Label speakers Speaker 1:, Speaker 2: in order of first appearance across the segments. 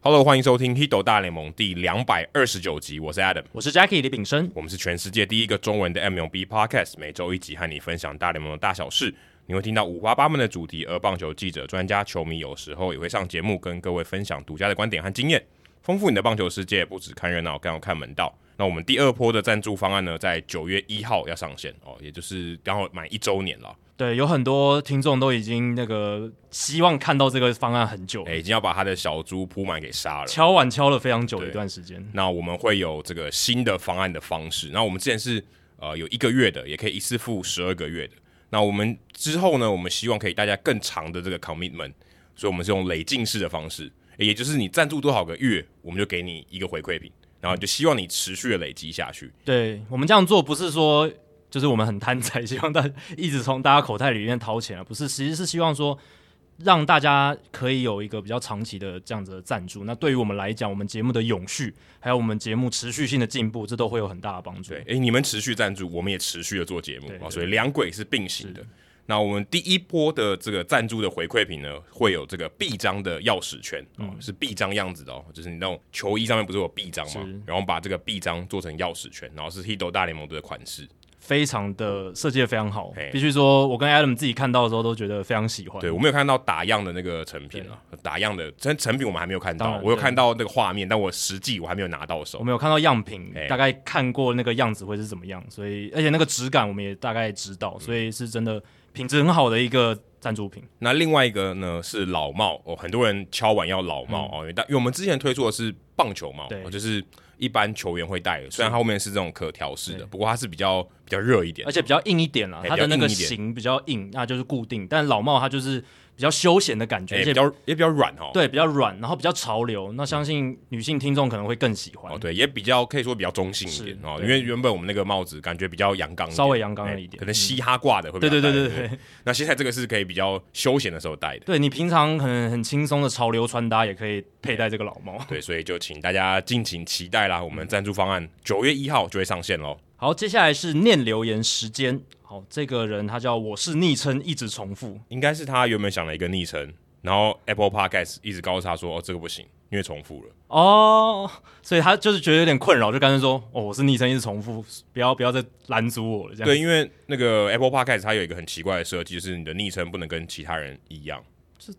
Speaker 1: Hello，欢迎收听《h i d o 大联盟》第两百二十九集，我是 Adam，
Speaker 2: 我是 Jackie 李炳生。
Speaker 1: 我们是全世界第一个中文的 MLB Podcast，每周一集和你分享大联盟的大小事。你会听到五花八门的主题，而棒球记者、专家、球迷有时候也会上节目，跟各位分享独家的观点和经验，丰富你的棒球世界。不只看热闹，更要看门道。那我们第二波的赞助方案呢，在九月一号要上线哦，也就是刚好满一周年了。
Speaker 2: 对，有很多听众都已经那个希望看到这个方案很久了，
Speaker 1: 哎，已经要把他的小猪铺满给杀了。
Speaker 2: 敲碗敲了非常久的一段时间。
Speaker 1: 那我们会有这个新的方案的方式。那我们之前是呃有一个月的，也可以一次付十二个月的。那我们之后呢，我们希望可以大家更长的这个 commitment，所以我们是用累进式的方式，也就是你赞助多少个月，我们就给你一个回馈品，然后就希望你持续的累积下去。
Speaker 2: 对我们这样做不是说就是我们很贪财，希望大家一直从大家口袋里面掏钱啊，不是，其实是希望说让大家可以有一个比较长期的这样子的赞助。那对于我们来讲，我们节目的永续，还有我们节目持续性的进步，这都会有很大的帮助。
Speaker 1: 对，诶，你们持续赞助，我们也持续的做节目
Speaker 2: 嗯对
Speaker 1: 啊，
Speaker 2: 对
Speaker 1: 所以两轨是并行的。那我们第一波的这个赞助的回馈品呢，会有这个臂章的钥匙圈哦，
Speaker 2: 嗯
Speaker 1: 是臂章样子的哦，就是你那种球衣上面不是有臂章吗
Speaker 2: 是？
Speaker 1: 然后把这个臂章做成钥匙圈，然后是 Hido 大联盟的款式。
Speaker 2: 非常的设计的非常好哎
Speaker 1: 嘿，
Speaker 2: 必须说，我跟 Adam 自己看到的时候都觉得非常喜欢。
Speaker 1: 对我没有看到打样的那个成品啊，打样的成成品我们还没有看
Speaker 2: 当
Speaker 1: 到，
Speaker 2: 然
Speaker 1: 我有
Speaker 2: 对
Speaker 1: 看到那个画面，但我实际我还没有拿到手
Speaker 2: 我。们有看到样品
Speaker 1: 哎，
Speaker 2: 大概看过那个样子会是怎么样，所以而且那个质感我们也大概知道，所以是真的品质很好的一个赞助品。
Speaker 1: 那另外一个呢是老帽哦，很多人敲碗要老帽、哦，因为大因为我们之前推出的是棒球帽，
Speaker 2: 嗯对
Speaker 1: 哦就是一般球员会戴的，虽然它后面是这种可调式的，
Speaker 2: 对
Speaker 1: 不过它是比较比较热一点，
Speaker 2: 而且比较硬一点啦，
Speaker 1: 哎
Speaker 2: 它的那个
Speaker 1: 比较硬一点
Speaker 2: 型比较硬，那就是固定。但老帽它就是比较休闲的感觉，
Speaker 1: 哎、
Speaker 2: 而
Speaker 1: 比
Speaker 2: 且
Speaker 1: 较也比较软哦，
Speaker 2: 对比较软，然后比较潮流。那相信女性听众可能会更喜欢
Speaker 1: 哦，对，也比较可以说比较中性一点
Speaker 2: 是
Speaker 1: 哦，因
Speaker 2: 对
Speaker 1: 为原本我们那个帽子感觉比较阳刚一点，
Speaker 2: 稍微阳刚了一
Speaker 1: 哎
Speaker 2: 点
Speaker 1: 可能嘻哈挂的会比
Speaker 2: 对
Speaker 1: 较
Speaker 2: 对
Speaker 1: 戴
Speaker 2: 对对
Speaker 1: 不
Speaker 2: 对，对
Speaker 1: 那现在这个是可以比较休闲的时候戴的，
Speaker 2: 对你平常可能很轻松的潮流穿搭也可以佩戴这个老帽。
Speaker 1: 对，所以就请大家敬请期待啦，我们赞助方案九月一号就会上线喽。
Speaker 2: 好，接下来是念留言时间。好，这个人他叫我是昵称一直重复，
Speaker 1: 应该是他原本想了一个昵称，然后 Apple Podcast 一直告诉他说：“哦，这个不行，因为重复了。
Speaker 2: 哦，所以他就是觉得有点困扰，就干脆说，哦，我是昵称一直重复，不要不要再拦阻我了，”这样
Speaker 1: 对，因为那个 Apple Podcast 它有一个很奇怪的设计，就是你的昵称不能跟其他人一样，
Speaker 2: 嗯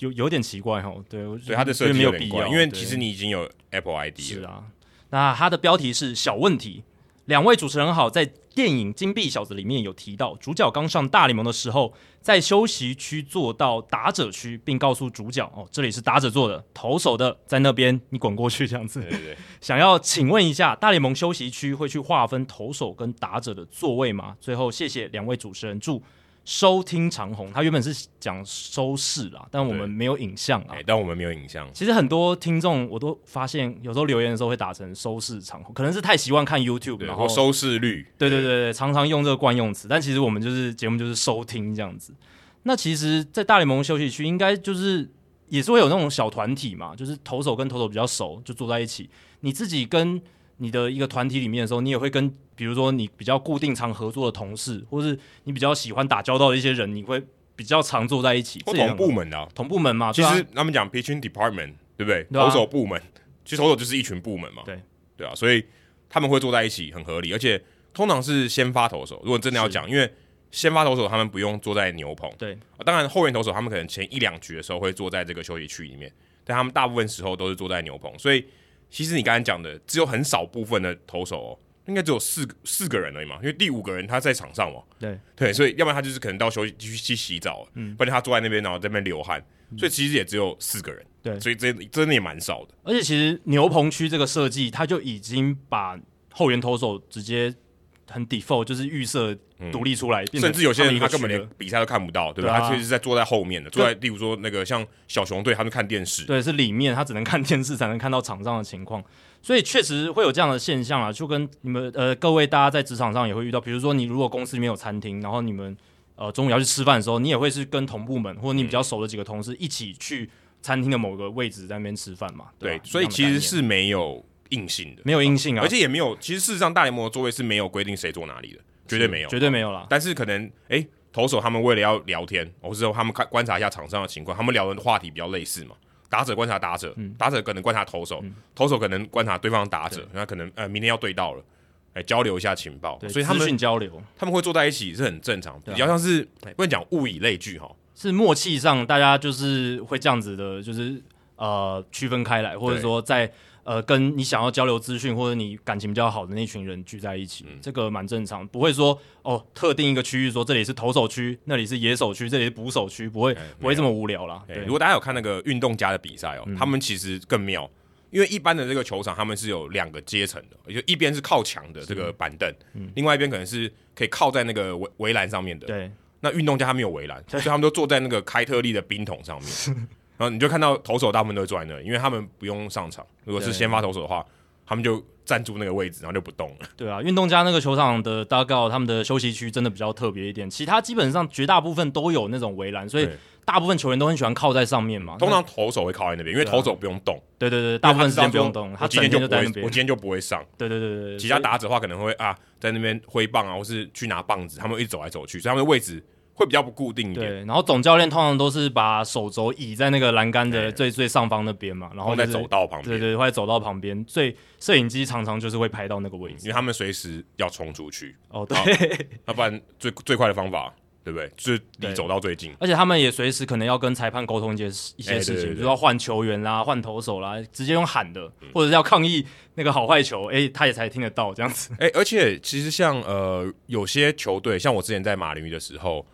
Speaker 2: 有有点奇怪哦。对，我
Speaker 1: 所以它的
Speaker 2: 觉
Speaker 1: 设
Speaker 2: 得
Speaker 1: 计
Speaker 2: 没有
Speaker 1: 点
Speaker 2: 必
Speaker 1: 怪。
Speaker 2: 要，
Speaker 1: 因为
Speaker 2: 对
Speaker 1: 其实你已经有 Apple ID
Speaker 2: 是
Speaker 1: 了，
Speaker 2: 啊。那他的标题是小问题。两位主持人好，在电影《金币小子》里面有提到，主角刚上大联盟的时候，在休息区坐到打者区，并告诉主角：“哦，这里是打者坐的，投手的在那边，你滚过去。”这样子。
Speaker 1: 对对对，
Speaker 2: 想要请问一下，大联盟休息区会去划分投手跟打者的座位吗？最后，谢谢两位主持人，祝收听长虹。他原本是讲收视啦，但我
Speaker 1: 对
Speaker 2: 们没有影像啊嗯
Speaker 1: 哎、。但我们没有影像。
Speaker 2: 其实很多听众我都发现，有时候留言的时候会打成收视长虹，可能是太习惯看 YouTube，
Speaker 1: 对，
Speaker 2: 然
Speaker 1: 然后
Speaker 2: 后
Speaker 1: 收视率，
Speaker 2: 对对对对，常常用这个惯用词，但其实我们就是节目就是收听这样子。那其实，在大联盟休息区，应该就是也是会有那种小团体嘛，就是投手跟投手比较熟，就坐在一起。你自己跟你的一个团体里面的时候，你也会跟，比如说你比较固定常合作的同事，或是你比较喜欢打交道的一些人，你会比较常坐在一起。
Speaker 1: 或
Speaker 2: 这也很
Speaker 1: 同部门的啊、
Speaker 2: 好同部门嘛，
Speaker 1: 其
Speaker 2: 对啊
Speaker 1: 实他们讲 pitching department，对不对？
Speaker 2: 对啊
Speaker 1: 投手部门，其实投手就是一群部门嘛。
Speaker 2: 对
Speaker 1: 对啊，所以他们会坐在一起，很合理。而且通常是先发投手，如果真的要讲，因为先发投手他们不用坐在牛棚，
Speaker 2: 对
Speaker 1: 啊当然后援投手他们可能前一两局的时候会坐在这个休息区里面，但他们大部分时候都是坐在牛棚，所以其实你刚才讲的，只有很少部分的投手、哦，应该只有四个四个人而已嘛，因为第五个人他在场上嘛，
Speaker 2: 对嗯
Speaker 1: 对，所以要不然他就是可能到休息区去洗澡，不然他坐在那边然后在那边流汗，所以其实也只有四个人，
Speaker 2: 对
Speaker 1: 所以这真的也蛮少的，
Speaker 2: 而且其实牛棚区这个设计，它就已经把后援投手直接很 default，就是预设独立出来，变成
Speaker 1: 嗯甚至有些人
Speaker 2: 们一个
Speaker 1: 他根本
Speaker 2: 区
Speaker 1: 连
Speaker 2: 了
Speaker 1: 比赛都看不到，对吧？
Speaker 2: 对啊
Speaker 1: 他其实是在坐在后面的，坐在例
Speaker 2: 对
Speaker 1: 如说那个像小熊队，他们看电视，
Speaker 2: 对是里面，他只能看电视才能看到场上的情况，所以确实会有这样的现象啊，就跟你们呃各位大家在职场上也会遇到，比如说你如果公司里面有餐厅，然后你们呃中午要去吃饭的时候，你也会是跟同部门或者你比较熟的几个同事一起去餐厅的某个位置在那边吃饭嘛，对啊
Speaker 1: 对
Speaker 2: 吧，
Speaker 1: 所以
Speaker 2: 一样的
Speaker 1: 其实
Speaker 2: 概念
Speaker 1: 是没有硬性的，
Speaker 2: 没有硬性啊，
Speaker 1: 而且也没有，其实事实上大联盟的座位是没有规定谁坐哪里的，绝对没有，
Speaker 2: 绝对没有啦。
Speaker 1: 但是可能哎、诶投手他们为了要聊天，或者说他们看观察一下场上的情况，他们聊的话题比较类似嘛，打者观察打者，
Speaker 2: 嗯
Speaker 1: 打者可能观察投手，
Speaker 2: 嗯
Speaker 1: 投手可能观察对方打者
Speaker 2: 对，
Speaker 1: 那可能呃明天要对到了，哎、交流一下情报，
Speaker 2: 对，
Speaker 1: 所以他
Speaker 2: 资
Speaker 1: 们
Speaker 2: 讯交流
Speaker 1: 他们会坐在一起是很正常，
Speaker 2: 对啊
Speaker 1: 比较像是、哎不能讲物以类聚哈，
Speaker 2: 是默契上，大家就是会这样子的，就是呃区分开来，或者
Speaker 1: 对
Speaker 2: 说在呃跟你想要交流资讯或者你感情比较好的那群人聚在一起，
Speaker 1: 嗯
Speaker 2: 这个蛮正常，不会说哦特定一个区域说这里是投手区，那里是野手区，这里是捕手区，不会、
Speaker 1: 哎没有
Speaker 2: 不会这么无聊啦。
Speaker 1: 哎
Speaker 2: 对嗯
Speaker 1: 如，果大家有看那个运动家的比赛哦，他们其实更妙，因为一般的这个球场他们是有两个阶层的，也就一边是靠墙的这个板凳，另外一边可能是可以靠在那个围围栏上面的。
Speaker 2: 嗯对
Speaker 1: 那运动家他们有围栏，所以他们都坐在那个开特利的冰桶上面。然后你就看到投手大部分都会坐在那里，因为他们不用上场。如果是
Speaker 2: 对
Speaker 1: 先发投手的话，他们就站住那个位置，然后就不动了。
Speaker 2: 对啊，运动家那个球场的大概他们的休息区真的比较特别一点，其他基本上绝大部分都有那种围栏，所以
Speaker 1: 对
Speaker 2: 大部分球员都很喜欢靠在上面嘛。
Speaker 1: 通常投手会靠在那边，因为
Speaker 2: 对啊
Speaker 1: 投手不用动，
Speaker 2: 对对对，大部分时间
Speaker 1: 因
Speaker 2: 不
Speaker 1: 为
Speaker 2: 用
Speaker 1: 他知道说
Speaker 2: 动，
Speaker 1: 我今天就
Speaker 2: 他整天
Speaker 1: 不
Speaker 2: 在
Speaker 1: 会，
Speaker 2: 那
Speaker 1: 我
Speaker 2: 边
Speaker 1: 今。天就不会上。
Speaker 2: 对对对对对，
Speaker 1: 其他
Speaker 2: 所以
Speaker 1: 打者的话可能会啊，在那边挥棒啊，或是去拿棒子，他们会一直走来走去，所以他们的位置会比较不固定一点，
Speaker 2: 对，然后总教练通常都是把手肘倚在那个栏杆
Speaker 1: 对
Speaker 2: 的最最上方那边嘛，然
Speaker 1: 然后
Speaker 2: 后
Speaker 1: 在
Speaker 2: 就是
Speaker 1: 走道旁
Speaker 2: 对
Speaker 1: 边，
Speaker 2: 对，会走到旁边，所以摄影机常常就是会拍到那个位
Speaker 1: 因
Speaker 2: 置。
Speaker 1: 为他们随时要冲出去，
Speaker 2: 哦，对，
Speaker 1: 那不然最最快的方法，对不对？就是离
Speaker 2: 对
Speaker 1: 走道最近。
Speaker 2: 而且他们也随时可能要跟裁判沟通一些事一
Speaker 1: 哎
Speaker 2: 些
Speaker 1: 对
Speaker 2: 事
Speaker 1: 对
Speaker 2: 情，
Speaker 1: 对
Speaker 2: 比如说换球员啦、换投手啦，直接用喊的，或者是要抗议那个好坏球，哎，他也才听得到这样子。
Speaker 1: 哎、而且其实像呃有些球队，像我之前在马林鱼的时候，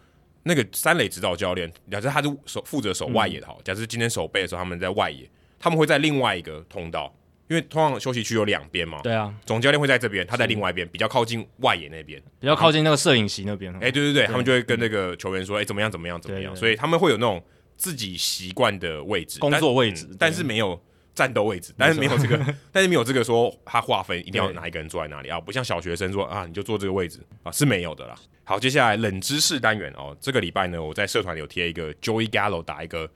Speaker 1: 那个三垒指导教练，假设他是守负责守外野
Speaker 2: 嗯
Speaker 1: 的好，假设今天守备的时候他们在外野，他们会在另外一个通道，因为通常休息区有两边嘛，
Speaker 2: 对啊，
Speaker 1: 总教练会在这边，他在另外一边，比较靠近外野那边。
Speaker 2: 比较靠近那个摄影席那边。
Speaker 1: 哎、对对对，他们就会跟那个球员说，哎、怎么样，怎么样，怎么样，
Speaker 2: 对对
Speaker 1: 所以他们会有那种自己习惯的位置，
Speaker 2: 工
Speaker 1: 但
Speaker 2: 作位置对
Speaker 1: 但是没有战斗位置，但是没有这 个，但是没有这个说他划分一定要哪一个人坐在哪里啊，不像小学生说啊，你就坐这个位置啊，是没有的啦。好，接下来冷知识单元哦，这个礼拜呢，我在社团里有贴一个 Joey Gallo 打一个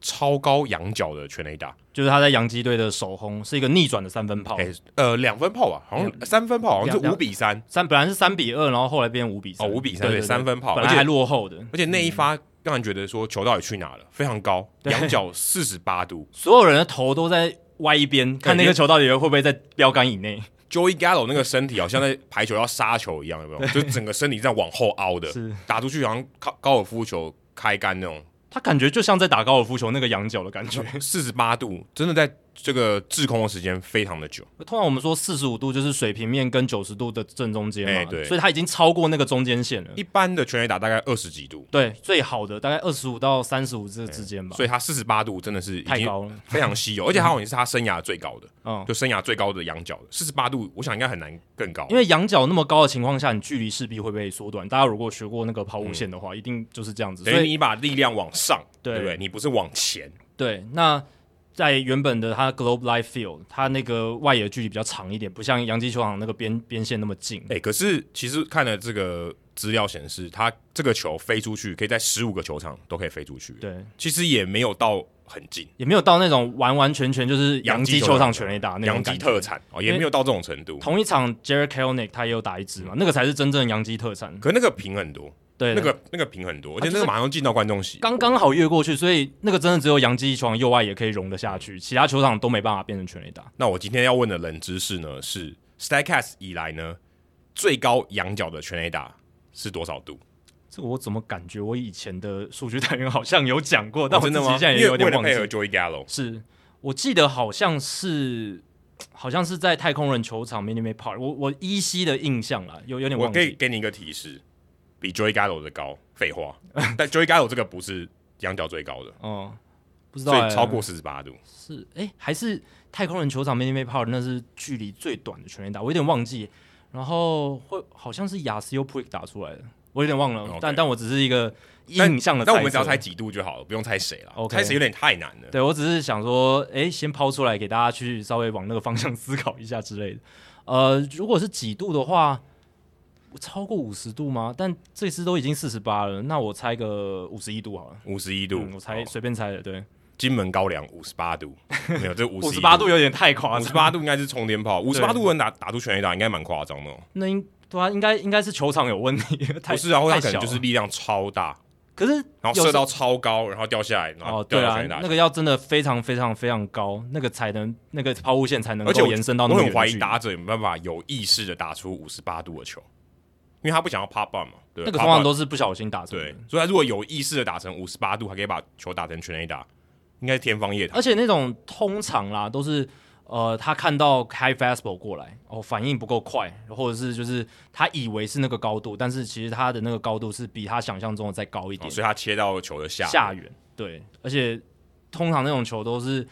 Speaker 1: 超高仰角的全垒打，
Speaker 2: 就是他在洋基队的首轰是一个逆转的三分炮，
Speaker 1: 哎、呃，两分炮吧，好像三分炮，好像是
Speaker 2: 两
Speaker 1: 五比三，
Speaker 2: 三本来是三比二，然后后来变五比三。
Speaker 1: 哦5比3
Speaker 2: 对
Speaker 1: 对三分炮
Speaker 2: 本
Speaker 1: 而
Speaker 2: 来
Speaker 1: 且
Speaker 2: 还落后的。
Speaker 1: 而且那一发
Speaker 2: 嗯
Speaker 1: 让人觉得说球到底去哪了，非常高，仰角四十八度。
Speaker 2: 所有人的头都在歪一边，看那个球到底会不会在标杆以内。
Speaker 1: Joey Gallo 那个身体好像在排球要杀球一样，有没有？就整个身体这样往后凹的
Speaker 2: 是，
Speaker 1: 打出去好像高高尔夫球开杆那种，
Speaker 2: 他感觉就像在打高尔夫球那个仰角的感觉。
Speaker 1: 四十八度，真的在这个滞空的时间非常的久。
Speaker 2: 通常我们说四十五度就是水平面跟九十度的正中间嘛，
Speaker 1: 哎对
Speaker 2: 所以他已经超过那个中间线了。
Speaker 1: 一般的全垒打大概二十几度，
Speaker 2: 对，最好的大概二十五到三十五这之间吧，
Speaker 1: 哎所以他四十八度真的是已
Speaker 2: 嗯太
Speaker 1: 经
Speaker 2: 高嗯了。
Speaker 1: 非常稀有，而且他好像也是他生涯最高的，
Speaker 2: 嗯，
Speaker 1: 就生涯最高的仰角，四十八度，我想应该很难更高
Speaker 2: 因。为仰角那么高的情况下，你距离势必会被缩短。大家如果学过那个抛物线的话，一定就是这样子。所
Speaker 1: 嗯等于
Speaker 2: 以
Speaker 1: 你把力量往上，
Speaker 2: 对
Speaker 1: 对不对？你不是往前，
Speaker 2: 对，那在原本的它 Globe Life Field，它那个外野距离比较长一点，不像洋基球场那个边边线那么近。
Speaker 1: 哎、可是其实看了这个资料显示，他这个球飞出去可以在十五个球场都可以飞出去，
Speaker 2: 对，
Speaker 1: 其实也没有到很近，
Speaker 2: 也没有到那种完完全全就是洋基球场全垒打啊那种
Speaker 1: 洋
Speaker 2: 感
Speaker 1: 基
Speaker 2: 觉
Speaker 1: 特。产哦，也没有到这种程度。
Speaker 2: 同一场 Jerry Kelnick 他也有打一支嘛，那个才是真正的洋基特产。
Speaker 1: 可那个平很多，
Speaker 2: 对，
Speaker 1: 那个那个平很多，而且
Speaker 2: 啊就是
Speaker 1: 那个马上进到观众席，
Speaker 2: 刚刚好越过去，所以那个真的只有洋基球场右外也可以容得下去，其他球场都没办法变成全垒打。
Speaker 1: 那我今天要问的冷知识呢是 Stacks 以来呢最高仰角的全垒打是多少度？
Speaker 2: 这个我怎么感觉我以前的数据单元好像有讲过，但
Speaker 1: 哦
Speaker 2: 我
Speaker 1: 真的
Speaker 2: 自己
Speaker 1: 吗？
Speaker 2: 现在也
Speaker 1: 因为
Speaker 2: 有
Speaker 1: 为
Speaker 2: 点
Speaker 1: 了
Speaker 2: 忘记
Speaker 1: 配合 Joey Gallo，
Speaker 2: 是我记得好像是好像是在太空人球场 Minute Maid Park，我我依稀的印象啦，有有点
Speaker 1: 我
Speaker 2: 忘
Speaker 1: 可以
Speaker 2: 记。
Speaker 1: 给你一个提示，比 Joey Gallo 的高，废 话，但 Joey Gallo 这个不是仰角最高的。
Speaker 2: 哦、不知道、
Speaker 1: 所
Speaker 2: 欸、
Speaker 1: 以超过四十八度。
Speaker 2: 是哎、还是太空人球场 Minute Maid Park 那是距离最短的全垒打，我有点忘记。然后会好像是雅斯尤普打出来的，我有点忘了
Speaker 1: 哦 OK
Speaker 2: 但但我只是一个
Speaker 1: 但
Speaker 2: 印象的
Speaker 1: 那我们只
Speaker 2: 嗯猜
Speaker 1: 要
Speaker 2: 测
Speaker 1: 猜几度就好了，不用猜谁了。
Speaker 2: OK
Speaker 1: 猜谁有点太难了。
Speaker 2: 对我只是想说，诶，先抛出来给大家去稍微往那个方向思考一下之类的。呃，如果是几度的话，超过五十度吗？但这次都已经四十八了，那我猜个五十一度好了。
Speaker 1: 五十一度
Speaker 2: 嗯，，我猜
Speaker 1: 哦
Speaker 2: 随便猜的，对，
Speaker 1: 金门高粱五十八 度，没有这五
Speaker 2: 五十八度
Speaker 1: 有
Speaker 2: 有点太夸
Speaker 1: 五十
Speaker 2: 张。
Speaker 1: 八度应该是冲天炮，五十八度能打打出全垒打应该蛮夸张的、哦。
Speaker 2: 那应对啊，应该应该是球场有问题，太
Speaker 1: 不是啊，或者他
Speaker 2: 太
Speaker 1: 可
Speaker 2: 小
Speaker 1: 能
Speaker 2: 了
Speaker 1: 就是力量超大，
Speaker 2: 可是
Speaker 1: 然后
Speaker 2: 有时
Speaker 1: 射到超高，然后掉下来，然后
Speaker 2: 哦，
Speaker 1: 掉
Speaker 2: 对
Speaker 1: 到
Speaker 2: 啊
Speaker 1: 全垒打，
Speaker 2: 那个要真的非常非常非常高，那个才能那个抛物线才能
Speaker 1: 而且
Speaker 2: 够
Speaker 1: 我
Speaker 2: 延伸到那
Speaker 1: 我
Speaker 2: 么
Speaker 1: 很
Speaker 2: 远
Speaker 1: 怀
Speaker 2: 的
Speaker 1: 疑
Speaker 2: 距离
Speaker 1: 打者有没有办法有意识的打出五十八度的球，因为他不想要 pop up 嘛，对
Speaker 2: 那个
Speaker 1: pop
Speaker 2: 通常
Speaker 1: up
Speaker 2: 都是不小心打出来的
Speaker 1: 对，所以他如果有意识的打成五十八度，还可以把球打成全垒打，应该是天方夜谭。
Speaker 2: 而且那种通常啦，都是呃，他看到 high fastball 过来，哦，反应不够快，或者是就是他以为是那个高度，但是其实他的那个高度是比他想象中的再高一
Speaker 1: 哦
Speaker 2: 点，
Speaker 1: 所以他切到球的下
Speaker 2: 下缘。对，而且通常那种球都是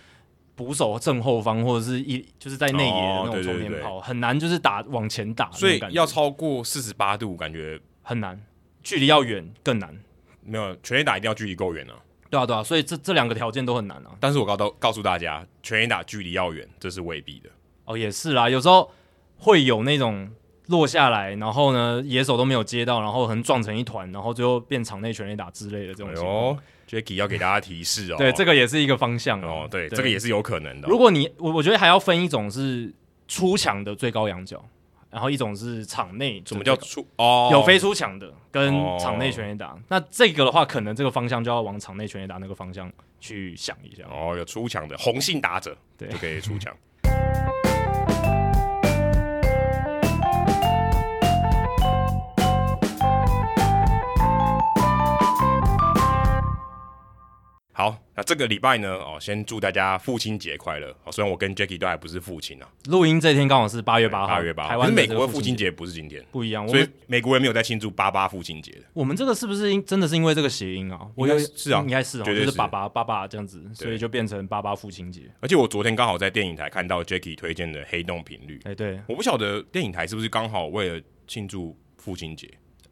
Speaker 2: 捕手正后方或者是一就是在内野的那
Speaker 1: 哦对
Speaker 2: 种
Speaker 1: 对
Speaker 2: 冲
Speaker 1: 对
Speaker 2: 天炮，很难就是打往前打，
Speaker 1: 所以要
Speaker 2: 超
Speaker 1: 超过四十八度，感觉
Speaker 2: 很难，距离要远更难。
Speaker 1: 没有全垒打一定要距离够远啊。
Speaker 2: 对啊，对啊，所以这这两个条件都很难啊。
Speaker 1: 但是我告到告诉大家，全垒打距离要远，这是未必的。
Speaker 2: 哦，也是啦，有时候会有那种落下来，然后呢野手都没有接到，然后很撞成一团，然后最后变场内全垒打之类的这
Speaker 1: 哎
Speaker 2: 种情况。
Speaker 1: 呦，Jacky 要给大家提示哦。
Speaker 2: 对，这个也是一个方向啊
Speaker 1: 哦，对，这个也是有可能的哦。
Speaker 2: 如果你我我觉得还要分一种是出墙的最高仰角，然后一种是场内的
Speaker 1: 什么
Speaker 2: 最
Speaker 1: 叫
Speaker 2: 高
Speaker 1: 出哦？
Speaker 2: 有飞出墙的跟
Speaker 1: 哦
Speaker 2: 场内全垒打。那这个的话，可能这个方向就要往场内全垒打那个方向去想一下。
Speaker 1: 哦，有出墙的红杏打者，
Speaker 2: 对
Speaker 1: 就可以出墙。好，那这个礼拜呢，哦，先祝大家父亲节快乐。哦，虽然我跟 Jacky 都还不是父亲啊，
Speaker 2: 录音这天刚好是八月八号，
Speaker 1: 八月八号，
Speaker 2: 台
Speaker 1: 可
Speaker 2: 湾
Speaker 1: 是
Speaker 2: 的
Speaker 1: 美
Speaker 2: 这
Speaker 1: 国
Speaker 2: 个
Speaker 1: 的父亲节不是今天，
Speaker 2: 不一样，我
Speaker 1: 所
Speaker 2: 们
Speaker 1: 以美国人没有在庆祝八八父亲节的。
Speaker 2: 我们这个是不是因真的是因为这个谐音啊？我
Speaker 1: 应
Speaker 2: 有
Speaker 1: 该是啊
Speaker 2: 应该是哦，
Speaker 1: 绝
Speaker 2: 就
Speaker 1: 对
Speaker 2: 是
Speaker 1: 是
Speaker 2: 爸爸爸爸这样子，所以就变成爸爸父亲节。
Speaker 1: 而且我昨天刚好在电影台看到 Jacky 推荐的《黑洞频率》，
Speaker 2: 哎，对
Speaker 1: 我不晓得电影台是不是刚好为了庆祝父亲节，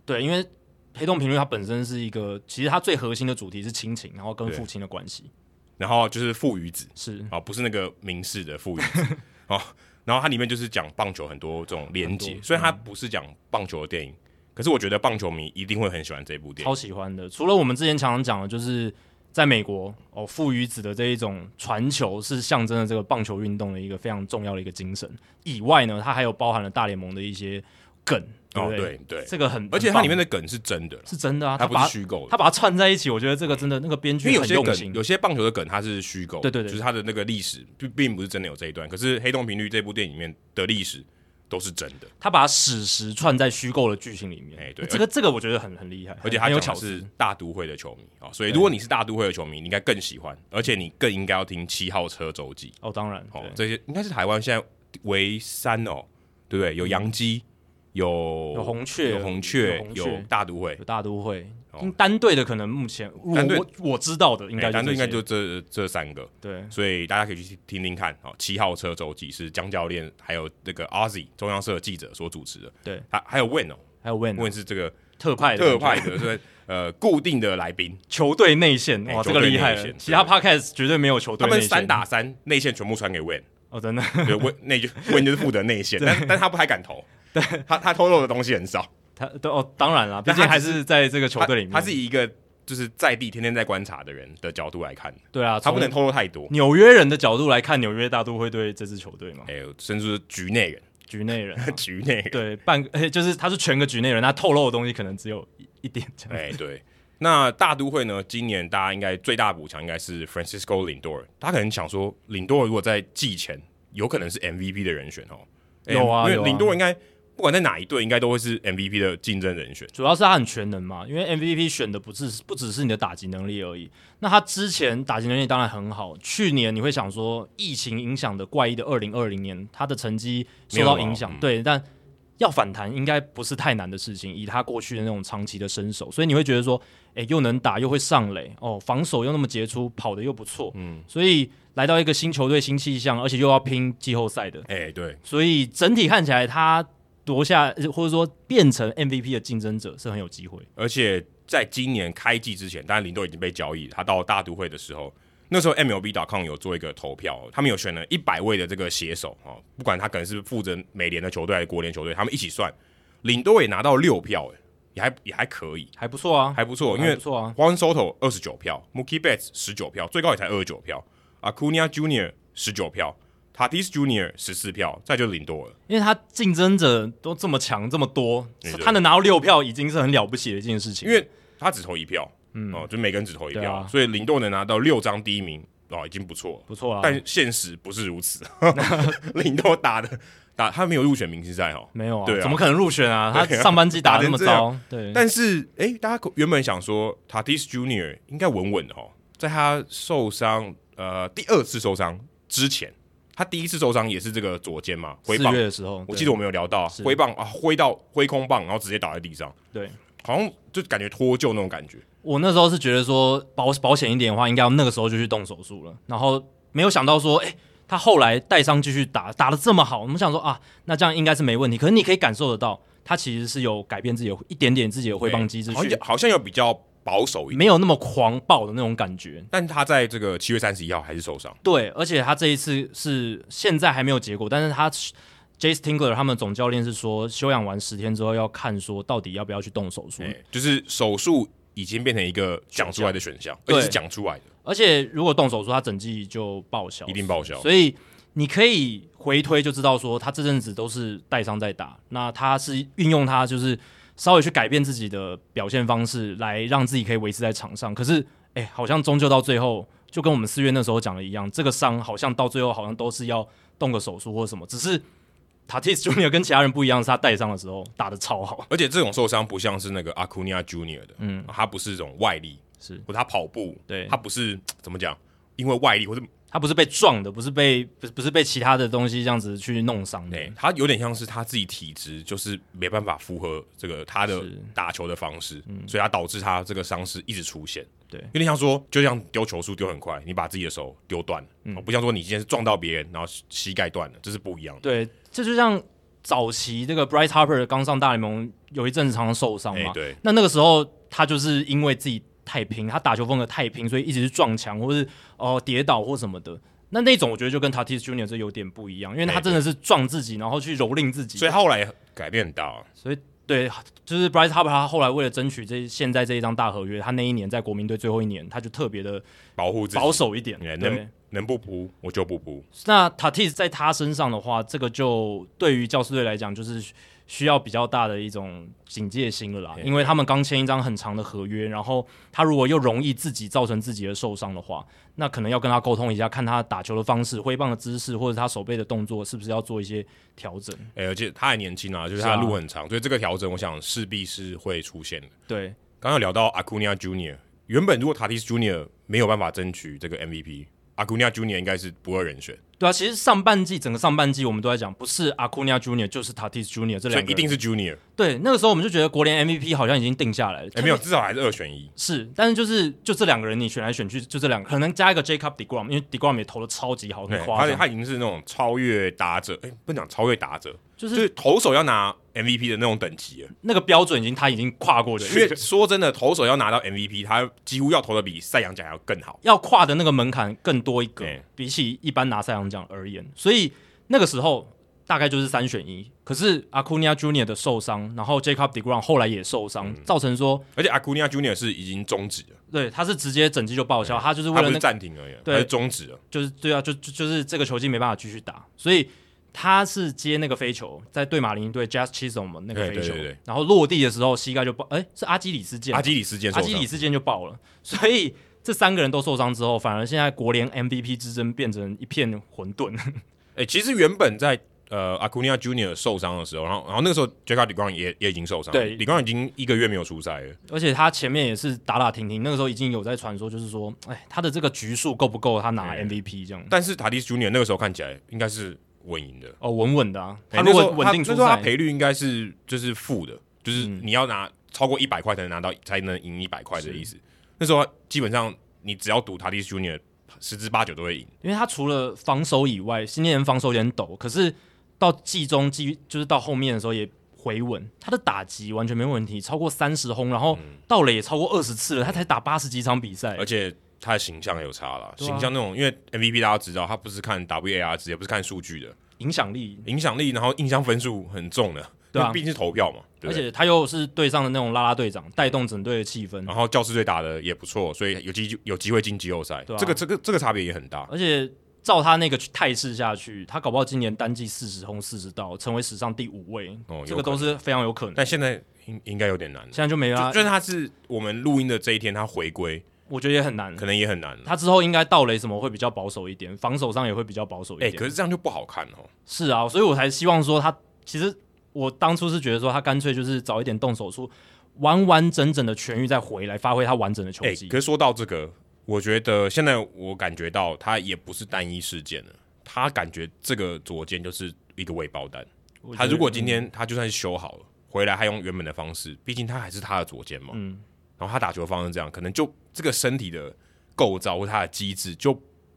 Speaker 2: 对，因为黑洞频率它本身是一个，其实它最核心的主题是亲情，然后跟父亲的关系
Speaker 1: 然后就是父与子
Speaker 2: 是
Speaker 1: 啊，不是那个明示的父与子啊。然后它里面就是讲棒球很多这种连
Speaker 2: 很
Speaker 1: 结，
Speaker 2: 多
Speaker 1: 虽然它不是讲棒球的电影，可是我觉得棒球迷一定会很喜欢这部电影
Speaker 2: 超。喜欢的。除了我们之前常常讲的，就是在美国哦，父与子的这一种传球是象征了这个棒球运动的一个非常重要的一个精神以外呢，它还有包含了大联盟的一些梗，对
Speaker 1: 哦
Speaker 2: 不，对？
Speaker 1: 对对，
Speaker 2: 这个很，
Speaker 1: 而且它里面
Speaker 2: 的
Speaker 1: 的梗是真的啦，
Speaker 2: 是真的啊，
Speaker 1: 它
Speaker 2: 他
Speaker 1: 不
Speaker 2: 把
Speaker 1: 是虚构的。
Speaker 2: 他把它串在一起，我觉得这个真的那个编
Speaker 1: 因为
Speaker 2: 剧
Speaker 1: 有
Speaker 2: 很
Speaker 1: 些
Speaker 2: 用心
Speaker 1: 梗，。有些棒球的梗它是虚构的，
Speaker 2: 对对对
Speaker 1: 就是它的那个历史并并不是真的有这一段。可是《黑洞频率》这部电影里面的历史都是真的，
Speaker 2: 他把史实串在虚构的剧情里面，
Speaker 1: 哎对
Speaker 2: 这个这个我觉得很很厉害，
Speaker 1: 而且
Speaker 2: 很
Speaker 1: 他
Speaker 2: 很有
Speaker 1: 讲的
Speaker 2: 巧思
Speaker 1: 是大都会的球迷啊、哦所以如果你是大都会的球迷，你应该更喜欢，而且你更应该要听七号车周记
Speaker 2: 哦，当然，
Speaker 1: 哦
Speaker 2: 对，
Speaker 1: 这些应该是台湾现在唯三哦，对不对？
Speaker 2: 嗯
Speaker 1: 有洋基，有
Speaker 2: 有红雀
Speaker 1: 有红雀
Speaker 2: 有，红雀
Speaker 1: 有大都会
Speaker 2: 有，大都会，因单队的可能目前我
Speaker 1: 哦单队
Speaker 2: 我我知道的应该
Speaker 1: 哎
Speaker 2: 这
Speaker 1: 单队应该
Speaker 2: 些
Speaker 1: 就这这三个，
Speaker 2: 对
Speaker 1: 所以大家可以去听听看哦。七号车周记是江教练还有那个 Ozzy 中央社记者所主持的，
Speaker 2: 对，
Speaker 1: 还还有 Win 哦
Speaker 2: 还有 Win
Speaker 1: ，Win 是这个
Speaker 2: 特派的
Speaker 1: 特
Speaker 2: 感觉
Speaker 1: 派的， 对呃固定的来宾，
Speaker 2: 球队内线，
Speaker 1: 哎
Speaker 2: 哇，这
Speaker 1: 球
Speaker 2: 个
Speaker 1: 队
Speaker 2: 厉害
Speaker 1: 内线
Speaker 2: 了，其他 Podcast 绝对没有球队
Speaker 1: 他
Speaker 2: 内
Speaker 1: 们
Speaker 2: 线
Speaker 1: 三打三内线全部传给 Win。
Speaker 2: 哦，真的
Speaker 1: 对，温那就温就是负责内线，但但他不太敢投，对，他他透露的东西很少，
Speaker 2: 他都哦，当然啦，毕
Speaker 1: 但
Speaker 2: 竟
Speaker 1: 他
Speaker 2: 还
Speaker 1: 只
Speaker 2: 是在这个球
Speaker 1: 他
Speaker 2: 队里面，
Speaker 1: 他是以一个就是在地天天在观察的人的角度来看，
Speaker 2: 对啊，
Speaker 1: 他不
Speaker 2: 从
Speaker 1: 能透露太多，
Speaker 2: 纽约人的角度来看，纽约大都会对这支球队嘛，
Speaker 1: 哎呦，甚至是局内人，
Speaker 2: 局内人啊
Speaker 1: 局内人，
Speaker 2: 对，半个， 而且就是他是全个局内人，他透露的东西可能只有一一点这样。
Speaker 1: 哎对。那大都会呢？今年大家应该最大补强应该是 Francisco Lindor，他可能想说，Lindor 如果在季前有可能是 MVP 的人选哦，哎
Speaker 2: 有啊
Speaker 1: 因
Speaker 2: 有
Speaker 1: 为
Speaker 2: 啊
Speaker 1: Lindor 应该不管在哪一队，应该都会是 MVP 的竞争人选。
Speaker 2: 主要是他很全能嘛，因为 MVP 选的不是不只是你的打击能力而已。那他之前打击能力当然很好，去年你会想说疫情影响的怪异的二零二零年，他的成绩受到影响
Speaker 1: 没有那么好嗯，
Speaker 2: 对，但要反弹应该不是太难的事情，以他过去的那种长期的身手，所以你会觉得说，诶，又能打又会上垒，哦，防守又那么杰出，跑的又不错，嗯，所以来到一个新球队新气象，而且又要拼季后赛的，
Speaker 1: 哎，对，
Speaker 2: 所以整体看起来他夺下呃或者说变成 MVP 的竞争者是很有机会。
Speaker 1: 而且在今年开季之前，当然林多已经被交易了，他到大都会的时候，那时候 MLB.com 有做一个投票，他们有选了一百位的这个写手啊、哦，不管他可能是负责美联的球队还是国联球队，他们一起算，林多也拿到六票，哎，也还也还可以，
Speaker 2: 还不错啊，
Speaker 1: 还不错，因
Speaker 2: 还
Speaker 1: 为
Speaker 2: 不错啊，
Speaker 1: Juan Soto 二十九票，Mookie Betts 十九票，最高也才二十九票，Acuna Junior 十九票，Tatis Junior 十四票，再就是林多了。
Speaker 2: 因为他竞争者都这么强，这么多
Speaker 1: 对，
Speaker 2: 他能拿到六票已经是很了不起的一件事情。
Speaker 1: 因为他只投一票，
Speaker 2: 嗯，
Speaker 1: 哦，就每个人只投一
Speaker 2: 对
Speaker 1: 票，
Speaker 2: 啊
Speaker 1: 所以林豆能拿到六张第一名哦，已经不错了。
Speaker 2: 不错啊，
Speaker 1: 但现实不是如此， 林豆打的打他没有入选明星赛哦，
Speaker 2: 没有啊，
Speaker 1: 对啊
Speaker 2: 怎么可能入选啊？他
Speaker 1: 对啊
Speaker 2: 上班机打的那么
Speaker 1: 打成
Speaker 2: 糟，对，
Speaker 1: 但是哎、诶大家原本想说 Tatis Junior 应该稳稳的哦，在他受伤呃第二次受伤之前，他第一次受伤也是这个左肩嘛，挥
Speaker 2: 四
Speaker 1: 棒
Speaker 2: 月，的时候，
Speaker 1: 我
Speaker 2: 对
Speaker 1: 记得我们有聊到
Speaker 2: 是
Speaker 1: 挥棒啊，挥到挥空棒，然后直接倒在地上，
Speaker 2: 对。
Speaker 1: 好像就感觉脱臼那种感觉。
Speaker 2: 我那时候是觉得说保保险一点的话，应该要那个时候就去动手术了。然后没有想到说，哎、他后来带伤继续打，打的这么好，我们想说啊，那这样应该是没问题。可是你可以感受得到，他其实是有改变自己的一点点自己的挥棒机制，
Speaker 1: 好
Speaker 2: 去
Speaker 1: 像好像有比较保守一点，
Speaker 2: 没有那么狂暴的那种感觉。
Speaker 1: 但他在这个七月三十一号还是受伤，
Speaker 2: 对，而且他这一次是现在还没有结果，但是他 Jace Tingler 他们总教练是说，休养完十天之后要看说到底要不要去动手术。
Speaker 1: 诶哎就是手术已经变成一个讲出来的选项，而
Speaker 2: 对
Speaker 1: 且是讲出来的，
Speaker 2: 而且如果动手术，他整季就报销，
Speaker 1: 一定报销。
Speaker 2: 所以你可以回推就知道说，他这阵子都是带伤在打，那他是运用他就是稍微去改变自己的表现方式，来让自己可以维持在场上。可是，哎、好像终究到最后，就跟我们四月那时候讲的一样，这个伤好像到最后好像都是要动个手术或什么，只是。Tatis Junior 跟其他人不一样，是他带伤的时候打的超好，
Speaker 1: 而且这种受伤不像是那个阿库尼亚 Junior 的，嗯，他不是这种外力，
Speaker 2: 是
Speaker 1: 或者他跑步，
Speaker 2: 对
Speaker 1: 他不是怎么讲，因为外力或者
Speaker 2: 他不是被撞的，不是被不是不是被其他的东西这样子去弄伤的。
Speaker 1: 对哎他有点像是他自己体质就是没办法符合这个他的
Speaker 2: 是嗯
Speaker 1: 打球的方式，所以他导致他这个伤势一直出现。
Speaker 2: 对
Speaker 1: 有点像说，就像丢球速丢很快，你把自己的手丢断，
Speaker 2: 嗯
Speaker 1: 哦不像说你今天是撞到别人，然后膝膝盖断了，这是不一样的。
Speaker 2: 对，这就像早期这个 Bryce Harper 刚上大联盟有一阵子常常受伤
Speaker 1: 哎、
Speaker 2: 嘛，
Speaker 1: 对，
Speaker 2: 那那个时候他就是因为自己太拼，他打球风格太拼，所以一直是撞墙或是哦、跌倒或什么的。那那种我觉得就跟 Tatis Junior 这有点不一样，因为他
Speaker 1: 哎
Speaker 2: 真的是撞自己，然后去蹂躏自 己。
Speaker 1: 所以他后来改变很大、啊，
Speaker 2: 所以对，就是 Bryce Harper 他后来为了争取这现在这一张大合约，他那一年在国民队最后一年，他就特别的
Speaker 1: 保护自己，
Speaker 2: 保守一点。
Speaker 1: 哎
Speaker 2: 对
Speaker 1: 能，能不扑我就不扑。
Speaker 2: 那 Tatis 在他身上的话，这个就对于教师队来讲，就是需要比较大的一种警戒心了啦，
Speaker 1: 对
Speaker 2: 因为他们刚签一张很长的合约，然后他如果又容易自己造成自己的受伤的话，那可能要跟他沟通一下，看他打球的方式、挥棒的姿势，或者他手背的动作是不是要做一些调整。
Speaker 1: 哎、而且他还年轻啊，就是
Speaker 2: 是
Speaker 1: 他
Speaker 2: 啊
Speaker 1: 的路很长，所以这个调整我想势必是会出现的。
Speaker 2: 对，
Speaker 1: 刚刚有聊到 Acuna Junior，原本如果 Tatis Junior 没有办法争取这个 MVP，Acuna Junior 应该是不二人选，
Speaker 2: 对啊，其实上半季整个上半季我们都在讲，不是 Acuna Junior 就是 Tatis Junior
Speaker 1: 所
Speaker 2: 这两
Speaker 1: 以
Speaker 2: 个
Speaker 1: 一定
Speaker 2: 人
Speaker 1: 是 Junior。哎
Speaker 2: 对。那个时候我们就觉得国联 MVP 好像已经定下来了，
Speaker 1: 哎、没有，至少还是二选一。
Speaker 2: 是，但是就是就这两个人，你选来选去就这两个，可能加一个 Jacob Degrom，因为 Degrom 也投的超级好，
Speaker 1: 对，
Speaker 2: 很夸
Speaker 1: 哎他
Speaker 2: 张，
Speaker 1: 他已经是那种超越打者，哎、不能讲超越打者，
Speaker 2: 就
Speaker 1: 就是是投手要拿 MVP 的那种等级了。啊
Speaker 2: 那个标准已经他已经跨过
Speaker 1: 因
Speaker 2: 去
Speaker 1: 为
Speaker 2: 了，
Speaker 1: 说真的，投手要拿到 MVP，他几乎要投的比赛扬奖还要更好。
Speaker 2: 要跨的那个门槛更多一个
Speaker 1: 对，
Speaker 2: 比起一般拿赛扬奖而言，所以那个时候大概就是三选一。可是 Acuna Junior 的受伤，然后 Jacob Degrom 后来也受
Speaker 1: 嗯
Speaker 2: 伤，造成说
Speaker 1: 而且 Acuna Junior 是已经终止了，
Speaker 2: 对他是直接整季就报销，他就是为
Speaker 1: 他不
Speaker 2: 了
Speaker 1: 是
Speaker 2: 那个
Speaker 1: 暂停而已，他
Speaker 2: 对
Speaker 1: 是终止了。
Speaker 2: 就是对啊，就就就是这个球季没办法继续打，所以他是接那个飞球，在对马林对 Jazz Chisholm 那个
Speaker 1: 对
Speaker 2: 飞
Speaker 1: 对
Speaker 2: 球，
Speaker 1: 对对
Speaker 2: 然后落地的时候膝盖就爆，哎、是阿基里斯腱吧，
Speaker 1: 阿基里斯腱
Speaker 2: 阿
Speaker 1: 受
Speaker 2: 基
Speaker 1: 伤
Speaker 2: 里，斯腱就爆了，所以这三个人都受伤之后，反而现在国联 MVP 之争变成一片混沌。
Speaker 1: 哎、其实原本在呃 Acuna Junior 受伤的时候，然后然后那个时候 Jacob d e g r o n 也也已经受伤了，
Speaker 2: 对
Speaker 1: d e g r o n 已经一个月没有出赛了，
Speaker 2: 而且他前面也是打打停停，那个时候已经有在传说，就是说，哎，他的这个局数够不够他拿
Speaker 1: 嗯
Speaker 2: MVP 这样？
Speaker 1: 但是 Tatis Junior 那个时候看起来应该是稳赢的。
Speaker 2: 哦，稳稳的啊，
Speaker 1: 哎
Speaker 2: 他如
Speaker 1: 那时
Speaker 2: 果
Speaker 1: 候
Speaker 2: 稳定
Speaker 1: 他
Speaker 2: 出
Speaker 1: 那时候他
Speaker 2: 赛，嗯
Speaker 1: 赔率应该是就是负的，就是你要拿超过一百块才能拿到，才能赢一百块的意思。那时候基本上你只要赌 Tatis Junior，十之八九都会赢。
Speaker 2: 因为他除了防守以外，新年防守有点抖，可是到季中季就是到后面的时候也回稳，他的打击完全没问题，超过三十轰，然后到垒也超过二十次了，他才打八十几场比赛
Speaker 1: 嗯而，且他的形象也有差了，
Speaker 2: 对啊
Speaker 1: 形象那种，因为 MVP 大家知道，他不是看 WAR 值，也不是看数据的，
Speaker 2: 影响力，
Speaker 1: 影响力，然后印象分数很重的，
Speaker 2: 对啊
Speaker 1: 因为毕竟是投票嘛，对
Speaker 2: 而
Speaker 1: 不对？
Speaker 2: 且他又是队上的那种拉拉队长，带动整队的气氛，
Speaker 1: 然后教师队打的也不错，所以有机有机会进季后赛，
Speaker 2: 对啊呃
Speaker 1: 这个这个这个差别也很大。
Speaker 2: 而且照他那个态势下去，他搞不好今年单季四十轰四十盗，成为史上第五位，
Speaker 1: 哦有
Speaker 2: 这个
Speaker 1: 可
Speaker 2: 都是非常有可能。
Speaker 1: 但现在应应该有点难了。
Speaker 2: 现在就没
Speaker 1: 就
Speaker 2: 了
Speaker 1: 就，是他是我们录音的这一天，他回归
Speaker 2: 我觉得也很难。
Speaker 1: 可能也很难了。
Speaker 2: 嗯他之后应该盗垒什么会比较保守一点，防守上也会比较保守一
Speaker 1: 哎、
Speaker 2: 点。
Speaker 1: 可是这样就不好看哦。
Speaker 2: 是啊，所以我才希望说他，其实我当初是觉得说他干脆就是早一点动手术，完完整整的痊愈再回来，发挥他完整的球
Speaker 1: 哎、
Speaker 2: 技。
Speaker 1: 可是说到这个，我觉得现在我感觉到他也不是单一事件了，他感觉这个左肩就是一个未爆弹。
Speaker 2: 我觉
Speaker 1: 他
Speaker 2: 得嗯
Speaker 1: 如果今天他就算是修好了，回来还用原本的方式，毕竟他还是他的左肩嘛。
Speaker 2: 嗯，
Speaker 1: 然后他打球方式这样，可能就这个身体的构造或他的机制就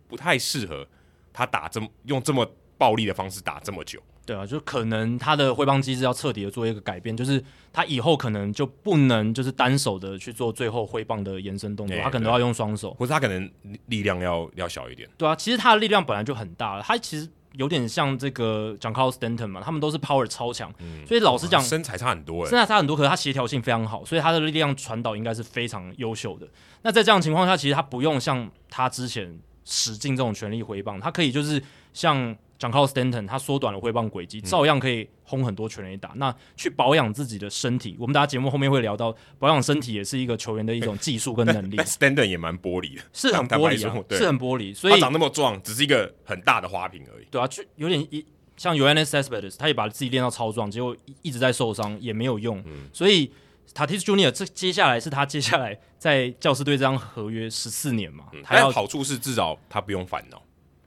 Speaker 1: 不太适合他打这么用这么暴力的方式打这么久。
Speaker 2: 对啊，就可能他的挥棒机制要彻底的做一个改变，就是他以后可能就不能就是单手的去做最后挥棒的延伸动作，
Speaker 1: 哎
Speaker 2: 他可能
Speaker 1: 对
Speaker 2: 都要用双手。
Speaker 1: 或者他可能力力量要要小一点。
Speaker 2: 对啊，其实他的力量本来就很大了，他其实有点像这个 j a n c a r l Stanton 嘛，他们都是 power 超强，所以老实讲，
Speaker 1: 嗯哇身材差很多哎、
Speaker 2: 现在差很多，可是他协调性非常好，所以他的力量传导应该是非常优秀的。那在这样的情况下，其实他不用像他之前使劲这种全力挥棒，他可以就是像 j a n c a r l Stanton，他缩短了挥棒轨
Speaker 1: 嗯
Speaker 2: 迹，照样可以轰很多全垒打。那去保养自己的身体，我们大家节目后面会聊到，保养身体也是一个球员的一种技术跟能 力
Speaker 1: 但，Stanton 也蛮玻璃的，
Speaker 2: 是很
Speaker 1: 坦
Speaker 2: 玻
Speaker 1: 白
Speaker 2: 璃、
Speaker 1: 说
Speaker 2: 啊，
Speaker 1: 对
Speaker 2: 是很玻璃，所
Speaker 1: 他
Speaker 2: 以
Speaker 1: 长那么壮，只是一个很大的花瓶而已。
Speaker 2: 对啊，就有点一像 u n s s b e d s 他也把自己练到超壮，结果一一直在受伤，也没有用。所以 Tatis Junior 这接下来是他接下来在教师队这张合约十四年嘛，嗯他要
Speaker 1: 但好处是至少他不用烦恼，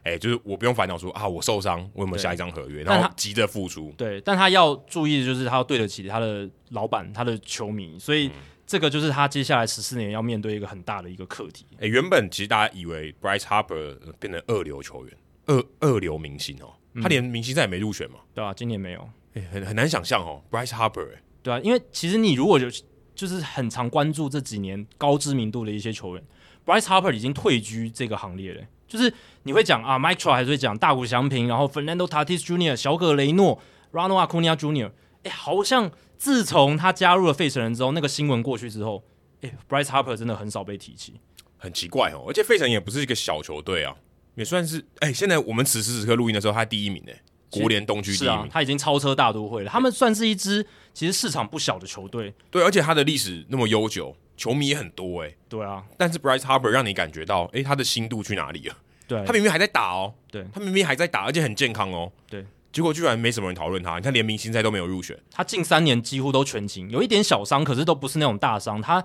Speaker 1: 哎、就是我不用烦恼说啊，我受伤，我有没有
Speaker 2: 对
Speaker 1: 下一张合约，
Speaker 2: 但
Speaker 1: 然
Speaker 2: 他
Speaker 1: 后急着付出。
Speaker 2: 对，但他要注意的就是他要对得起他的老板、他的球迷，所以这个就是他接下来十四年要面对一个很大的一个课题。
Speaker 1: 哎、原本其实大家以为 Bryce Harper 呃变成二流球员，二二流明星哦，他连明星赛也没入选嘛，
Speaker 2: 对啊，今年没有。
Speaker 1: 哎、很很难想象哦，Bryce Harper 哎、
Speaker 2: 对啊，因为其实你如果有就是很常关注这几年高知名度的一些球员，Bryce Harper 已经退居这个行列了。就是你会讲啊，Mike Trout 还是会讲大谷翔平，然后 Fernando Tatis Jr.、小葛雷诺、Ronald Acuna Jr.，哎，好像自从他加入了费城人之后，那个新闻过去之后，哎，Bryce Harper 真的很少被提起。
Speaker 1: 很奇怪哦，而且费城也不是一个小球队啊，也算是哎、现在我们此时此刻录音的时候，他第一名哎、国联东区第
Speaker 2: 是
Speaker 1: 一名
Speaker 2: 啊，，他已经超车大都会了。他们算是一支其实市场不小的球队。
Speaker 1: 对，而且他的历史那么悠久，球迷也很多哎、
Speaker 2: 对啊，
Speaker 1: 但是 Bryce Harper 让你感觉到，哎、他的心度去哪里了？
Speaker 2: 对啊
Speaker 1: 他，明明还在打哦，
Speaker 2: 欸对
Speaker 1: 他明明还在打，而且很健康哦，
Speaker 2: 对，
Speaker 1: 结果居然没什么人讨论他，你看连明星赛都没有入选，
Speaker 2: 他近三年几乎都全勤，有一点小伤，可是都不是那种大伤。他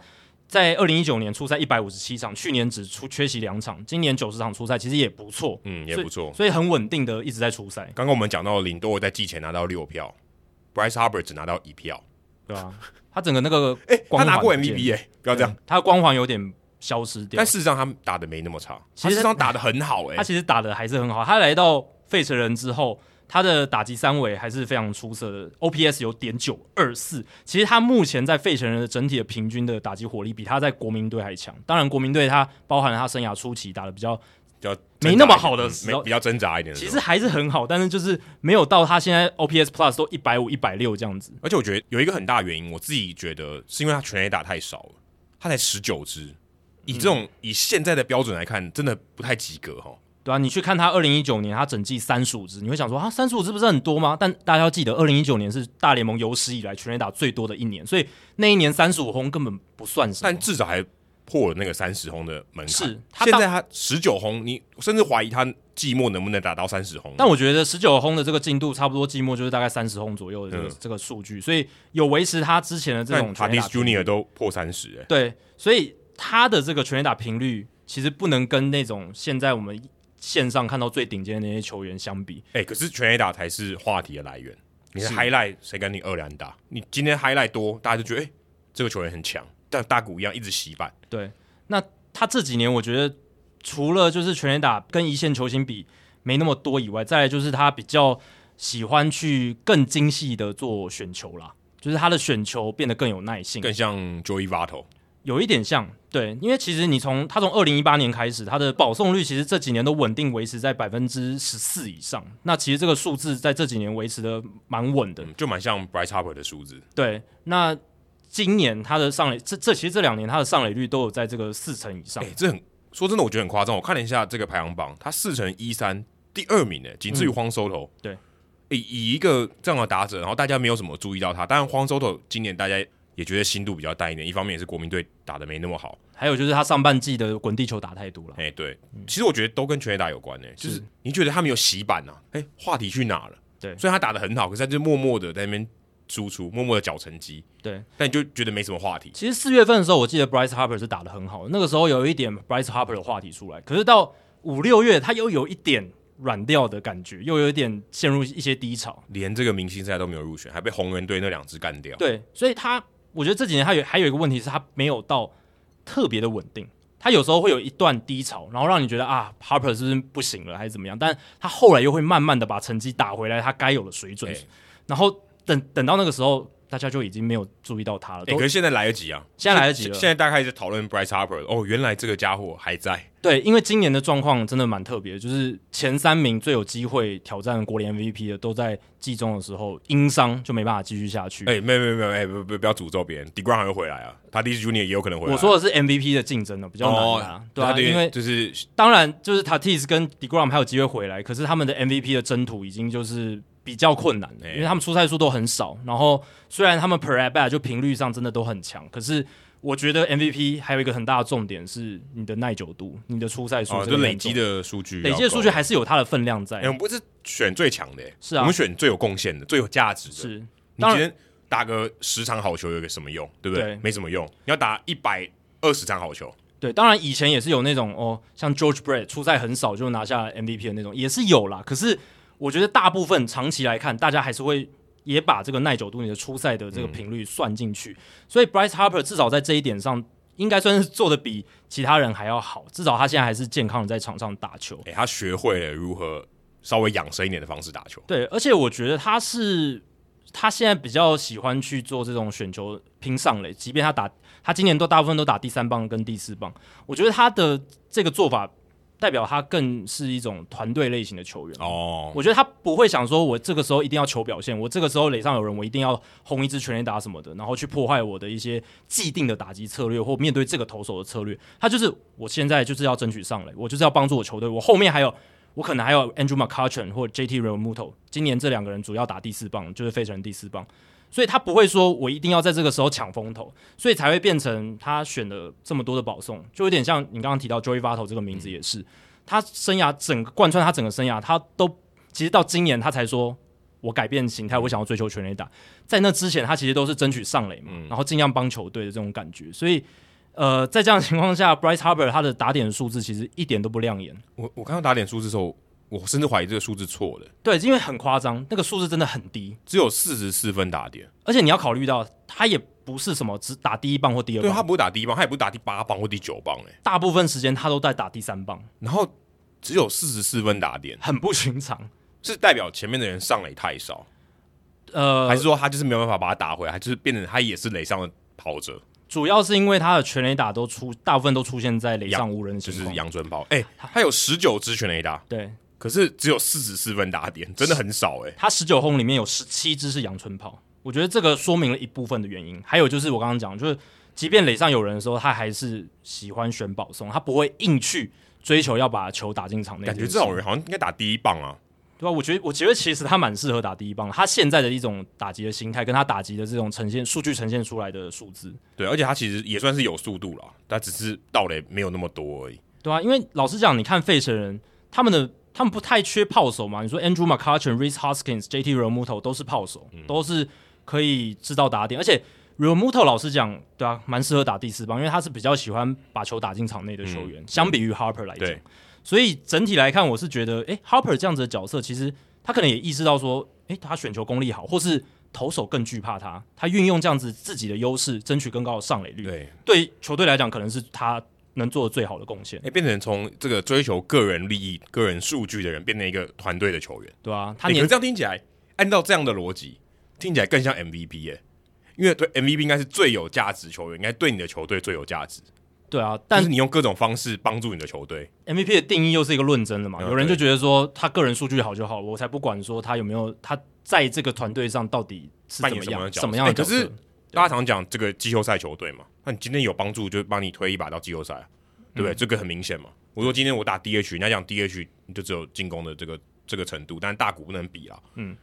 Speaker 2: 在二零一九年出赛一百五十七场，去年只出缺席两场，今年九十场出赛，其实也不错，
Speaker 1: 嗯，也不错。
Speaker 2: 所以很稳定的一直在出赛，
Speaker 1: 刚刚我们讲到林多在季前拿到六票，Bryce Harper 只拿到一票，
Speaker 2: 对啊，他整个那个
Speaker 1: 哎、他
Speaker 2: 光
Speaker 1: 拿过
Speaker 2: 环嗯见
Speaker 1: MVP 哎、不要这样。，
Speaker 2: 他的光环有点消失掉
Speaker 1: 但。事实上他打的没那么差，
Speaker 2: 其
Speaker 1: 他
Speaker 2: 实
Speaker 1: 事实上打的很好哎、
Speaker 2: 他其实打的还是很好，他来到费城人之后。他的打击三围还是非常出色的，OPS 有点九二四。其实他目前在费城人的整体的平均的打击火力比他在国民队还强。当然，国民队他包含了他生涯初期打的比较
Speaker 1: 比较挣扎
Speaker 2: 没那么
Speaker 1: 一点
Speaker 2: 好的
Speaker 1: 嗯
Speaker 2: 时候
Speaker 1: 没比较挣扎一点的时
Speaker 2: 其
Speaker 1: 候。
Speaker 2: 实还是很好，但是就是没有到他现在 OPS Plus 都一百五、一百六这样子。
Speaker 1: 而且我觉得有一个很大原因，我自己觉得是因为他全垒打太少了，他才十九支，以这
Speaker 2: 嗯
Speaker 1: 种、以现在的标准来看，真的不太及格哈。
Speaker 2: 对啊，你去看他二零一九年，他整季三十五支，你会想说啊，三十五支不是很多吗？但大家要记得，二零一九年是大联盟有史以来全垒打最多的一年，所以那一年三十五轰根本不算什
Speaker 1: 但
Speaker 2: 么。
Speaker 1: 至少还破了那个三十轰的门槛。
Speaker 2: 是他
Speaker 1: 现
Speaker 2: 当
Speaker 1: 在他十九轰，你甚至怀疑他季末能不能达到三十轰。
Speaker 2: 但我觉得十九轰的这个进度，差不多季末就是大概三十轰左右的这个、
Speaker 1: 嗯
Speaker 2: 这个数据，所以有维持他之前的这种
Speaker 1: 塔
Speaker 2: 全垒
Speaker 1: 蒂
Speaker 2: 打
Speaker 1: 斯
Speaker 2: 平均
Speaker 1: Junior 都破三十、欸，
Speaker 2: 对，所以他的这个全垒打频率其实不能跟那种现在我们线上看到最顶尖的那些球员相比。
Speaker 1: 哎、可是全垒打才是话题的来源。你的
Speaker 2: 是
Speaker 1: highlight 谁跟你二连打？你今天 highlight 多，大家就觉得哎、欸这个球员很强，但大谷一样一直洗版。
Speaker 2: 对，那他这几年我觉得除了就是全垒打跟一线球星比没那么多以外，再来就是他比较喜欢去更精细的做选球啦，就是他的选球变得更有耐性，
Speaker 1: 更像 Joey Votto，
Speaker 2: 有一点像对，因为其实你从他从二零一八年开始，他的保送率其实这几年都稳定维持在百分之十四以上，那其实这个数字在这几年维持的蛮稳的，
Speaker 1: 嗯，就蛮像 Bryce Harper 的数字。
Speaker 2: 对，那。今年他的上垒，这这其实这两年他的上垒率都有在这个四成以上
Speaker 1: 哎、，这很说真的，我觉得很夸张。我看了一下这个排行榜，他四乘一三第二名呢，仅次于荒收头。
Speaker 2: 嗯对
Speaker 1: 以以一个这样的打者，然后大家没有什么注意到他。当然，荒收头今年大家也觉得心度比较淡一点，一方面也是国民队打的没那么好。
Speaker 2: 还有就是他上半季的滚地球打太多了，
Speaker 1: 哎、对，其实我觉得都跟全垒打有关诶、就是你觉得他没有洗板呐、啊？哎、话题去哪了？
Speaker 2: 对
Speaker 1: 虽然他打的很好，可是他就默默的在那边输出，默默的搅成绩，
Speaker 2: 对。
Speaker 1: 但你就觉得没什么话题。
Speaker 2: 其实四月份的时候，我记得 Bryce Harper 是打的很好，那个时候有一点 Bryce Harper 的话题出来，可是到五六月他又有一点软掉的感觉，又有一点陷入一些低潮。
Speaker 1: 连这个明星赛都没有入选，还被红人队那两支干掉。
Speaker 2: 对，所以他我觉得这几年他有还有一个问题是他没有到特别的稳定，他有时候会有一段低潮，然后让你觉得啊 Harper 是不是不行了还是怎么样，但他后来又会慢慢的把成绩打回来他该有的水准，
Speaker 1: 哎
Speaker 2: 然后等等到那个时候。大家就已经没有注意到他了，
Speaker 1: 哎、
Speaker 2: 都
Speaker 1: 可是现在来得及啊！
Speaker 2: 现在来得及了
Speaker 1: 现在大家开始讨论 Bryce Harper，哦，原来这个家伙还在。
Speaker 2: 对，因为今年的状况真的蛮特别的，就是前三名最有机会挑战国联 MVP 的，都在季中的时候因伤就没办法继续下去。
Speaker 1: 哎、没有没有没有，哎、不不不要诅咒别人 d e g r a n 还会回来啊，他 d i s Junior 也有可能回来。
Speaker 2: 我说的是 MVP 的竞争呢，比较难啊，
Speaker 1: 啊哦，
Speaker 2: 对啊，
Speaker 1: 他的
Speaker 2: 因为
Speaker 1: 就是
Speaker 2: 当然就是 Tatis 跟 Degrom 还有机会回来，可是他们的 MVP 的征途已经就是比较困难了，
Speaker 1: 哎
Speaker 2: 因为他们出赛数都很少。然后虽然他们 per at bat 就频率上真的都很强，可是我觉得 MVP 还有一个很大的重点是你的耐久度，你的出赛数
Speaker 1: 哦，
Speaker 2: 真
Speaker 1: 就
Speaker 2: 的很
Speaker 1: 累积
Speaker 2: 重要
Speaker 1: 的数据要
Speaker 2: 累
Speaker 1: 够，
Speaker 2: 积的数据还是有它的分量在
Speaker 1: 哎、。我们不是选最强的、哎
Speaker 2: 是啊
Speaker 1: 我们选最有贡献的、最有价值的。
Speaker 2: 是，
Speaker 1: 你
Speaker 2: 当
Speaker 1: 今
Speaker 2: 然
Speaker 1: 天打个十场好球有个什么用，对不
Speaker 2: 对
Speaker 1: 没什么用，你要打一百二十场好球，
Speaker 2: 对，当然以前也是有那种哦，像 George Brett 出赛很少就拿下 MVP 的那种，也是有啦。可是我觉得大部分长期来看，大家还是会也把这个耐久度、你的出赛的这个频率算进去。所以 Bryce Harper 至少在这一点上，应该算是做的比其他人还要好。至少他现在还是健康的在场上打球。
Speaker 1: 哎、他学会了如何稍微养生一点的方式打球。
Speaker 2: 对，而且我觉得他是他现在比较喜欢去做这种选球拼上垒，即便他打他今年都大部分都打第三棒跟第四棒，我觉得他的这个做法代表他更是一种团队类型的球员。
Speaker 1: 哦，
Speaker 2: 我觉得他不会想说，我这个时候一定要求表现，我这个时候垒上有人，我一定要轰一支全垒打什么的，然后去破坏我的一些既定的打击策略或面对这个投手的策略。他就是我现在就是要争取上垒，我就是要帮助我球队，我后面还有我可能还有 Andrew McCutchen 或 JT Realmuto，今年这两个人主要打第四棒，就是费城人第四棒。所以他不会说我一定要在这个时候抢风头，所以才会变成他选了这么多的保送，就有点像你刚刚提到 Joey Votto 这个名字也是，他生涯整个贯穿他整个生涯，他都其实到今年他才说，我改变形态，我想要追求全垒打。在那之前，他其实都是争取上垒嘛，然后尽量帮球队的这种感觉。所以，呃，在这样的情况下，Bryce Harper 他的打点数字其实一点都不亮眼。
Speaker 1: 我我看到打点数字的时候，我甚至怀疑这个数字错的，
Speaker 2: 对，因为很夸张，那个数字真的很低，
Speaker 1: 只有四十四分打点。
Speaker 2: 而且你要考虑到，他也不是什么只打第一棒或第二
Speaker 1: 对他
Speaker 2: 棒，
Speaker 1: 不是打第一棒，他也不是打第八棒或第九棒、哎，
Speaker 2: 大部分时间他都在打第三棒，
Speaker 1: 然后只有四十四分打点，
Speaker 2: 很不寻常。
Speaker 1: 是代表前面的人上垒太少，
Speaker 2: 呃，
Speaker 1: 还是说他就是没有办法把他打回来，就是变成他也是垒上的跑者，
Speaker 2: 主要是因为他的全垒打都出，大部分都出现在垒上无人的
Speaker 1: 就
Speaker 2: 情
Speaker 1: 是
Speaker 2: 况。
Speaker 1: 杨尊炮。哎、他有十九支全垒打，
Speaker 2: 对
Speaker 1: 可是只有四十四分打点，真的很少哎、
Speaker 2: 他十九轰里面有十七支是阳春炮，我觉得这个说明了一部分的原因。还有就是我刚刚讲，就是即便垒上有人的时候，他还是喜欢选保送，他不会硬去追求要把球打进场内。
Speaker 1: 感觉这种人好像应该打第一棒啊。
Speaker 2: 对吧、我觉得我觉得其实他蛮适合打第一棒的，他现在的一种打击的心态，跟他打击的这种呈现数据呈现出来的数字，
Speaker 1: 对，而且他其实也算是有速度了，他只是盗垒没有那么多而已。
Speaker 2: 对啊，因为老实讲，你看费城人他们的他们不太缺炮手嘛。你说 Andrew McCutchen、Reese Hoskins、JT Realmuto 都是炮手，都是可以制造打点，而且 Realmuto 老实讲，对啊，蛮适合打第四棒，因为他是比较喜欢把球打进场内的球员，相比于 Harper 来讲
Speaker 1: 对。
Speaker 2: 所以整体来看，我是觉得，诶 h a r p e r 这样子的角色，其实他可能也意识到说，诶，他选球功力好，或是投手更惧怕他，他运用这样子自己的优势，争取更高的上垒率，
Speaker 1: 对，
Speaker 2: 对球队来讲，可能是他能做的最好的贡献
Speaker 1: 哎、。变成从这个追求个人利益、个人数据的人，变成一个团队的球员。
Speaker 2: 对啊，
Speaker 1: 他
Speaker 2: 他
Speaker 1: 你、可
Speaker 2: 年
Speaker 1: 是这样听起来，按照这样的逻辑，听起来更像 MVP 耶、因为对 MVP 应该是最有价值球员，应该对你的球队最有价值。
Speaker 2: 对啊，
Speaker 1: 但
Speaker 2: 但
Speaker 1: 是你用各种方式帮助你的球队，
Speaker 2: MVP 的定义又是一个论争了嘛。
Speaker 1: 嗯
Speaker 2: 有人就觉得说他个人数据好就好，我才不管说他有没有他在这个团队上到底是
Speaker 1: 扮
Speaker 2: 怎
Speaker 1: 演
Speaker 2: 么
Speaker 1: 什么样的
Speaker 2: 样
Speaker 1: 角色哎可
Speaker 2: 怎么样的角色。嗯
Speaker 1: 是大家常讲这个季后赛球队嘛，那你今天有帮助，就帮你推一把到季后赛啊。对不对？这个很明显嘛。我说今天我打 DH，人家讲 DH 你就只有进攻的这个这个程度，但大股不能比啦。啊
Speaker 2: 嗯，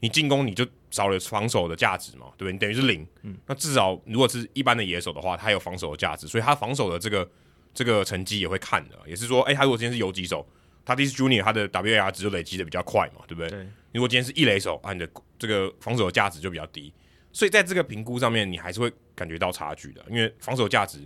Speaker 1: 你进攻你就少了防守的价值嘛，对不对？你等于是零。嗯，那至少如果是一般的野手的话，他有防守的价值，所以他防守的这个这个成绩也会看的。也是说，哎，他如果今天是游击手，他 D Junior 他的 WAR 值就累积的比较快嘛，对不对？
Speaker 2: 对，
Speaker 1: 如果今天是一垒手啊，你的这个防守的价值就比较低，所以在这个评估上面，你还是会感觉到差距的，因为防守价值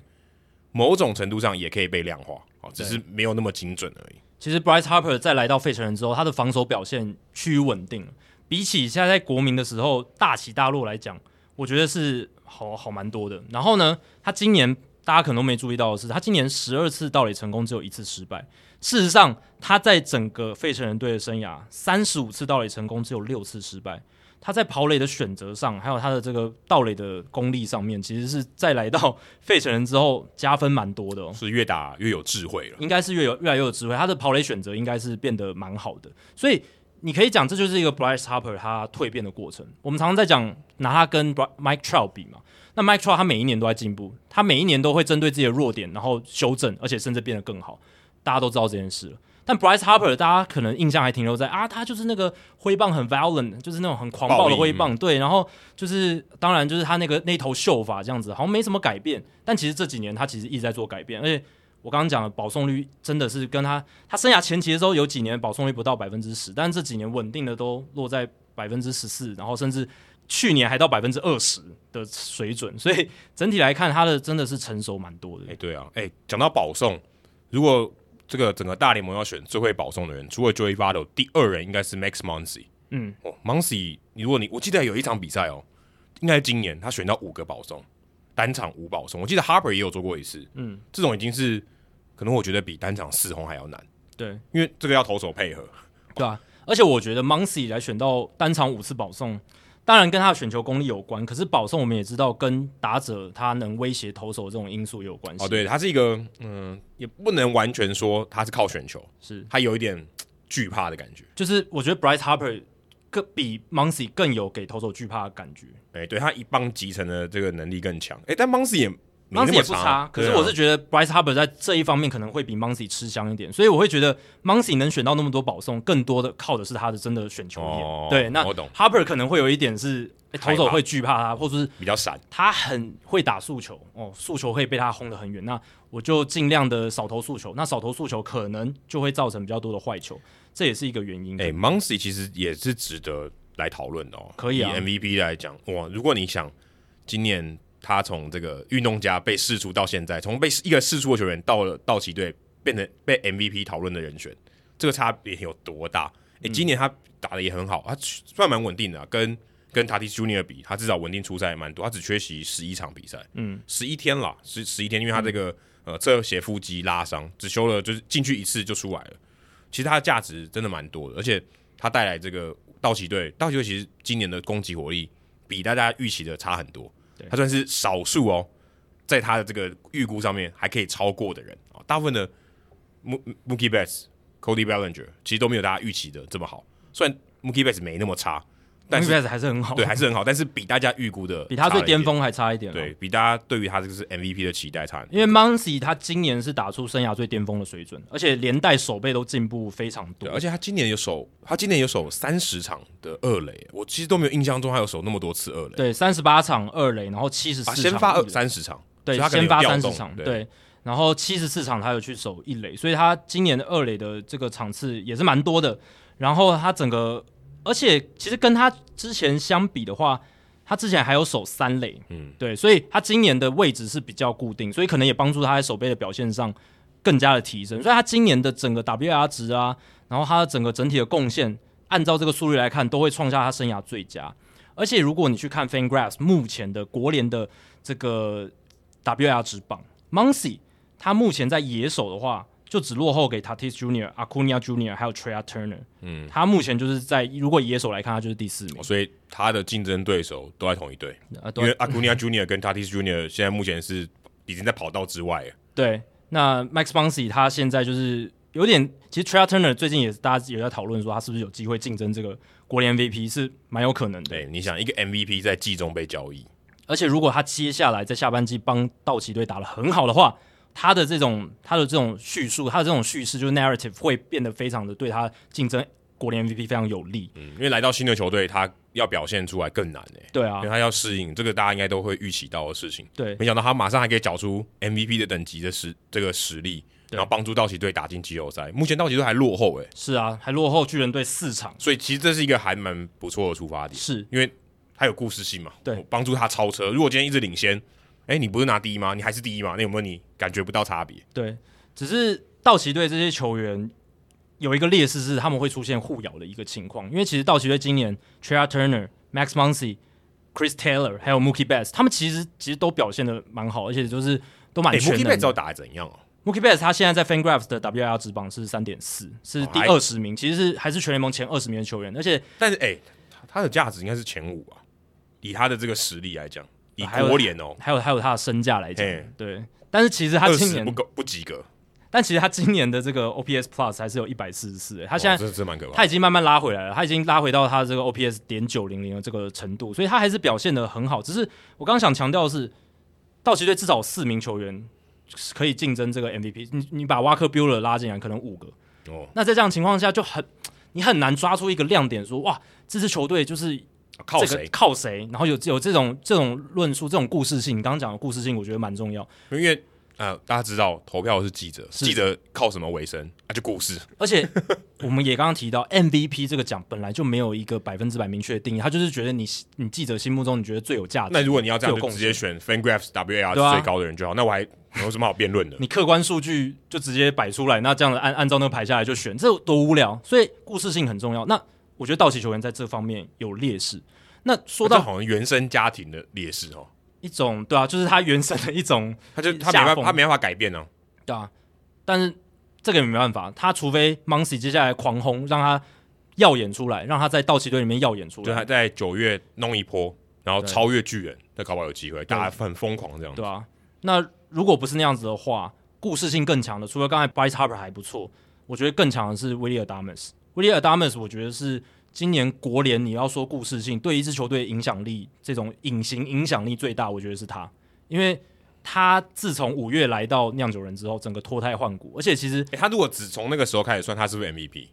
Speaker 1: 某种程度上也可以被量化，哦，只是没有那么精准而已。
Speaker 2: 其实 Bryce Harper 在来到费城人之后，他的防守表现趋于稳定了。比起现在在国民的时候大起大落来讲，我觉得是好好蛮多的。然后呢，他今年大家可能都没注意到的是，他今年十二次盗垒成功，只有一次失败。事实上，他在整个费城人队的生涯，三十五次盗垒成功，只有六次失败。他在跑垒的选择上，还有他的这个盗垒的功力上面，其实是在来到费城人之后加分蛮多的哦。
Speaker 1: 是越打越有智慧了，
Speaker 2: 应该是越有越来越有智慧，他的跑垒选择应该是变得蛮好的，所以你可以讲这就是一个 Bryce Harper 他蜕变的过程。我们常常在讲拿他跟 Bri- Mike Trout 比嘛，那 Mike Trout 他每一年都在进步，他每一年都会针对自己的弱点然后修正，而且甚至变得更好，大家都知道这件事了。但 Bryce Harper 大家可能印象还停留在啊，他就是那个挥棒很 violent，就是那种很狂暴
Speaker 1: 暴
Speaker 2: 的
Speaker 1: 力
Speaker 2: 挥棒，对，然后就是当然就是他那个那头秀法这样子，好像没什么改变。但其实这几年他其实一直在做改变，而且我刚刚讲的保送率真的是跟他他生涯前期的时候有几年保送率不到百分之十，但是这几年稳定的都落在百分之十四，然后甚至去年还到百分之二十的水准，所以整体来看他的真的是成熟蛮多的
Speaker 1: 哎、。对啊，哎、讲到保送，如果这个整个大联盟要选最会保送的人，除了 Joey Votto，第二人应该是 Max Muncy。
Speaker 2: 嗯，
Speaker 1: 哦，Muncy，如果你我记得有一场比赛哦，应该是今年他选到五个保送，单场五保送。我记得 Harper 也有做过一次，
Speaker 2: 嗯，
Speaker 1: 这种已经是可能我觉得比单场四红还要难，
Speaker 2: 对
Speaker 1: 因为这个要投手配合。
Speaker 2: 对啊，而且我觉得 Muncy 来选到单场五次保送。当然跟他的选球功力有关，可是保送我们也知道跟打者他能威胁投手这种因素也有关系。
Speaker 1: 哦，，对，他是一个嗯，也不能完全说他是靠选球，
Speaker 2: 是
Speaker 1: 他有一点嘖惧怕的感觉。
Speaker 2: 就是我觉得 Bryce Harper 更比 Muncy 更有给投手惧怕的感觉。
Speaker 1: 哎、对他一棒集成的这个能力更强。哎、但 Muncy 也没那么
Speaker 2: Muncy
Speaker 1: 啊
Speaker 2: 也不差，可是我是觉得 Bryce Harper 在这一方面可能会比 Muncy 吃香一点，所以我会觉得 Muncy 能选到那么多保送，更多的靠的是他的真的选球眼。
Speaker 1: 哦
Speaker 2: 对，那
Speaker 1: 我懂
Speaker 2: Harper 可能会有一点是、诶投手
Speaker 1: 害怕
Speaker 2: 会惧怕他，或者是
Speaker 1: 比较闪。
Speaker 2: 他很会打速球哦，速球可以被他轰得很远。那我就尽量的少投速球，那少投速球可能就会造成比较多的坏球，这也是一个原因。
Speaker 1: 哎、m o n c y 其实也是值得来讨论的哦。
Speaker 2: 可以啊
Speaker 1: 以 MVP 来讲，哇，如果你想今年他从这个运动家被释出到现在，从被一个释出的球员到了道奇队，变成被 MVP 讨论的人选，这个差别有多大？哎、
Speaker 2: 嗯
Speaker 1: 今年他打的也很好，他算蛮稳定的啊、跟跟 Tatis Junior 比，他至少稳定出赛蛮多，他只缺席十一场比赛，
Speaker 2: 嗯，
Speaker 1: 十一天啦，十十一天，因为他这个、呃侧斜腹肌拉伤，只休了就是进去一次就出来了。其实它的价值真的蛮多的，而且它带来这个道奇队，道奇队其实今年的攻击火力比大家预期的差很多
Speaker 2: 对，
Speaker 1: 他算是少数哦，在他的这个预估上面还可以超过的人啊、大部分的 Mo- Mookie Betts、Cody Bellinger 其实都没有大家预期的这么好，虽然 Mookie Betts 没那么差，但是
Speaker 2: Mookie Betts 还是很好，
Speaker 1: 对还是很好，但是比大家预估的
Speaker 2: 比他
Speaker 1: 差了
Speaker 2: 最
Speaker 1: 一点
Speaker 2: 巅，峰还差一点啊。
Speaker 1: 对比大家对于他这个是 MVP 的期待差很多，
Speaker 2: 因为 Muncy 他今年是打出生涯最巅峰的水准，而且连带手背都进步非常多
Speaker 1: 对，。啊而且他今年有守，他今年有守三十场的二垒，我其实都没有印象中他有守那么多次二垒。
Speaker 2: 对，三十八场二垒，然后七十四
Speaker 1: 啊，
Speaker 2: 场
Speaker 1: 先发
Speaker 2: 一
Speaker 1: 二
Speaker 2: 垒
Speaker 1: 三十场，
Speaker 2: 对
Speaker 1: 所以他可能有
Speaker 2: 先发
Speaker 1: 调
Speaker 2: 三十
Speaker 1: 动
Speaker 2: 场
Speaker 1: 对
Speaker 2: 对，然后七十四场他有去守一垒，所以他今年的二垒的这个场次也是蛮多的。然后他整个，而且其实跟他之前相比的话，他之前还有守三垒，
Speaker 1: 嗯，
Speaker 2: 对，所以他今年的位置是比较固定，所以可能也帮助他在守备的表现上更加的提升。所以他今年的整个 WR 值啊，然后他的整个整体的贡献，按照这个速率来看，都会创下他生涯最佳。而且如果你去看 FanGraphs 目前的国联的这个 WR 值榜 m o n c y 他目前在野手的话，就只落后给 Tatis Junior、Acuna Junior 还有 Trea Turner。嗯，他目前就是在如果以野手来看，他就是第四名
Speaker 1: 哦。所以他的竞争对手都在同一队，
Speaker 2: 啊，
Speaker 1: 哦因
Speaker 2: 对
Speaker 1: 为阿库尼亚 Junior 跟 Tatis Junior 现在目前是已经在跑道之外了，
Speaker 2: 对，那 Max Muncy 他现在就是有点，其实 Trea Turner 最近也是大家有在讨论说他是不是有机会竞争这个国联 MVP 是蛮有可能的。
Speaker 1: 对，你想一个 MVP 在季中被交易，
Speaker 2: 而且如果他接下来在下半季帮道奇队打得很好的话，他的这种他的这种叙述，他的这种叙事就是 narrative 会变得非常的对他竞争国联 MVP 非常有利。
Speaker 1: 嗯，因为来到新的球队，他要表现出来更难诶、
Speaker 2: 对啊
Speaker 1: 因为，他要适应，这个大家应该都会预期到的事情。
Speaker 2: 对
Speaker 1: 没想到他马上还可以找出 MVP 的等级的实这个实力，然后帮助道奇队打进季后赛。目前道奇队还落后诶、欸
Speaker 2: 是啊，还落后巨人队四场。
Speaker 1: 所以其实这是一个还蛮不错的出发点，
Speaker 2: 是
Speaker 1: 因为他有故事性嘛，
Speaker 2: 对
Speaker 1: 我帮助他超车。如果今天一直领先，哎，你不是拿第一吗？你还是第一吗？那有没有你感觉不到差别？
Speaker 2: 对，只是道奇队这些球员有一个劣势是他们会出现互咬的一个情况，因为其实道奇队今年 t r e a Turner、Max Muncy、Chris Taylor 还有 Mookie Betts，他们其实其实都表现的蛮好，而且就是都蛮
Speaker 1: 哎
Speaker 2: 全
Speaker 1: ，Mookie
Speaker 2: 能
Speaker 1: Betts 要
Speaker 2: 的。
Speaker 1: 打得怎样哦？
Speaker 2: Mookie Betts 他现在在 FanGraphs 的 WIR 值榜是三点四，是
Speaker 1: 哦
Speaker 2: 第
Speaker 1: 还
Speaker 2: 二十名，其实是还是全联盟前二十名的球员，而且
Speaker 1: 但是哎，他他的价值应该是前五啊，以他的这个实力来讲，以
Speaker 2: 还有
Speaker 1: 国联哦，
Speaker 2: 还有还有他的身价来讲
Speaker 1: 嘿，
Speaker 2: 对。但是其实他
Speaker 1: 二
Speaker 2: 今
Speaker 1: 十不
Speaker 2: 年，
Speaker 1: 够不及格，
Speaker 2: 但其实他今年的这个 OPS Plus 还是有一百四十四，欸他
Speaker 1: 他
Speaker 2: 现在
Speaker 1: 真的是哦蛮可怕的。
Speaker 2: 他已经慢慢拉回来了，他已经拉回到他这个 OPS 点九零零的这个程度，所以他还是表现的很好。只是我刚刚想强调的是，道奇队至少有四名球员是可以竞争这个 MVP，你你把挖克 b u l e r 拉进来，可能五个。
Speaker 1: 哦，
Speaker 2: 那在这样的情况下，就很你很难抓出一个亮点说哇，这支球队就是
Speaker 1: 靠
Speaker 2: 这个
Speaker 1: 谁？
Speaker 2: 靠谁，然后有有这种这种论述、这种故事性。你刚刚讲的故事性，我觉得蛮重要。
Speaker 1: 因为呃，大家知道投票是记者，
Speaker 2: 是
Speaker 1: 记者靠什么为生？啊，就故事。
Speaker 2: 而且我们也刚刚提到 MVP 这个奖本来就没有一个百分之百明确的定义，他就是觉得你你记者心目中你觉得最有价值。
Speaker 1: 那如果你要这样，
Speaker 2: 啊
Speaker 1: 就
Speaker 2: 最有贡
Speaker 1: 直接
Speaker 2: 献
Speaker 1: 选 FanGraphs WAR
Speaker 2: 对啊
Speaker 1: 值最高的人就好。那我还有什么好辩论的？
Speaker 2: 你客观数据就直接摆出来，那这样子按按照那个排下来就选，这多无聊。所以故事性很重要。那我觉得道奇球员在这方面有劣势。那说
Speaker 1: 这
Speaker 2: 到
Speaker 1: 好像原生家庭的劣势哦，
Speaker 2: 一种对啊，就是他原生的一种
Speaker 1: 他就他
Speaker 2: 下
Speaker 1: 没办法，
Speaker 2: 风
Speaker 1: 他没办法改变哦。
Speaker 2: 对啊，但是这个也没办法，他除非 Muncy 接下来狂轰，让他耀眼出来，让他在道奇队里面耀眼出
Speaker 1: 就他
Speaker 2: 来，
Speaker 1: 在九月弄一波，然后
Speaker 2: 对
Speaker 1: 超越巨人，那搞不好有机会，大家很疯狂这样。
Speaker 2: 对啊，那如果不是那样子的话，故事性更强的，除了刚才 Bryce Harper 还不错，我觉得更强的是 w i l l i a d a m a s w i l l i a d a m a s 我觉得是今年国联你要说故事性对一支球队影响力这种隐形影响力最大，我觉得是他，因为他自从五月来到酿酒人之后，整个脱胎换骨，而且其实
Speaker 1: 诶他如果只从那个时候开始算，他是不是 MVP？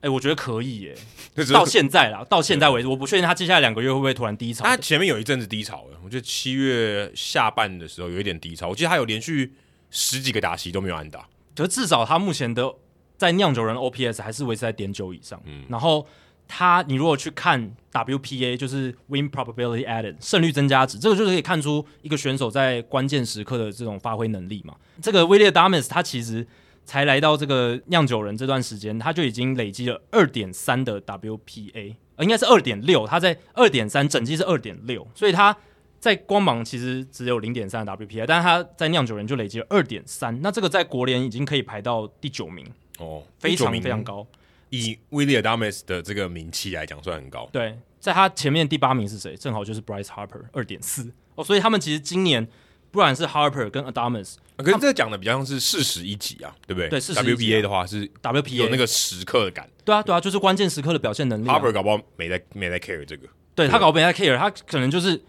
Speaker 2: 哎、我觉得可以耶、
Speaker 1: 就只
Speaker 2: 到
Speaker 1: 是
Speaker 2: 现在啦，到现在为止，我不确定他接下来两个月会不会突然低潮。
Speaker 1: 他前面有一阵子低潮了，我觉得七月下半的时候有一点低潮，我记得他有连续十几个打席都没有安打，
Speaker 2: 可是至少他目前的在酿酒人 OPS 还是维持在点九以上。然后他你如果去看 WPA，就是 Win Probability Added 胜率增加值，这个就是可以看出一个选手在关键时刻的这种发挥能力嘛。这个威廉 Damas 他其实才来到这个酿酒人这段时间，他就已经累积了二点三的 WPA，呃，应该是二点六，他在二点三，整季是二点六，所以他在光芒其实只有零点三的 WPI，但是他在酿酒人就累积了二点三，那这个在国联已经可以排到第九名，
Speaker 1: 哦，
Speaker 2: 非
Speaker 1: 第九
Speaker 2: 常
Speaker 1: 名
Speaker 2: 非常高。
Speaker 1: 以威利 d a m a s 的这个名气来讲，算很高。
Speaker 2: 对，在他前面第八名是谁？正好就是 Bryce Harper 二点四哦，所以他们其实今年不管是 Harper 跟 Adamas
Speaker 1: 啊可是这讲的比较像是事实一级啊，对不对？
Speaker 2: 对事实一级啊
Speaker 1: WBA 的话是
Speaker 2: WPA
Speaker 1: 有那个时刻感
Speaker 2: 对啊对啊，就是关键时刻的表现能力、啊。
Speaker 1: ，Harper 搞不好没在没在 care 这个，
Speaker 2: 对他
Speaker 1: 对
Speaker 2: 搞不没在 care，他可能就是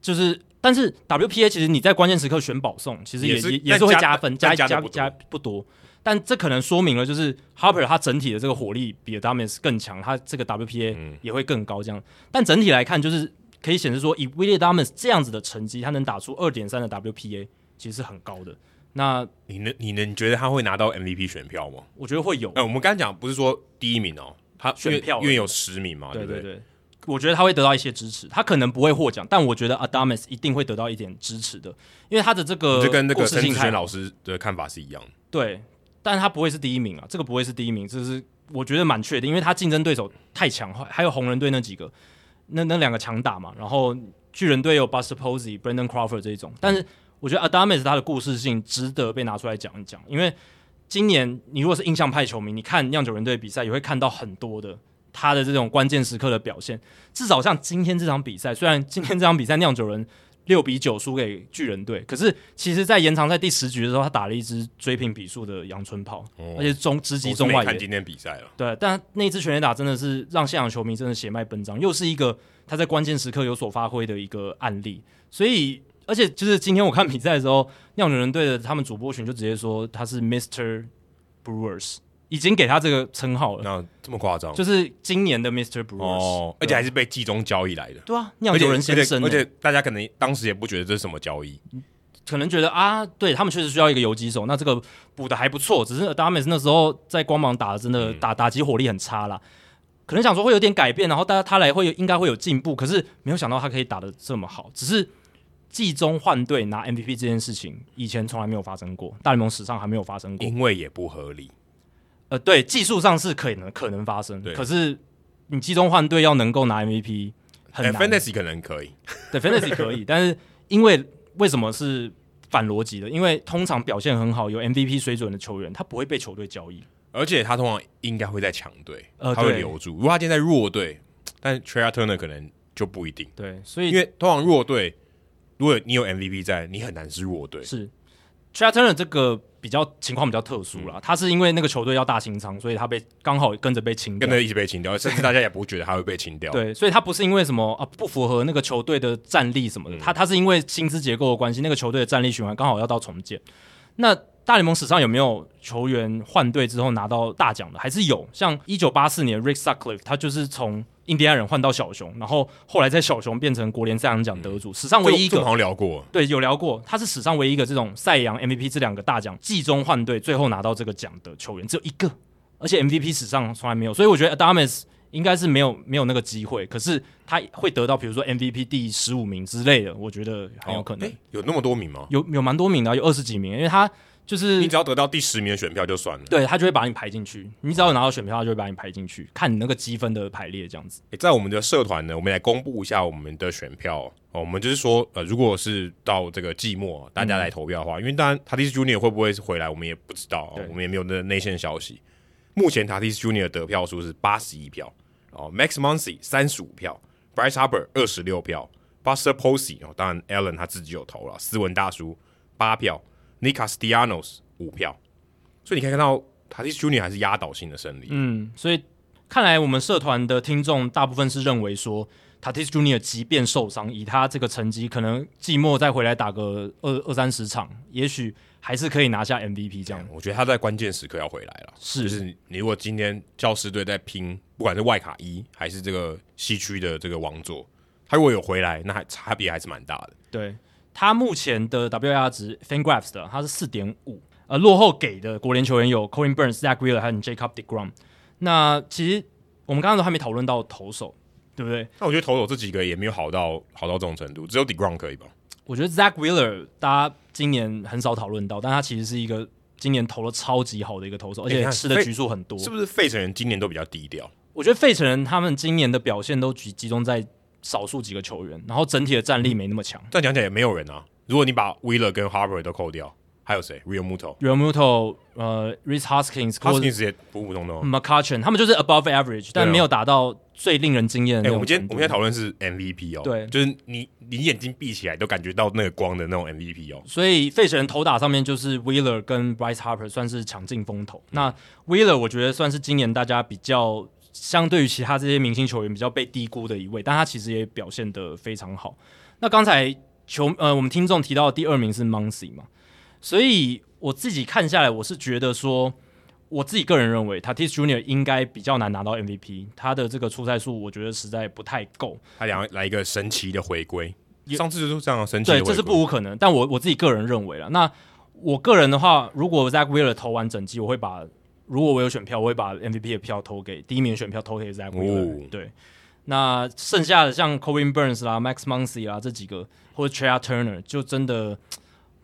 Speaker 2: 就是，但是 WPA 其实你在关键时刻选保送，其实也
Speaker 1: 也是
Speaker 2: 也
Speaker 1: 但
Speaker 2: 是会
Speaker 1: 加
Speaker 2: 加分，
Speaker 1: 但
Speaker 2: 加
Speaker 1: 加得
Speaker 2: 加
Speaker 1: 不多
Speaker 2: 加不多。但这可能说明了，就是 Harper 他整体的这个火力比 Adames 更强，他这个 WPA
Speaker 1: 嗯
Speaker 2: 也会更高这样。但整体来看，就是可以显示说，以 w i l l i a Adames 这样子的成绩，他能打出二点三的 WPA，其实是很高的。那
Speaker 1: 你能你能觉得他会拿到 MVP 选票吗？
Speaker 2: 我觉得会有，
Speaker 1: 哎、我们刚刚讲不是说第一名哦，他因为
Speaker 2: 选票而已
Speaker 1: 因为有十名嘛，
Speaker 2: 对
Speaker 1: 不
Speaker 2: 对对，我觉得他会得到一些支持，他可能不会获奖，但我觉得 Adames 一定会得到一点支持的，因为他的这个
Speaker 1: 就跟那个
Speaker 2: 故事
Speaker 1: 陈
Speaker 2: 性
Speaker 1: 志
Speaker 2: 太
Speaker 1: 轩老师的看法是一样的。
Speaker 2: 对，但他不会是第一名啊，这个不会是第一名，这是我觉得蛮确定，因为他竞争对手太强，还还有红人队那几个，那那两个强打嘛，然后巨人队有 Buster Posey、Brandon Crawford 这一种，但是我觉得 Adames 他的故事性值得被拿出来讲一讲，因为今年你如果是印象派球迷，你看酿酒人队比赛也会看到很多的。他的这种关键时刻的表现，至少像今天这场比赛，虽然今天这场比赛酿酒人六比九输给巨人队。可是其实，在延长赛第十局的时候，他打了一支追平比数的阳春炮，
Speaker 1: 哦
Speaker 2: 而且中直击
Speaker 1: 我是
Speaker 2: 中
Speaker 1: 没
Speaker 2: 外
Speaker 1: 看
Speaker 2: 野。
Speaker 1: 今天比赛了，
Speaker 2: 对，但那支全垒打真的是让现场球迷真的血脉奔张，又是一个他在关键时刻有所发挥的一个案例。所以而且就是今天我看比赛的时候，酿酒人队的他们主播群就直接说他是 Mr. Brewers，已经给他这个称号了，
Speaker 1: 那这么夸张？
Speaker 2: 就是今年的 Mr. Brewers，、
Speaker 1: 哦，而且还是被季中交易来的，
Speaker 2: 对啊，
Speaker 1: 而
Speaker 2: 酿
Speaker 1: 且
Speaker 2: 酒人
Speaker 1: 而
Speaker 2: 先
Speaker 1: 且
Speaker 2: 生欸、
Speaker 1: 而且大家可能当时也不觉得这是什么交易，
Speaker 2: 可能觉得啊，对他们确实需要一个游击手，那这个补的还不错，只是 Adames 那时候在光芒打的真的打打击火力很差啦，可能想说会有点改变，然后大家他来会有应该会有进步，可是没有想到他可以打的这么好，只是季中换队拿 MVP 这件事情以前从来没有发生过，大联盟史上还没有发生过。
Speaker 1: 因为也不合理。
Speaker 2: 呃，对，技术上是可能可能发生
Speaker 1: 对，
Speaker 2: 可是你季中换队要能够拿 MVP 很
Speaker 1: 哎
Speaker 2: 难。啊
Speaker 1: ，Fantasy 可能可以，
Speaker 2: 对 fantasy 可以，但是因为为什么是反逻辑的？因为通常表现很好、有 MVP 水准的球员，他不会被球队交易。
Speaker 1: 而且他通常应该会在强队，
Speaker 2: 呃
Speaker 1: 他会
Speaker 2: 对
Speaker 1: 留住。如果他今天在弱队，但是 t r e y Turner 可能就不一定，
Speaker 2: 对，所以
Speaker 1: 因为通常弱队，如果你有 MVP 在，你很难是弱队。
Speaker 2: 是 t r a t u r n e r 这个比较情况比较特殊啦，他是因为那个球队要大清仓，所以他被刚好跟着被清掉
Speaker 1: 跟。着一起被清掉，甚至大家也不觉得他会被清掉。，
Speaker 2: 对，所以他不是因为什么啊不符合那个球队的战力什么的，
Speaker 1: 嗯
Speaker 2: 他他是因为薪资结构的关系，那个球队的战力循环刚好要到重建。那大联盟史上有没有球员换队之后拿到大奖的？还是有，像一九八四年 Rick Sutcliffe，他就是从印第安人换到小熊，然后后来在小熊变成国联赛扬奖得主，史上唯一
Speaker 1: 嗯
Speaker 2: 一
Speaker 1: 这我
Speaker 2: 个
Speaker 1: 们好像聊过，
Speaker 2: 对，有聊过，他是史上唯一一个这种赛扬 MVP 这两个大奖季中换队最后拿到这个奖的球员，只有一个，而且 MVP 史上从来没有，所以我觉得 Adames 应该是没有没有那个机会，可是他会得到比如说 MVP 第十五名之类的，我觉得很有可能，
Speaker 1: 哦诶有那么多名吗？
Speaker 2: 有有蛮多名的啊，有二十几名，因为他就是
Speaker 1: 你只要得到第十名的选票就算了。
Speaker 2: 对他就会把你排进去，你只要有拿到选票，他就会把你排进去，看你那个积分的排列这样子。
Speaker 1: 诶在我们的社团呢，我们来公布一下我们的选票哦。我们就是说，呃，如果是到这个季末大
Speaker 2: 嗯
Speaker 1: 家来投票的话，因为当然塔蒂斯 Junior 会不会回来，我们也不知道哦
Speaker 2: 对，
Speaker 1: 我们也没有那个内线消息。目前塔蒂斯 Junior 得票数是八十一票，哦，Max Muncy 三十五票，Bryce Harper 二十六票，Buster Posey 哦，当然 Allen 他自己有投了，斯文大叔八票，Nick Castellanos 五票，所以你可以看到塔蒂斯 Junior 还是压倒性的胜利。
Speaker 2: 嗯，所以看来我们社团的听众大部分是认为说，Tatis Junior 即便受伤，以他这个成绩，可能季末再回来打个二二三十场，也许还是可以拿下 MVP 这样。
Speaker 1: 我觉得他在关键时刻要回来了。
Speaker 2: 是
Speaker 1: 就是你如果今天教师队在拼，不管是外卡一还是这个西区的这个王座，他如果有回来，那还差别还是蛮大的。
Speaker 2: 对他目前的 WAR 值 FanGraphs 的，他是四点五，呃，落后给的国联球员有 Colin Burns、Zach Wheeler 还有 Jacob Degrom。那其实我们刚刚都还没讨论到投手，对不对？
Speaker 1: 那我觉得投手这几个也没有好到好到这种程度，只有 Degrom 可以吧？
Speaker 2: 我觉得 Zach Wheeler 大家今年很少讨论到，但他其实是一个今年投了超级好的一个投手，而
Speaker 1: 你
Speaker 2: 且
Speaker 1: 看
Speaker 2: 吃的
Speaker 1: 费
Speaker 2: 局数很多。
Speaker 1: 是不是费城人今年都比较低调？
Speaker 2: 我觉得费城人他们今年的表现都集集中在少数几个球员，然后整体的战力没那么强。
Speaker 1: 这样讲起来也没有人啊。如果你把 Wheeler 跟 Harper 都扣掉，还有谁？Real Muto、
Speaker 2: r e m u t o 呃 r i c e Hoskins
Speaker 1: 他
Speaker 2: 或
Speaker 1: 是
Speaker 2: 者
Speaker 1: 直接普普通通。
Speaker 2: m c c u t c h e n 他们就是 above average，但
Speaker 1: 对啊
Speaker 2: 没有达到最令人惊艳
Speaker 1: 哎、
Speaker 2: 的那
Speaker 1: 我
Speaker 2: 种
Speaker 1: 们今天
Speaker 2: 程
Speaker 1: 我
Speaker 2: 度。
Speaker 1: 们现在讨论是 MVP 哦，
Speaker 2: 对
Speaker 1: 就是你你眼睛闭起来都感觉到那个光的那种 MVP 哦。
Speaker 2: 所以费城人投打上面就是 Wheeler 跟 Bryce Harper 算是抢尽风头。那 Wheeler 我觉得算是今年大家比较相对于其他这些明星球员比较被低估的一位，但他其实也表现得非常好。那刚才球呃我们听众提到的第二名是 Muncy 嘛，所以我自己看下来，我是觉得说。我自己个人认为，Tatis Junior 应该比较难拿到 MVP，他的这个出赛数我觉得实在不太够。
Speaker 1: 他俩来一个神奇的回归，
Speaker 2: 也
Speaker 1: 上次就是这样啊神奇的
Speaker 2: 对，
Speaker 1: 回
Speaker 2: 这
Speaker 1: 归，
Speaker 2: 是不无可能。但我我自己个人认为了，那我个人的话，如果 Zach Wheeler 投完整季，我会把如果我有选票，我会把 MVP 的票投给第一名的选票投给 Zach Wheeler、
Speaker 1: 哦
Speaker 2: 对，那剩下的像 Corbin Burns 啦、Max Muncy 啦这几个，或者 t r e y Turner，就真的嘖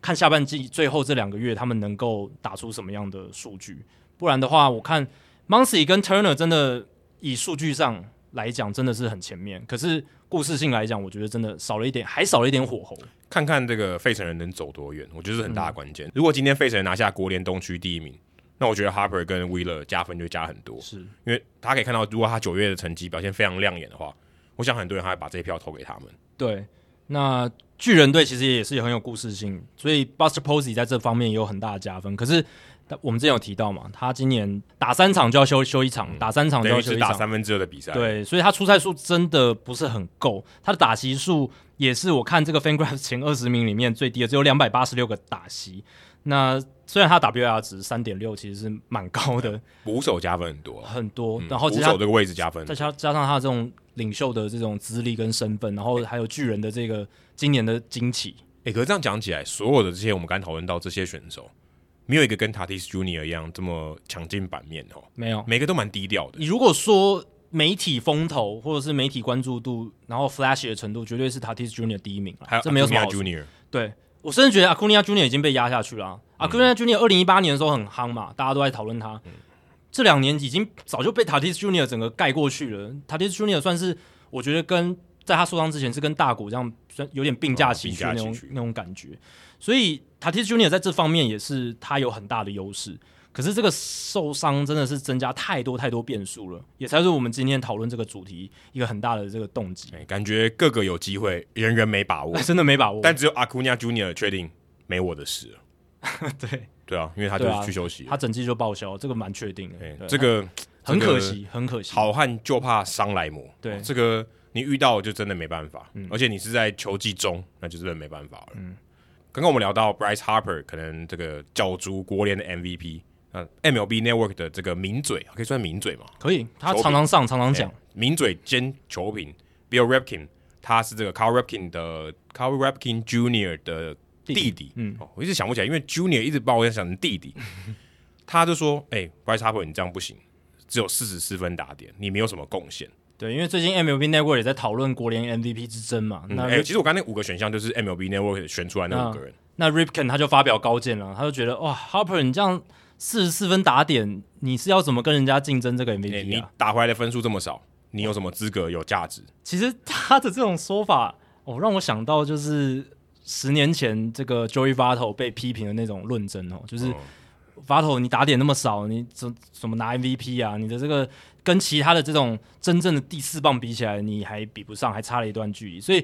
Speaker 2: 看下半季最后这两个月他们能够打出什么样的数据。不然的话，我看 Muncy 跟 Turner 真的以数据上来讲真的是很前面，可是故事性来讲，我觉得真的少了一点，还少了一点火候。
Speaker 1: 看看这个费城人能走多远，我觉得是很大的
Speaker 2: 嗯
Speaker 1: 关键。如果今天费城人拿下国联东区第一名，那我觉得 Harper 跟 Wheeler 加分就加很多，
Speaker 2: 是，
Speaker 1: 因为他可以看到，如果他九月的成绩表现非常亮眼的话，我想很多人还会把这一票投给他们。
Speaker 2: 对。那巨人队其实也是很有故事性，所以 Buster Posey 在这方面也有很大的加分。可是但我们之前有提到嘛，他今年打三场就要休休一场，打三场
Speaker 1: 嗯
Speaker 2: 就
Speaker 1: 等
Speaker 2: 哦要
Speaker 1: 于
Speaker 2: 休
Speaker 1: 是
Speaker 2: 一
Speaker 1: 打
Speaker 2: 场，
Speaker 1: 三分之二的比赛，，
Speaker 2: 对，所以他出赛数真的不是很够，他的打席数也是我看这个 FanGraphs 前二十名里面最低的，只有两百八十六个打席。那虽然他 WR 值三点六，其实是蛮高的，
Speaker 1: 捕手加分很多，
Speaker 2: 很多。
Speaker 1: 嗯
Speaker 2: 然后其
Speaker 1: 捕
Speaker 2: 实他
Speaker 1: 手这个位置加分
Speaker 2: 再，加加上他这种领袖的这种资历跟身份，然后还有巨人的这个今年的惊奇，
Speaker 1: 哎、可是这样讲起来，所有的这些我们刚才讨论到这些选手，没有一个跟 Tatis Junior 一样这么强劲版面哦，
Speaker 2: 没有。
Speaker 1: 每个都蛮低调的。
Speaker 2: 你如果说媒体风头或者是媒体关注度，然后 flash 的程度，绝对是 Tatis Junior 第一名
Speaker 1: 还
Speaker 2: 了
Speaker 1: 有，
Speaker 2: 这没有什么好
Speaker 1: Acuna Junior，
Speaker 2: 对我甚至觉得阿库尼亚 Junior 已经被压下去了、啊。
Speaker 1: 嗯
Speaker 2: 阿库尼亚 Junior 二零一八年的时候很夯嘛，大家都在讨论他。这两年已经早就被 Tatis Junior 整个盖过去了。Tatis Junior 算是我觉得跟在他受伤之前是跟大谷这样算有点并驾齐驱
Speaker 1: 哦
Speaker 2: 那
Speaker 1: 并驾
Speaker 2: 种、
Speaker 1: 齐驱
Speaker 2: 那种感觉。所以 Tatis Junior 在这方面也是他有很大的优势。可是这个受伤真的是增加太多太多变数了，也才是我们今天讨论这个主题一个很大的这个动机。，
Speaker 1: 哎、感觉个个有机会，人人没把握
Speaker 2: 真的没把握，
Speaker 1: 但只有 Acuna Junior 确定没我的事了。
Speaker 2: 对。
Speaker 1: 对啊，因为他就
Speaker 2: 对啊
Speaker 1: 是去休息了。
Speaker 2: 他整季就报销，这个蛮确定的。
Speaker 1: 哎、
Speaker 2: 对
Speaker 1: 这个
Speaker 2: 很
Speaker 1: 这个
Speaker 2: 可惜，很可惜。，
Speaker 1: 好汉就怕伤来磨。
Speaker 2: 对嗯
Speaker 1: 哦这个你遇到就真的没办法，而且你是在球季中，那就真的没办法了。刚刚我们聊到 Bryce Harper 可能这个角逐国联的 MVP，那 MLB Network 的这个名嘴可以算名嘴嘛？
Speaker 2: 可以，他
Speaker 1: 手柄
Speaker 2: 常常上，常常讲
Speaker 1: 哎，名嘴兼球评 Bill Rapkin，他是这个 Carl Rapkin 的 Carl Rapkin Jr. 的弟弟。嗯、哦，我一直想不起来，因为 Junior 一直把我想成弟 弟。他就说：“哎、b r y c e Harper，你这样不行，只有四十四分打点，你没有什么贡献。”
Speaker 2: 对，因为最近 MLB Network 也在讨论国联 MVP 之争嘛。
Speaker 1: 嗯
Speaker 2: 那、
Speaker 1: 哎、其实我刚才那五啊个选项就是 MLB Network 选出来那五个人，
Speaker 2: 那 Ripken 他就发表高见了，他就觉得哇，Harper 你这样四十四分打点，你是要怎么跟人家竞争这个
Speaker 1: 哎、
Speaker 2: MVP
Speaker 1: 你
Speaker 2: 啊？
Speaker 1: 打回来的分数这么少，你有什么资格有价值？
Speaker 2: 其实他的这种说法，哦，让我想到就是十年前这个 Joey Votto 被批评的那种论争哦，就是。Vato，你打点那么少，你怎怎么拿 MVP 啊？你的这个跟其他的这种真正的第四棒比起来，你还比不上，还差了一段距离。所以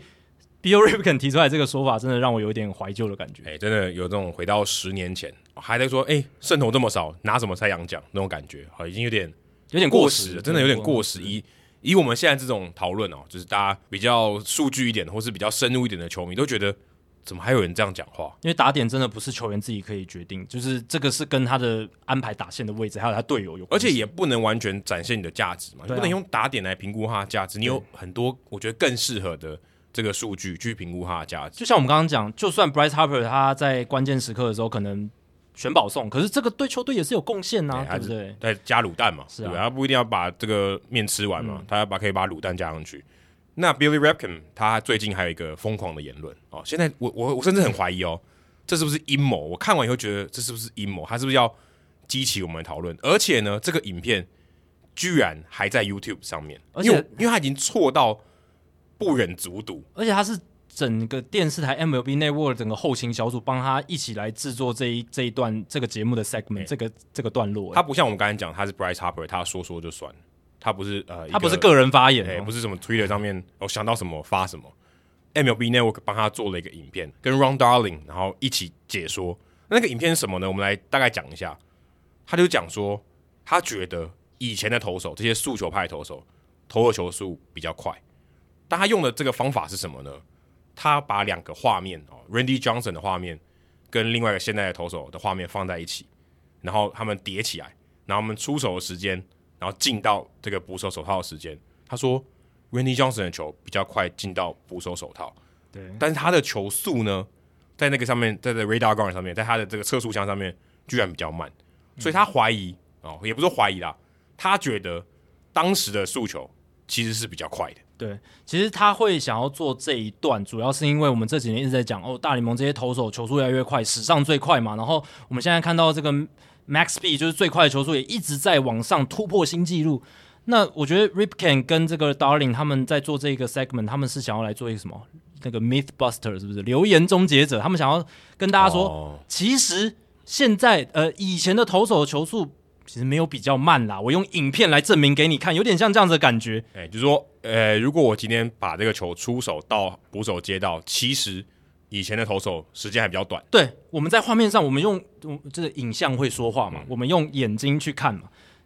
Speaker 2: Bill Ripken 提出来这个说法，真的让我有点怀旧的感觉。
Speaker 1: 哎、真的有这种回到十年前还在说，哎、圣头这么少，拿什么赛扬奖那种感觉，好，已经有点
Speaker 2: 有点
Speaker 1: 过
Speaker 2: 时
Speaker 1: 时了，真的有点过时。以以我们现在这种讨论哦，就是大家比较数据一点，或是比较深入一点的球迷，都觉得怎么还有人这样讲话？
Speaker 2: 因为打点真的不是球员自己可以决定，就是这个是跟他的安排打线的位置，还有他队友有
Speaker 1: 而
Speaker 2: 关系。
Speaker 1: 且也不能完全展现你的价值嘛，你
Speaker 2: 对啊
Speaker 1: 不能用打点来评估它的价值。你有很多我觉得更适合的这个数据去评估它的价值。
Speaker 2: 就像我们刚刚讲，就算 Bryce Harper 他在关键时刻的时候可能选保送，可是这个对球队也是有贡献呐、
Speaker 1: 哎
Speaker 2: 对
Speaker 1: 还
Speaker 2: 不
Speaker 1: 是
Speaker 2: 啊对？
Speaker 1: 再加卤蛋嘛，
Speaker 2: 是啊啊
Speaker 1: 对吧他不一定要把这个面吃完嘛，他要把可以把卤蛋加上去。那 Billy Rapkin 他最近还有一个疯狂的言论哦，现在我我我甚至很怀疑哦，这是不是阴谋？我看完以后觉得这是不是阴谋？他是不是要激起我们的讨论？而且呢，这个影片居然还在 YouTube 上面，
Speaker 2: 而且
Speaker 1: 因为因为他已经错到不忍卒睹，
Speaker 2: 而且他是整个电视台 MLB Network 整个后勤小组帮他一起来制作这一这一段这个节目的 segment，、这个这个段落、
Speaker 1: 他不像我们刚才讲，他是 Bryce Harper，他说说就算，他不是呃，
Speaker 2: 他不是
Speaker 1: 一
Speaker 2: 个人发言、
Speaker 1: 哎、
Speaker 2: 哦
Speaker 1: 不是什么 Twitter 上面我、哦想到什么发什么，MLB Network 帮他做了一个影片，跟 Ron Darling 然后一起解说。那个影片是什么呢？我们来大概讲一下。他就讲说，他觉得以前的投手，这些速球派投手投的球速比较快，但他用的这个方法是什么呢？他把两个画面哦，Randy Johnson 的画面跟另外一个现在的投手的画面放在一起，然后他们叠起来，然后我们出手的时间，然后进到这个捕手手套的时间。他说，Randy Johnson 的球比较快进到捕手手套，
Speaker 2: 对，
Speaker 1: 但是他的球速呢，在那个上面，在这 radar gun 上面，在他的这个测速箱上面，居然比较慢，所以他怀疑哦，也不是说怀疑啦，他觉得当时的速球其实是比较快的。
Speaker 2: 对，其实他会想要做这一段，主要是因为我们这几年一直在讲哦，大联盟这些投手球速越来越快，史上最快嘛。然后我们现在看到这个 Max B 就是最快的球速也一直在往上突破新纪录。那我觉得 Ripken 跟这个 Darling 他们在做这个 segment，他们是想要来做一个什么？那个 Myth Buster 是不是留言终结者？他们想要跟大家说，
Speaker 1: 哦
Speaker 2: 其实现在呃以前的投手的球速其实没有比较慢啦，我用影片来证明给你看，有点像这样子的感觉。
Speaker 1: 哎、就是说，呃，如果我今天把这个球出手到捕手接到，其实以前的投手时间还比较短，
Speaker 2: 对，我们在画面上，我们用我这个影像会说话嘛，我们用眼睛去看嘛，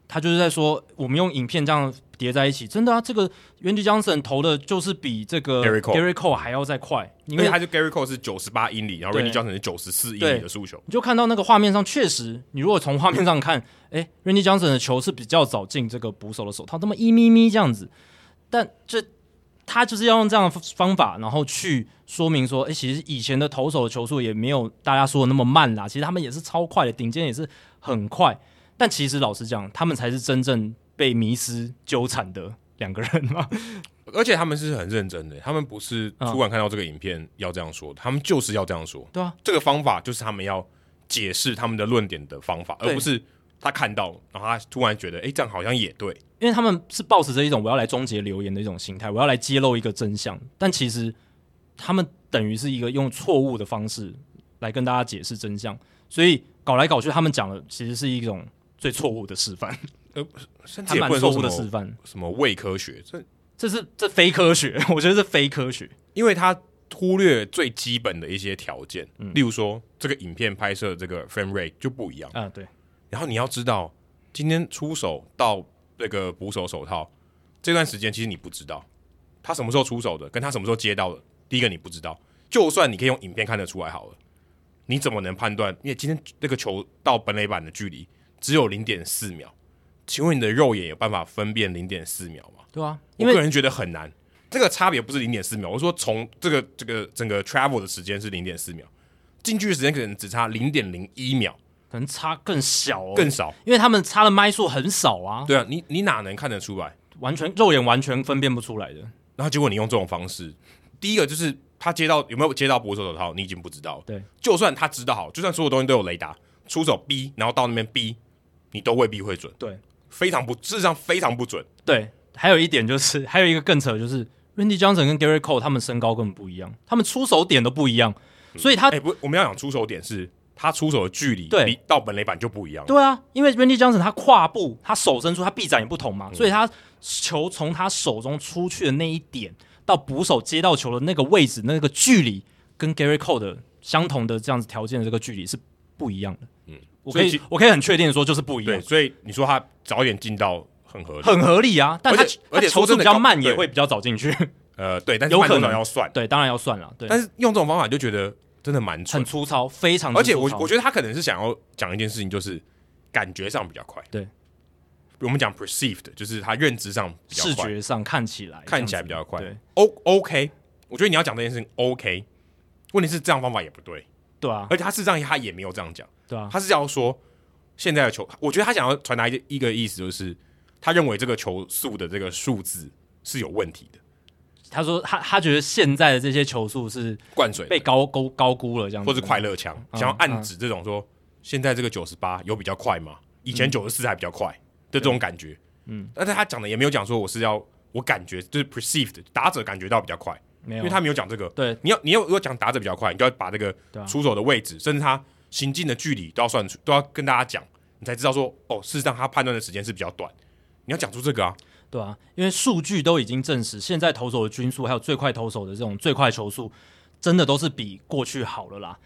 Speaker 2: 他就是在说，我们用影片这样叠在一起，真的啊，这个 Randy Johnson 投的就是比这个
Speaker 1: Gerrit Cole
Speaker 2: Gary Cole 还要再快，因
Speaker 1: 因为
Speaker 2: 为
Speaker 1: 他就 Gary Cole 是九十八英里，然后
Speaker 2: 对
Speaker 1: Randy Johnson 是九十四英
Speaker 2: 对
Speaker 1: 里的速球，
Speaker 2: 你就看到那个画面上，确实，你如果从画面上看， 哎，Randy Johnson 的球是比较早进这个捕手的手套，这么一咪咪这样子，但这他就是要用这样的方法，然后去说明说，哎，其实以前的投手的球速也没有大家说的那么慢啦，其实他们也是超快的，顶尖也是很快，但其实老实讲，他们才是真正被迷失纠缠的两个人嘛，
Speaker 1: 而且他们是很认真的，他们不是突然看到这个影片要这样说，他们就是要这样说。
Speaker 2: 嗯对啊，
Speaker 1: 这个方法就是他们要解释他们的论点的方法，
Speaker 2: 对
Speaker 1: 而不是他看到然后他突然觉得，哎，这样好像也对。
Speaker 2: 因为他们是抱持着一种我要来终结留言的一种心态，我要来揭露一个真相，但其实他们等于是一个用错误的方式来跟大家解释真相，所以搞来搞去，他们讲的其实是一种最错误的示 范，
Speaker 1: 甚至
Speaker 2: 还
Speaker 1: 也
Speaker 2: 蛮
Speaker 1: 不能
Speaker 2: 错
Speaker 1: 说
Speaker 2: 误
Speaker 1: 什
Speaker 2: 的示
Speaker 1: 么
Speaker 2: 范，
Speaker 1: 什么伪科学，这
Speaker 2: 这是这非科学，我觉得是非科学，
Speaker 1: 因为他忽略最基本的一些条件，
Speaker 2: 嗯
Speaker 1: 例如说这个影片拍摄这个 frame rate 就不一样。
Speaker 2: 啊、对，
Speaker 1: 然后你要知道，今天出手到那个捕手手套这段时间，其实你不知道他什么时候出手的，跟他什么时候接到的。第一个你不知道，就算你可以用影片看得出来好了，你怎么能判断？因为今天那个球到本垒板的距离只有零点四秒，请问你的肉眼有办法分辨零点四秒吗？
Speaker 2: 对啊，因
Speaker 1: 我个
Speaker 2: 为
Speaker 1: 人觉得很难。这个差别不是零点四秒，我说从这个这个整个 travel 的时间是零点四秒，进去的时间可能只差零点零一秒，
Speaker 2: 可能差更小、哦，
Speaker 1: 更，少。
Speaker 2: 因为他们差的麦数很少啊，
Speaker 1: 对啊，你你哪能看得出来？
Speaker 2: 完全肉眼完全分辨不出来的，
Speaker 1: 然后结果你用这种方式，第一个就是他接到有没有接到捕手手套，你已经不知道了。
Speaker 2: 对，
Speaker 1: 就算他知道好，就算所有东西都有雷达，出手 B，然后到那边 B，你都未必会准，
Speaker 2: 对，
Speaker 1: 非常不，事实上非常不准。
Speaker 2: 对，还有一点就是， 还有一个更扯的就是 Randy Johnson 跟 Gary Cole 他们身高根本不一样，他们出手点都不一样，所以他、
Speaker 1: 哎、不，我们要讲出手点是他出手的距离，
Speaker 2: 对
Speaker 1: 离到本垒板就不一样了。
Speaker 2: 对啊，因为 Randy Johnson 他跨步、他手伸出、他臂展也不同嘛，所以他球从他手中出去的那一点到捕手接到球的那个位置、那个距离，跟 Gary Cole 的相同的这样子条件的这个距离是不一样的。嗯，我可
Speaker 1: 所以
Speaker 2: 以
Speaker 1: 其
Speaker 2: 我可以很确定的说，就是不一
Speaker 1: 对，
Speaker 2: 样，
Speaker 1: 所以你说他早点进到很合理，
Speaker 2: 很合理啊。但他
Speaker 1: 而且而且
Speaker 2: 他球
Speaker 1: 说
Speaker 2: 速
Speaker 1: 真的
Speaker 2: 比较
Speaker 1: 高
Speaker 2: 慢，也
Speaker 1: 对
Speaker 2: 会比较早进去。
Speaker 1: 呃，对，但是
Speaker 2: 有
Speaker 1: 慢
Speaker 2: 可
Speaker 1: 多
Speaker 2: 能
Speaker 1: 少要算，
Speaker 2: 对，当然要算了，对，
Speaker 1: 但是用这种方法就觉得真的蛮蠢
Speaker 2: 很。粗糙，非常之
Speaker 1: 而且我
Speaker 2: 粗糙
Speaker 1: 我觉得他可能是想要讲一件事情，就是感觉上比较快。
Speaker 2: 对，
Speaker 1: 我们讲 perceived，就是他认知上比较
Speaker 2: 视
Speaker 1: 快，
Speaker 2: 觉上看起来
Speaker 1: 看起来
Speaker 2: 这
Speaker 1: 比
Speaker 2: 样
Speaker 1: 较
Speaker 2: 子
Speaker 1: 快
Speaker 2: 对。
Speaker 1: O OK，我觉得你要讲这件事情 OK，问题是这样方法也不对，
Speaker 2: 对啊，
Speaker 1: 而且他事实上他也没有这样讲，
Speaker 2: 对啊，
Speaker 1: 他是要说现在的球，我觉得他想要传达一个一个意思，就是他认为这个球速的这个数字是有问题的，
Speaker 2: 他说他他觉得现在的这些球速是
Speaker 1: 灌水的
Speaker 2: 被高估高估了这样子，
Speaker 1: 或是快乐枪，
Speaker 2: 嗯
Speaker 1: 想要暗指这种说，现在这个九十八有比较快吗？以前九十四还比较快的这种感觉。嗯，但是他讲的也没有讲说我是要我感觉就是 perceived 打者感觉到比较快，
Speaker 2: 没
Speaker 1: 因
Speaker 2: 有，
Speaker 1: 为他没有讲这个。
Speaker 2: 对
Speaker 1: 你要你要如果讲打者比较快，你就要把这个
Speaker 2: 对啊
Speaker 1: 出手的位置，甚至他行进的距离都要算出，都要跟大家讲，你才知道说哦，事实上他判断的时间是比较短。你要讲出这个啊，
Speaker 2: 对啊，因为数据都已经证实，现在投手的均速还有最快投手的这种最快球速，真的都是比过去好了啦。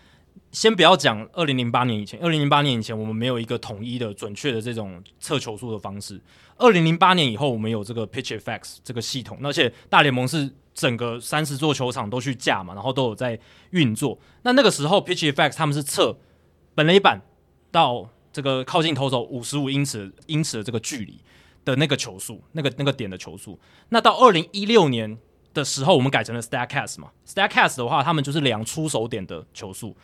Speaker 2: 先不要讲二零零八年以前，二零零八年以前我们没有一个统一的、准确的这种测球速的方式。二零零八年以后，我们有这个 Pitch FX 这个系统，而且大联盟是整个三十座球场都去架嘛，然后都有在运作。那那个时候 Pitch FX 他们是测本垒板到这个靠近投手五十五英尺英尺的这个距离的那个球速，那个那个点的球速。那到二零一六年的时候，我们改成了 Statcast 嘛，Statcast 的话，他们就是量出手点的球速，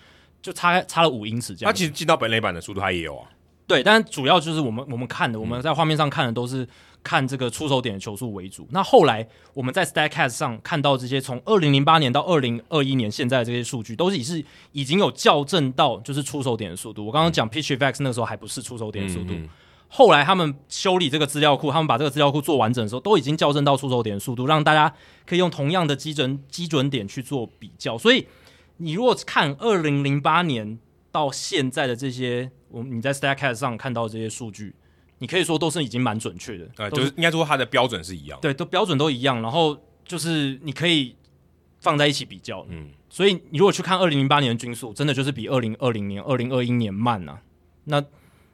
Speaker 2: 就差差了五英尺这
Speaker 1: 他
Speaker 2: 样。
Speaker 1: 其实进到本垒板的速度他也有啊，
Speaker 2: 对，但主要就是我们我们看的，我们在画面上看的都是看这个出手点的球速为主。那后来我们在 Statcast 上看到这些从二零零八年到二零二一年现在的这些数据，都是已是已经有校正到就是出手点的速度。我刚刚讲 Pitch Effects 那个时候还不是出手点的速度。后来他们修理这个资料库，他们把这个资料库做完整的时候，都已经校正到出手点的速度，让大家可以用同样的基准基准点去做比较。所以你如果看二零零八年到现在的这些，我你在 Statcast 上看到的这些数据，你可以说都是已经蛮准确的，
Speaker 1: 呃，
Speaker 2: 都
Speaker 1: 就是应该说他的标准是一样的。
Speaker 2: 对，都标准都一样，然后就是你可以放在一起比较的。
Speaker 1: 嗯
Speaker 2: 所以你如果去看二零零八年的均速，真的就是比二零二零年、二零二一年慢啊呐、那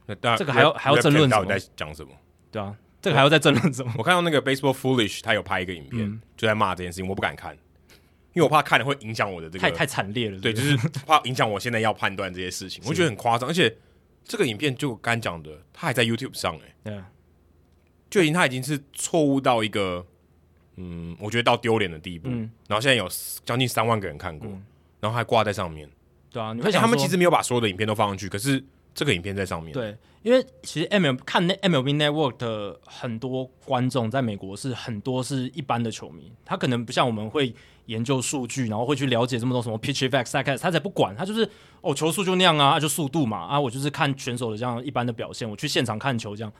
Speaker 1: 那当然
Speaker 2: 这个还要
Speaker 1: Rap-
Speaker 2: 还要争论
Speaker 1: Raptor
Speaker 2: 什
Speaker 1: 到
Speaker 2: 么
Speaker 1: 底在讲什么？
Speaker 2: 对啊，这个还要再争论什么？
Speaker 1: 我看到那个 Baseball Foolish，他有拍一个影片，
Speaker 2: 嗯
Speaker 1: 就在骂这件事情，我不敢看，因为我怕看了会影响我的这个，
Speaker 2: 太太惨烈了是不
Speaker 1: 对，
Speaker 2: 是
Speaker 1: 就是怕影响我现在要判断这些事情，我觉得很夸张，而且这个影片就我刚讲的，他还在 YouTube 上、欸，
Speaker 2: 对啊，
Speaker 1: 就已经他已经是错误到一个，嗯，我觉得到丢脸的地步，
Speaker 2: 嗯
Speaker 1: 然后现在有将近三万个人看过，然后还挂在上面，
Speaker 2: 对啊，你
Speaker 1: 而
Speaker 2: 会
Speaker 1: 且
Speaker 2: 想
Speaker 1: 他们
Speaker 2: 说
Speaker 1: 其实没有把所有的影片都放上去，可是这个影片在上面，，
Speaker 2: 对，因为其实 ML 看那 MLB Network 的很多观众在美国是很多是一般的球迷，他可能不像我们会研究数据，然后会去了解这么多什么 pitch effect、s a c 他才不管，他就是哦球速就那样啊，啊就速度嘛，啊我就是看选手的这样一般的表现，我去现场看球这样。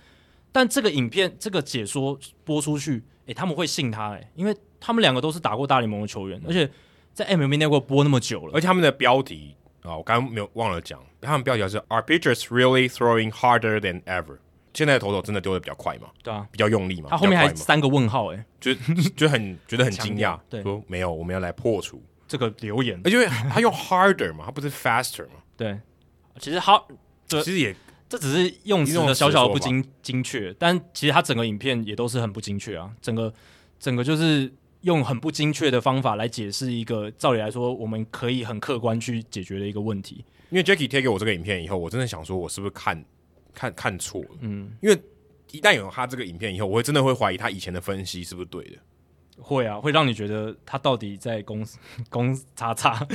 Speaker 2: 但这个影片这个解说播出去，诶、他们会信他诶、因为他们两个都是打过大联盟的球员，而且在 MLB Network 播那么久了，
Speaker 1: 而且他们的标题啊，我刚刚没有忘了讲，他们标题是 Are pitchers really throwing harder than ever？现在的投手真的丢的比较快嘛，
Speaker 2: 对啊，
Speaker 1: 比较用力嘛，
Speaker 2: 他后面还
Speaker 1: 比较快嘛
Speaker 2: 三个问号诶、
Speaker 1: 就就很觉得很惊讶
Speaker 2: 强调，对
Speaker 1: 说没有，我们要来破除，
Speaker 2: 这个留言
Speaker 1: 而且他用 harder 嘛，他不是 faster 嘛，
Speaker 2: 对。其实他对
Speaker 1: 其实也
Speaker 2: 这只是用词的小小的不精精确，但其实它整个影片也都是很不精确啊，整个整个就是用很不精确的方法来解释一个照理来说我们可以很客观去解决的一个问题。
Speaker 1: 因为 Jackie 贴给我这个影片以后，我真的想说，我是不是看看看错了？嗯，因为一旦有他这个影片以后，我会真的会怀疑他以前的分析是不是对的。
Speaker 2: 会啊，会让你觉得他到底在公 公叉叉，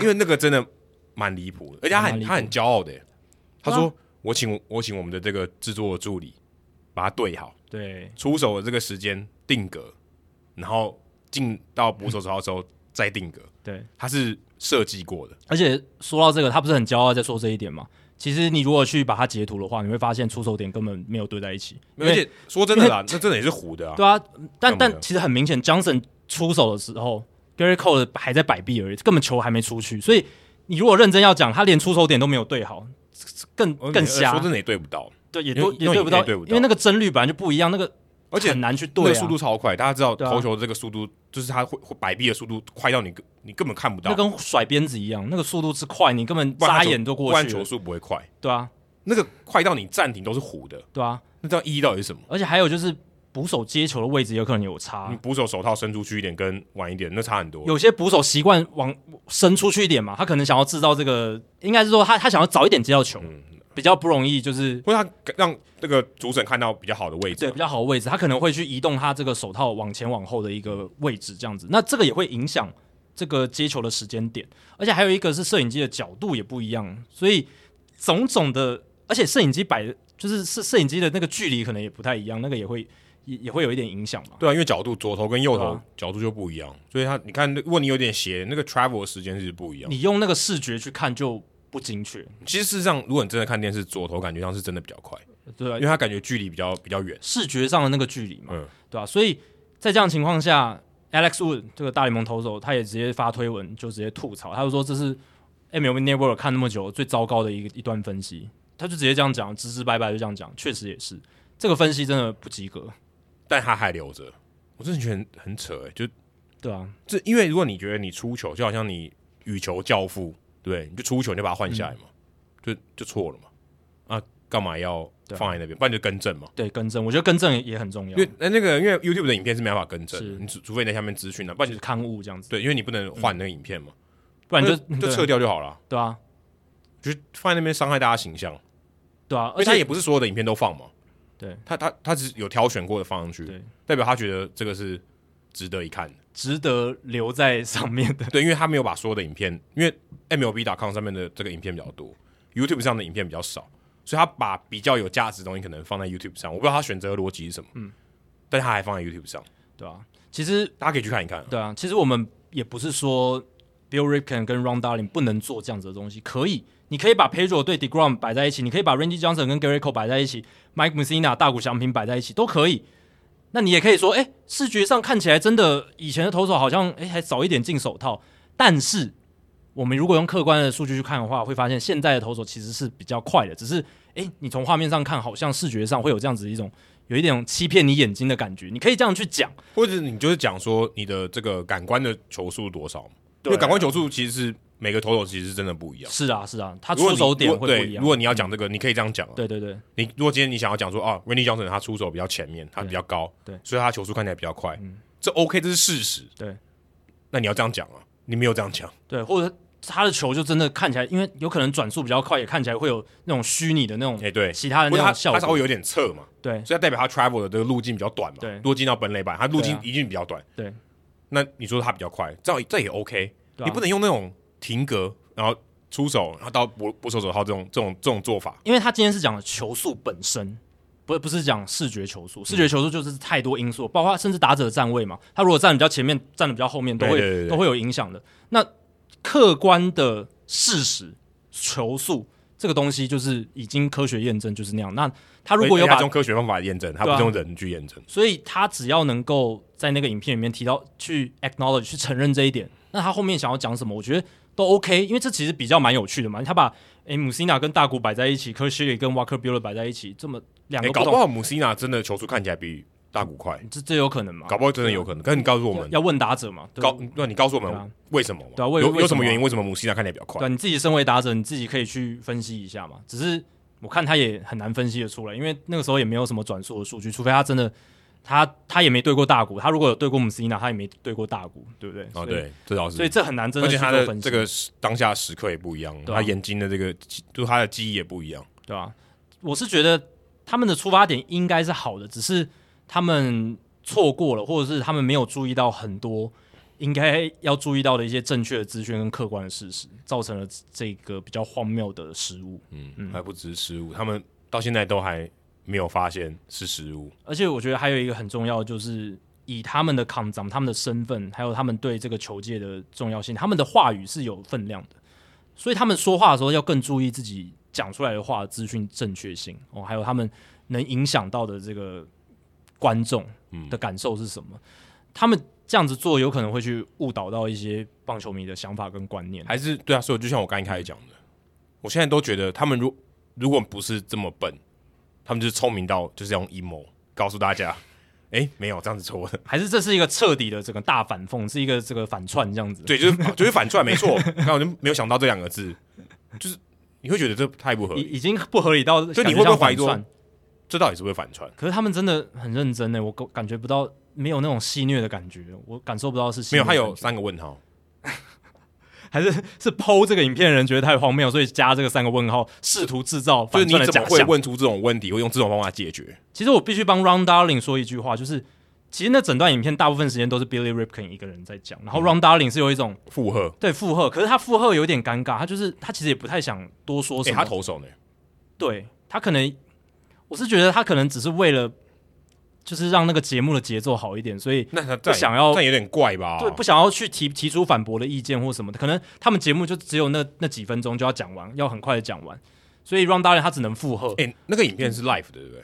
Speaker 1: 因为那个真的蛮离谱的，而且他
Speaker 2: 蛮
Speaker 1: 很
Speaker 2: 离谱
Speaker 1: 他很骄傲的耶，他
Speaker 2: 对啊
Speaker 1: 说、我请我请我们的这个制作助理把它对好，
Speaker 2: 对
Speaker 1: 出手的这个时间定格，然后进到捕手手套的时候再定格，
Speaker 2: 对，
Speaker 1: 他是设计过的，
Speaker 2: 而且说到这个，他不是很骄傲在说这一点吗？其实你如果去把它截图的话，你会发现出手点根本没有对在一起，因
Speaker 1: 而
Speaker 2: 为
Speaker 1: 且说真的啦，那真的也是糊的啊，
Speaker 2: 对啊，但
Speaker 1: 干嘛的
Speaker 2: 但其实很明显，Johnson 出手的时候，Gary Cole 还在摆臂而已，根本球还没出去。所以你如果认真要讲，他连出手点都没有对好，更
Speaker 1: 而且
Speaker 2: 更
Speaker 1: 呃说
Speaker 2: 瞎
Speaker 1: 真，的也对不到，
Speaker 2: 对，也
Speaker 1: 因为
Speaker 2: 都也对不
Speaker 1: 因
Speaker 2: 到，
Speaker 1: 为对不到
Speaker 2: 因为那个帧率本来就不一样，那个
Speaker 1: 而且
Speaker 2: 很难去
Speaker 1: 那
Speaker 2: 对
Speaker 1: 个
Speaker 2: 啊，
Speaker 1: 速度超快，大家知道
Speaker 2: 对啊
Speaker 1: 投球的这个速度，就是他会会摆臂的速度快到你根你根本看不到
Speaker 2: 那，跟甩鞭子一样，那个速度之快，你根本
Speaker 1: 不然他
Speaker 2: 眨
Speaker 1: 球
Speaker 2: 眼都过
Speaker 1: 不然
Speaker 2: 去
Speaker 1: 球
Speaker 2: 了，
Speaker 1: 速不会快，
Speaker 2: 对啊，
Speaker 1: 那个快到你暂停都是糊的，
Speaker 2: 对啊，
Speaker 1: 那这样意义到底是什么？
Speaker 2: 而且还有就是捕手接球的位置有可能有差
Speaker 1: 你，捕手手套伸出去一点跟晚一点，那差很多。
Speaker 2: 啊有些捕手习惯往伸出去一点嘛，他可能想要制造这个，应该是说他他想要早一点接到球，
Speaker 1: 嗯
Speaker 2: 比较不容易就是
Speaker 1: 或者他让那个主审看到比较好的位置
Speaker 2: 对，比较好的位置，他可能会去移动他这个手套往前往后的一个位置，这样子。那这个也会影响这个接球的时间点，而且还有一个是摄影机的角度也不一样，所以种种的，而且摄影机摆的就是摄摄影机的那个距离可能也不太一样，那个也会也也会有一点影响嘛。
Speaker 1: 对啊，因为角度左头跟右
Speaker 2: 对
Speaker 1: 头
Speaker 2: 啊
Speaker 1: 角度就不一样，所以他你看，如果你有点斜，那个 travel 的时间是不一样。
Speaker 2: 你用那个视觉去看就不精确，
Speaker 1: 其实事实上，如果你真的看电视，左头感觉上是真的比较快，
Speaker 2: 对吧
Speaker 1: 因为？他感觉距离比较比较远。
Speaker 2: 视觉上的那个距离嘛，
Speaker 1: 嗯
Speaker 2: 对吧、啊所以在这样情况下，Alex Wood 这个大联盟投手，他也直接发推文，就直接吐槽，他就说这是 MLB Network 看那么久最糟糕的一个一段分析，他就直接这样讲，直直白白就这样讲，确实也是这个分析真的不及格，
Speaker 1: 但他还留着，我真的觉得很很扯、欸，就
Speaker 2: 对啊，
Speaker 1: 这因为如果你觉得你出球，就好像你羽球教父，对不对，你就出球你就把它换下来嘛，就就错了嘛，啊，干嘛要
Speaker 2: 嗯对啊
Speaker 1: 放在那边？不然就更正嘛。
Speaker 2: 对，更正，我觉得更正也很重要，
Speaker 1: 因为那那个因为 YouTube 的影片是没办法更正
Speaker 2: 啊是
Speaker 1: 的，你除除非你在下面资讯啊了，不然
Speaker 2: 就
Speaker 1: 就是
Speaker 2: 刊物这样子，
Speaker 1: 对，因为你不能换那个影片嘛，
Speaker 2: 不嗯然就
Speaker 1: 就就撤掉就好了，
Speaker 2: 对啊，
Speaker 1: 就是放在那边伤害大家形象，
Speaker 2: 对啊，
Speaker 1: 而
Speaker 2: 而
Speaker 1: 且他
Speaker 2: 且
Speaker 1: 也不是所有的影片都放嘛，
Speaker 2: 对
Speaker 1: 他他他只是有挑选过的放上去
Speaker 2: 对，
Speaker 1: 代表他觉得这个是值得一看的，
Speaker 2: 值得留在上面的，
Speaker 1: 对，因为他没有把所有的影片，因为 MLB.com 上面的这个影片比较多，YouTube 上的影片比较少，所以他把比较有价值的东西可能放在 YouTube 上，我不知道他选择的逻辑是什么，嗯，但他还放在 YouTube 上，
Speaker 2: 对啊，其实
Speaker 1: 大家可以去看一看啊，
Speaker 2: 对啊，其实我们也不是说 Bill Ripken 跟 Ron Darling 不能做这样子的东西，可以，你可以把 Pedro 对 Degrom 摆在一起，你可以把 Randy Johnson 跟 Gary Cole 摆在一起，Mike Mussina 大谷翔平摆在一起都可以。那你也可以说，哎、视觉上看起来真的以前的投手好像哎、诶还早一点进手套，但是我们如果用客观的数据去看的话，会发现现在的投手其实是比较快的，只是哎、诶你从画面上看好像视觉上会有这样子一种有一点欺骗你眼睛的感觉。你可以这样去讲，
Speaker 1: 或者你就是讲说你的这个感官的球速多少嘛，因
Speaker 2: 对啊
Speaker 1: 为感官球速其实是每个投手其实是真的不一样。
Speaker 2: 是啊是啊，他
Speaker 1: 如果
Speaker 2: 出
Speaker 1: 你
Speaker 2: 手点
Speaker 1: 如果
Speaker 2: 会不一
Speaker 1: 对，
Speaker 2: 样
Speaker 1: 如。果你要讲这个，你可以这样讲啊。
Speaker 2: 对对对，
Speaker 1: 你如果今天你想要讲说啊，Randy Johnson 他出手比较前面，他比较高，
Speaker 2: 对嗯
Speaker 1: 所以他球速看起来比较快，这 OK，这是事实。
Speaker 2: 对，
Speaker 1: 那你要这样讲啊，你没有这样讲，
Speaker 2: 对，或者他的球就真的看起来，因为有可能转速比较快，也看起来会有那种虚拟的那种
Speaker 1: 哎、对，
Speaker 2: 其他的
Speaker 1: 不
Speaker 2: 那
Speaker 1: 是他
Speaker 2: 种效
Speaker 1: 他稍
Speaker 2: 果
Speaker 1: 微。有点侧嘛，
Speaker 2: 对
Speaker 1: 所以他代表他 travel 的这个路径比较短嘛，
Speaker 2: 对
Speaker 1: 如果进到本垒板，他路
Speaker 2: 对
Speaker 1: 径
Speaker 2: 啊
Speaker 1: 一定比较短，
Speaker 2: 对，
Speaker 1: 那你说他比较快，这样这也 OK，、
Speaker 2: 对啊
Speaker 1: 你不能用那种停格，然后出手，然后到不不手手套这种这种这种做法，
Speaker 2: 因为他今天是讲的球速本身，不不是讲视觉球速，视
Speaker 1: 嗯
Speaker 2: 觉球速就是太多因素，包括甚至打者的站位嘛，他如果站得比较前面，站得比较后面，都会
Speaker 1: 对对对对
Speaker 2: 都会有影响的。那客观的事实，球速这个东西就是已经科学验证就是那样。那他如果有
Speaker 1: 而且
Speaker 2: 把
Speaker 1: 他是用科学方法验证，他不
Speaker 2: 对啊
Speaker 1: 是用人去验证，
Speaker 2: 所以他只要能够在那个影片里面提到去 acknowledge 去承认这一点，那他后面想要讲什么，我觉得都 OK，因为这其实比较蛮有趣的嘛。他把诶姆辛纳跟大谷摆在一起，科西里跟 Walker Bueller 摆在一起，这么两
Speaker 1: 哎、
Speaker 2: 个
Speaker 1: 搞不
Speaker 2: 同，
Speaker 1: 好姆西娜真的球速看起来比大谷快，
Speaker 2: 这这有可能吗？
Speaker 1: 搞不好真的有可能，可是你告诉我
Speaker 2: 啊要
Speaker 1: 们。
Speaker 2: 要问打者嘛，对
Speaker 1: 告那你告诉我
Speaker 2: 对啊
Speaker 1: 们为什么嘛？
Speaker 2: 对啊为
Speaker 1: 有
Speaker 2: 为
Speaker 1: 有
Speaker 2: 什
Speaker 1: 什
Speaker 2: 么
Speaker 1: 么
Speaker 2: 啊
Speaker 1: 原因？为什么姆西娜看起来比较快
Speaker 2: 对、？啊你自己身为打者，你自己可以去分析一下嘛。只是我看他也很难分析的出来，因为那个时候也没有什么转速的数据，除非他真的。他他也没对过大谷，他如果有对过姆辛纳，他也没对过大谷，对不对？
Speaker 1: 哦，
Speaker 2: 所以，
Speaker 1: 对，这倒是。
Speaker 2: 所以这很难真
Speaker 1: 而
Speaker 2: 的
Speaker 1: 且
Speaker 2: 去
Speaker 1: 他
Speaker 2: 做
Speaker 1: 的
Speaker 2: 分析。
Speaker 1: 这个时当下时刻也不一样，
Speaker 2: 对啊
Speaker 1: 他眼睛的这个就是他的记忆也不一样。
Speaker 2: 对啊，我是觉得他们的出发点应该是好的，只是他们错过了，或者是他们没有注意到很多应该要注意到的一些正确的资讯跟客观的事实，造成了这个比较荒谬的失误。
Speaker 1: 嗯，还不只是失误，他们到现在都还没有发现是失误。
Speaker 2: 而且我觉得还有一个很重要，就是以他们的 c o m 他们的身份，还有他们对这个球界的重要性，他们的话语是有分量的，所以他们说话的时候要更注意自己讲出来的话的资讯正确性哦，还有他们能影响到的这个观众的感受是什么。哦他们这样子做，有可能会去误导到一些棒球迷的想法跟观念。
Speaker 1: 还是对啊，所以就像我刚一开始讲的，我现在都觉得他们如如果不是这么笨，他们就是聪明到就是要用阴谋告诉大家，哎、没有这样子错的，
Speaker 2: 还是这是一个彻底的这个大反讽，是一个这个反串这样子。
Speaker 1: 对，就是就是反串，没错。那我就没有想到这两个字，就是你会觉得这太不合
Speaker 2: 已
Speaker 1: 理，
Speaker 2: 已经不合理到感觉
Speaker 1: 你会不会
Speaker 2: 像
Speaker 1: 怀疑
Speaker 2: 反
Speaker 1: 说
Speaker 2: 串
Speaker 1: 这到底是不是反串？
Speaker 2: 可是他们真的很认真欸呢，我感感觉不到没有那种戏虐的感觉，我感受不到是戏
Speaker 1: 没
Speaker 2: 虐
Speaker 1: 有，他
Speaker 2: 的感觉
Speaker 1: 有三个问号。
Speaker 2: 还是是剖这个影片的人觉得太荒谬，所以加这个三个问号，试图制造
Speaker 1: 就是
Speaker 2: 反
Speaker 1: 你
Speaker 2: 串的
Speaker 1: 怎
Speaker 2: 假
Speaker 1: 么会
Speaker 2: 象。
Speaker 1: 问出这种问题，会用这种方法解决？
Speaker 2: 其实我必须帮 Ron Darling 说一句话，就是其实那整段影片大部分时间都是 Billy Ripken 一个人在讲，
Speaker 1: 嗯
Speaker 2: 然后 Ron Darling 是有一种
Speaker 1: 附和，
Speaker 2: 对附和，可是他附和有点尴尬，他就是他其实也不太想多说
Speaker 1: 哎、
Speaker 2: 什么，
Speaker 1: 他投手呢？
Speaker 2: 对他可能，我是觉得他可能只是为了就是让那个节目的节奏好一点，所以
Speaker 1: 那他
Speaker 2: 不想要
Speaker 1: 但有点怪吧？
Speaker 2: 对，不想要去提提出反驳的意见或什么的，可能他们节目就只有那那几分钟就要讲完，要很快的讲完，所以 Round 大人他只能附和。
Speaker 1: 哎、那个影片是 live 的，对不对？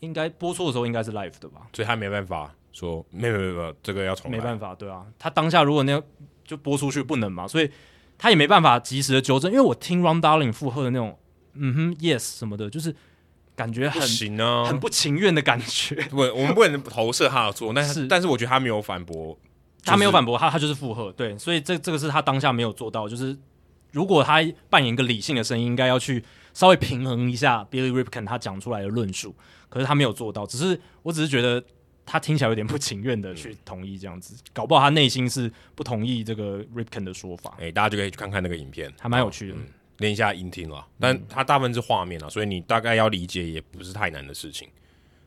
Speaker 2: 应该播出的时候应该是 live 的吧？
Speaker 1: 所以他没办法说，没有没有没有，这个要重来。
Speaker 2: 没
Speaker 1: 法，
Speaker 2: 办法，对啊，他当下如果那样就播出去不能嘛，所以他也没办法及时的纠正。因为我听 Round Darling 附和的那种，嗯哼，yes 什么的，就是感觉
Speaker 1: 不
Speaker 2: 很
Speaker 1: 行啊，
Speaker 2: 很不情愿的感觉。
Speaker 1: 不，我们不能投射他的错，但
Speaker 2: 是
Speaker 1: 是但是我觉得他没有反驳，
Speaker 2: 他没有反驳，他他就是附和，对，所以这这个是他当下没有做到，就是如果他扮演一个理性的声音，应该要去稍微平衡一下 Billy Ripken 他讲出来的论述，可是他没有做到，只是我只是觉得他听起来有点不情愿的
Speaker 1: 嗯
Speaker 2: 去同意这样子，搞不好他内心是不同意这个 Ripken 的说法，
Speaker 1: 哎、大家就可以去看看那个影片，
Speaker 2: 还蛮有
Speaker 1: 哦
Speaker 2: 趣的。
Speaker 1: 练一下音听啦。
Speaker 2: 嗯
Speaker 1: 但它大部分是画面啊，所以你大概要理解也不是太难的事情。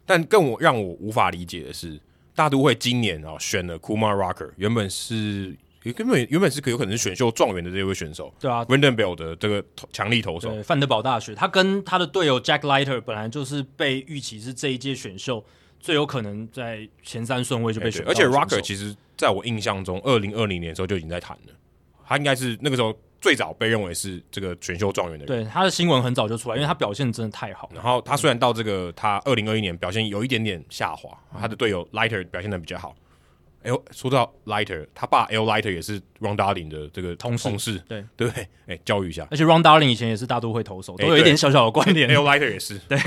Speaker 1: 但更我让我无法理解的是，大都会今年啊选了 Kumar Rocker，原本是也根本原本是可有可能是选秀状元的这位选手
Speaker 2: 对啊，
Speaker 1: r a n d o n b e l l 的这个投强力投手，
Speaker 2: 对，范德堡大学，他跟他的队友 Jack Leiter 本来就是被预期是这一届选秀最有可能在前三顺位就被
Speaker 1: 哎对
Speaker 2: 选到
Speaker 1: 而
Speaker 2: 的选
Speaker 1: 且
Speaker 2: 手，
Speaker 1: Rocker 其实在我印象中，二零二零年的时候就已经在谈了，他应该是那个时候最早被认为是这个选秀状元的人。
Speaker 2: 对他的新闻很早就出来，因为他表现真的太好了。
Speaker 1: 然后他虽然到这个他二零二一年表现有一点点下滑，他的队友 Lighter 表现的比较好。L 说到 Lighter，他爸 L Lighter 也是 Ron Darling 的这个
Speaker 2: 同事
Speaker 1: 同事
Speaker 2: 对
Speaker 1: 对不对？哎，教育一下
Speaker 2: 而且 Ron Darling 以前也是大都
Speaker 1: 哎
Speaker 2: 会投手，都有一点小小的关联。
Speaker 1: ，L Lighter 也是对，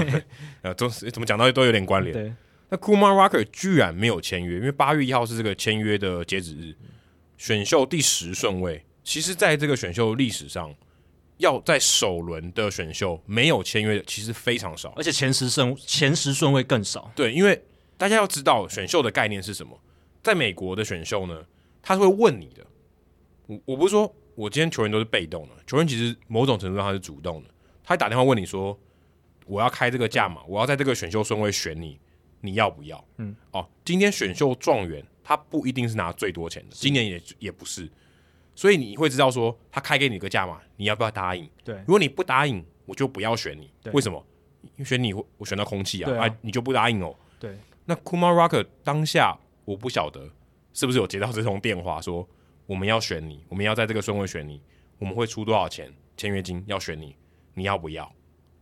Speaker 1: 呃，都是怎么讲到都有点关联。
Speaker 2: 对，
Speaker 1: 那 Kumar Rocker 居然没有签约，因为八月一号是这个签约的截止日，选秀第十顺位。其实，在这个选秀历史上，要在首轮的选秀没有签约的，其实非常少。
Speaker 2: 而且前十顺前十顺位更少，
Speaker 1: 对，因为大家要知道选秀的概念是什么，在美国的选秀呢，他是会问你的。我我不是说我今天球员都是被动的，球员其实某种程度上他是主动的，他打电话问你说我要开这个价
Speaker 2: 嗯
Speaker 1: 码，我要在这个选秀顺位选你，你要不要？嗯，哦，今天选秀状元他不一定是拿最多钱的，今年也也不是，所以你会知道说他开给你一个价码，你要不要答应？
Speaker 2: 对
Speaker 1: 如果你不答应，我就不要选你。
Speaker 2: 对
Speaker 1: 为什么？因为选你会我选到空气啊，
Speaker 2: 对啊
Speaker 1: 啊你就不答应哦。
Speaker 2: 对，
Speaker 1: 那 Kumar Rocker 当下我不晓得是不是有接到这通电话说我们要选你，我们要在这个顺位选你，我们会出多少钱签约金要选你，你要不要？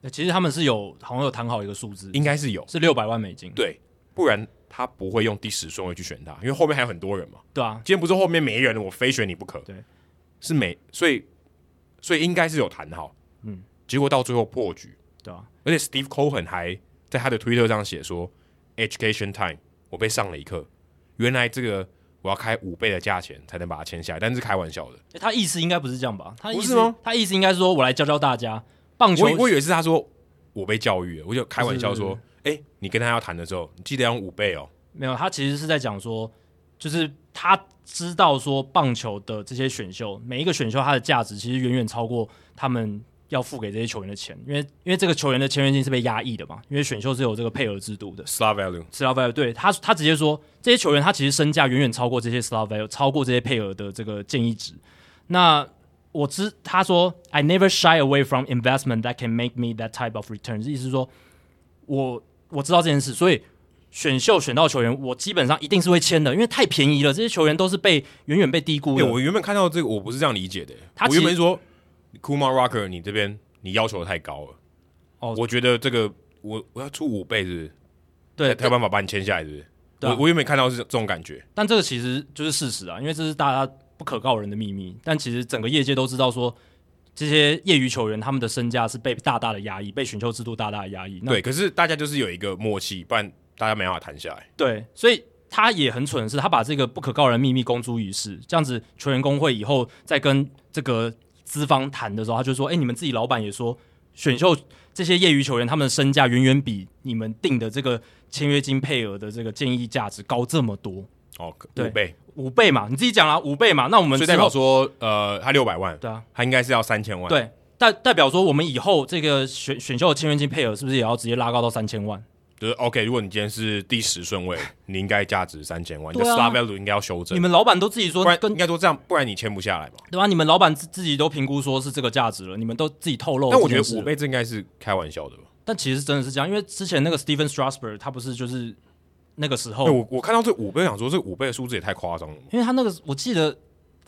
Speaker 2: 呃其实他们是有好像有谈好一个数字，
Speaker 1: 应该是有
Speaker 2: 是六百万美金，
Speaker 1: 对，不然他不会用第十顺位去选他，因为后面还有很多人嘛。
Speaker 2: 对啊，
Speaker 1: 今天不是后面没人了，我非选你不可。
Speaker 2: 对，
Speaker 1: 是没，所以所以应该是有谈好，
Speaker 2: 嗯，
Speaker 1: 结果到最后破局，
Speaker 2: 对啊，
Speaker 1: 而且 Steve Cohen 还在他的推特上写说：“Education time，我被上了一课。原来这个我要开五倍的价钱才能把它签下来，但是开玩笑的。
Speaker 2: 哎诶他意思应该不是这样吧？他意
Speaker 1: 不
Speaker 2: 思
Speaker 1: 是吗
Speaker 2: 他意思应该是说我来教教大家棒球
Speaker 1: 我以我以为是他说我被教育了，我就开玩笑
Speaker 2: 不
Speaker 1: 说
Speaker 2: 是：
Speaker 1: 哎、你跟他要谈的时候，你记得要用五倍哦。
Speaker 2: 没有，他其实是在讲说，就是他知道说棒球的这些选秀，每一个选秀它的价值其实远远超过他们要付给这些球员的钱，因为因为这个球员的签约金是被压抑的嘛，因为选秀是有这个配额制度的。
Speaker 1: Star value，
Speaker 2: Star Value 对他，他直接说这些球员他其实身价远远超过这些 Star Value，超过这些配额的这个建议值。那我知他说 I never shy away from investment that can make me that type of return，意思是说我我知道这件事，所以选秀选到球员，我基本上一定是会签的，因为太便宜了，这些球员都是被远远被低估
Speaker 1: 哎、
Speaker 2: 的。
Speaker 1: 我原本看到这个我不是这样理解的、
Speaker 2: 他
Speaker 1: 我
Speaker 2: 其实
Speaker 1: 原本说 Kumar Rocker，你这边你要求得太高了。
Speaker 2: 哦
Speaker 1: 我觉得这个我我要出五倍是不是？
Speaker 2: 对，
Speaker 1: 才有办法把你签下来，是不是？
Speaker 2: 对啊
Speaker 1: 我我原本看到是这种感觉。
Speaker 2: 但这个其实就是事实啊，因为这是大家不可告人的秘密。但其实整个业界都知道说，这些业余球员他们的身价是被大大的压抑，被选秀制度大大的压抑。那
Speaker 1: 对，可是大家就是有一个默契，不然大家没办法谈下来。
Speaker 2: 对，所以他也很蠢的是，他把这个不可告人的秘密公诸于世，这样子球员工会以后在跟这个资方谈的时候，他就说：“哎、你们自己老板也说，选秀这些业余球员他们的身价远远比你们定的这个签约金配额的这个建议价值高这么多，
Speaker 1: 哦，可
Speaker 2: 对
Speaker 1: 五倍，
Speaker 2: 五倍嘛，你自己讲啊啦，五倍嘛，那我们
Speaker 1: 所以
Speaker 2: 之
Speaker 1: 代
Speaker 2: 后
Speaker 1: 表说，呃，他六百万，
Speaker 2: 对啊，
Speaker 1: 他应该是要三千万。，
Speaker 2: 对，代代表说我们以后这个选选秀的签约金配额是不是也要直接拉高到三千万？
Speaker 1: 就是 OK。如果你今天是第十顺位，你应该价值三千万，你
Speaker 2: 对啊
Speaker 1: 的 star value 应该要修
Speaker 2: 你
Speaker 1: 正，
Speaker 2: 们老板都自己说
Speaker 1: 不然
Speaker 2: 跟
Speaker 1: 应该说这样，不然你签不下来嘛。
Speaker 2: 对吧？啊你们老板自自己都评估说是这个价值了，你们都自己透露。
Speaker 1: 但我觉得五，倍这应该是开玩笑的吧。
Speaker 2: 但其实真的是这样，因为之前那个 Steven Strasberg 他不是就是那个时候，
Speaker 1: 对，我我看到这五倍，想说这五倍的数字也太夸张了嘛。
Speaker 2: 因为他那个我记得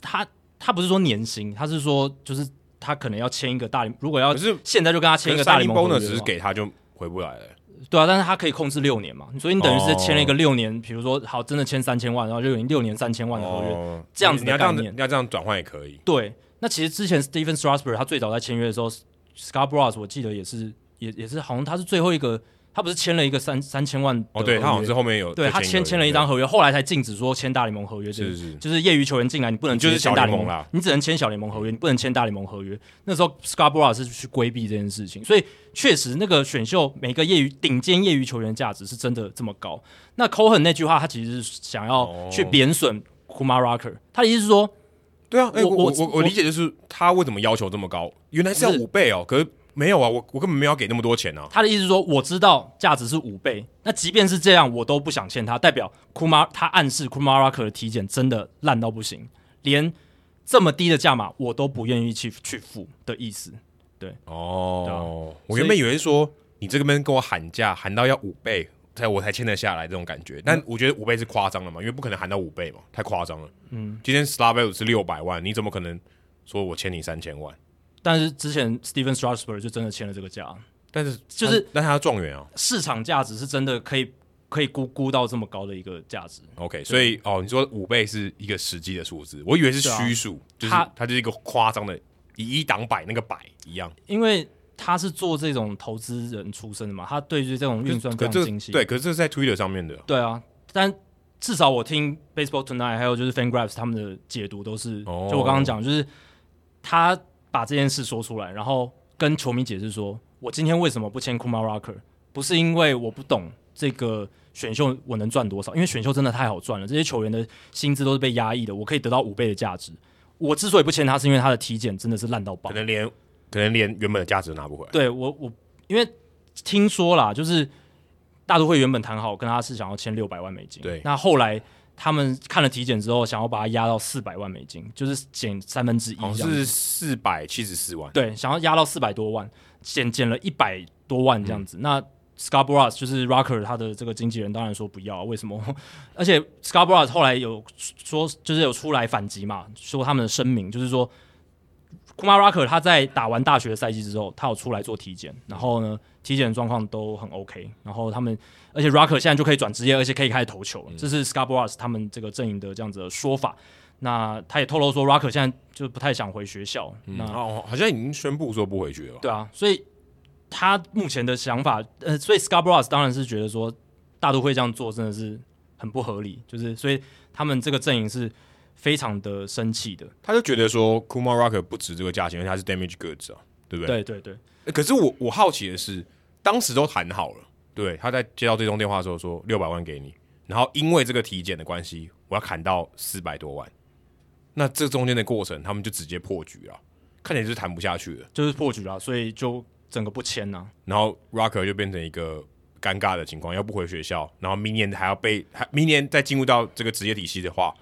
Speaker 2: 他他不是说年薪，他是说就是他可能要签一个大联，如果要
Speaker 1: 可是
Speaker 2: 现在就跟他签一个大联盟
Speaker 1: bonus
Speaker 2: 合约
Speaker 1: 只
Speaker 2: 的
Speaker 1: 是
Speaker 2: 话
Speaker 1: 给他就回不来了、
Speaker 2: 对啊，但是他可以控制六年嘛，所以你等于
Speaker 1: 哦
Speaker 2: 是签了一个六年，比如说好真的签三千万，然后就有六年三千万的合约。
Speaker 1: 哦，
Speaker 2: 这样子的
Speaker 1: 你要这样
Speaker 2: 概
Speaker 1: 子，
Speaker 2: 念
Speaker 1: 你要这样转换也可以。
Speaker 2: 对，那其实之前 Stephen Strasberg 他最早在签约的时候，Scarborough 我记得也是也也是好像他是最后一个，他不是签了一个三三千万的
Speaker 1: 哦，对他好像
Speaker 2: 是
Speaker 1: 是后面有
Speaker 2: 对
Speaker 1: 再
Speaker 2: 他签
Speaker 1: 一个
Speaker 2: 签了一张合约，后来才禁止说签大联盟合约，这个
Speaker 1: 是是
Speaker 2: 就是业余球员进来你不能
Speaker 1: 你就是
Speaker 2: 直接签大
Speaker 1: 小联
Speaker 2: 联
Speaker 1: 盟啦，
Speaker 2: 你只能签小联盟合约，你不能签大联盟合约。那时候 Scarborough 是去规避这件事情，所以确实那个选秀每个业余顶尖业余球员的价值是真的这么高。那 Cohen 那句话他其实是想
Speaker 1: 哦
Speaker 2: 要去贬损 Kumar Rocker，他的意思是说。
Speaker 1: 对啊，哎、
Speaker 2: 我
Speaker 1: 我我
Speaker 2: 我
Speaker 1: 我我理解就是他为什么要求这么高，原来是要
Speaker 2: 不是
Speaker 1: 五倍哦，可是没有啊，我我根本没有要给那么多钱啊。
Speaker 2: 他的意思是说，我知道价值是五倍，那即便是这样，我都不想欠他。代表库马他暗示库马拉克的体检真的烂到不行，连这么低的价码我都不愿意去去付的意思。对
Speaker 1: 哦
Speaker 2: 啊，
Speaker 1: 我原本以为是说你这个边跟我喊价，喊到要五倍才我才签得下来这种感觉，
Speaker 2: 嗯
Speaker 1: 但我觉得五倍是夸张了嘛，因为不可能喊到五倍嘛，太夸张了。嗯，今天 Star Value 是六百万，你怎么可能说我欠你三千万？
Speaker 2: 但是之前 Steven Strasberg 就真的签了这个价，
Speaker 1: 但是
Speaker 2: 就是
Speaker 1: 但但他状元啊
Speaker 2: 市场价值是真的可以可以估估到这么高的一个价值。
Speaker 1: ，OK，所以哦，你说五倍是一个实际的数字，我以为是
Speaker 2: 对啊
Speaker 1: 虚数，就是
Speaker 2: 他
Speaker 1: 它就是一个夸张的以一挡百那个百一样。
Speaker 2: 因为他是做这种投资人出身的嘛，他对于这种运算非
Speaker 1: 可
Speaker 2: 常
Speaker 1: 这
Speaker 2: 精
Speaker 1: 个
Speaker 2: 细。
Speaker 1: 对，可是这是在 Twitter 上面的，
Speaker 2: 对啊，但至少我听 Baseball Tonight 还有就是 FanGraphs 他们的解读都是，
Speaker 1: 哦
Speaker 2: 就我刚刚讲，就是他把这件事说出来，然后跟球迷解释说，我今天为什么不签 Kuma Rocker，不是因为我不懂这个选秀我能赚多少，因为选秀真的太好赚了，这些球员的薪资都是被压抑的，我可以得到五倍的价值。我之所以不签他，是因为他的体检真的是烂到爆
Speaker 1: 可。能连可能连原本的价值拿不回来。
Speaker 2: 对我我因为听说啦，就是大都会原本谈好跟他是想要签六百万美金，
Speaker 1: 对
Speaker 2: 那后来他们看了体检之后，想要把它压到四百万美金，就是减三分之一
Speaker 1: 好
Speaker 2: 这
Speaker 1: 像
Speaker 2: 样，
Speaker 1: 是四百七十四万，
Speaker 2: 对，想要压到四百多万，减减了一百多万这样子，那。Scarborough 就是 Rocker，他的这个经纪人当然说不要、啊，为什么？ 而且 Scarborough 后来有说，就是有出来反击嘛，说他们的声明就是说，Kuma Rocker 他在打完大学赛季之后，他有出来做体检，然后呢，体检状况都很 OK，然后他们，而且 Rocker 现在就可以转职业，而且可以开始投球了，这是 Scarborough 他们这个阵营的这样子的说法。那他也透露说，Rocker 现在就不太想回学校，那
Speaker 1: 哦，好像已经宣布说不回去了吧？
Speaker 2: 对啊，所以他目前的想法，呃，所以 Scarborough 当然是觉得说大都会这样做真的是很不合理，就是所以他们这个阵营是非常的生气的。
Speaker 1: 他就觉得说 Kuma Rocker 不值这个价钱，因为他是 damage goods 啊，对不对？
Speaker 2: 对对对，
Speaker 1: 对。可是我我好奇的是，当时都谈好了，对，他在接到这通电话的时候说六百万给你，然后因为这个体检的关系，我要砍到四百多万，那这中间的过程他们就直接破局了，看起来就是谈不下去了。
Speaker 2: 就是破局了，所以就整个不签呐、
Speaker 1: 然后 Rocker 就变成一个尴尬的情况，要不回学校，然后明年还要被，还明年再进入到这个职业体系的话，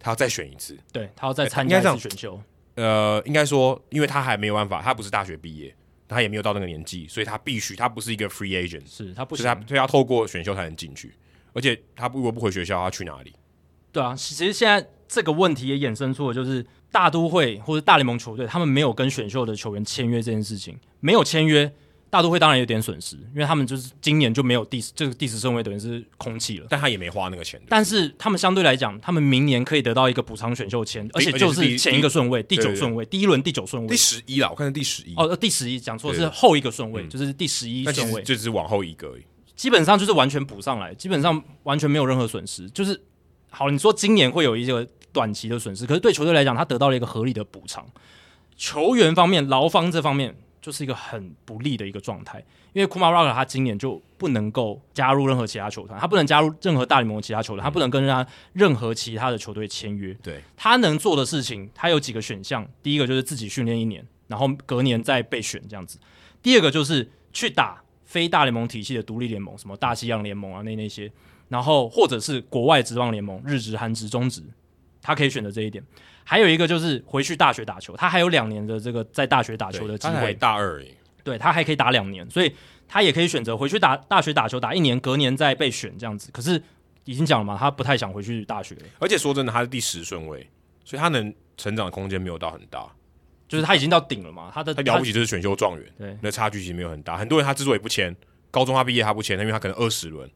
Speaker 1: 他要再选一次。
Speaker 2: 对他要再
Speaker 1: 哎
Speaker 2: 参
Speaker 1: 应该
Speaker 2: 加一
Speaker 1: 这
Speaker 2: 次
Speaker 1: 样
Speaker 2: 选秀，
Speaker 1: 呃，应该说，因为他还没有办法，他不是大学毕业，他也没有到那个年纪，所以他必须，他不是一个 free agent，
Speaker 2: 是他不
Speaker 1: 所以
Speaker 2: 行，
Speaker 1: 他所以他透过选秀才能进去。而且他如果不回学校，他去哪里？
Speaker 2: 对啊，其实现在这个问题也衍生出了，就是大都会或者大联盟球队，他们没有跟选秀的球员签约这件事情，没有签约，大都会当然有点损失，因为他们就是今年就没有第十，这个第十顺位等于是空气了。
Speaker 1: 但他也没花那个钱，对
Speaker 2: 但是他们相对来讲，他们明年可以得到一个补偿选秀签，而且就
Speaker 1: 而且是第
Speaker 2: 是前一个顺位，第
Speaker 1: 对对
Speaker 2: 九
Speaker 1: 对
Speaker 2: 顺位，第一轮第九顺
Speaker 1: 第
Speaker 2: 位，
Speaker 1: 十一啦，我看是第十一，
Speaker 2: 哦，呃第十一讲错
Speaker 1: 对
Speaker 2: 是
Speaker 1: 对
Speaker 2: 后一个顺位，就是第十一
Speaker 1: 那其
Speaker 2: 顺
Speaker 1: 实
Speaker 2: 位，
Speaker 1: 就只是往后一个而已。
Speaker 2: 基本上就是完全补上来，基本上完全没有任何损失。就是好，你说今年会有一个短期的损失，可是对球队来讲，他得到了一个合理的补偿。球员方面，劳方这方面就是一个很不利的一个状态，因为 Kuma Rocker 他今年就不能够加入任何其他球团，他不能加入任何大联盟的其他球团，他不能跟人家任何其他的球队签约。
Speaker 1: 对，
Speaker 2: 他能做的事情，他有几个选项。第一个就是自己训练一年，然后隔年再备选这样子。第二个就是去打非大联盟体系的独立联盟，什么大西洋联盟啊那那些，然后或者是国外职棒联盟，日职、韩职、中职，他可以选择这一点。还有一个就是回去大学打球，他还有两年的这个在大学打球的
Speaker 1: 对
Speaker 2: 机
Speaker 1: 他才
Speaker 2: 会，
Speaker 1: 大二而已，
Speaker 2: 对他还可以打两年，所以他也可以选择回去打大学打球，打一年，隔年再备选这样子。可是已经讲了嘛，他不太想回去大学了，
Speaker 1: 而且说真的，他是第十顺位，所以他能成长的空间没有到很大。
Speaker 2: 就是他已经到顶了嘛，他的
Speaker 1: 他了不起就是选秀状元，
Speaker 2: 对
Speaker 1: 那差距其实没有很大。很多人他之所以不签，高中他毕业他不签，因为他可能二十轮，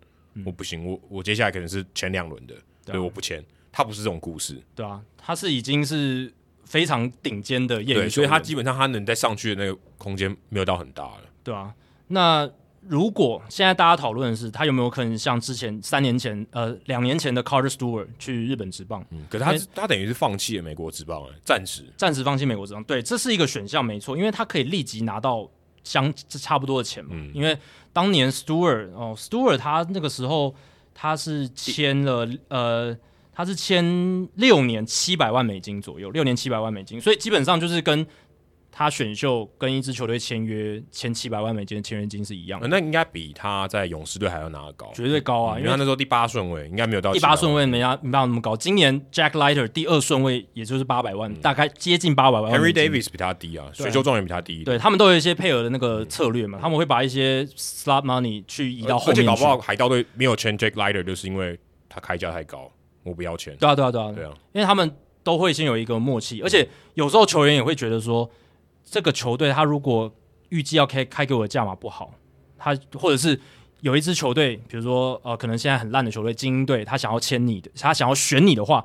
Speaker 1: 我不行，我我接下来可能是前两轮的，
Speaker 2: 嗯对啊
Speaker 1: 所以我不签。他不是这种故事，
Speaker 2: 对啊，他是已经是非常顶尖的业余球
Speaker 1: 对，
Speaker 2: 员，
Speaker 1: 所以他基本上他能再上去的那个空间没有到很大了。
Speaker 2: 对啊。那如果现在大家讨论的是他有没有可能像之前三年前呃两年前的 Carter Stewart 去日本职棒，
Speaker 1: 嗯，可是
Speaker 2: 哎
Speaker 1: 他是他等于是放弃了美国职棒、欸，暂时。
Speaker 2: 暂时放弃美国职棒，对，这是一个选项没错，因为他可以立即拿到相差不多的钱嘛。
Speaker 1: 嗯
Speaker 2: 因为当年 Stewart 哦，Stewart 他那个时候他是签了呃，他是签六年七百万美金左右，六年七百万美金，所以基本上就是跟他选秀跟一支球队签约签七百万美金的签约金是一样的，
Speaker 1: 呃那应该比他在勇士队还要拿得高，
Speaker 2: 绝对高啊，
Speaker 1: 嗯
Speaker 2: 因
Speaker 1: 因
Speaker 2: 为
Speaker 1: 为他那时候第八顺位，应该没有到
Speaker 2: 第八
Speaker 1: 700
Speaker 2: 顺位没啊没办法那么高。今年 Jack Leiter 第二顺位也就是八百万，大概接近八百万美
Speaker 1: ，Henry
Speaker 2: 金。
Speaker 1: 嗯 Davis 比他低啊，选秀状元比他低，，
Speaker 2: 对他们都有一些配合的那个策略嘛，他们会把一些 slot money 去移到后
Speaker 1: 而且
Speaker 2: 面
Speaker 1: 搞
Speaker 2: 去
Speaker 1: 不。好海盗队没有签 Jack Lighter，就是因为他开价太高，我不要签，
Speaker 2: 对啊，对啊，对啊，
Speaker 1: 对啊，
Speaker 2: 因为他们都会先有一个默契，而且有时候球员也会觉得说，这个球队他如果预计要开开给我的价码不好，他或者是有一支球队，比如说呃，可能现在很烂的球队，精英队，他想要签你的，他想要选你的话，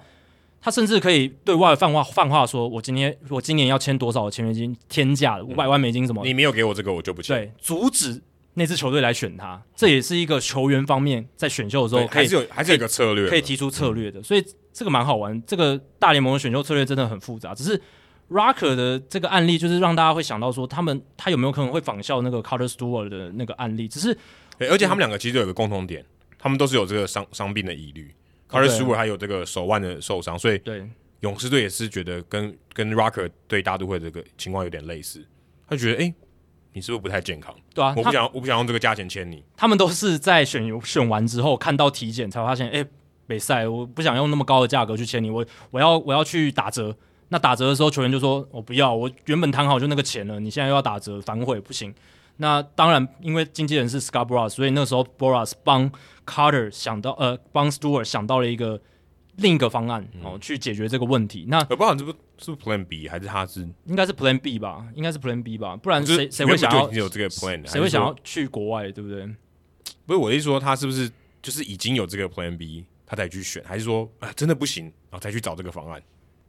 Speaker 2: 他甚至可以对外放话放话说，我今天我今年要签多少的签约金，天价的五百万美金什么的，
Speaker 1: 你没有给我这个，我就不签。
Speaker 2: 对，阻止那支球队来选他，这也是一个球员方面在选秀的时候可
Speaker 1: 还
Speaker 2: 以
Speaker 1: 是有还是有一个策略的，
Speaker 2: 可以提出策略的，所以这个蛮好玩。这个大联盟的选秀策略真的很复杂，只是 Rocker 的这个案例就是让大家会想到说，他们他有没有可能会仿效那个 Carter Stewart 的那个案例？只是
Speaker 1: 对，而且他们两个其实有一个共同点，他们都是有这个伤伤病的疑虑。卡瑞
Speaker 2: 对啊
Speaker 1: 斯 r 还有这个手腕的受伤，所以
Speaker 2: 对
Speaker 1: 勇士队也是觉得跟跟 Rocker 对大都会这个情况有点类似，他觉得诶，你是不是不太健康？
Speaker 2: 对啊，
Speaker 1: 我不
Speaker 2: 他
Speaker 1: 想我不想用这个价钱签你。
Speaker 2: 他们都是在选选完之后看到体检才发现，哎、北赛我不想用那么高的价格去签你，我我要我要去打折。那打折的时候，球员就说：“我不要，我原本谈好就那个钱了，你现在又要打折，反悔不行。”那当然，因为经纪人是 Scott Boras，所以那时候 Boras 帮 Carter 想到，呃，帮 Stewart 想到了一个另一个方
Speaker 1: 嗯
Speaker 2: 案哦，去解决这个问题。那
Speaker 1: 我呃不知道这不是不是 Plan B 还是他是
Speaker 2: 应该是 Plan B 吧？应该是 Plan B 吧？不然
Speaker 1: 就是
Speaker 2: 谁谁会
Speaker 1: 原本
Speaker 2: 想
Speaker 1: 就已
Speaker 2: 要
Speaker 1: 经有这个 Plan？还是
Speaker 2: 谁会想
Speaker 1: 说
Speaker 2: 要去国外，对不对？
Speaker 1: 不是我的意思说，他是不是就是已经有这个 Plan B，他才去选，还是说啊真的不行，然后才去找这个方案？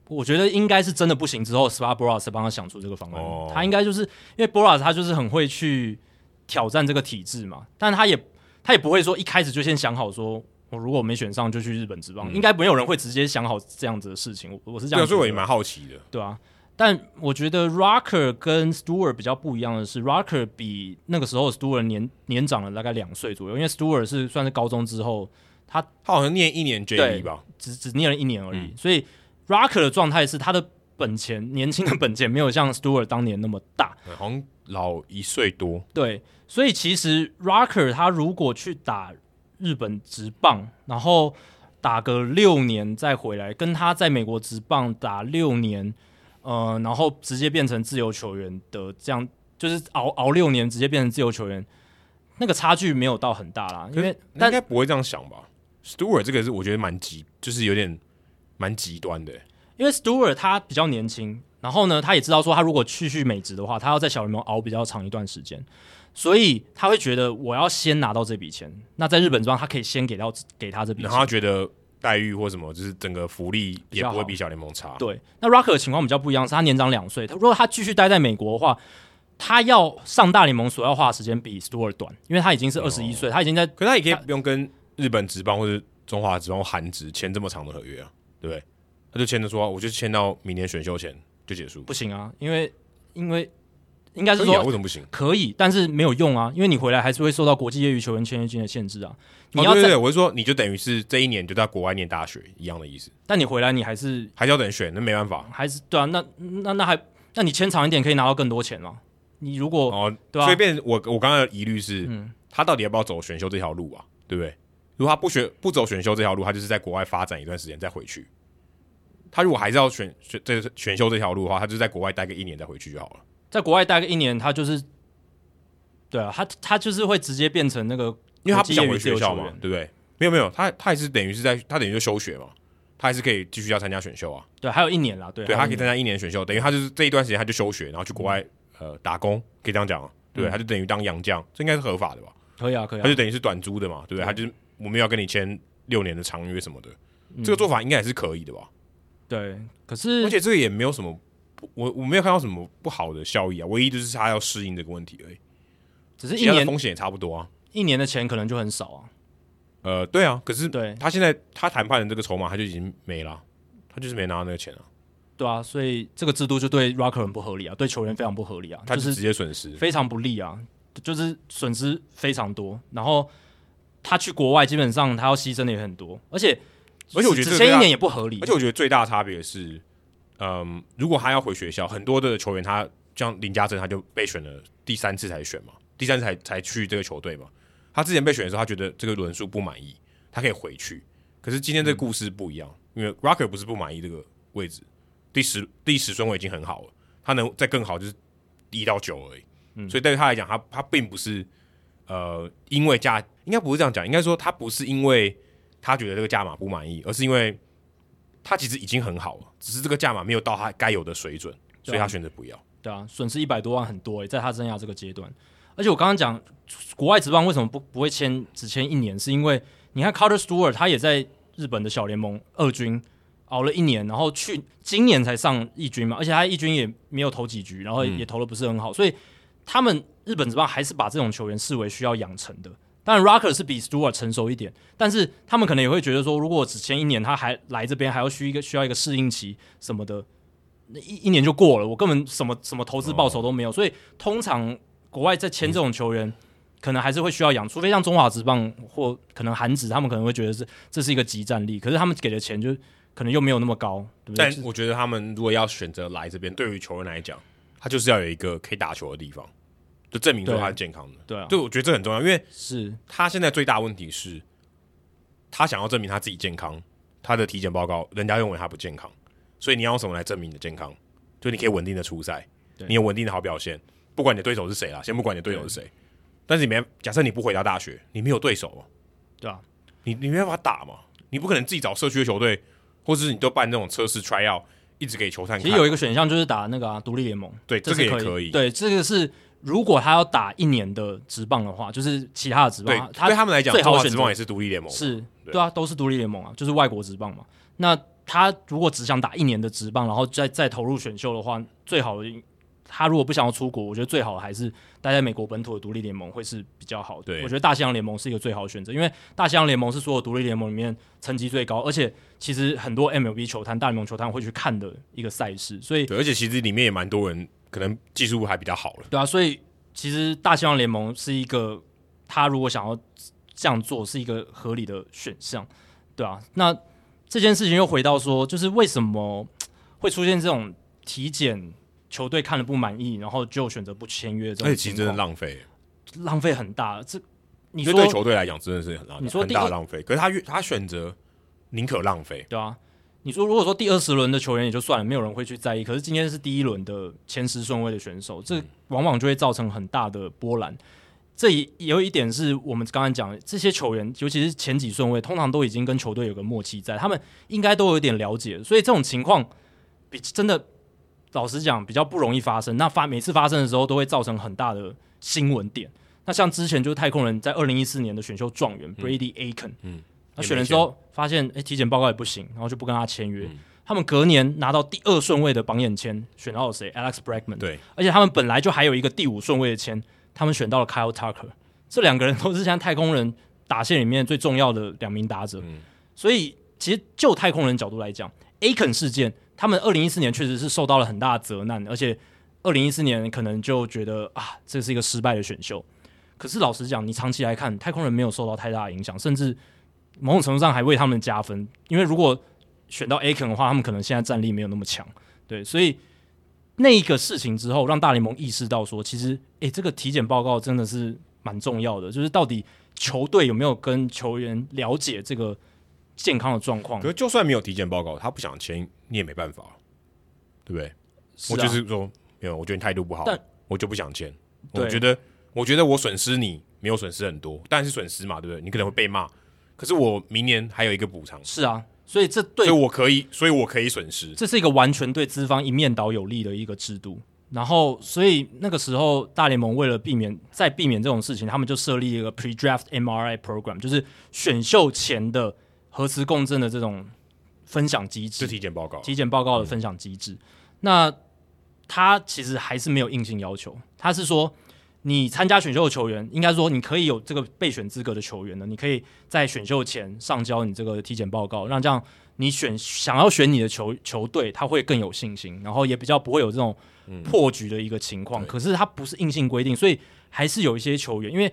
Speaker 2: 我觉得应该是真的不行之后，Spa Boras 帮他想出这个方案。
Speaker 1: 哦
Speaker 2: 他应该就是因为 Boras 他就是很会去挑战这个体制嘛，但他也他也不会说一开始就先想好说，我如果没选上就去日本职棒，应该没有人会直接想好这样子的事情。我我是这
Speaker 1: 嗯对啊，
Speaker 2: 样
Speaker 1: 所以
Speaker 2: 觉得，
Speaker 1: 我也蛮好奇的。
Speaker 2: 对啊。但我觉得 Rocker 跟 Stewart 比较不一样的是，Rocker 比那个时候 Stewart 年年长了大概两岁左右，因为 Stewart 是算是高中之后
Speaker 1: 他好像念一年 J
Speaker 2: 对
Speaker 1: B 吧，
Speaker 2: 只只念了一年而已。所以 Rocker 的状态是他的本钱，年轻的本钱没有像 Stewart 当年那么大。
Speaker 1: 嗯好像老一岁多。
Speaker 2: 对，所以其实 Rocker 他如果去打日本职棒，然后打个六年再回来，跟他在美国职棒打六年，呃，然后直接变成自由球员的这样，就是熬熬六年直接变成自由球员。那个差距没有到很大啦，因为
Speaker 1: 你
Speaker 2: 但
Speaker 1: 应该不会这样想吧？Stewart 这个是我觉得蛮极，就是有点蛮极端的、
Speaker 2: 因为 Stewart 他比较年轻，然后呢，他也知道说他如果去去美职的话，他要在小联盟熬比较长一段时间，所以他会觉得我要先拿到这笔钱。那在日本庄，他可以先给到给他这笔
Speaker 1: 然后他觉
Speaker 2: 钱。
Speaker 1: 得待遇或什么，就是整个福利也
Speaker 2: 较
Speaker 1: 不会
Speaker 2: 好
Speaker 1: 比小联盟差。
Speaker 2: 对，那 Rocker 的情况比较不一样，是他年长两岁。他如果他继续待在美国的话，他要上大联盟所要花的时间比 Stewart 短，因为他已经是
Speaker 1: 哦
Speaker 2: 二十一岁，他已经在
Speaker 1: 可是他也可以不用跟日本职棒或者中华职棒、韩职签这么长的合约啊，对不对？他就签着说，我就签到明年选秀前就结束。
Speaker 2: 不行啊，因为因为应该
Speaker 1: 可
Speaker 2: 是
Speaker 1: 以啊，
Speaker 2: 说
Speaker 1: 为什么不行？
Speaker 2: 可以，但是没有用啊，因为你回来还是会受到国际业余球员签约金的限制啊。你
Speaker 1: 哦、
Speaker 2: 要
Speaker 1: 对
Speaker 2: 在
Speaker 1: 对对，我是说，你就等于是这一年就在国外念大学一样的意思，
Speaker 2: 但你回来你还是
Speaker 1: 还是要等选，那没办法。
Speaker 2: 还是对啊，那那那还那你签长一点可以拿到更多钱嘛？你如果、
Speaker 1: 哦，
Speaker 2: 对啊嗯
Speaker 1: 所以变成我我刚刚的疑虑是，他到底要不要走选秀这条路啊？对不对？如果他不学不走选秀这条路，他就是在国外发展一段时间再回去。他如果还是要选选这选秀这条路的话，他就在国外待个一年再回去就好了。
Speaker 2: 在国外待个一年，他就是对啊，他他就是会直接变成那个，
Speaker 1: 因为他不想回学校
Speaker 2: 国际业余自由球
Speaker 1: 嘛
Speaker 2: 员，
Speaker 1: 对不对？没有没有，他他还是等于是在他等于就休学嘛，他还是可以继续要参加选秀啊。
Speaker 2: 对，还有一年啦，对，
Speaker 1: 对，
Speaker 2: 还
Speaker 1: 他可以
Speaker 2: 有一年
Speaker 1: 参加一年选秀，等于他就是这一段时间他就休学，然后去国外、
Speaker 2: 嗯
Speaker 1: 呃打工，可以这样讲啊。对，他就等于当洋将，这应该是合法的吧？
Speaker 2: 可以啊，可以
Speaker 1: 他
Speaker 2: 啊
Speaker 1: 就，等于是短租的嘛，对不对？他就是我们要跟你签六年的长约什么的，这个做法应该也是可以的吧？
Speaker 2: 对，
Speaker 1: 而
Speaker 2: 可嗯是
Speaker 1: 且这个也没有什么不，我我没有看到什么不好的效益啊，唯一就是他要适应这个问题而已，
Speaker 2: 只是
Speaker 1: 其
Speaker 2: 一
Speaker 1: 他的
Speaker 2: 年
Speaker 1: 风险也差不多啊。
Speaker 2: 一年的钱可能就很少啊，
Speaker 1: 呃，对啊，可是
Speaker 2: 对
Speaker 1: 他现在他谈判的这个筹码他就已经没了啊，他就是没拿到那个钱啊，
Speaker 2: 对啊，所以这个制度就对 Rocker 很不合理啊，对球员非常不合理啊，
Speaker 1: 他
Speaker 2: 就
Speaker 1: 就是直接损失。
Speaker 2: 非常不利啊，就是损失非常多。然后他去国外，基本上他要牺牲的也很多，而且
Speaker 1: 而且我觉得这
Speaker 2: 只
Speaker 1: 个
Speaker 2: 签
Speaker 1: 对
Speaker 2: 一
Speaker 1: 他
Speaker 2: 年也不合理啊
Speaker 1: 而。且我觉得最大的差别是，嗯，如果他要回学校，很多的球员他像林家珍，他就被选了第三次才选嘛，第三次才才去这个球队嘛。他之前被选的时候，他觉得这个轮数不满意，他可以回去。可是今天这个故事不一样，因为 Rocker 不是不满意这个位置，第十第十顺位已经很好了，他能再更好就是一到九而已。所以对于他来讲，他他并不是呃，因为价应该不是这样讲，应该说他不是因为他觉得这个价码不满意，而是因为他其实已经很好了，只是这个价码没有到他该有的水准，
Speaker 2: 啊
Speaker 1: 所以他选择不要。
Speaker 2: 对啊，损失一百多万很多诶、欸在他生涯这个阶段。而且我刚刚讲国外职棒为什么不不会签只签一年，是因为你看 Carter Stewart 他也在日本的小联盟二军熬了一年，然后去今年才上一军嘛，而且他一军也没有投几局，然后也投的不是很好，所以他们日本职棒还是把这种球员视为需要养成的。当然，Rocker 是比 Stewart 成熟一点，但是他们可能也会觉得说，如果我只签一年，他还来这边还要需一个需要一个适应期什么的，那一一年就过了，我根本什么什么投资报酬都没有。所以通常国外在签这种球员，可能还是会需要养，除非像中华职棒或可能韩职，他们可能会觉得是这是一个集战力，可是他们给的钱就可能又没有那么高，对不对？
Speaker 1: 但我觉得他们如果要选择来这边，对于球员来讲，他就是要有一个可以打球的地方，就证明说
Speaker 2: 对
Speaker 1: 他是健康的。
Speaker 2: 对啊，
Speaker 1: 对，我觉得这很重要，因为
Speaker 2: 是
Speaker 1: 他现在最大问题是，他想要证明他自己健康，他的体检报告人家认为他不健康，所以你要用什么来证明你的健康？就你可以稳定的出赛，
Speaker 2: 对
Speaker 1: 你有稳定的好表现，不管你的对手是谁啦，先不管你的对手是谁，但是你没假设你不回到大学，你没有对手哦，
Speaker 2: 对啊，
Speaker 1: 你你没办法打嘛，你不可能自己找社区的球队，或者是你都办那种测试 try out，一直给球探看。
Speaker 2: 其实有一个选项就是打那个啊独立联盟，
Speaker 1: 对
Speaker 2: 这
Speaker 1: 这个
Speaker 2: 是
Speaker 1: 也
Speaker 2: 可
Speaker 1: 可以，
Speaker 2: 对，这个是如果他要打一年的职棒的话，就是其啊他的职
Speaker 1: 对
Speaker 2: 棒，
Speaker 1: 对他们来讲，
Speaker 2: 最
Speaker 1: 中
Speaker 2: 好
Speaker 1: 华
Speaker 2: 选
Speaker 1: 职
Speaker 2: 择
Speaker 1: 棒也是独立联盟，
Speaker 2: 是
Speaker 1: 对
Speaker 2: 对啊，都是独立联盟啊，就是外国职棒嘛。那他如果只想打一年的职棒，然后再再投入选秀的话，最好的他如果不想要出国，我觉得最好的还是待在美国本土的独立联盟会是比较好的。
Speaker 1: 对
Speaker 2: 我觉得大西洋联盟是一个最好的选择，因为大西洋联盟是所有独立联盟里面成绩最高，而且其实很多 MLB 球探、大联盟球探会去看的一个赛事，所以
Speaker 1: 对，而且其实里面也蛮多人可能技术还比较好了。
Speaker 2: 对啊，所以其实大西洋联盟是一个，他如果想要这样做，是一个合理的选项，对啊。那这件事情又回到说，就是为什么会出现这种体检球队看了不满意，然后就选择不签约这
Speaker 1: 而
Speaker 2: 种情况，
Speaker 1: 且哎其实真的浪费，
Speaker 2: 浪费很大。这你
Speaker 1: 因为
Speaker 2: 说
Speaker 1: 对球队来讲真的是很浪，
Speaker 2: 你说
Speaker 1: 很
Speaker 2: 第
Speaker 1: 大的
Speaker 2: 一
Speaker 1: 浪费。可是他越他选择宁可浪费，
Speaker 2: 对啊，你说如果说第二十轮的球员也就算了，没有人会去在意。可是今天是第一轮的前十顺位的选手，
Speaker 1: 嗯
Speaker 2: 这往往就会造成很大的波澜。这也也有一点是我们刚才讲，的，这些球员，尤其是前几顺位，通常都已经跟球队有个默契在，他们应该都有点了解，所以这种情况比真的老实讲比较不容易发生。那发每次发生的时候，都会造成很大的新闻点。那像之前就是太空人在二零一四年的选秀状元 Brady Aiken，
Speaker 1: 嗯
Speaker 2: 他选了之后发现，哎、体检报告也不行，然后就不跟他签约。
Speaker 1: 嗯
Speaker 2: 他们隔年拿到第二顺位的榜眼签，选到了谁？Alex Bregman。
Speaker 1: 对，
Speaker 2: 而且他们本来就还有一个第五顺位的签，他们选到了 Kyle Tucker，这两个人都是现在太空人打线里面最重要的两名打者。所以其实就太空人角度来讲，Aiken 事件，他们二零一四年确实是受到了很大的责难，而且二零一四年可能就觉得啊，这是一个失败的选秀。可是老实讲，你长期来看，太空人没有受到太大的影响，甚至某种程度上还为他们加分，因为如果选到 Aiken 的话，他们可能现在战力没有那么强。对，所以那一个事情之后，让大联盟意识到说，其实诶、这个体检报告真的是蛮重要的，就是到底球队有没有跟球员了解这个健康的状况
Speaker 1: 可。是就算没有体检报告，他不想签你也没办法，对不对？
Speaker 2: 是
Speaker 1: 我
Speaker 2: 啊
Speaker 1: 就是说，没有，我觉得你态度不好
Speaker 2: 但，
Speaker 1: 我就不想签。
Speaker 2: 对
Speaker 1: 我觉得，我觉得我损失你没有损失很多，但是损失嘛，对不对？你可能会被骂，可是我明年还有一个补偿，
Speaker 2: 是啊，所以这对
Speaker 1: 所以我可以，所以我可以损失。
Speaker 2: 这是一个完全对资方一面倒有利的一个制度。然后，所以那个时候大联盟为了避免再避免这种事情，他们就设立一个 pre-draft MRI program，就是选秀前的核磁共振的这种分享机
Speaker 1: 是
Speaker 2: 制，
Speaker 1: 体检报告，
Speaker 2: 体检报告的分享机制。那他其实还是没有硬性要求，他是说你参加选秀的球员，应该说你可以有这个备选资格的球员呢，你可以在选秀前上交你这个体检报告，让这样你选想要选你的球球队，他会更有信心，然后也比较不会有这种破局的一个情况。
Speaker 1: 对
Speaker 2: 可是他不是硬性规定，所以还是有一些球员，因为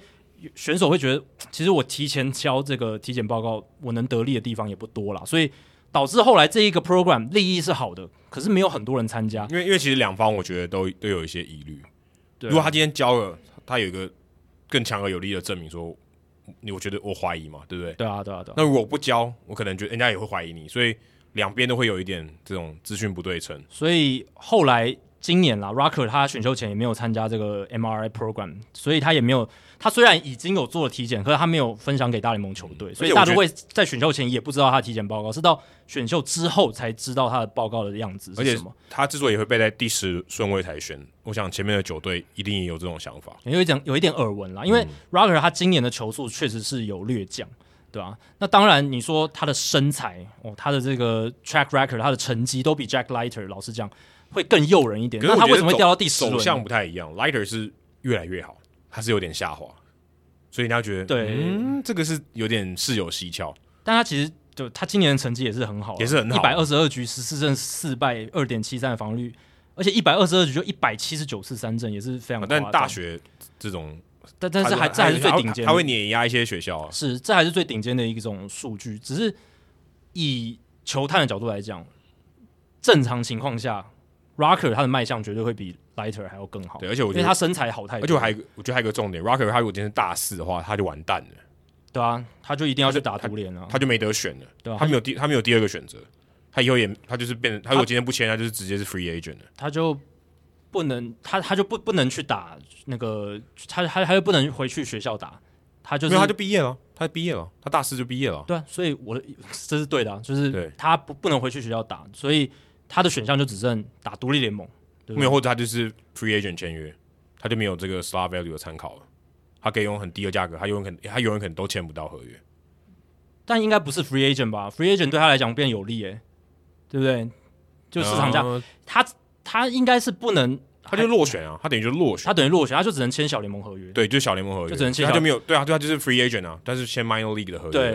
Speaker 2: 选手会觉得，嗯其实我提前交这个体检报告，我能得利的地方也不多啦，所以导致后来这一个 program 利益是好的，可是没有很多人参加。
Speaker 1: 因为因为其实两方我觉得都都有一些疑虑。
Speaker 2: 对啊
Speaker 1: 如果他今天交了，他有一个更强而有力的证明说，你我觉得我怀疑嘛，对不对？
Speaker 2: 对啊，对啊，对啊，
Speaker 1: 那如果我不交，我可能觉得人家也会怀疑你，所以两边都会有一点这种资讯不对称。
Speaker 2: 所以后来今年啦，Rocker 他选秀前也没有参加这个 MRI program，所以他也没有，他虽然已经有做了体检，可是他没有分享给大联盟球队，所以
Speaker 1: 嗯而且我
Speaker 2: 大
Speaker 1: 觉
Speaker 2: 都
Speaker 1: 得
Speaker 2: 会在选秀前也不知道他的体检报告，是到选秀之后才知道他的报告的样子
Speaker 1: 而
Speaker 2: 是
Speaker 1: 且
Speaker 2: 什么，
Speaker 1: 他之所以会被在第十顺位才选，我想前面的九队一定也有这种想法。嗯
Speaker 2: 有一点有一点耳闻啦，因为 Rocker 他今年的球速确实是有略降。对吧、那当然，你说他的身材哦，他的这个 track record，他的成绩都比 Jack Lighter 老实讲会更诱人一点。
Speaker 1: 可是我
Speaker 2: 那他
Speaker 1: 觉得
Speaker 2: 为什么会
Speaker 1: 走
Speaker 2: 掉到第十
Speaker 1: 走
Speaker 2: 轮
Speaker 1: 向
Speaker 2: 呢？
Speaker 1: 不太一样，Lighter 是越来越好，他是有点下滑，所以人家觉得
Speaker 2: 对
Speaker 1: 嗯，这个是有点事有蹊跷。
Speaker 2: 但他其实就他今年的成绩也是很好啊，
Speaker 1: 也是很好
Speaker 2: 一百二十二局十四胜四败，二点七三的防御率，而且一百二十二局就一百七十九次三振，也是非常
Speaker 1: 啊
Speaker 2: 夸张。
Speaker 1: 但大学这种，
Speaker 2: 但但是还这还是最顶尖的，
Speaker 1: 他会碾压一些学校啊。
Speaker 2: 是，这还是最顶尖的一种数据。只是以球探的角度来讲，正常情况下，Rocker 他的卖相绝对会比 Lighter 还要更好，
Speaker 1: 对，而且我
Speaker 2: 因
Speaker 1: 觉
Speaker 2: 为
Speaker 1: 得，
Speaker 2: 他身材好太多。
Speaker 1: 而且我还有一个我觉得还有一个重点，Rocker 他如果今天是大四的话，他就完蛋了，
Speaker 2: 对啊，他就一定要去打独联啊，
Speaker 1: 他就没得选了，
Speaker 2: 对啊
Speaker 1: 他没有第他没有第二个选择，他以后也他就是变成他如果今天不签，他就是直接是 free agent 了。
Speaker 2: 他就不能他他就不不能去打那个，他他他就不能回去学校打，他就
Speaker 1: 因
Speaker 2: 是
Speaker 1: 为他就毕业了，他毕业了，他大四就毕业了。
Speaker 2: 对啊，所以我的这是对的、啊，就是
Speaker 1: 对
Speaker 2: 他不不能回去学校打，所以他的选项就只剩打独立联盟。对不对
Speaker 1: 没有，或者他就是 free agent 签约，他就没有这个 star value 的参考了。他可以用很低的价格，他永远可能他永远可能都签不到合约。
Speaker 2: 但应该不是 free agent 吧？free agent 对他来讲变有利诶、对不对？就市场价，
Speaker 1: 呃
Speaker 2: 他他应该是不能，
Speaker 1: 他就落选啊，他等于就落选。
Speaker 2: 他等于落选，他就只能签小联盟合约。
Speaker 1: 对，就是小联盟合约，
Speaker 2: 就只能
Speaker 1: 所
Speaker 2: 签
Speaker 1: 以他
Speaker 2: 小
Speaker 1: 就没有对啊，对啊，就是 free agent 啊，但是签 minor league 的合约，
Speaker 2: 对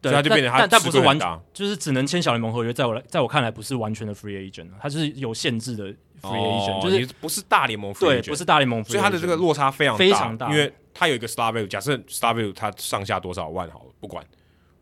Speaker 1: 所
Speaker 2: 对，
Speaker 1: 以他就变成他
Speaker 2: 但但但不是
Speaker 1: 吃亏很
Speaker 2: 完，
Speaker 1: 大
Speaker 2: 就是只能签小联盟合约。在我来，在我看来，不是完全的 free agent，他啊就是有限制的 free agent，、
Speaker 1: 哦
Speaker 2: 就是
Speaker 1: 你不是大联盟 free
Speaker 2: 对，
Speaker 1: agent，
Speaker 2: 不是大联盟 free agent。
Speaker 1: 所以他的这个落差非常
Speaker 2: 非常大
Speaker 1: 因为他有一个 star value，假设 star value 他上下多少万好了，不管，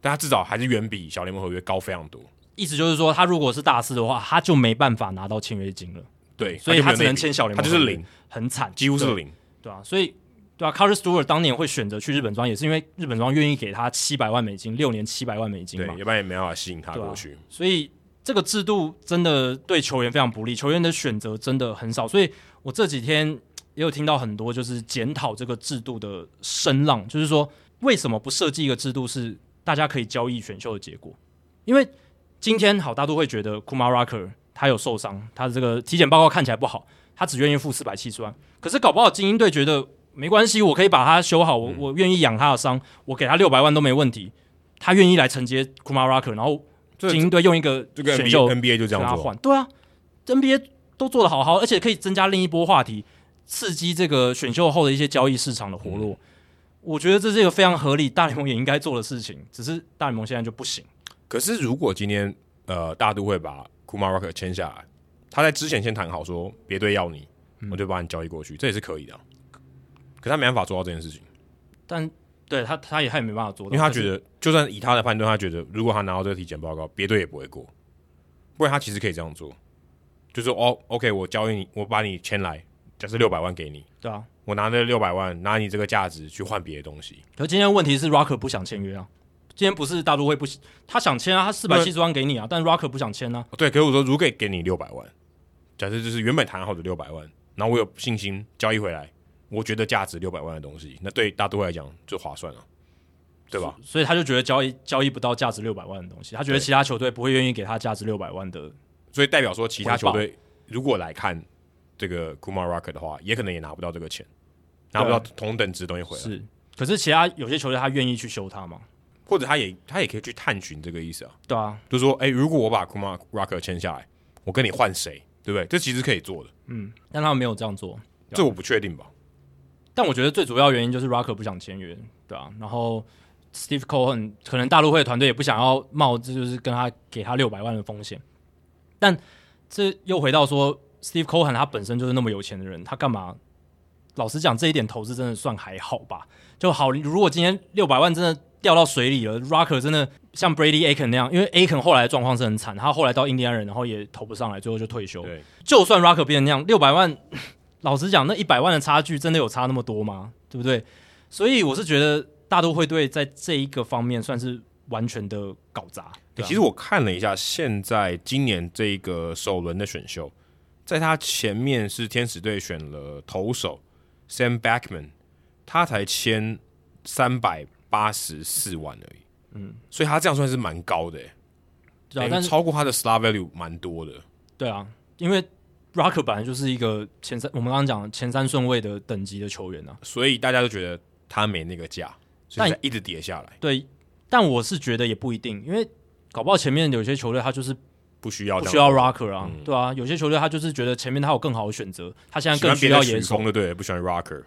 Speaker 1: 但他至少还是远比小联盟合约高非常多。
Speaker 2: 意思就是说，他如果是大四的话，他就没办法拿到签约金了，
Speaker 1: 对，
Speaker 2: 所以
Speaker 1: 他
Speaker 2: 他
Speaker 1: 就没有
Speaker 2: 只
Speaker 1: 那
Speaker 2: 能
Speaker 1: 笔
Speaker 2: 签小联
Speaker 1: 他
Speaker 2: 盟合
Speaker 1: 就
Speaker 2: 约，
Speaker 1: 是零，，
Speaker 2: 很惨，
Speaker 1: 几乎是
Speaker 2: 对
Speaker 1: 零。
Speaker 2: 对啊，所以对啊 c a r l Stewart 当年会选择去日本庄，也是因为日本庄愿意给他七百万美金，六年七百万美金
Speaker 1: 对
Speaker 2: 嘛，。
Speaker 1: 要不然也没办法吸引他
Speaker 2: 啊
Speaker 1: 过去。
Speaker 2: 所以这个制度真的对球员非常不利，球员的选择真的很少。所以我这几天嘖也有听到很多就是检讨这个制度的声浪，就是说为什么不设计一个制度是大家可以交易选秀的结果？因为今天好大都会觉得 Kumar Rocker 他有受伤，他的这个体检报告看起来不好，他只愿意付四百七十万。可是搞不好精英队觉得没关系，我可以把他修好，我
Speaker 1: 嗯
Speaker 2: 我愿意养他的伤，我给他六百万都没问题。他愿意来承接 Kumar Rocker，然后
Speaker 1: 这
Speaker 2: 精英队用一个
Speaker 1: 这个
Speaker 2: 选秀
Speaker 1: NBA NBA 就这
Speaker 2: 跟他
Speaker 1: 样做，
Speaker 2: 换，对啊，NBA 都做得好好，而且可以增加另一波话题，刺激这个选秀后的一些交易市场的活络。
Speaker 1: 嗯
Speaker 2: 我觉得这是一个非常合理，大联盟也应该做的事情，只是大联盟现在就不行。
Speaker 1: 可是如果今天呃大都会把 Kumar Rocker 签下来，他在之前先谈好说别队要你，
Speaker 2: 嗯
Speaker 1: 我就把你交易过去，这也是可以的啊。可他没办法做到这件事情，
Speaker 2: 但对他，他也他也没办法做
Speaker 1: 因
Speaker 2: 到，
Speaker 1: 为他
Speaker 2: 可是
Speaker 1: 觉得就算以他的判断，他觉得如果他拿到这个体检报告，别队也不会过。不然他其实可以这样做，就说哦，OK，我交易你，我把你签来，假设六百万给你，
Speaker 2: 对啊。
Speaker 1: 我拿这六百万，拿你这个价值去换别的东西。
Speaker 2: 可是今天问题是 Rocker 不想签约啊，今天不是大都会不他想签啊，他四百七十万给你啊，但 Rocker 不想签啊，
Speaker 1: 哦对，可是我说，如果给你六百万，假设就是原本谈好的六百万，然后我有信心交易回来，我觉得价值六百万的东西，那对大都会来讲就划算了，对吧？
Speaker 2: 所以他就觉得交易交易不到价值六百万的东西，他觉得
Speaker 1: 对
Speaker 2: 其他球队不会愿意给他价值六百万的
Speaker 1: 所以代表说，其他
Speaker 2: 回
Speaker 1: 球
Speaker 2: 报
Speaker 1: 队如果来看这个 Kumar Rocker 的话，也可能也拿不到这个钱，拿不到同等值的东西回来，
Speaker 2: 是，可是其他有些球队他愿意去修他嘛？
Speaker 1: 或者他也他也可以去探寻这个意思啊，
Speaker 2: 对啊，
Speaker 1: 就是说，哎，如果我把 Kumar Rocker 签下来，我跟你换谁，对不对？这其实可以做的，
Speaker 2: 嗯，但他们没有这样做。
Speaker 1: 这我不确定吧？
Speaker 2: 但我觉得最主要原因就是 Rocker 不想签约，对啊，然后 Steve Cohen 可能大陆会的团队也不想要冒这就是跟他给他六百万的风险，但这又回到说 Steve Cohen 他本身就是那么有钱的人，他干嘛？老实讲，这一点投资真的算还好吧，就好。如果今天六百万真的掉到水里了，Rocker 真的像 Brady Aiken 那样，因为 Aiken 后来的状况是很惨，他后来到印第安人，然后也投不上来，最后就退休。
Speaker 1: 对，
Speaker 2: 就算 Rocker 变成那样，六百万， 老实讲，那一百万的差距真的有差那么多吗？对不对？所以我是觉得大都会队在这一个方面算是完全的搞砸。
Speaker 1: 欸
Speaker 2: 对啊
Speaker 1: 其实我看了一下，现在今年这个首轮的选秀，在他前面是天使队选了投手 Sam Backman，他才签三百八十四万而已。嗯，所以他这样算是蛮高的、欸，
Speaker 2: 对啊
Speaker 1: 等于
Speaker 2: 但是
Speaker 1: 超过他的 star value 蛮多的。
Speaker 2: 对啊，因为 Rocker 本来就是一个前三，我们刚刚讲的前三顺位的等级的球员啊。
Speaker 1: 所以大家都觉得他没那个价，所以
Speaker 2: 但
Speaker 1: 才一直跌下来。
Speaker 2: 对，但我是觉得也不一定，因为搞不好前面有些球队他就是
Speaker 1: 不需要
Speaker 2: 不
Speaker 1: 这样
Speaker 2: 需要 rocker 啊，
Speaker 1: 嗯
Speaker 2: 对啊，有些球队他就是觉得前面他有更好的选择，他现在
Speaker 1: 喜
Speaker 2: 更
Speaker 1: 欢
Speaker 2: 需
Speaker 1: 别的
Speaker 2: 要
Speaker 1: 曲
Speaker 2: 野手
Speaker 1: 风，的对了，不喜欢 rocker。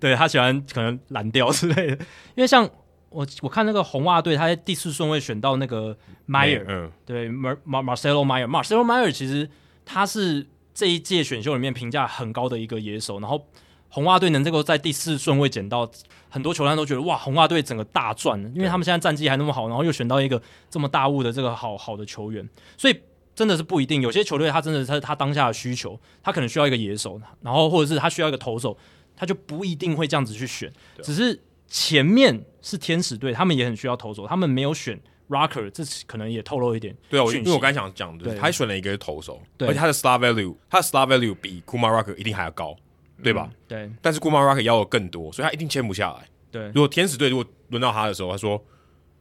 Speaker 2: 对他喜欢可能蓝调之类的。 因为像我我看那个红袜队，他在第四顺位选到那个 Meyer，、
Speaker 1: 嗯，
Speaker 2: 对 Mar Mar Marcelo Meyer，Marcelo Meyer 其实他是这一届选秀里面评价很高的一个野手，然后红袜队能这个在第四顺位捡到，很多球探都觉得哇，红袜队整个大赚，因为他们现在战绩还那么好，然后又选到一个这么大物的这个好好的球员，所以真的是不一定。有些球队他真的是他他当下的需求，他可能需要一个野手，然后或者是他需要一个投手，他就不一定会这样子去选。只是前面是天使队，他们也很需要投手，他们没有选 Rocker，这可能也透露一点。
Speaker 1: 对啊，我
Speaker 2: 讯
Speaker 1: 因
Speaker 2: 息
Speaker 1: 为我刚才想讲的，就是
Speaker 2: 对
Speaker 1: 他选了一个投手，
Speaker 2: 对
Speaker 1: 而且他的 star value，他的 star value 比 Kuma rocker 一定还要高，对吧？
Speaker 2: 对
Speaker 1: 但是 Kuma rocker 要的更多，所以他一定签不下来。
Speaker 2: 对
Speaker 1: 如果天使队如果轮到他的时候，他说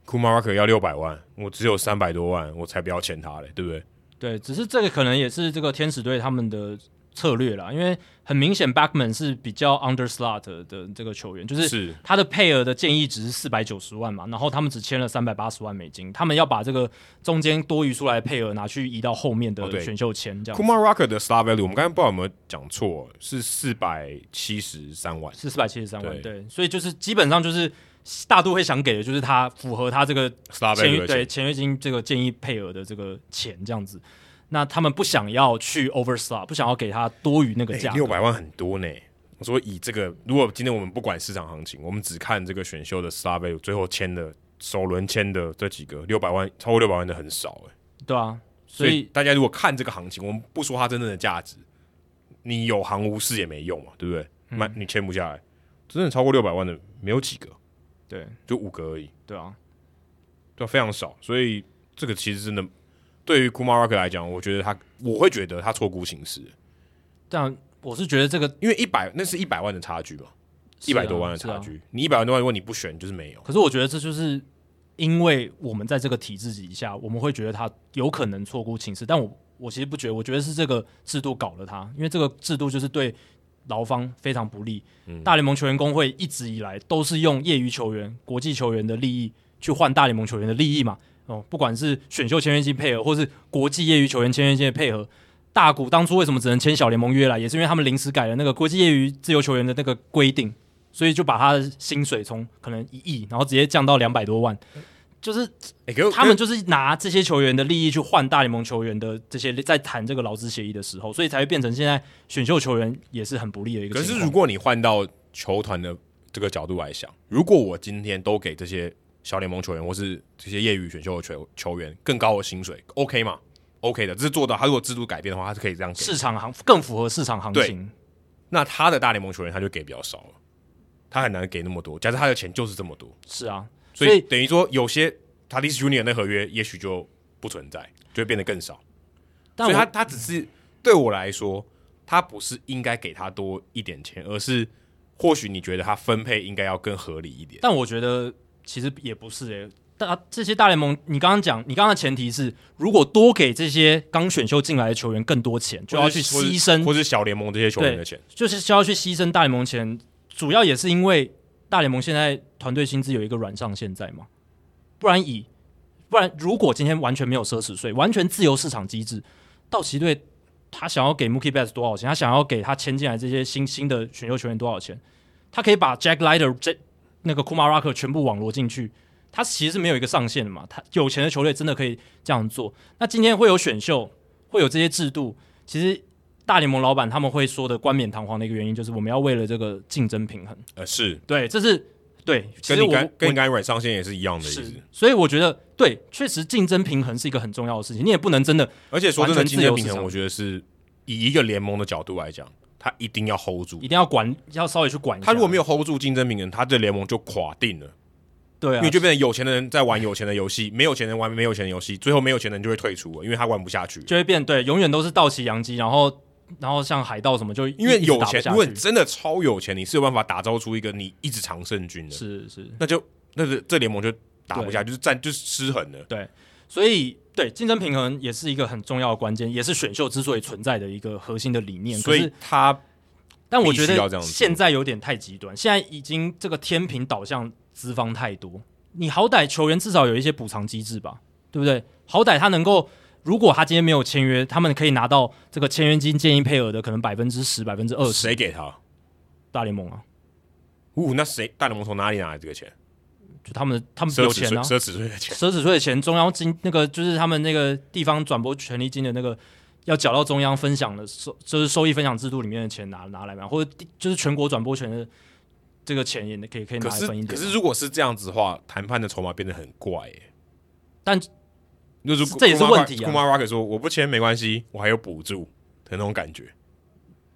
Speaker 1: Kuma rocker 要六百万，我只有三百多万，我才不要签他嘞，对不
Speaker 2: 嗯
Speaker 1: 对？
Speaker 2: 对，只是这个可能也是这个天使队他们的策略啦，因为很明显 Backman 是比较 under slot 的这个球员，就是
Speaker 1: 是
Speaker 2: 他的配额的建议值是四百九十万嘛，然后他们只签了三百八十万美金，他们要把这个中间多余出来的配额拿去移到后面
Speaker 1: 哦
Speaker 2: 的
Speaker 1: 对
Speaker 2: 选秀签，这样、
Speaker 1: Kuma rocker 的 star value，我们刚才不知道有没有讲错，是四百七十三万。
Speaker 2: 是四百七十三万，
Speaker 1: 对
Speaker 2: 对，所以就是基本上就是大都会想给的就是他符合他这个
Speaker 1: Star
Speaker 2: 签
Speaker 1: value
Speaker 2: 约
Speaker 1: 的
Speaker 2: 对
Speaker 1: 钱
Speaker 2: 签约金这个建议配额的这个钱这样子。那他们不想要去 overslot，不想要给他多余那个价
Speaker 1: 哎
Speaker 2: 格，
Speaker 1: 六百万很多呢。我说以这个，如果今天我们不管市场行情，我们只看这个选秀的 star value，最后签的首轮签的这几个六百万，超过六百万的很少哎。
Speaker 2: 对啊，所
Speaker 1: 所以
Speaker 2: 以
Speaker 1: 大家如果看这个行情，我们不说它真正的价值，你有行无市也没用嘛，对不对？买、你签不下来，真正超过六百万的没有几个，
Speaker 2: 对
Speaker 1: 就五个而已，
Speaker 2: 对啊，
Speaker 1: 对吧，非常少。所以这个其实真的对于 Kumar Rock 来讲，我觉得他我会觉得他错估形势，
Speaker 2: 但我是觉得这个
Speaker 1: 因为一百那是一百万的差距嘛。
Speaker 2: 是
Speaker 1: 一
Speaker 2: 啊
Speaker 1: 百多万的差。
Speaker 2: 是啊
Speaker 1: 距，你一百万多万，如果你不选就是没有。
Speaker 2: 可是我觉得这就是因为我们在这个体制底下，我们会觉得他有可能错估情势，但我我其实不觉得，我觉得是这个制度搞了他，因为这个制度就是对劳方非常不利。大联盟球员工会一直以来都是用业余球员、国际球员的利益去换大联盟球员的利益嘛。哦，不管是选秀签约金配合，或是国际业余球员签约金的配合，大股当初为什么只能签小联盟约来，也是因为他们临时改了那个国际业余自由球员的那个规定，所以就把他的薪水从可能一亿，然后直接降到两百多万。就是
Speaker 1: 哎、可是
Speaker 2: 他们就是拿这些球员的利益去换大联盟球员的这些，在谈这个劳资协议的时候，所以才会变成现在选秀球员也是很不利的一个
Speaker 1: 可
Speaker 2: 情
Speaker 1: 是
Speaker 2: 况。
Speaker 1: 如果你换到球团的这个角度来想，如果我今天都给这些小联盟球员或是这些业余选秀的球球员更高的薪水，OK 吗？OK 的，这是做到。他如果制度改变的话，他是可以这样给。
Speaker 2: 市场行更符合市场行情，
Speaker 1: 那他的大联盟球员他就给比较少了，他很难给那么多。假设他的钱就是这么多，
Speaker 2: 是啊，
Speaker 1: 所
Speaker 2: 所
Speaker 1: 以
Speaker 2: 以
Speaker 1: 等于说有些塔利斯 Junior 的合约也许就不存在，就会变得更少。
Speaker 2: 但
Speaker 1: 所以他
Speaker 2: 我
Speaker 1: 他只是对我来说，他不是应该给他多一点钱，而是或许你觉得他分配应该要更合理一点。
Speaker 2: 但我觉得其实也不是诶、大这些大联盟，你刚刚讲，你刚刚的前提是，如果多给这些刚选秀进来的球员更多钱，就要去
Speaker 1: 或是
Speaker 2: 牺牲
Speaker 1: 或是小联盟这些球员的钱。
Speaker 2: 就是需要去牺牲大联盟钱，主要也是因为大联盟现在团队薪资有一个软上限在嘛，不然以不然如果今天完全没有奢侈税，完全自由市场机制，道奇队他想要给 Mookie Betts 多少钱，他想要给他签进来这些新新的选秀球员多少钱，他可以把 Jack Leiter 这那个 Kumar Rocker 全部网罗进去。他其实是没有一个上限的嘛，他有钱的球队真的可以这样做。那今天会有选秀，会有这些制度，其实大联盟老板他们会说的冠冕堂皇的一个原因，就是我们要为了这个竞争平衡。
Speaker 1: 呃，是
Speaker 2: 对，这是对。其
Speaker 1: 跟
Speaker 2: 实
Speaker 1: 你
Speaker 2: 我
Speaker 1: 刚跟你
Speaker 2: 我
Speaker 1: 刚才软上限也是一样的意
Speaker 2: 是
Speaker 1: 思。，
Speaker 2: 所以我觉得对，确实竞争平衡是一个很重要的事情。你也不能真的
Speaker 1: 而且说真的，
Speaker 2: 完
Speaker 1: 今
Speaker 2: 全自由
Speaker 1: 天
Speaker 2: 市
Speaker 1: 平
Speaker 2: 场
Speaker 1: 衡，我觉得是以一个联盟的角度来讲，他一定要 hold 住
Speaker 2: 一。定要管，要稍微去管一下。
Speaker 1: 他如果没
Speaker 2: 有
Speaker 1: 有 hold 住竞争平衡，他这联盟就垮定了，
Speaker 2: 对
Speaker 1: 因
Speaker 2: 啊
Speaker 1: 为，就变成有钱的人在玩有钱的游戏，没有钱人玩没有钱的游戏，最后没有钱人就会退出了，因为他玩不下去。
Speaker 2: 就会变对，永远都是道奇、洋基，然后然后像海盗什么就一
Speaker 1: 因为
Speaker 2: 一直
Speaker 1: 有
Speaker 2: 打不
Speaker 1: 钱，
Speaker 2: 下
Speaker 1: 如果你
Speaker 2: 去
Speaker 1: 真的超有钱，你是有办法打造出一个你一直常胜军的，
Speaker 2: 是是。
Speaker 1: 那就那这这联盟就打不下，就是战就是失衡了。
Speaker 2: 所以，对竞争平衡也是一个很重要的关键，也是选秀之所以存在的一个核心的理念。
Speaker 1: 所
Speaker 2: 可
Speaker 1: 以
Speaker 2: 是，
Speaker 1: 他
Speaker 2: 但我觉
Speaker 1: 必须要这
Speaker 2: 得
Speaker 1: 样做
Speaker 2: 现在有点太极端，现在已经这个天平导向资方太多，你好歹球员至少有一些补偿机制吧，对不对？好歹他能够，如果他今天没有签约，他们可以拿到这个签约金建议配额的可能百分之十、百分之二十。
Speaker 1: 谁给他？
Speaker 2: 大联盟啊，
Speaker 1: 呜，那谁大联盟从哪里拿来这个钱？
Speaker 2: 就他们的他们
Speaker 1: 奢
Speaker 2: 嗯有
Speaker 1: 侈
Speaker 2: 钱
Speaker 1: 税，
Speaker 2: 啊，
Speaker 1: 奢侈税的钱。
Speaker 2: 奢侈税的钱，中央金那个就是他们那个地方转播权利金的那个要缴到中央分享的收，就是收益分享制度里面的钱拿拿来嘛，或者地就是全国转播权的这个钱也可以可以拿
Speaker 1: 可
Speaker 2: 来
Speaker 1: 是
Speaker 2: 分一点嘛。啊
Speaker 1: 可是如果是这样子的话，谈判的筹码变得很怪欸耶。
Speaker 2: 但
Speaker 1: 就是
Speaker 2: 这也是问题啊
Speaker 1: k u m a r a 说我不签没关系，我还有补助的那种感觉，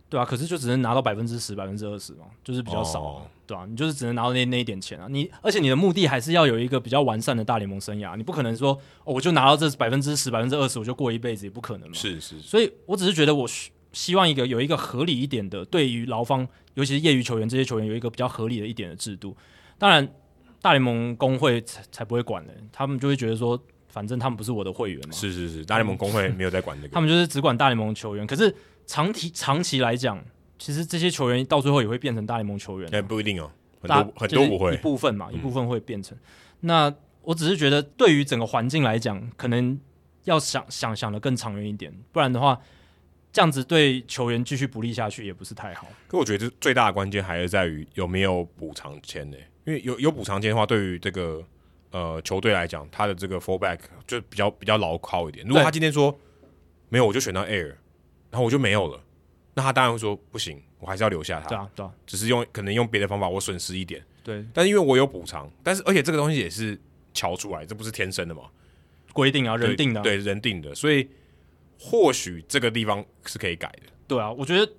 Speaker 2: 对啊，可是就只能拿到百分之十、百分之二十嘛，就是比较少啊，
Speaker 1: 哦
Speaker 2: 对啊，你就是只能拿到那那一点钱啊。你而且你的目的还是要有一个比较完善的大联盟生涯，你不可能说哦，我就拿到这百分之十、百分之二十，我就过一辈子，也不可能嘛。
Speaker 1: 是是是，
Speaker 2: 所以我只是觉得我希希望一个有一个合理一点的，对于劳方，尤其是业余球员这些球员有一个比较合理的一点的制度。当然，大联盟工会才才不会管的、他们就会觉得说，反正他们不是我的会员嘛，
Speaker 1: 是是是，大联盟工会没有在管这个，
Speaker 2: 他们就是只管大联盟球员。可是长期长期来讲，其实这些球员到最后也会变成大联盟球员啊、
Speaker 1: 哎不一定哦，很
Speaker 2: 大
Speaker 1: 多很多不
Speaker 2: 就是一
Speaker 1: 会，
Speaker 2: 部分嘛，一部分会变成。那我只是觉得，对于整个环境来讲，可能要想想想的更长远一点，不然的话，这样子对球员继续不利下去也不是太好。
Speaker 1: 可我觉得最大的关键还是在于有没有补偿签呢？因为有有补偿签的话，对于这个呃球队来讲，他的这个 fallback 就比较比较牢靠一点。如果
Speaker 2: 对
Speaker 1: 他今天说没有，我就选到 air，然后我就没有了，那他当然会说不行，我还是要留下他，
Speaker 2: 对啊，对啊，
Speaker 1: 只是用可能用别的方法，我损失一点。
Speaker 2: 对
Speaker 1: 但是因为我有补偿，但是而且这个东西也是瞧出来，这不是天生的嘛，
Speaker 2: 规定啊，人定的啊、
Speaker 1: 对对人定的，所以或许这个地方是可以改的。
Speaker 2: 对啊，我觉得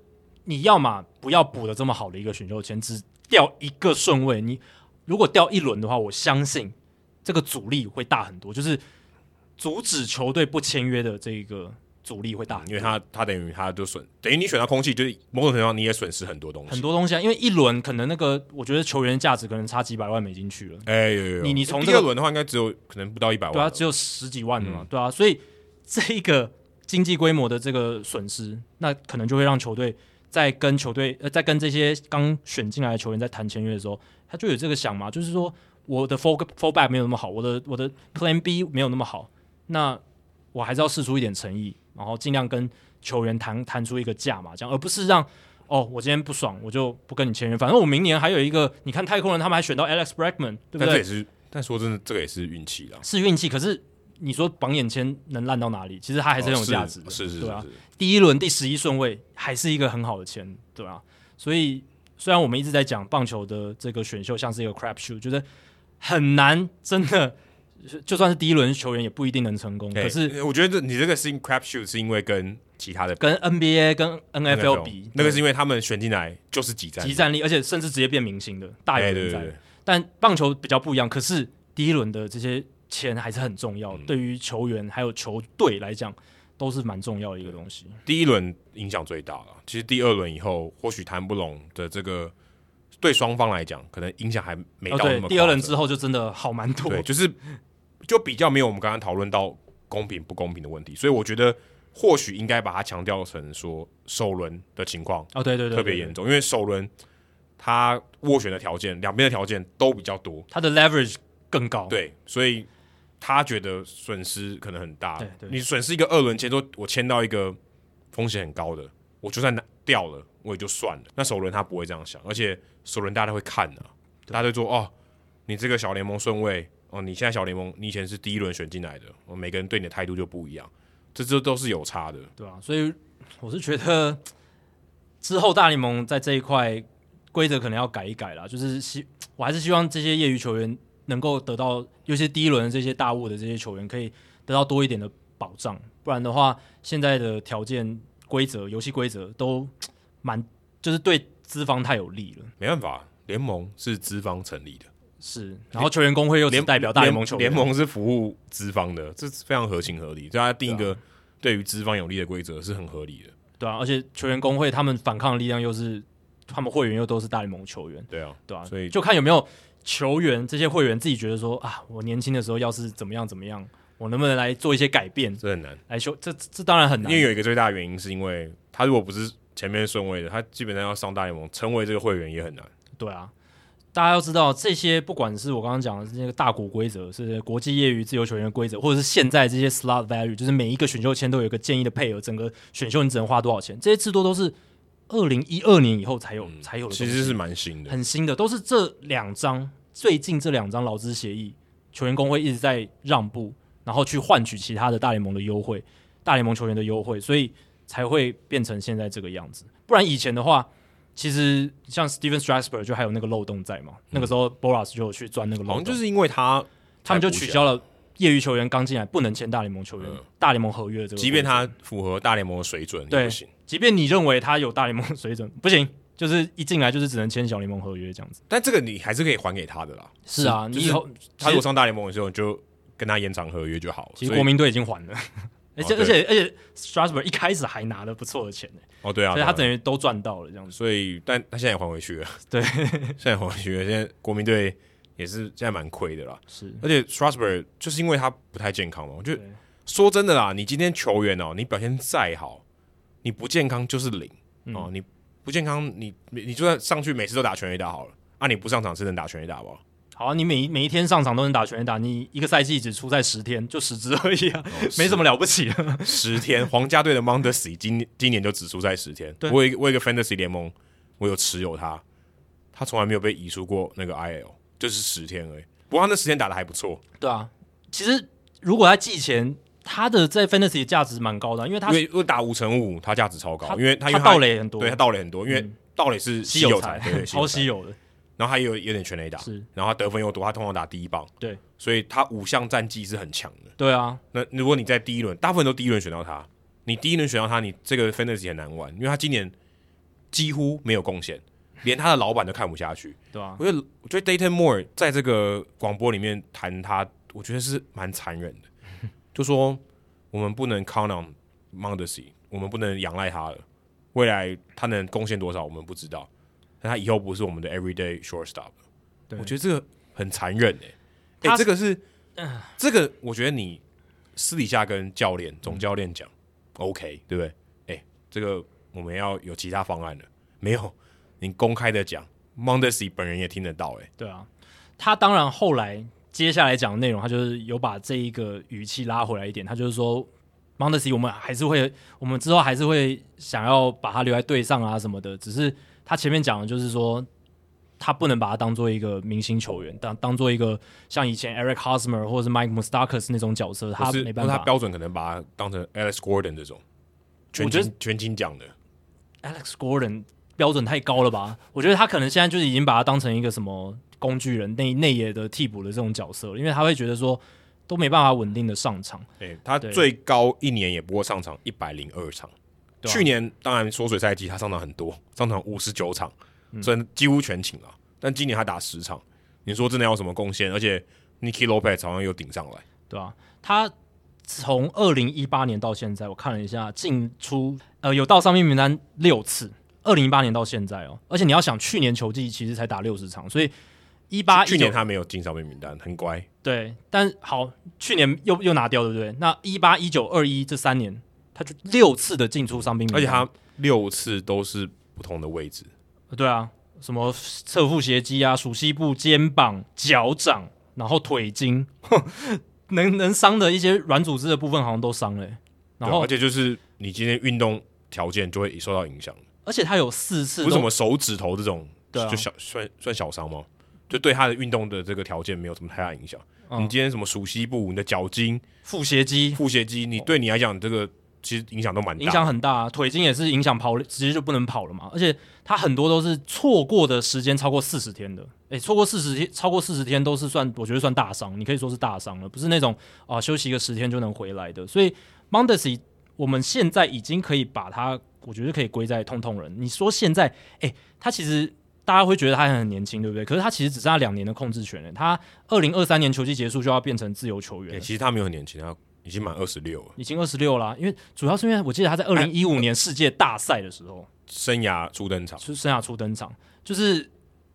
Speaker 2: 你要嘛不要补的这么好的一个选秀签，只掉一个顺位，你如果掉一轮的话，我相信这个阻力会大很多，就是阻止球队不签约的这个阻力会大很
Speaker 1: 嗯
Speaker 2: 多
Speaker 1: 因为他他等于他就损，等于你选到空气，就是某种程度上你也损失很多东西。
Speaker 2: 很多东西啊，因为一轮可能那个，我觉得球员价值可能差几百万美金去了，
Speaker 1: 哎、有有有
Speaker 2: 你你从
Speaker 1: 第
Speaker 2: 这个
Speaker 1: 二轮的话，应该只有可能不到一百万
Speaker 2: 对啊，
Speaker 1: 了，嗯
Speaker 2: 只有十几万的嘛，对啊，所以这一个经济规模的这个损失，那可能就会让球队在跟球队呃，在跟这些刚选进来的球员在谈签约的时候，他就有这个想嘛，就是说我的 full full back 没有那么好，我的我的 Plan B 没有那么好，那我还是要试出一点诚意，然后尽量跟球员谈谈出一个价嘛，这样而不是让。哦，我今天不爽，我就不跟你签约。反正我明年还有一个，你看太空人他们还选到 Alex Bregman，对不
Speaker 1: 但
Speaker 2: 啊
Speaker 1: 这
Speaker 2: 对
Speaker 1: 也？是，但说真的，这个也是运气啦，
Speaker 2: 是运气，可是你说榜眼签能烂到哪里？其实它还是很有价值的，
Speaker 1: 哦是是是
Speaker 2: 对啊
Speaker 1: 是。
Speaker 2: 第一轮第十一顺位还是一个很好的签，对啊。所以虽然我们一直在讲棒球的这个选秀像是一个 crap shoot，觉得很难，真的就算是第一轮球员也不一定能成功。
Speaker 1: 哎
Speaker 2: 可是
Speaker 1: 我觉得这你这个是 crap shoot 是因为跟其他的
Speaker 2: 跟 NBA 跟 NFL 比，
Speaker 1: 那个
Speaker 2: 对
Speaker 1: 是因为他们选进来就是几战，
Speaker 2: 集战力，而且甚至直接变明星的大
Speaker 1: 哎
Speaker 2: 有
Speaker 1: 对对
Speaker 2: 人在
Speaker 1: 对。，
Speaker 2: 但棒球比较不一样，可是第一轮的这些钱还是很重
Speaker 1: 嗯
Speaker 2: 要，对于球员还有球队来讲都是蛮重要的一个东西。
Speaker 1: 第一轮影响最大了。其实第二轮以后，或许谈不拢的这个对双方来讲，可能影响还没
Speaker 2: 哦，
Speaker 1: 到那
Speaker 2: 对
Speaker 1: 么、，
Speaker 2: 第二轮之，后就真的好蛮多。
Speaker 1: 对，就是就比较没有我们刚刚讨论到公平不公平的问题，所以我觉得或许应该把它强调成说首轮的情况
Speaker 2: 哦，对对对，
Speaker 1: 特别
Speaker 2: 对
Speaker 1: 严，重，因为首轮它斡旋的条件，两边的条件都比较多，
Speaker 2: 他的 leverage 更高。
Speaker 1: 对，所以他觉得损失可能很大。
Speaker 2: 对对
Speaker 1: 你损失一个二轮签，说我签到一个风险很高的，我就算拿掉了，我也就算了。那首轮他不会这样想，而且首轮大家会看的、大家会说哦，你这个小联盟顺位哦，你现在小联盟，你以前是第一轮选进来的，哦，每个人对你的态度就不一样，这这都是有差的。
Speaker 2: 对啊，所以我是觉得之后大联盟在这一块规则可能要改一改啦，就是希我还是希望这些业余球员能够得到，尤其是第一轮的这些大物的这些球员可以得到多一点的保障，不然的话，现在的条件规则、游戏规则都蛮就是对资方太有利了，
Speaker 1: 没办法，联盟是资方成立的，
Speaker 2: 是。然后球员工会又只
Speaker 1: 联
Speaker 2: 代表大联盟球员
Speaker 1: 联盟是服务资方的，这是非常合情合理。所以他定一个对啊于资方有利的规则是很合理的。
Speaker 2: 对啊，而且球员工会他们反抗的力量又是他们会员又都是大联盟球员，
Speaker 1: 对啊，
Speaker 2: 对啊，
Speaker 1: 所以
Speaker 2: 就看有没有球员这些会员自己觉得说啊，我年轻的时候要是怎么样怎么样，我能不能来做一些改变
Speaker 1: 这很难，
Speaker 2: 来修？这这这当然很
Speaker 1: 因
Speaker 2: 难
Speaker 1: 为，有一个最大的原因是因为他如果不是前面顺位的，他基本上要上大联盟，成为这个会员也很难。
Speaker 2: 对啊。大家要知道，这些不管是我刚刚讲的这个大股规则，是国际业余自由球员的规则，或者是现在这些 slot value，就是每一个选秀签都有一个建议的配额，整个选秀你只能花多少钱，这些制度都是二零一二年以后才有、才有的东西，
Speaker 1: 嗯其实是蛮新的。
Speaker 2: 很新的，都是这两张最近这两张劳资协议，球员工会一直在让步，然后去换取其他的大联盟的优惠，大联盟球员的优惠，所以才会变成现在这个样子。不然以前的话，其实像 Steven Strasburg 就还有那个漏洞在嘛，那个时候 Boras 就有去钻那个
Speaker 1: 嗯好
Speaker 2: 漏
Speaker 1: 像就
Speaker 2: 洞，
Speaker 1: 是因为他，
Speaker 2: 他们就取消了业余球员刚进来不能签大联盟球员、大联盟合约的这个规则，
Speaker 1: 嗯即便他符合大联盟的水准也
Speaker 2: 对
Speaker 1: 不行。
Speaker 2: 即便你认为他有大联盟水准，不行，就是一进来就是只能签小联盟合约这样子。
Speaker 1: 但这个你还是可以还给他的啦。
Speaker 2: 是啊，
Speaker 1: 就是
Speaker 2: 你以后
Speaker 1: 他如果上大联盟的时候，你就跟他延长合约就好了。
Speaker 2: 其实
Speaker 1: 所以
Speaker 2: 国民队已经还 了，而且、
Speaker 1: 哦对
Speaker 2: 而且而且 Strasburg 一开始还拿了不错的钱呢、欸
Speaker 1: 哦，对啊，
Speaker 2: 所以他
Speaker 1: 对啊
Speaker 2: 等于都赚到了这样子。
Speaker 1: 所以但他现在也还回去了。
Speaker 2: 对
Speaker 1: 现在还回去了。现在国民队也是现在蛮亏的啦。
Speaker 2: 是
Speaker 1: 而且 Strasburg 就是因为他不太健康嘛，我觉得
Speaker 2: 对
Speaker 1: 说真的啦，你今天球员哦，你表现再好，你不健康就是零、
Speaker 2: 嗯
Speaker 1: 哦，你不健康，你你你就算上去每次都打全垒打好了，啊，你不上场是能打全垒打吧？
Speaker 2: 好啊，你每一每一天上场都能打全垒打，你一个赛季只出赛十天，就十支而已啊，没什么了不起啊 的。
Speaker 1: 十天，皇家队的 Mondesi 今今年就只出赛十天。
Speaker 2: 对
Speaker 1: 我有一个我有一个 Fantasy 联盟，我有持有他，他从来没有被移出过那个 IL，就是十天而已。不过他那十天打的还不错，
Speaker 2: 对啊，其实如果他季前，他的在 Fantasy 的价值蛮高的啊，因为他
Speaker 1: 因为因为打五乘五，他价值超高，因为他因为
Speaker 2: 他盗垒很多嗯
Speaker 1: 对他，盗垒很多，因为盗垒是
Speaker 2: 稀
Speaker 1: 有
Speaker 2: 有
Speaker 1: 才，
Speaker 2: 才
Speaker 1: 对 对，，
Speaker 2: 超稀
Speaker 1: 有才。
Speaker 2: 有的。
Speaker 1: 然后他也有有点全垒打，
Speaker 2: 是
Speaker 1: 然后他得分又多，他通常打第一棒，
Speaker 2: 对
Speaker 1: 所以他五项战绩是很强的。
Speaker 2: 对啊，
Speaker 1: 那如果你在第一轮，大部分都第一轮选到他，你第一轮选到他，你这个 fantasy 很难玩，因为他今年几乎没有贡献，连他的老板都看不下去。
Speaker 2: 对啊，
Speaker 1: 我觉得，我觉得 Dayton Moore 在这个广播里面谈他，我觉得是蛮残忍的， 就说我们不能 count on Mondesi，我们不能仰赖他了，未来他能贡献多少我们不知道，但他以后不是我们的 everyday shortstop 了
Speaker 2: 对
Speaker 1: 我觉得这个很残忍诶、欸，
Speaker 2: 他
Speaker 1: 这个是这个，我觉得你私底下跟教练、总教练讲、o k 对不对？哎、这个我们要有其他方案了，没有，你公开的讲，Mondesi 本人也听得到、欸，哎，
Speaker 2: 对啊，他当然后来接下来讲的内容，他就是有把这一个语气拉回来一点，他就是说 m o n t e s 我们还是会，我们之后还是会想要把他留在队上啊什么的，只是他前面讲的就是说。他不能把他当做一个明星球员，当当做一个像以前 Eric Hosmer 或者是 Mike Mustakas 那种角色，他
Speaker 1: 或是
Speaker 2: 没办
Speaker 1: 或是
Speaker 2: 法
Speaker 1: 他。标准可能把他当成 Alex Gordon 这种全
Speaker 2: 我觉得
Speaker 1: 勤全勤奖的，
Speaker 2: Alex Gordon 标准太高了吧？我觉得他可能现在就是已经把他当成一个什么工具人、内内野的替补的这种角色了，因为他会觉得说都没办法稳定的上场。
Speaker 1: 哎、他
Speaker 2: 对
Speaker 1: 最高一年也不过上场一百零二场。
Speaker 2: 对啊
Speaker 1: 去年当然缩水赛季，他上场很多，上场五十九场，
Speaker 2: 嗯
Speaker 1: 所以几乎全勤啊。但今年他打十场，你说真的要有什么贡献？而且 Niki Lopez 好像又顶上来，
Speaker 2: 对啊，他从二零一八年到现在，我看了一下进出，呃，有到上面名单六次。二零一八年到现在哦，而且你要想，去年球季其实才打六十场，所以啊一嗯八
Speaker 1: 去年他没有进上面名单，很乖。
Speaker 2: 对，但好，去年又又拿掉，对不对？那一八、一九、二一这三年，他就六次的进出伤兵名
Speaker 1: 而
Speaker 2: 单，
Speaker 1: 且他六次都是不同的位置，
Speaker 2: 对啊，什么侧腹斜肌啊、属膝部、肩膀、脚掌，然后腿筋， 能能伤的一些软组织的部分好像都伤了欸、
Speaker 1: 对
Speaker 2: 然
Speaker 1: 啊
Speaker 2: 后
Speaker 1: 而，且就是你今天运动条件就会受到影响。
Speaker 2: 而且他有四次
Speaker 1: 不
Speaker 2: 都
Speaker 1: 是什么手指头这种，
Speaker 2: 对啊
Speaker 1: 就小算算小伤吗？就对他的运动的这个条件没有什么太大影响。
Speaker 2: 嗯
Speaker 1: 你今天什么熟悉部、你的脚筋、
Speaker 2: 腹斜肌
Speaker 1: 腹斜肌，你对你来讲这个其实影响都蛮大。
Speaker 2: 影响很大、腿筋也是影响跑，直接就不能跑了嘛。而且他很多都是错过的时间超过四十天的，诶、错过四十天，超过四十天都是算，我觉得算大伤，你可以说是大伤了，不是那种啊、休息个十天就能回来的。所以 Mondesi 我们现在已经可以把他，我觉得可以归在痛痛人。你说现在，诶、他其实。大家会觉得他还很年轻，对不对？可是他其实只剩下两年的控制权了。他二零二三年球季结束就要变成自由球员
Speaker 1: 欸
Speaker 2: 了，
Speaker 1: 其实他没有很年轻，他已经满二十六了，
Speaker 2: 已经二十六了啊。因为主要是因为我记得他在二零一
Speaker 1: 哎
Speaker 2: 五年世界大赛的时候，
Speaker 1: 生涯初登场。
Speaker 2: 出生涯初登场，就是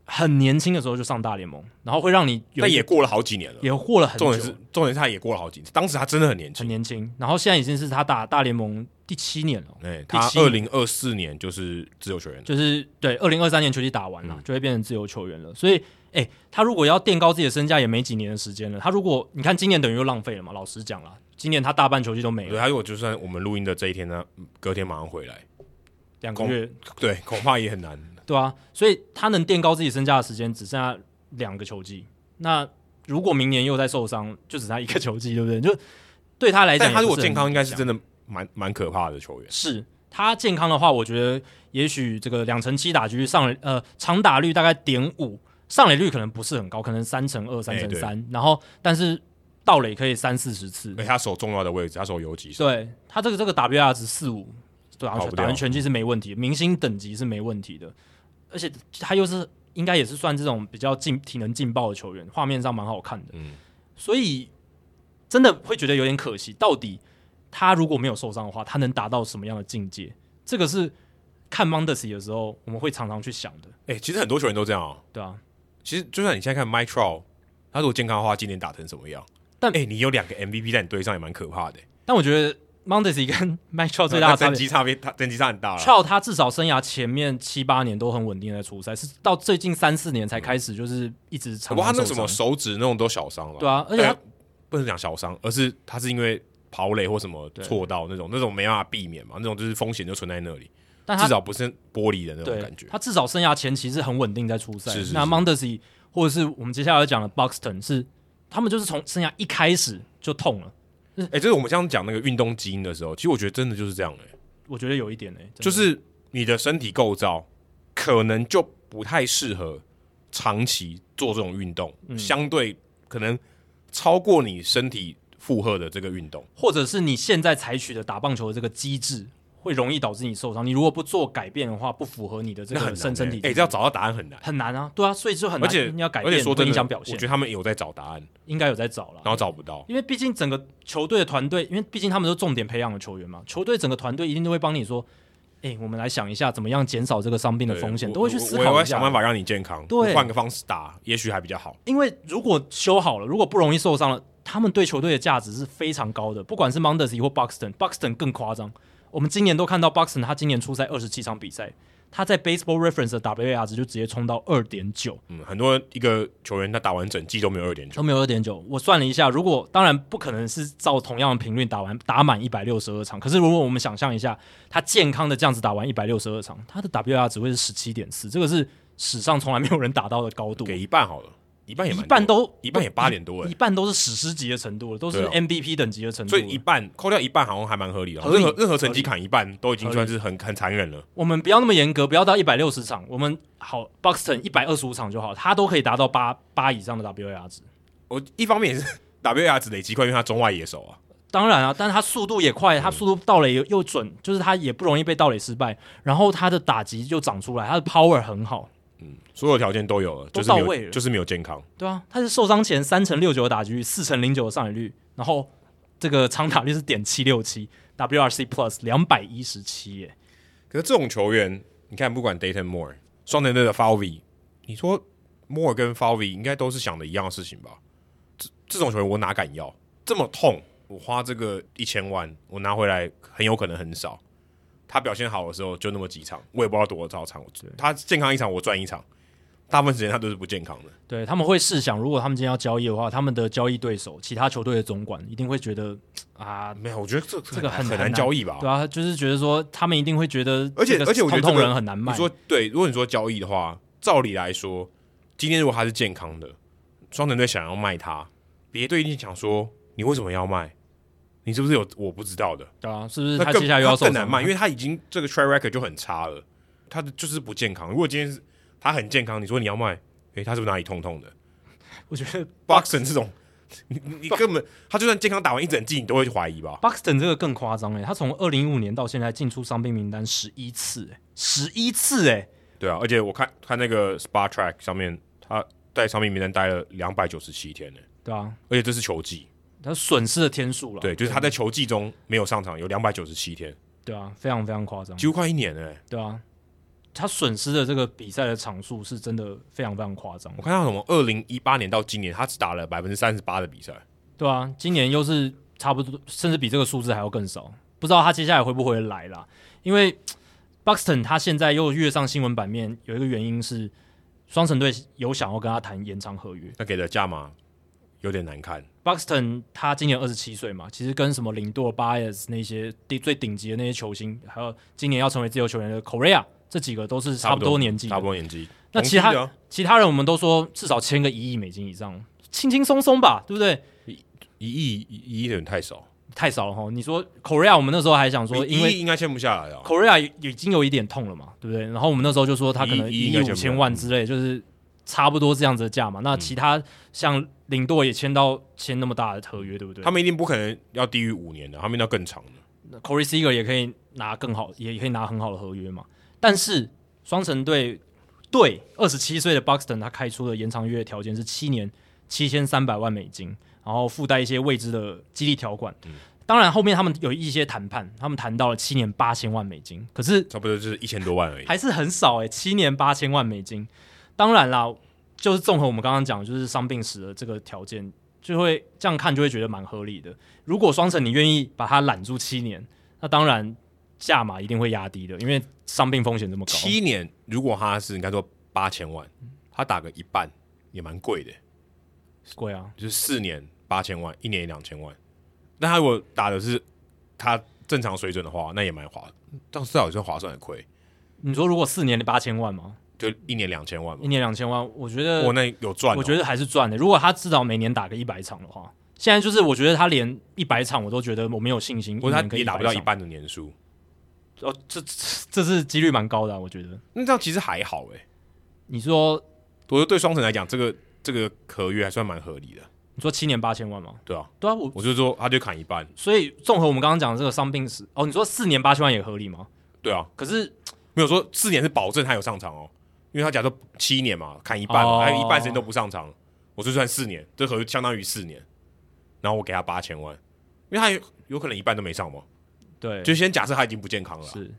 Speaker 2: 很年轻的时候就上大联盟，然后会让你有
Speaker 1: 但也过了好几年了。
Speaker 2: 也过了很
Speaker 1: 重
Speaker 2: 久，
Speaker 1: 点是，重点是他也过了好几年，当时他真的很年
Speaker 2: 很
Speaker 1: 轻。
Speaker 2: 年轻，然后现在已经是他打大联盟第七年了。
Speaker 1: 哎、他
Speaker 2: 第七
Speaker 1: 二零二四年就是自由球员，
Speaker 2: 就是对，二零二三年球季打完了，
Speaker 1: 嗯
Speaker 2: 就会变成自由球员了。所以，哎、他如果要垫高自己的身价，也没几年的时间了。他如果你看今年等于又浪费了嘛，老实讲啦，今年他大半球季都没
Speaker 1: 对
Speaker 2: 了，
Speaker 1: 他如果就算我们录音的这一天呢，隔天马上回来，
Speaker 2: 两个月，
Speaker 1: 对，恐怕也很难。
Speaker 2: 对啊，所以他能垫高自己身价的时间只剩下两个球季。那如果明年又再受伤，就只剩下一个球季，对不对？就对他来讲，
Speaker 1: 但他如果健康，应该是
Speaker 2: 真。
Speaker 1: 真的蛮蛮可怕的球员。
Speaker 2: 是他健康的话，我觉得也许这个两成七打局上呃长打率大概点五，上垒率可能不是很高，可能三成二、三
Speaker 1: 哎
Speaker 2: 成
Speaker 1: 对哎
Speaker 2: 三，然后但是盗垒可以三四十次
Speaker 1: 而，且他守重要的位置，他守游击手，
Speaker 2: 对他这个这个 WR 值四五，对啊
Speaker 1: 跑，不
Speaker 2: 打完
Speaker 1: 掉
Speaker 2: 全季是没问题，明星等级是没问题的，而且他又是应该也是算这种比较劲体能劲爆的球员，画面上蛮好看的，
Speaker 1: 嗯
Speaker 2: 所以真的会觉得有点可惜。到底他如果没有受伤的话，他能达到什么样的境界？这个是看 Mondesi 的时候我们会常常去想的，
Speaker 1: 哎、其实很多球员都这样、哦。
Speaker 2: 对啊，
Speaker 1: 其实就算你现在看 My Trout，他如果健康的话，今年打成什么样？
Speaker 2: 但
Speaker 1: 哎、你有两个 MVP 在你队上也蛮可怕的、
Speaker 2: 但我觉得 Mondesi 跟 m i c h e l 最大
Speaker 1: 那
Speaker 2: 的差
Speaker 1: 战
Speaker 2: 别。
Speaker 1: 绩差别，他战绩差很大了。
Speaker 2: 跳他至少生涯前面七八年都很稳定的在出赛，是到最近三四年才开始就是一直
Speaker 1: 嗯不
Speaker 2: 常
Speaker 1: 过他
Speaker 2: 常
Speaker 1: 那
Speaker 2: 受
Speaker 1: 什么
Speaker 2: 伤。
Speaker 1: 手指那种都小伤了，
Speaker 2: 对啊而且他
Speaker 1: 哎不能讲小伤，而是他是因为跑垒或什么错到那种，那种没办法避免嘛，那种就是风险就存在那里，
Speaker 2: 但他
Speaker 1: 至少不是玻璃的那种
Speaker 2: 对
Speaker 1: 感觉。
Speaker 2: 他至少生涯前期是很稳定在出赛。
Speaker 1: 是是是
Speaker 2: 那 Mondesi 或者是我们接下来要讲的 Buxton 是他们就是从生涯一开始就痛了，
Speaker 1: 哎、就是我们刚刚讲那个运动基因的时候，其实我觉得真的就是这样、哎，
Speaker 2: 我觉得有一点呢、欸真的
Speaker 1: 就是你的身体构造可能就不太适合长期做这种运动，
Speaker 2: 嗯
Speaker 1: 相对可能超过你身体负荷的这个运动。
Speaker 2: 或者是你现在采取的打棒球的这个机制，会容易导致你受伤。你如果不做改变的话，不符合你的这
Speaker 1: 那很
Speaker 2: 个
Speaker 1: 难
Speaker 2: 身身体
Speaker 1: 哎、欸这要找到答案很难，
Speaker 2: 很难啊，对啊，所以就很
Speaker 1: 而
Speaker 2: 难，
Speaker 1: 且
Speaker 2: 你要改
Speaker 1: 而
Speaker 2: 变，
Speaker 1: 且说真
Speaker 2: 会
Speaker 1: 的，
Speaker 2: 影响表现
Speaker 1: 我觉，得他们有在找答案，
Speaker 2: 应该有在找了
Speaker 1: 然。后找不到。
Speaker 2: 因为毕竟整个球队的团队，因为毕竟他们都重点培养的球员嘛，球队整个团队一定都会帮你说，哎、我们来想一下怎么样减少这个伤病的
Speaker 1: 对
Speaker 2: 嗯风险，
Speaker 1: 我
Speaker 2: 都会去思
Speaker 1: 我我
Speaker 2: 考
Speaker 1: 要
Speaker 2: 一下
Speaker 1: 想。办法让你健康，
Speaker 2: 对
Speaker 1: 换个方式打，也许还比较好。
Speaker 2: 因为如果修好了，如果不容易受伤了，他们对球队的价值是非常高的。不管是 Mondesi 或 Buxton，Buxton 更夸张。我们今年都看到 Buxton，他今年出赛二十七场比赛，他在 Baseball Reference 的 WAR 值就直接冲到二点九，
Speaker 1: 嗯，很多一个球员他打完整季都没有二点九，
Speaker 2: 都没有二点九。我算了一下，如果当然不可能是照同样的频率打完打满一百六十二场，可是如果我们想象一下，他健康的这样子打完一百六十二场，他的 WAR 值会是十七点四，这个是史上从来没有人达到的高度，
Speaker 1: 给一半好了，一半也
Speaker 2: 一
Speaker 1: 蛮多
Speaker 2: 半都
Speaker 1: 一半也八点多哎
Speaker 2: 一，半都是史诗级的程度了，都
Speaker 1: 对
Speaker 2: 是
Speaker 1: 啊
Speaker 2: MVP 等级的程度
Speaker 1: 所
Speaker 2: 了。
Speaker 1: 以一半扣掉一半好像还蛮合理的，
Speaker 2: 合
Speaker 1: 任
Speaker 2: 理
Speaker 1: 何任何成绩砍一半都已经算是很很残忍了。
Speaker 2: 我们不要那么严格，不要到一百六十场，我们好 Buxton 一百二十五场就好，他都可以达到八八以上的 WAR 值。
Speaker 1: 我一方面也是 WAR 值累积快，因为他中外野手啊，
Speaker 2: 当然啊，但是他速度也快，
Speaker 1: 嗯
Speaker 2: 他速度到垒又又准，就是他也不容易被盗垒失败。然后他的打击就长出来，他的 power 很好，
Speaker 1: 所有条件都有了，
Speaker 2: 都
Speaker 1: 就是没
Speaker 2: 到位
Speaker 1: 有
Speaker 2: 了
Speaker 1: 就是没有健康。
Speaker 2: 对啊，他是受伤前三成六九的打击率，四成零九的上垒率，然后这个长打率是点七六七，WRC Plus 两百一十七耶，
Speaker 1: 可是这种球员，你看不管 Dayton Moore、双城队的 f a v i 你说 Moore 跟 f a v i 应该都是想的一样的事情吧？这这种球员我哪敢要？这么痛，我花这个一千万，我拿回来很有可能很少。他表现好的时候就那么几场，我也不知道多少场。我他健康一场我赚一场，大部分时间他都是不健康的。
Speaker 2: 对他们会试想，如果他们今天要交易的话，他们的交易对手，其他球队的总管一定会觉得啊，
Speaker 1: 没有，我觉得这
Speaker 2: 这个很
Speaker 1: 很
Speaker 2: 很
Speaker 1: 难
Speaker 2: 难
Speaker 1: 交易吧？
Speaker 2: 对啊，就是觉得说他们一定会觉得
Speaker 1: 而且
Speaker 2: 这个
Speaker 1: 而且我觉得
Speaker 2: 痛
Speaker 1: 这
Speaker 2: 痛
Speaker 1: 个
Speaker 2: 人很难卖
Speaker 1: 你。说对，如果你说交易的话，照理来说，今天如果他是健康的，双城队想要卖他，别队一定想说你为什么要卖？你是不是有我不知道的？
Speaker 2: 对啊，是不是
Speaker 1: 那
Speaker 2: 他
Speaker 1: 更
Speaker 2: 接下来又要受
Speaker 1: 更
Speaker 2: 伤
Speaker 1: 难卖，因
Speaker 2: 为
Speaker 1: 为他已经这个 track record 就很差了，他的就是不健康。如果今天是他很健康，你说你要卖，诶、他是不是哪里痛痛的
Speaker 2: 我觉得
Speaker 1: ？Boxing 这种，你你你根本他就算健康打完一整季，你都会怀疑吧？
Speaker 2: Buxton 这个更夸张哎、他从二零一五年到现在进出伤病名单十一次哎、十一次哎、
Speaker 1: 对啊，而且我看看那个 Spa Track 上面，他在上面名单待了两百九十七天呢、
Speaker 2: 对啊，
Speaker 1: 而且这是球季，
Speaker 2: 他损失的天数了，
Speaker 1: 对，就是他在球季中没有上场，有两百九十七天，
Speaker 2: 对啊，非常非常夸张，
Speaker 1: 几乎快一年了欸。
Speaker 2: 对啊，他损失的这个比赛的场数是真的非常非常夸张
Speaker 1: 我，看他从二零一八年到今年，他只打了百分之三十八的比赛，
Speaker 2: 对啊，今年又是差不多，甚至比这个数字还要更少，不知道他接下来会不会来啦。因为 Buxton 他现在又跃上新闻版面，有一个原因是双城队有想要跟他谈延长合约。
Speaker 1: 那给的价码有点难看。
Speaker 2: Buxton 他今年二十七岁嘛，其实跟什么林多、Bias 那些第最顶级的那些球星，还有今年要成为自由球员的 Korea 这几个都是差不多年纪的
Speaker 1: 差不多年纪。
Speaker 2: 那
Speaker 1: 同
Speaker 2: 其他
Speaker 1: 期的啊
Speaker 2: 其他人我们都说至少签个一亿美金以上，轻轻松松吧，对不对？
Speaker 1: 一亿一亿有点太少，
Speaker 2: 太少了哈。你说 Korea，我们那时候还想说，
Speaker 1: 一
Speaker 2: 因
Speaker 1: 亿
Speaker 2: 为
Speaker 1: 应该签不下来啊。
Speaker 2: Korea 已已经有一点痛了嘛，对不对？然后我们那时候就说他可能
Speaker 1: 一亿
Speaker 2: 一
Speaker 1: 应
Speaker 2: 亿
Speaker 1: 该
Speaker 2: 五
Speaker 1: 全部
Speaker 2: 千万之类，就是差不多这样子的价嘛。
Speaker 1: 嗯
Speaker 2: 那其他像林多也签到签那么大的合约，对不对
Speaker 1: 他？们一定不可能要低于五年的，他们一定要更长的。
Speaker 2: Corey Seager 也可以拿更好，也也可以拿很好的合约嘛。但是双城队对二十七岁的 Buxton，他开出的延长约的条件是七年七千三百万美金，然后附带一些未知的激励条款。当然，后面他们有一些谈判，他们谈到了七年八千万美金，可是
Speaker 1: 差不多就是一千多万而已。
Speaker 2: 还是很少诶、七年八千万美金。当然啦，就是综合我们刚刚讲，就是伤病史的这个条件，就会这样看就会觉得蛮合理的。如果双城你愿意把它揽住七年，那当然价码一定会压低的，因为伤病风险这么高。
Speaker 1: 七年，如果他是应该说八千万，他打个一半也蛮贵的，
Speaker 2: 贵啊，
Speaker 1: 就是四年八千万，一年两千万。那他如果打的是他正常水准的话，那也蛮划，但至少也算划算的亏，
Speaker 2: 你说如果四年的八千万吗？
Speaker 1: 就一年两千万嘛
Speaker 2: 一。年两千万，我觉得
Speaker 1: 我那有赚哦、
Speaker 2: 嗯我觉得还是赚的。如果他至少每年打个一百场的话，现在就是我觉得他连一百场我都觉得我没有信心，
Speaker 1: 不过他
Speaker 2: 一年可以
Speaker 1: 也打不到
Speaker 2: 100
Speaker 1: 一
Speaker 2: 场，
Speaker 1: 半的年数，
Speaker 2: 哦，这这这是几率蛮高的啊、我觉得。
Speaker 1: 那这样其实还好哎、
Speaker 2: 你说
Speaker 1: 我觉得对双城来讲，这个这个合约还算蛮合理的，
Speaker 2: 你说七年八千万吗？
Speaker 1: 对啊，
Speaker 2: 对啊，我
Speaker 1: 我就说他就砍一半，
Speaker 2: 所以综合我们刚刚讲的这个伤病史，哦，你说四年八千万也合理吗？
Speaker 1: 对啊，
Speaker 2: 可是
Speaker 1: 没有说四年是保证他有上场哦，因为他假设七年嘛，砍一半嘛，
Speaker 2: 哦
Speaker 1: 还有一半时间都不上场，我就算四年，这合约相当于四年，然后我给他八千万，因为他有有可能一半都没上嘛，
Speaker 2: 对，
Speaker 1: 就先假设他已经不健康了啊，
Speaker 2: 是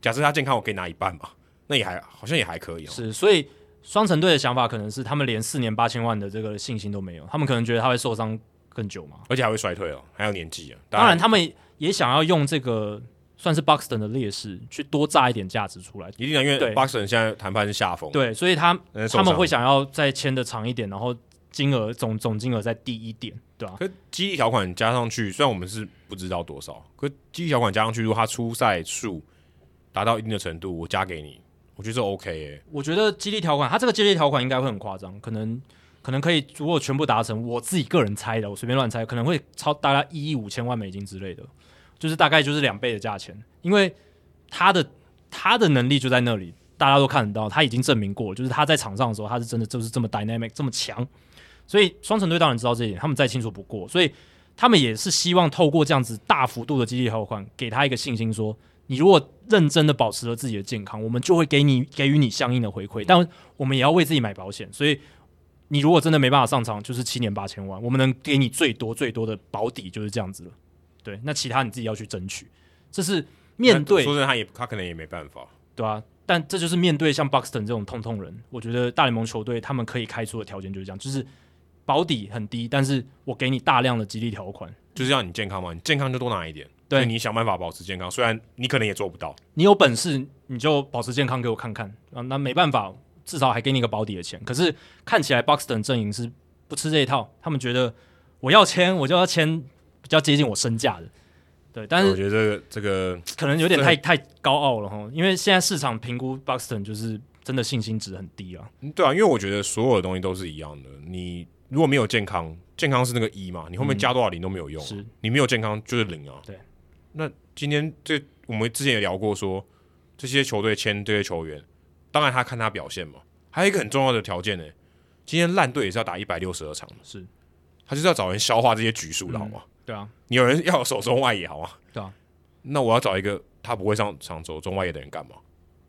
Speaker 1: 假设他健康，我可以拿一半嘛，那也还好像也还可以哦，
Speaker 2: 是，所以双城队的想法可能是他们连四年八千万的这个信心都没有，他们可能觉得他会受伤更久嘛。
Speaker 1: 而且还会衰退哦，还有年纪啊，
Speaker 2: 当然，他们也想要用这个算是 Buxton 的劣势去多榨一点价值出来。
Speaker 1: 一定啊的，因为
Speaker 2: 对
Speaker 1: Boxer 现在谈判是下风，
Speaker 2: 对，所以他
Speaker 1: 嗯受
Speaker 2: 他们
Speaker 1: 伤
Speaker 2: 会想要再签的长一点，然后金额总总金额再低一点，对啊吧、
Speaker 1: 可激励条款加上去，虽然我们是不知道多少，可激励条款加上去，如果他出赛数达到一定的程度，我加给你，我觉得这 OK 诶、
Speaker 2: 我觉得激励条款，它这个激励条款应该会很夸张，可能可能可以，如果全部达成，我自己个人猜的，我随便乱猜，可能会超大概一亿五千万美金之类的，就是大概就是两倍的价钱，因为他的他的能力就在那里，大家都看得到，他已经证明过，就是他在场上的时候，他是真的就是这么 dynamic 这么强，所以双城队当然知道这一点，他们再清楚不过，所以他们也是希望透过这样子大幅度的激励条款，给他一个信心说你如果认真的保持了自己的健康，我们就会给你给予你相应的回馈，但我们也要为自己买保险，所以你如果真的没办法上场，就是七年八千万，我们能给你最多最多的保底就是这样子了。对，那其他你自己要去争取，这是面对
Speaker 1: 说真的，他也他可能也没办法。
Speaker 2: 对啊，但这就是面对像 Buxton 这种痛痛人，我觉得大联盟球队他们可以开出的条件就是这样，就是保底很低，但是我给你大量的激励条款，
Speaker 1: 就是要你健康嘛，你健康就多拿一点，
Speaker 2: 对
Speaker 1: 所以你想办法保持健康。虽然你可能也做不到，
Speaker 2: 你有本事你就保持健康给我看看啊，那没办法，至少还给你一个保底的钱。可是看起来 Buxton 阵营是不吃这一套，他们觉得我要签我就要签比较接近我身价的，对，但是
Speaker 1: 我觉得这个这个
Speaker 2: 可能有点
Speaker 1: 这
Speaker 2: 太太高傲了哈，因为现在市场评估 Buxton 就是真的信心值很低啊。
Speaker 1: 嗯对啊，因为我觉得所有的东西都是一样的。你如果没有健康，健康是那个一嘛，你后面加多少零都没有用啊、
Speaker 2: 嗯是
Speaker 1: 你没有健康就是零啊。
Speaker 2: 对，
Speaker 1: 那今天这我们之前也聊过说这些球队签这些球员，当然他看他表现嘛，还有一个很重要的条件呢、今天烂队也是要打一百六十二场的，
Speaker 2: 是
Speaker 1: 他就是要找人消化这些局数的好吗？
Speaker 2: 对啊，
Speaker 1: 你有人要有手中外野好吗？
Speaker 2: 对啊，
Speaker 1: 那我要找一个他不会上场走中外野的人干嘛？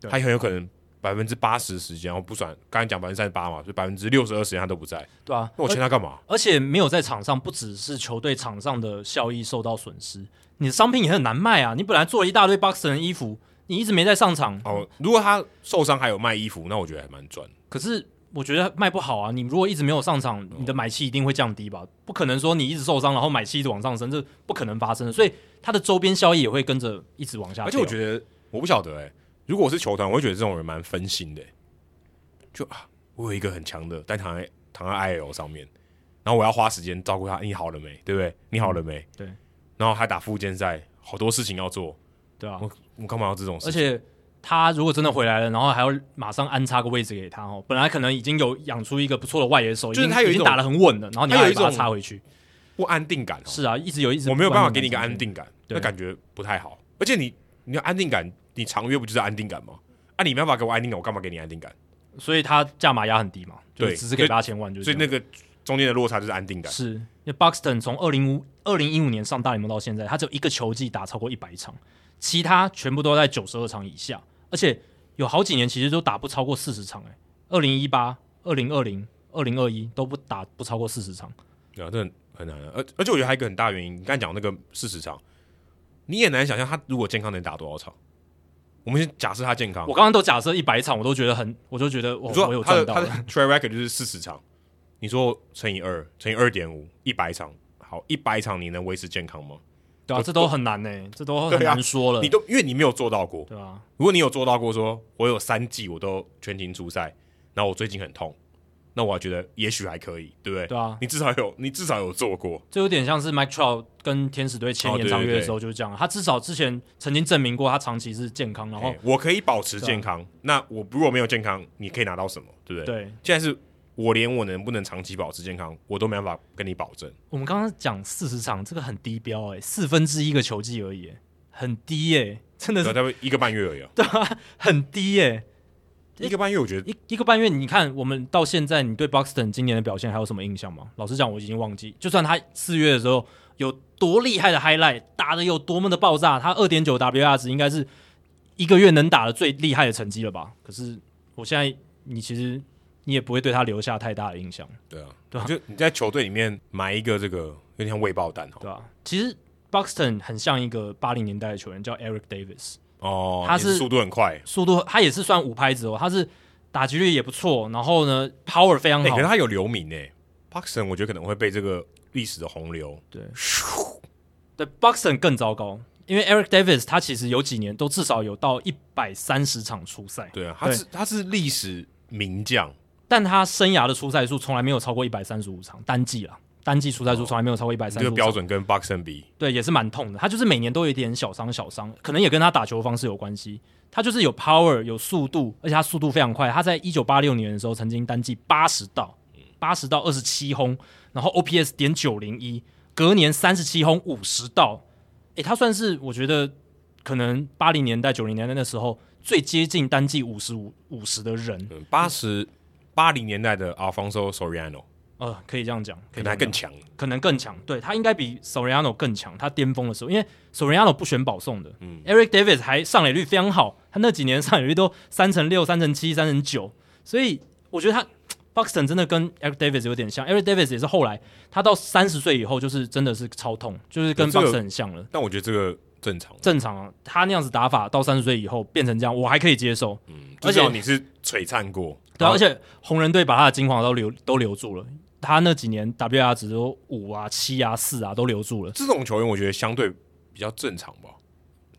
Speaker 2: 对
Speaker 1: 他很有可能百分之八十时间，然后不算刚才讲百分之三十八嘛，就百分之六十二时间他都不在，
Speaker 2: 对啊，
Speaker 1: 那我签他干嘛？
Speaker 2: 而且没有在场上，不只是球队场上的效益受到损失，你的商品也很难卖啊！你本来做了一大堆 Boxton 的衣服，你一直没在上场，
Speaker 1: 哦，如果他受伤还有卖衣服，那我觉得还蛮赚。
Speaker 2: 可是我觉得卖不好啊。你如果一直没有上场，你的买气一定会降低吧？不可能说你一直受伤，然后买气一直往上升，这不可能发生的。所以它的周边效益也会跟着一直往下掉。
Speaker 1: 而且我觉得，我不晓得哎、如果我是球团，我会觉得这种人蛮分心的欸、就啊，我有一个很强的，但躺在躺在 I L 上面，然后我要花时间照顾他，你好了没？对不对？你好了没？
Speaker 2: 嗯对。
Speaker 1: 然后还打附件赛，好多事情要做，
Speaker 2: 对啊，
Speaker 1: 我我干嘛要这种事
Speaker 2: 而
Speaker 1: 情？
Speaker 2: 且他如果真的回来了，然后还要马上安插个位置给他哦，本来可能已经有养出一个不错的外野手，
Speaker 1: 就是
Speaker 2: 已经
Speaker 1: 他有一
Speaker 2: 已经
Speaker 1: 种
Speaker 2: 打得很稳了，然后你
Speaker 1: 他
Speaker 2: 还
Speaker 1: 有一
Speaker 2: 把他
Speaker 1: 种
Speaker 2: 插回去，
Speaker 1: 不安定感、哦，
Speaker 2: 是啊，一直有一直
Speaker 1: 我没有办法
Speaker 2: 不断
Speaker 1: 给
Speaker 2: 地
Speaker 1: 你一个
Speaker 2: 往上
Speaker 1: 安定感，
Speaker 2: 对
Speaker 1: 那
Speaker 2: 啊
Speaker 1: 感觉不太好。而且你你要安定感，你长约不就是安定感吗？啊，你没办法给我安定感，我干嘛给你安定感？
Speaker 2: 升，所以他价码压很低嘛，就
Speaker 1: 对
Speaker 2: 只是给八千万，就是
Speaker 1: 所以那个中间的落差就是安定感。
Speaker 2: 啊是因为 Buxton 从二零五二零一五年上大联盟到现在，他只有一个球季打超过一百场，其他全部都在九十二场以下，而且有好几年其实都打不超过四十场、欸，哎，二零一八、二零二零、二零二一都不打不超过四十场，
Speaker 1: 对啊，这很很难、啊。而而且我觉得还有一个很大原因，你刚才讲那个四十场，你也难想象他如果健康能打多少场。我们先假设他健康，
Speaker 2: 我刚刚都假设一百场，我都觉得很，我就觉得我
Speaker 1: 你
Speaker 2: 我有
Speaker 1: 说他
Speaker 2: 赚
Speaker 1: 的
Speaker 2: 到
Speaker 1: 他的
Speaker 2: 了，
Speaker 1: track record 就是四十场，你说乘以二，乘以二点五，一百场，好，一百场你能维持健康吗？
Speaker 2: 对啊，这都很难呢、这都很
Speaker 1: 对啊
Speaker 2: 难说了，
Speaker 1: 你都因为你没有做到过。
Speaker 2: 对啊，
Speaker 1: 如果你有做到过说，我有三季我都全勤出赛，然后我最近很痛，那我还觉得也许还可以，对不对？
Speaker 2: 对啊
Speaker 1: 你至少有，你至少有做过。
Speaker 2: 这有点像是 Mike Trout 跟天使队签
Speaker 1: 哦
Speaker 2: 延
Speaker 1: 对
Speaker 2: 长
Speaker 1: 对
Speaker 2: 约的
Speaker 1: 对
Speaker 2: 时候就是这样，他至少之前曾经证明过他长期是健康，然后
Speaker 1: 哎我可以保持
Speaker 2: 对啊
Speaker 1: 健康，那我如果没有健康，你可以拿到什么？对不对？
Speaker 2: 对，
Speaker 1: 现在是我连我能不能长期保持健康，我都没办法跟你保证。
Speaker 2: 我们刚刚讲四十场，这个很低标哎、四分之一个球季而已欸、很低哎、真的
Speaker 1: 对啊，
Speaker 2: 是
Speaker 1: 大概一个半月而已啊，
Speaker 2: 很低哎、
Speaker 1: 一个半月我觉得
Speaker 2: 一一个半月，你看我们到现在，你对 Buxton 今年的表现还有什么印象吗？老实讲，我已经忘记。就算他四月的时候有多厉害的 highlight，打的有多么的爆炸，他二点九 WR 值应该是一个月能打的最厉害的成绩了吧？可是我现在，你其实你也不会对他留下太大的印象。
Speaker 1: 对啊，
Speaker 2: 对啊
Speaker 1: 就你在球队里面埋一个这个有点像未爆弹哦
Speaker 2: 对吧、其实 Buxton 很像一个八零年代的球员，叫 Eric Davis。
Speaker 1: 哦，
Speaker 2: 他是
Speaker 1: 也速度很快，
Speaker 2: 速度，他也是算五拍子哦，他是打击率也不错，然后呢，power 非常
Speaker 1: 哎，
Speaker 2: 好，
Speaker 1: 可是他有留名诶 p a r k s o n 我觉得可能会被这个历史的洪流
Speaker 2: 对，对，Buxton 更糟糕，因为 Eric Davis 他其实有几年都至少有到一百三十场出赛，
Speaker 1: 对啊，他是他是历史名将，
Speaker 2: 但他生涯的出赛数从来没有超过一百三十五场，单季啦，单季出赛数从来没有超过一百三
Speaker 1: 这
Speaker 2: 十
Speaker 1: 个
Speaker 2: 五
Speaker 1: 标
Speaker 2: 场，
Speaker 1: 准跟 b a r k s o n 比，
Speaker 2: 对，也是蛮痛的。他就是每年都有一点小伤小伤，可能也跟他打球方式有关系。他就是有 power 有速度，而且他速度非常快。他在一九八六年的时候曾经单季八十到八十到二十七轰，然后 OPS 点九零一，隔年三十七轰五十到。诶，他算是我觉得可能八零年代九零年代那时候最接近单季五十五五十的人，
Speaker 1: 嗯，八十八零年代的 Alfonso Soriano
Speaker 2: 呃，可以这样讲，可
Speaker 1: 可
Speaker 2: 以
Speaker 1: 能
Speaker 2: 这
Speaker 1: 还
Speaker 2: 样讲
Speaker 1: 更强，
Speaker 2: 可能更强，对他应该比 Soriano 更强。他巅峰的时候，因为 Soriano 不选保送的、e
Speaker 1: 嗯
Speaker 2: r i c Davis 还上垒率非常好，他那几年上垒率都三乘六、三乘七、三乘九，所以我觉得他 Buxton 真的跟 Eric Davis 有点像。Eric Davis 也是后来他到三十岁以后，就是真的是超痛，就是跟
Speaker 1: 对这个
Speaker 2: Buxton 很像了。
Speaker 1: 但我觉得这个正常，
Speaker 2: 正常啊，他那样子打法到三十岁以后变成这样，我还可以接受。
Speaker 1: 嗯，
Speaker 2: 而
Speaker 1: 至
Speaker 2: 且
Speaker 1: 少你是璀璨过，
Speaker 2: 对、
Speaker 1: 然
Speaker 2: 啊，
Speaker 1: 后
Speaker 2: 而且红人队把他的金黄都留都留住了，他那几年 WR 值都五啊、七啊、四啊都留住了。
Speaker 1: 这种球员我觉得相对比较正常吧。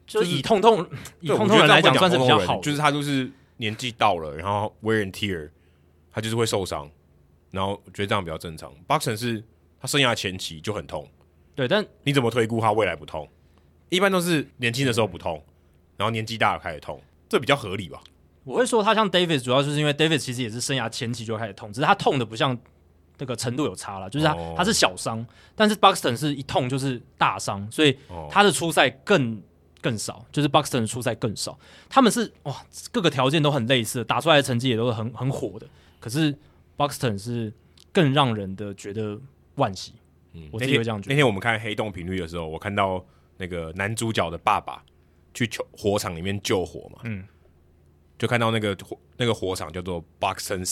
Speaker 2: 就
Speaker 1: 就是是
Speaker 2: 以痛痛以
Speaker 1: 对
Speaker 2: 痛
Speaker 1: 我觉
Speaker 2: 痛
Speaker 1: 得
Speaker 2: 人来
Speaker 1: 这样
Speaker 2: 讲，
Speaker 1: 会
Speaker 2: 算是比
Speaker 1: 通
Speaker 2: 较
Speaker 1: 通
Speaker 2: 好
Speaker 1: 人
Speaker 2: 的，
Speaker 1: 就是他就是年纪到了，然后 wear and tear，他就是会受伤，然后我觉得这样比较正常。Boxon 是他生涯前期就很痛，
Speaker 2: 对。但
Speaker 1: 你怎么推估他未来不痛？一般都是年轻的时候不痛，然后年纪大了开始痛，这比较合理吧？
Speaker 2: 我会说他像 Davis，主要就是因为 Davis 其实也是生涯前期就开始痛，只是他痛的不像那个程度有差了，就是他、
Speaker 1: 哦
Speaker 2: 他是小伤，但是 Buxton 是一痛就是大伤，所以
Speaker 1: 哦，
Speaker 2: 他的出赛更更少，就是 Buxton 的出赛更少。他们是哇，各个条件都很类似，打出来的成绩也都是很很火的。可是 Buxton 是更让人的觉得惋惜。
Speaker 1: 嗯
Speaker 2: 我
Speaker 1: 那
Speaker 2: 自己
Speaker 1: 天
Speaker 2: 会这样觉得
Speaker 1: 那天我们看黑洞频率的时候，我看到那个男主角的爸爸去球火场里面救火嘛，
Speaker 2: 嗯，
Speaker 1: 就看到那个火那个火场叫做 Boxon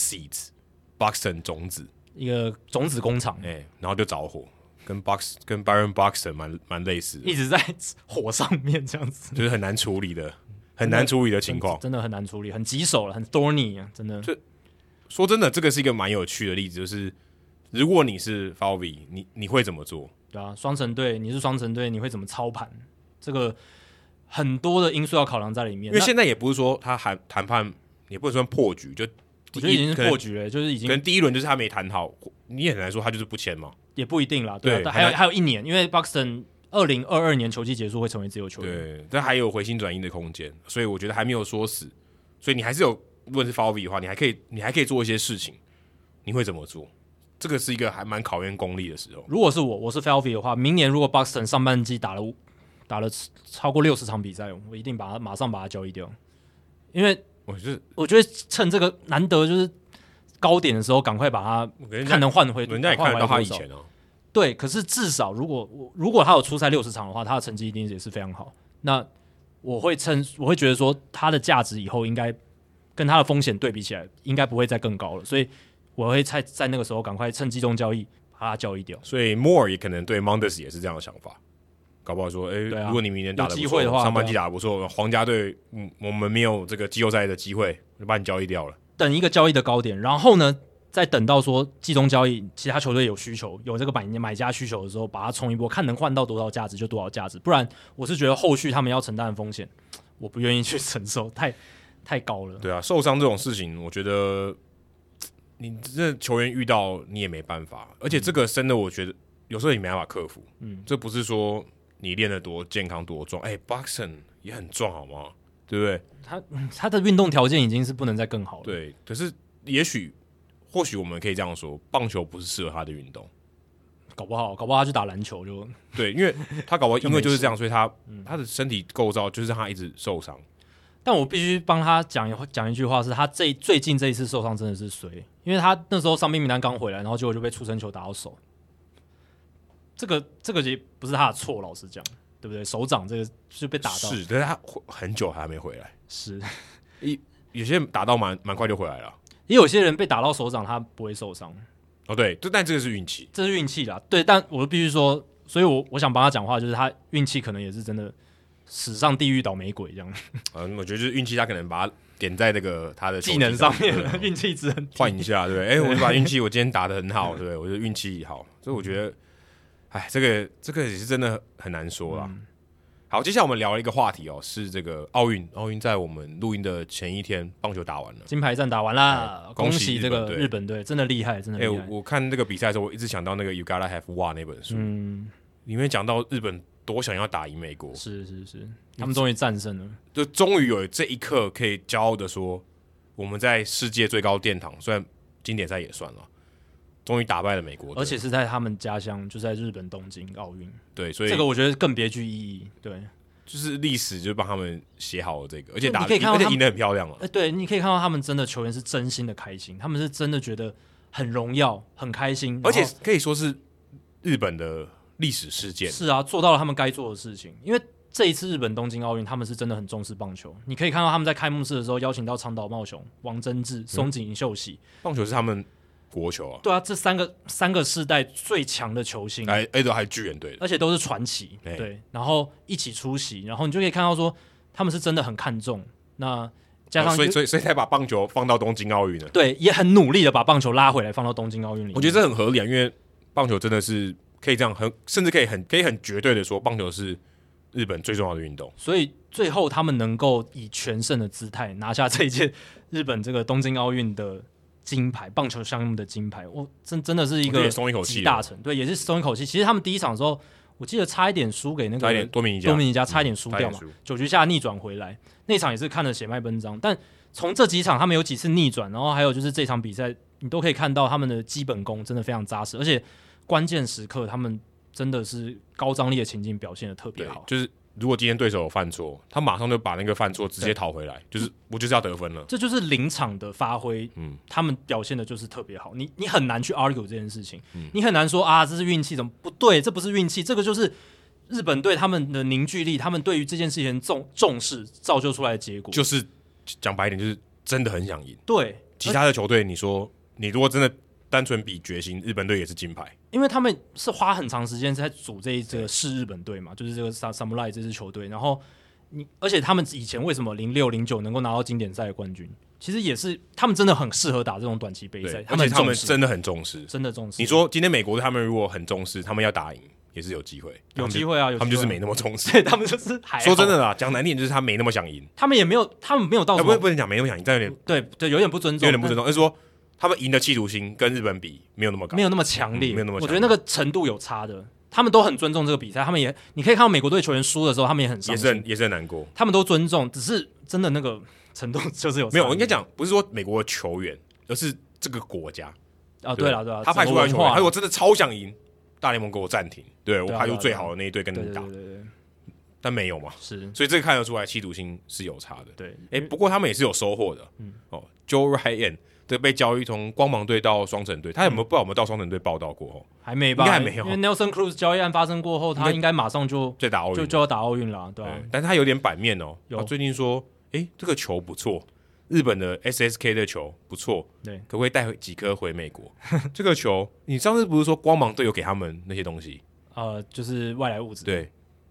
Speaker 1: Seeds，Boxon 种子，
Speaker 2: 一个种子工厂
Speaker 1: 哎、然后就着火，跟 Box 跟 Baron Boxon 蛮蛮类似的
Speaker 2: 一直在火上面这样子，
Speaker 1: 就是很难处理的，很难处理的情况。
Speaker 2: 真的很难处理，很棘手了，很 thorny 啊，真的。
Speaker 1: 说真的，这个是一个蛮有趣的例子，就是如果你是 f a v i 你你会怎么做？
Speaker 2: 对啊，双城队，你是双城队，你会怎么操盘？这个很多的因素要考量在里面。
Speaker 1: 因为现在也不是说他谈谈判，也不能说破局，就
Speaker 2: 那
Speaker 1: 第
Speaker 2: 我觉得已
Speaker 1: 一
Speaker 2: 经
Speaker 1: 可
Speaker 2: 是
Speaker 1: 能
Speaker 2: 破局了，就是已
Speaker 1: 可
Speaker 2: 经
Speaker 1: 能第一轮就是他没谈好，你也很难说他就是不签嘛。
Speaker 2: 也不一定啦。对啊，
Speaker 1: 对
Speaker 2: 但还有
Speaker 1: 还
Speaker 2: 还有一年，因为 Buxton 二零二二年球季结束会成为自由球员。
Speaker 1: 对，但还有回心转意的空间，所以我觉得还没有说死，所以你还是有，如果是 f a v i 的话，你还可以你还可以做一些事情，你会怎么做？这个是一个还蛮考验功力的时候。
Speaker 2: 如果是我，我是 f e l v y 的话，明年如果 Buxton 上半季打了五打了超过六十场比赛，我一定把他马上把他交易掉，因为
Speaker 1: 我就是
Speaker 2: 我觉得趁这个难得就是高点的时候，赶快把他
Speaker 1: 我跟人家
Speaker 2: 看能换回，
Speaker 1: 人家也
Speaker 2: 换
Speaker 1: 看
Speaker 2: 回
Speaker 1: 得到他
Speaker 2: 多
Speaker 1: 以
Speaker 2: 少
Speaker 1: 前啊，
Speaker 2: 对，可是至少如果我如果他有出赛六十场的话，他的成绩一定也是非常好。那我会趁我会觉得说他的价值以后应该跟他的风险对比起来，应该不会再更高了，所以我会在在那个时候赶快趁机动交易把他交易掉。
Speaker 1: 所以 Moore 也可能对 Mondes 也是这样的想法，搞不好说，哎、
Speaker 2: 对啊
Speaker 1: 如果你明年打得不
Speaker 2: 有机
Speaker 1: 错
Speaker 2: 会的话啊
Speaker 1: 上半季打得不错，皇家队，嗯，我们没有这个季后赛的机会，就把你交易掉了。
Speaker 2: 等一个交易的高点，然后呢，再等到说季中交易，其他球队有需求，有这个买买家需求的时候，把它冲一波，看能换到多少价值就多少价值。不然，我是觉得后续他们要承担的风险，我不愿意去承受，太太高了。
Speaker 1: 对啊，受伤这种事情，我觉得嘖你这球员遇到你也没办法，而且这个真的，我觉得有时候你没办法克服。嗯，这不是说你练得多健康多壮，哎、b o x i n g 也很壮，好吗？对不对？
Speaker 2: 他他的运动条件已经是不能再更好了。
Speaker 1: 对，可是也许或许我们可以这样说，棒球不是适合他的运动。
Speaker 2: 搞不好，搞不好他去打篮球就
Speaker 1: 对，因为他搞不好
Speaker 2: 就
Speaker 1: 因为
Speaker 2: 没嗯
Speaker 1: 就是这样，所以他、他的身体构造就是让他一直受伤。
Speaker 2: 但我必须帮他讲一讲一句话，是他这最近这一次受伤真的是衰，因为他那时候伤病名单刚回来，然后结果就被出生球打到手，这个这个也不是他的错，老实讲，对不对？手掌这个就被打到
Speaker 1: 是，但是他回很久还没回来，
Speaker 2: 是，
Speaker 1: 有些人打到蛮蛮快就回来了。
Speaker 2: 也有些人被打到手掌他不会受伤，
Speaker 1: 哦，对，就但这个是运气，
Speaker 2: 这是运气啦。对，但我必须说，所以我我想帮他讲话，就是他运气可能也是真的史上地狱倒霉鬼这样，
Speaker 1: 嗯，我觉得就是运气，他可能把它点在这个他的手
Speaker 2: 技
Speaker 1: 机
Speaker 2: 能上面
Speaker 1: 对啊
Speaker 2: 运气值很低
Speaker 1: 换一下，对不对？哎、我就把运气，我今天打的很好，对不对？我觉得运气好，所以我觉得，哎，这个这个也是真的很难说啦。
Speaker 2: 嗯
Speaker 1: 好，接下来我们聊一个话题哦，是这个奥运。奥运在我们录音的前一天，棒球打完了。
Speaker 2: 金牌战打完啦，
Speaker 1: 哎恭
Speaker 2: 恭
Speaker 1: 喜
Speaker 2: 喜这
Speaker 1: 日
Speaker 2: 个
Speaker 1: 本队
Speaker 2: 日本队，真的厉害，真的
Speaker 1: 哎、
Speaker 2: 厉
Speaker 1: 我
Speaker 2: 害。
Speaker 1: 我看这个比赛的时候，我一直想到那个《You Gotta Have One》那本书，
Speaker 2: 嗯，
Speaker 1: 里面讲到日本多想要打赢美国，
Speaker 2: 是是是，他们终于战胜了。
Speaker 1: 就终于有这一刻可以骄傲的说，我们在世界最高殿堂，虽然经典赛也算了，终于打败了美国队，
Speaker 2: 而且是在他们家乡，就在日本东京奥运，
Speaker 1: 对，所以
Speaker 2: 这个我觉得更别具意义。对，哎、
Speaker 1: 就是历史就帮他们写好了这个，而且打
Speaker 2: 你可以看到
Speaker 1: 而且
Speaker 2: 他们呃
Speaker 1: 赢得很漂亮了。
Speaker 2: 哎对，你可以看到他们真的球员是真心的开心，他们是真的觉得很荣耀、很开心，然后
Speaker 1: 而且可以说是日本的历史事件，
Speaker 2: 是啊，做到了他们该做的事情。因为这一次日本东京奥运，他们是真的很重视棒球。你可以看到他们在开幕式的时候邀请到长岛茂雄、王贞治、松井秀喜，
Speaker 1: 棒球是他们国球啊，
Speaker 2: 对啊，这三个三个世代最强的球星，
Speaker 1: 哎哎，都还有巨人队的，
Speaker 2: 而且都是传奇，
Speaker 1: 对
Speaker 2: 对，然后一起出席，然后你就可以看到说他们是真的很看重，那加上、
Speaker 1: 哦所以所以所以才把棒球放到东京奥运呢。
Speaker 2: 对也很努力的把棒球拉回来，放到东京奥运里面。
Speaker 1: 我觉得这很合理啊，因为棒球真的是可以这样很，甚至可以很可以很绝对的说，棒球是日本最重要的运动。
Speaker 2: 所以最后他们能够以全胜的姿态拿下这一届日本这个东京奥运的金牌，棒球项目的金牌，我真真的是一
Speaker 1: 我觉得
Speaker 2: 个
Speaker 1: 也松一口气了
Speaker 2: 集大成，对，也是松一口气。其实他们第一场的时候，我记得差一点输给那个
Speaker 1: 差一点多米尼加，
Speaker 2: 多米尼加差一点输
Speaker 1: 差一
Speaker 2: 掉
Speaker 1: 点
Speaker 2: 嘛
Speaker 1: 输，
Speaker 2: 九局下逆转回来，那场也是看了血脉奔张。但从这几场他们有几次逆转，然后还有就是这场比赛，你都可以看到他们的基本功真的非常扎实，而且关键时刻他们真的是高张力的情境表现的特别
Speaker 1: 对
Speaker 2: 好，。
Speaker 1: 就是如果今天对手有犯错，他马上就把那个犯错直接讨回来，就是我就是要得分了。
Speaker 2: 这就是临场的发挥，
Speaker 1: 嗯
Speaker 2: 他们表现的就是特别好。你你很难去 argue 这件事情，
Speaker 1: 嗯
Speaker 2: 你很难说啊，这是运气，怎么不对？这不是运气，这个就是日本队他们的凝聚力，他们对于这件事情的重重视，造就出来的结果。
Speaker 1: 就是讲白一点，就是真的很想赢。
Speaker 2: 对，
Speaker 1: 其他的球队，你说你如果真的单纯比决心，日本队也是金牌，
Speaker 2: 因为他们是花很长时间在组这一这个是日本队嘛，就是这个萨萨姆 i 这支球队，然后你而且他们以前为什么零六零九能够拿到经典赛的冠军，其实也是他们真的很适合打这种短期杯
Speaker 1: 对，，
Speaker 2: 赛他
Speaker 1: 而且
Speaker 2: 们
Speaker 1: 他
Speaker 2: 很
Speaker 1: 们
Speaker 2: 重视，
Speaker 1: 真的很重视。
Speaker 2: 真的重视。
Speaker 1: 你说今天美国他们如果很重视，他们要打赢也是有机会，
Speaker 2: 有机
Speaker 1: 会，
Speaker 2: 会啊，有
Speaker 1: 他们就是
Speaker 2: 机会
Speaker 1: 没
Speaker 2: 啊
Speaker 1: 那么重视。
Speaker 2: 对他们就是还好
Speaker 1: 说真，的啦，讲难听点就是他没那么想赢，
Speaker 2: 他们也没有，他们没有到嗯
Speaker 1: 哎，
Speaker 2: 什
Speaker 1: 不
Speaker 2: 么、
Speaker 1: 是不能讲没那么想赢，但有点
Speaker 2: 对对，有点不尊重，
Speaker 1: 有点不尊重。而是说他们赢的企图心跟日本比没有那么高，
Speaker 2: 没有那么强烈，
Speaker 1: 嗯没有那么
Speaker 2: 我
Speaker 1: 强
Speaker 2: 觉得那个程度有差的。他们都很尊重这个比赛，他们也你可以看到美国队球员输的时候，他们也很伤
Speaker 1: 也
Speaker 2: 心
Speaker 1: 是很也是很难过。
Speaker 2: 他们都尊重，只是真的那个程度就是有差
Speaker 1: 没有，我应该讲不是说美国的球员，而是这个国家。
Speaker 2: 啊，对了对了，
Speaker 1: 他派出来
Speaker 2: 来
Speaker 1: 的球员，他说我真的超想赢，大联盟给我暂停，对我
Speaker 2: 对啊
Speaker 1: 派出最好的那一队跟
Speaker 2: 对
Speaker 1: 你
Speaker 2: 对
Speaker 1: 打
Speaker 2: 对，对对，
Speaker 1: 但没有嘛，
Speaker 2: 是，
Speaker 1: 所以这个看得出来企图心是有差的。
Speaker 2: 对，
Speaker 1: 哎、不过他们也是有收获的。嗯，哦，Joe Ryan 这被交易从光芒队到双城队，他有没
Speaker 2: 嗯
Speaker 1: 有不知道有没有到双城队报道过？哦，
Speaker 2: 还没吧？
Speaker 1: 应该还没有
Speaker 2: 因为 Nelson Cruz 交易案发生过后，他应该马上就
Speaker 1: 在打奥
Speaker 2: 就
Speaker 1: 运，
Speaker 2: 就要打奥运了啊，对吧、
Speaker 1: 对但是他有点版面哦。
Speaker 2: 有
Speaker 1: 他最近说，哎、这个球不错，日本的 SSK 的球不错，
Speaker 2: 对
Speaker 1: 可不可以带回几颗回美 国？这个球，你上次不是说光芒队有给他们那些东西？
Speaker 2: 呃，就是外来物质，
Speaker 1: 对，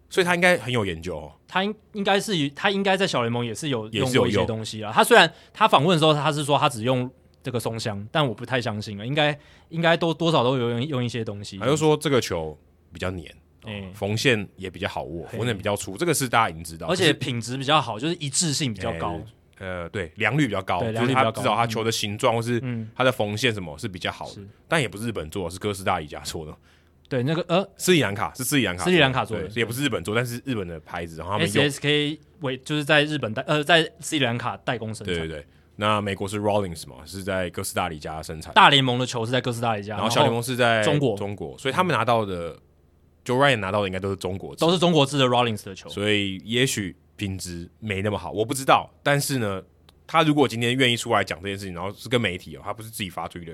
Speaker 1: 所以他应该很有研究哦。
Speaker 2: 他应应该是他应该在小联盟也是有
Speaker 1: 也
Speaker 2: 用
Speaker 1: 是有
Speaker 2: 过一些
Speaker 1: 用
Speaker 2: 东西啦。他虽然他访问的时候他是说他只用这个松香，但我不太相信啊了，应该应该都多少都有用用一些东西
Speaker 1: 他。就说这个球比较黏，
Speaker 2: 哎
Speaker 1: 缝线也比较好握，
Speaker 2: 嘿
Speaker 1: 缝线比较粗，这个是大家已经知道。
Speaker 2: 而
Speaker 1: 可
Speaker 2: 且
Speaker 1: 是
Speaker 2: 品质比较好，就是一致性比较高。
Speaker 1: 呃，对，良率比较高，
Speaker 2: 对
Speaker 1: 就
Speaker 2: 良
Speaker 1: 是
Speaker 2: 率
Speaker 1: 它
Speaker 2: 比较高
Speaker 1: 至少它球的形状或是
Speaker 2: 嗯，
Speaker 1: 它的缝线什么是比较好的
Speaker 2: 是，
Speaker 1: 但也不是日本做的，是哥斯达黎加做的，
Speaker 2: 对，那个呃
Speaker 1: 斯里兰卡是斯里兰卡，
Speaker 2: 斯里兰卡做的哎
Speaker 1: 对也不是日本做，但是日本的牌子，然后他们用，
Speaker 2: ，SSK 为就是在日本代呃在斯里兰卡代工生
Speaker 1: 对对
Speaker 2: 产，
Speaker 1: 对。那美国是 Rawlings 嘛，是在哥斯达黎加生产，
Speaker 2: 大联盟的球是在哥斯达黎加，
Speaker 1: 然后小联盟是在
Speaker 2: 中国
Speaker 1: 中国，所以他们拿到的，Joe Ryan 拿到的应该都是中国制
Speaker 2: 都是中国制的 Rollins 的球。
Speaker 1: 所以也许品质没那么好，我不知道。但是呢，他如果今天愿意出来讲这件事情，然后是跟媒体哦，他不是自己发推的，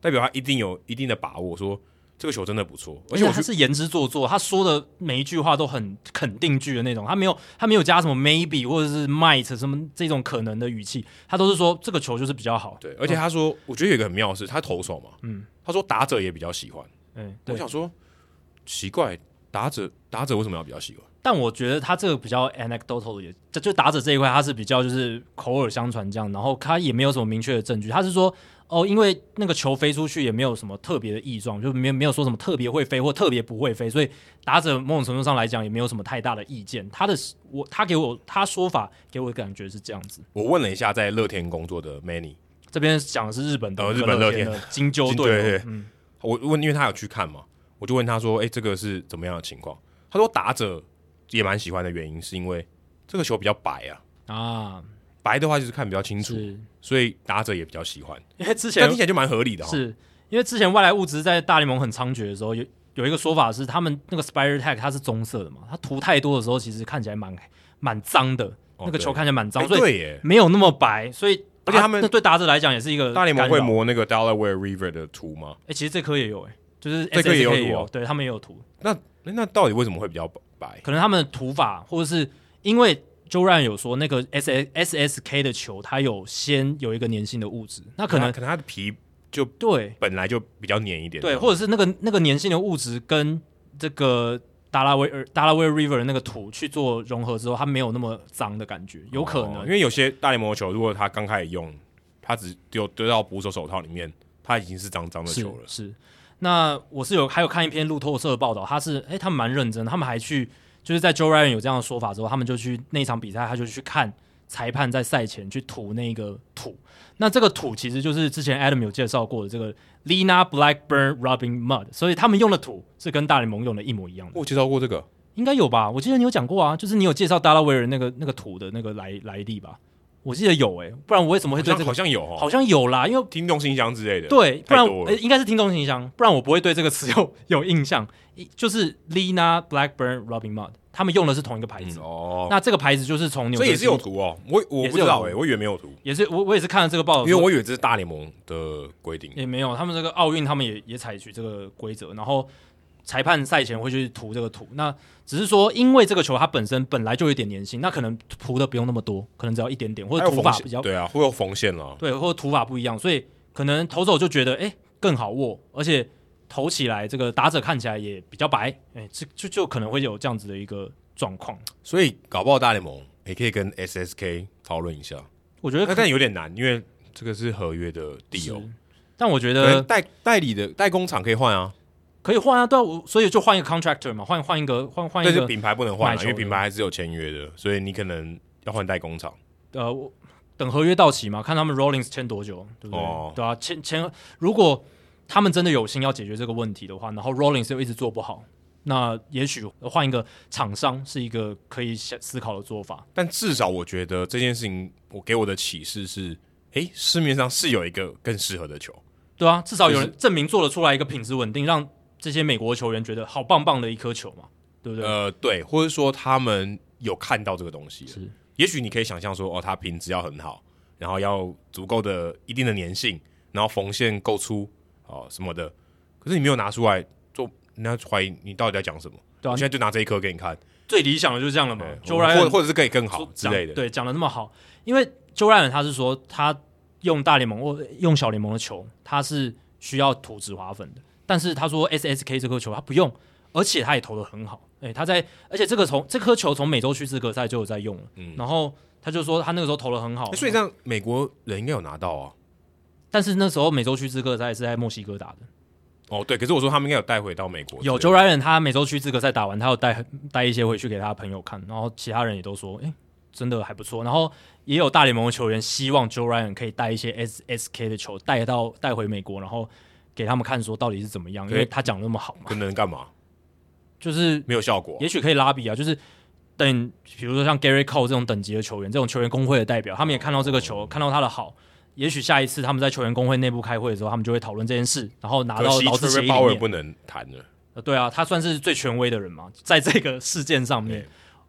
Speaker 1: 代表他一定有一定的把握说这个球真的不错。而
Speaker 2: 而
Speaker 1: 且
Speaker 2: 且
Speaker 1: 我
Speaker 2: 他
Speaker 1: 觉得
Speaker 2: 是言之做作，他说的每一句话都很肯定句的那种，他没有他没有加什么 maybe 或者是 might 什么这种可能的语气，他都是说这个球就是比较好。
Speaker 1: 对，而且他说，我觉得有一个很妙的是，他投手嘛，
Speaker 2: 嗯，
Speaker 1: 他说打者也比较喜欢。
Speaker 2: 嗯，
Speaker 1: 我
Speaker 2: 对。
Speaker 1: 想说，奇怪，打者打者为什么要比较喜欢？
Speaker 2: 但我觉得他这个比较 anecdotal 也，就就打者这一块，他是比较就是口耳相传这样，然后他也没有什么明确的证据，他是说哦，因为那个球飞出去也没有什么特别的异状，就没有没有说什么特别会飞或特别不会飞，所以打者某种程度上来讲也没有什么太大的意见。他的我他给我他说法给我的感觉是这样子。
Speaker 1: 我问了一下在乐天工作的 Many，
Speaker 2: 这边讲的是日本的
Speaker 1: 呃
Speaker 2: 那个
Speaker 1: 日本乐天
Speaker 2: 的金鹫
Speaker 1: 金
Speaker 2: 队
Speaker 1: 对
Speaker 2: 哦，
Speaker 1: 对
Speaker 2: 嗯，
Speaker 1: 我问，因为他有去看嘛，我就问他说：“哎、这个是怎么样的情况？”他说打者也蛮喜欢的原因是因为这个球比较白啊。
Speaker 2: 啊，
Speaker 1: 白的话就是看比较清楚，
Speaker 2: 是
Speaker 1: 所以打者也比较喜欢。
Speaker 2: 因为之
Speaker 1: 这样
Speaker 2: 前
Speaker 1: 听起来就蛮合理的、哦，
Speaker 2: 是因为之前外来物质在大联盟很猖獗的时候，有有一个说法是他们那个 Spider Tag 它是棕色的嘛，它涂太多的时候其实看起来蛮蛮脏的，
Speaker 1: 哦
Speaker 2: 那个
Speaker 1: 对
Speaker 2: 球看起来蛮脏，
Speaker 1: 哎
Speaker 2: 所以
Speaker 1: 对耶，
Speaker 2: 没有那么白，所以
Speaker 1: 而且
Speaker 2: 打
Speaker 1: 他们
Speaker 2: 那对打者来讲也是一个
Speaker 1: 大联盟会
Speaker 2: 干扰。
Speaker 1: 磨那个 Delaware River 的图吗？
Speaker 2: 哎，其实这颗也有哎，就是
Speaker 1: 这颗也有
Speaker 2: SSK 也
Speaker 1: 涂
Speaker 2: 有
Speaker 1: 哦，
Speaker 2: 对他们也有涂，
Speaker 1: 那诶那到底为什么会比较白？
Speaker 2: 可能他们的涂法，或者是因为 Joe Ryan 有说那个 S S S K 的球，它有先有一个粘性的物质，那可能
Speaker 1: 可能它的皮就
Speaker 2: 对
Speaker 1: 本来就比较黏一点，
Speaker 2: 对，或者是那个那个粘性的物质跟这个达拉维尔达拉维尔 River 的那个土去做融合之后，它没有那么脏的感觉，有可能。
Speaker 1: 哦因为有些大联盟的球，如果他刚开始用，他只丢丢到捕手手套里面，他已经是脏脏的
Speaker 2: 是
Speaker 1: 球了。
Speaker 2: 是，那我是有还有看一篇路透社的报道，他是哎、诶他们蛮认真的，他们还去就是在 Joe Ryan 有这样的说法之后，他们就去那场比赛，他就去看裁判在赛前去涂那个土。那这个土其实就是之前 Adam 有介绍过的这个 Lena Blackburn Rubbing Mud，所以他们用的土是跟大联盟用的一模一样的，
Speaker 1: 我介绍过这个，
Speaker 2: 应该有吧？我记得你有讲过啊，就是你有介绍达拉维尔那个那个土的那个来来历吧？我记得有诶、不然我为什么
Speaker 1: 好
Speaker 2: 会对
Speaker 1: 像
Speaker 2: 这个
Speaker 1: 好像有哦，
Speaker 2: 好像有啦？因为
Speaker 1: 听众信箱之类的。，
Speaker 2: 对，不然
Speaker 1: 太多了
Speaker 2: 诶应该是听众信箱，不然我不会对这个词有 有印象。一就是 Lena Blackburn Robin Mud，他们用的是同一个牌
Speaker 1: 嗯
Speaker 2: 子。
Speaker 1: 哦，
Speaker 2: 那这个牌子就是从纽
Speaker 1: 所
Speaker 2: 约，
Speaker 1: 以也是有，图哦。我我不
Speaker 2: 也是
Speaker 1: 知
Speaker 2: 有
Speaker 1: 道
Speaker 2: 图
Speaker 1: 哎，我以为没有图，
Speaker 2: 也是我我也是看了这个报道
Speaker 1: 因
Speaker 2: 之
Speaker 1: 为
Speaker 2: 后，
Speaker 1: 我以为这是大联盟的规定。
Speaker 2: 也没有他们这个奥运，他们也也采取这个规则，然后裁判赛前会去涂这个土。那只是说，因为这个球它本身本来就有一点粘性，那可能涂的不用那么多，可能只要一点点，或
Speaker 1: 还有
Speaker 2: 者涂
Speaker 1: 缝
Speaker 2: 法
Speaker 1: 线
Speaker 2: 比较
Speaker 1: 对啊，会有缝线了。
Speaker 2: 对，或者涂法不一样，所以可能投手就觉得哎、诶更好握，而且投起来这个打者看起来也比较白，哎、这就就可能会有这样子的一个状况。
Speaker 1: 所以搞不好大联盟也可以跟 SSK 讨论一下，
Speaker 2: 我觉得
Speaker 1: 那
Speaker 2: 可
Speaker 1: 但有点难，因为这个是合约的地哦
Speaker 2: 是。呃但我觉
Speaker 1: 可能
Speaker 2: 得
Speaker 1: 代代理的代工厂可以换啊，
Speaker 2: 可以换啊，对啊，我所以就换一个 contractor 嘛，换换一个换换一
Speaker 1: 但是
Speaker 2: 个
Speaker 1: 品牌不能换、
Speaker 2: 卖
Speaker 1: 啊，
Speaker 2: 球
Speaker 1: 因
Speaker 2: 的
Speaker 1: 为品牌还是有签约的，所以你可能要换代工厂。
Speaker 2: 呃，我等合约到期嘛，看他们 Rollins 签多久，对不对？
Speaker 1: 哦
Speaker 2: 对啊，签签，如果他们真的有心要解决这个问题的话，然后 Rollins 又一直做不好，那也许换一个厂商是一个可以想思考的做法。
Speaker 1: 但至少我觉得这件事情，我给我的启示是，诶，市面上是有一个更适合的球。
Speaker 2: 对啊，至少有
Speaker 1: 就是
Speaker 2: 人证明做得出来一个品质稳定，让这些美国球员觉得好棒棒的一颗球嘛，对不对？
Speaker 1: 呃，对，或者说他们有看到这个东西了，
Speaker 2: 是
Speaker 1: 也许你可以想象说，哦，它品质要很好，然后要足够的一定的粘性，然后缝线够粗哦什么的。可是你没有拿出来做，人家怀疑你到底在讲什么。
Speaker 2: 对啊
Speaker 1: 我现在就拿这一颗给你看，
Speaker 2: 最理想的就是这样了嘛
Speaker 1: 对。
Speaker 2: Joe
Speaker 1: 或
Speaker 2: Ryan
Speaker 1: 或者是可以更好
Speaker 2: 说
Speaker 1: 之
Speaker 2: 讲
Speaker 1: 类的。
Speaker 2: 对，讲的那么好，因为 Joe Ryan 他是说他用大联盟或用小联盟的球，他是需要涂脂滑粉的，但是他说 SSK 这颗球他不用，而且他也投的很好，哎、他在而且这个从这颗球从美洲区资格赛就有在用了，
Speaker 1: 嗯
Speaker 2: 然后他就说他那个时候投的很好，
Speaker 1: 诶所以这样美国人应该有拿到啊。
Speaker 2: 但是那时候美洲区资格赛是在墨西哥打的，
Speaker 1: 哦，对，可是我说他们应该有带回到美国之类的。
Speaker 2: 有 Joe Ryan 他美洲区资格赛打完，他有带带一些回去给他的朋友看，然后其他人也都说，哎、真的还不错。然后也有大联盟的球员希望 Joe Ryan 可以带一些 SSK 的球带到带回美国，然后给他们看说到底是怎么样，因
Speaker 1: 对
Speaker 2: 为他讲得那么好嘛，
Speaker 1: 可能干嘛？
Speaker 2: 就是
Speaker 1: 没有效果啊、
Speaker 2: 也许可以拉比啊，就是等比如说像 Gary Cole 这种等级的球员，这种球员工会的代表，他们也看到这个
Speaker 1: 哦
Speaker 2: 球，看到他的好。也许下一次他们在球员工会内部开会的时候，他们就会讨论这件事，然后拿
Speaker 1: 可
Speaker 2: 到
Speaker 1: 惜
Speaker 2: 劳资协
Speaker 1: Trevor
Speaker 2: 议里
Speaker 1: Bauer
Speaker 2: 面。
Speaker 1: 不能谈了。
Speaker 2: 呃，对啊，他算是最权威的人嘛，在这个事件上面。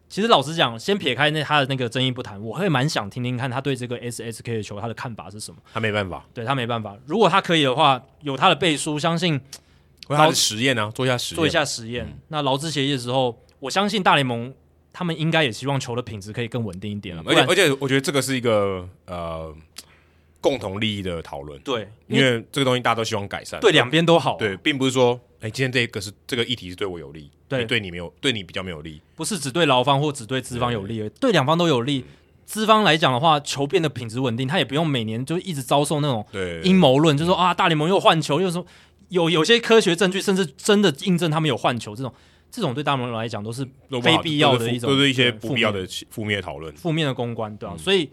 Speaker 2: 其实老实讲，先撇开那他的那个争议不谈，我会蛮想听听看他对这个 SSK 的球他的看法是什么。
Speaker 1: 他没办法，
Speaker 2: 对他没办法，如果他可以的话，有他的背书，相信
Speaker 1: 或者他的实验啊，做一下实验，
Speaker 2: 做一下实验。
Speaker 1: 嗯
Speaker 2: 那劳资协议的时候，我相信大联盟他们应该也希望球的品质可以更稳定一点了，
Speaker 1: 嗯
Speaker 2: 不
Speaker 1: 而且
Speaker 2: 然
Speaker 1: 而且，我觉得这个是一个呃共同利益的讨论，
Speaker 2: 对，因
Speaker 1: 因
Speaker 2: 为
Speaker 1: 为这个东西大家都希望改善。
Speaker 2: 对两边都好、
Speaker 1: 对，，并不是说，哎、今天这个是这个议题是对我有利，
Speaker 2: 对
Speaker 1: 哎对你没有，对你比较没有利。
Speaker 2: 不是只对劳方或只对资方有利，而已对两方都有
Speaker 1: 嗯
Speaker 2: 利。资方来讲的话，球变得品质稳定，他也不用每年就一直遭受那种
Speaker 1: 对，
Speaker 2: 阴谋论，就说啊，大联盟又换球，又说有有些科学证据，甚至真的印证他们有换球，这种这种对大联盟来讲都是
Speaker 1: 都不好
Speaker 2: 非必要的一种，
Speaker 1: 都是一些
Speaker 2: 对
Speaker 1: 不必要的负面讨论。
Speaker 2: 负面负面的公关，
Speaker 1: 嗯
Speaker 2: 对吧、所以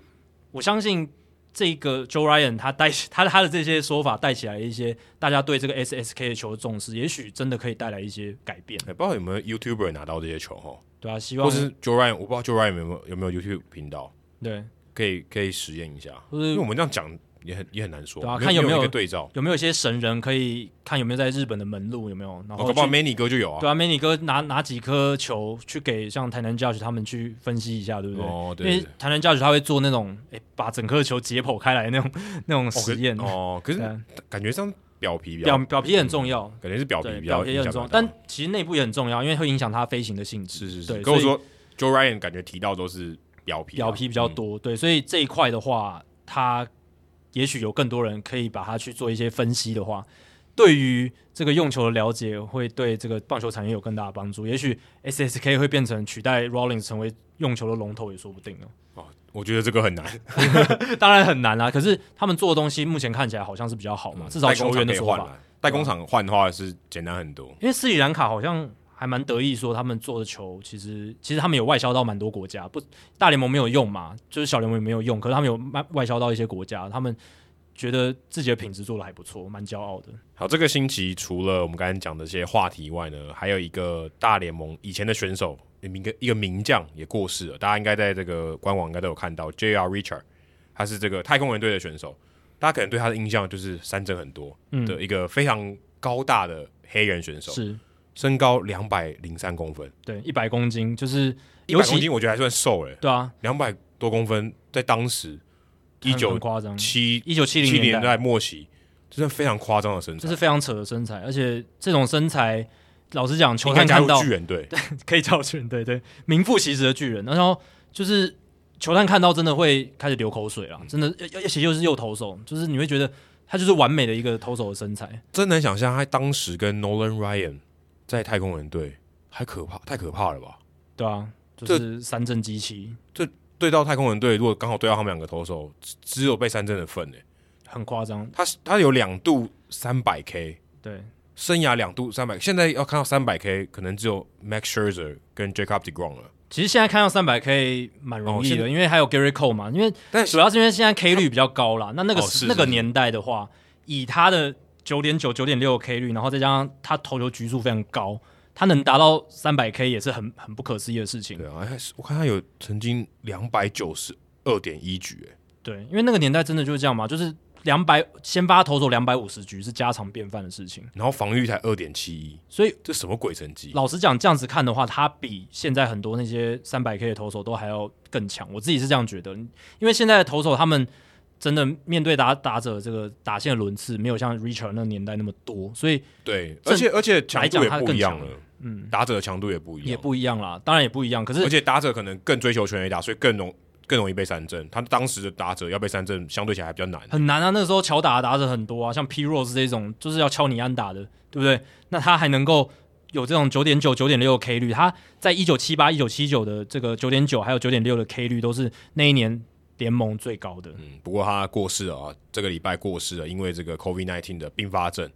Speaker 2: 我相信这个 Joe Ryan 他带 他他的这些说法带起来一些大家对这个 SSK 的球的重视，也许真的可以带来一些改变，
Speaker 1: 哎、不知道有没有 YouTuber 拿到这些球哈，
Speaker 2: 对啊吧、希
Speaker 1: 或
Speaker 2: 望
Speaker 1: 是 Joe Ryan，我不知道 Joe Ryan 有没有有没有 YouTube 频道，
Speaker 2: 对
Speaker 1: 可以可以实验一下。
Speaker 2: 或是
Speaker 1: 因为我们这样讲也很也很难说，
Speaker 2: 对啊
Speaker 1: 没
Speaker 2: 看有
Speaker 1: 没
Speaker 2: 没有
Speaker 1: 一个对照。
Speaker 2: 有没有一些神人可以看有没有在日本的门路有没有，然
Speaker 1: 我、
Speaker 2: 后
Speaker 1: 哦搞不好
Speaker 2: 哦去
Speaker 1: Many 哥就有啊。
Speaker 2: 对啊，Many 哥拿拿几颗球去给像台南 Judge 他们去分析一下，对不对？
Speaker 1: 哦，
Speaker 2: 因
Speaker 1: 对
Speaker 2: 为台南 Judge 他会做那种，诶、把整颗球解剖开来那种 那种实验，
Speaker 1: 哦，可是
Speaker 2: 对啊
Speaker 1: 感觉像表皮比较
Speaker 2: 表表皮很重要，
Speaker 1: 感觉是表皮
Speaker 2: 对，
Speaker 1: 比较
Speaker 2: 表皮也很
Speaker 1: 影响比较
Speaker 2: 重要，
Speaker 1: 大
Speaker 2: 但其实内部也很重要，因为会影响它飞行的性质。
Speaker 1: 是是是，
Speaker 2: 对，
Speaker 1: 跟我
Speaker 2: 所以
Speaker 1: 说 Joe Ryan 感觉提到都是表皮啊，
Speaker 2: 表皮比较
Speaker 1: 嗯
Speaker 2: 多，对，所以这一块的话，它也许有更多人可以把它去做一些分析的话，对于这个用球的了解，会对这个棒球产业有更大的帮助。也许 SSK 会变成取代 Rollins 成为用球的龙头也说不定哦。
Speaker 1: 我觉得这个很难，
Speaker 2: 当然很难啦、可是他们做的东西目前看起来好像是比较好嘛，至
Speaker 1: 嗯
Speaker 2: 少
Speaker 1: 代工
Speaker 2: 球
Speaker 1: 厂
Speaker 2: 员的
Speaker 1: 可以
Speaker 2: 说
Speaker 1: 换
Speaker 2: 法。啊
Speaker 1: 啦代工厂换的话是简单很多，
Speaker 2: 因为斯里兰卡好像还蛮得意说他们做的球，其实其实他们有外销到蛮多国家，不大联盟没有用嘛，就是小联盟也没有用，可是他们有卖外销到一些国家，他们觉得自己的品质做的还不错，蛮骄傲的。
Speaker 1: 好，这个星期除了我们刚才讲的这些话题以外呢，还有一个大联盟以前的选手，一个一个名将也过世了，大家应该在这个官网应该都有看到，J.R. Richard，他是这个太空人队的选手，大家可能对他的印象就是三振很多
Speaker 2: 嗯
Speaker 1: 的一个非常高大的黑人选手，
Speaker 2: 是
Speaker 1: 身高两百零三公分，
Speaker 2: 对，一百公斤就是
Speaker 1: 一
Speaker 2: 尤
Speaker 1: 百公
Speaker 2: 其
Speaker 1: 斤我觉得还算瘦了，
Speaker 2: 对啊，
Speaker 1: 两百多公分，在当时一
Speaker 2: 很
Speaker 1: 九
Speaker 2: 夸张，
Speaker 1: 七
Speaker 2: 一九七
Speaker 1: 七
Speaker 2: 零
Speaker 1: 年
Speaker 2: 年
Speaker 1: 代
Speaker 2: 代
Speaker 1: 末期，这是非常夸张的身材。
Speaker 2: 这是非常扯的身材，而且这种身材。老实讲，球
Speaker 1: 应该
Speaker 2: 探
Speaker 1: 加
Speaker 2: 看
Speaker 1: 入
Speaker 2: 到
Speaker 1: 巨人队，
Speaker 2: 可以叫巨人，对对，名副其实的巨人。然后就是球探看到真的会开始流口水啦，
Speaker 1: 嗯
Speaker 2: 真的，而而且又是右投手，就是你会觉得他就是完美的一个投手的身材，
Speaker 1: 真难想象他当时跟 Nolan Ryan 在太空人队，还可怕，太可怕了吧？
Speaker 2: 对啊，就是三振机器，
Speaker 1: 对到太空人队，如果刚好对到他们两个投手，只只有被三振的份诶、
Speaker 2: 很夸张。
Speaker 1: 他他有两度三百 K，
Speaker 2: 对，
Speaker 1: 生涯两度三百，现在要看到三百 K，可能只有 Max Scherzer 跟 Jacob Degrom 了。
Speaker 2: 其实现在看到三百 K 蛮容易
Speaker 1: 哦现
Speaker 2: 的，因为还有 Gary Cole 嘛，因为
Speaker 1: 但
Speaker 2: 主要是因为现在 K 率比较高啦。那那个、
Speaker 1: 哦是是
Speaker 2: 那个年代的话，以他的九点九、九点六 K 率，然后再加上他投球局数非常高，他能达到三百 K 也是很很不可思议的事情。
Speaker 1: 对啊，还是我看他有曾经两百九十二点一局、欸，
Speaker 2: 对，因为那个年代真的就是这样嘛，就是两百先发投手两百五十局是家常便饭的事情，
Speaker 1: 然后防御才二点七一，
Speaker 2: 所以
Speaker 1: 这什么鬼成绩？
Speaker 2: 老实讲，这样子看的话，他比现在很多那些三百 K 的投手都还要更强。我自己是这样觉得，因为现在的投手他们真的面对打打者这个打线的轮次没有像 Richard 那个年代那么多，所以
Speaker 1: 对，
Speaker 2: 正
Speaker 1: 而且而且强
Speaker 2: 来
Speaker 1: 度
Speaker 2: 讲
Speaker 1: 也
Speaker 2: 他
Speaker 1: 不
Speaker 2: 更
Speaker 1: 一样
Speaker 2: 强
Speaker 1: 了，
Speaker 2: 嗯，
Speaker 1: 打者的强度也不一样，
Speaker 2: 也不一样啦，当然也不一样。可
Speaker 1: 而
Speaker 2: 是
Speaker 1: 且打者可能更追求全垒打，所以更容更容易被三振。他当时的打者要被三振，相对起来还比较难。
Speaker 2: 很难啊，那个时候敲打的打者很多啊，像 P Rose 这种就是要敲你安打的，对不对？那他还能够。有这种九点九、九点六 K 率，他在一九七八、一九七九的这个九点九还有九点六的 K 率都是那一年联盟最高的。
Speaker 1: 嗯，不过他过世了啊，这个礼拜过世了，因为这个 COVID nineteen 的并发症。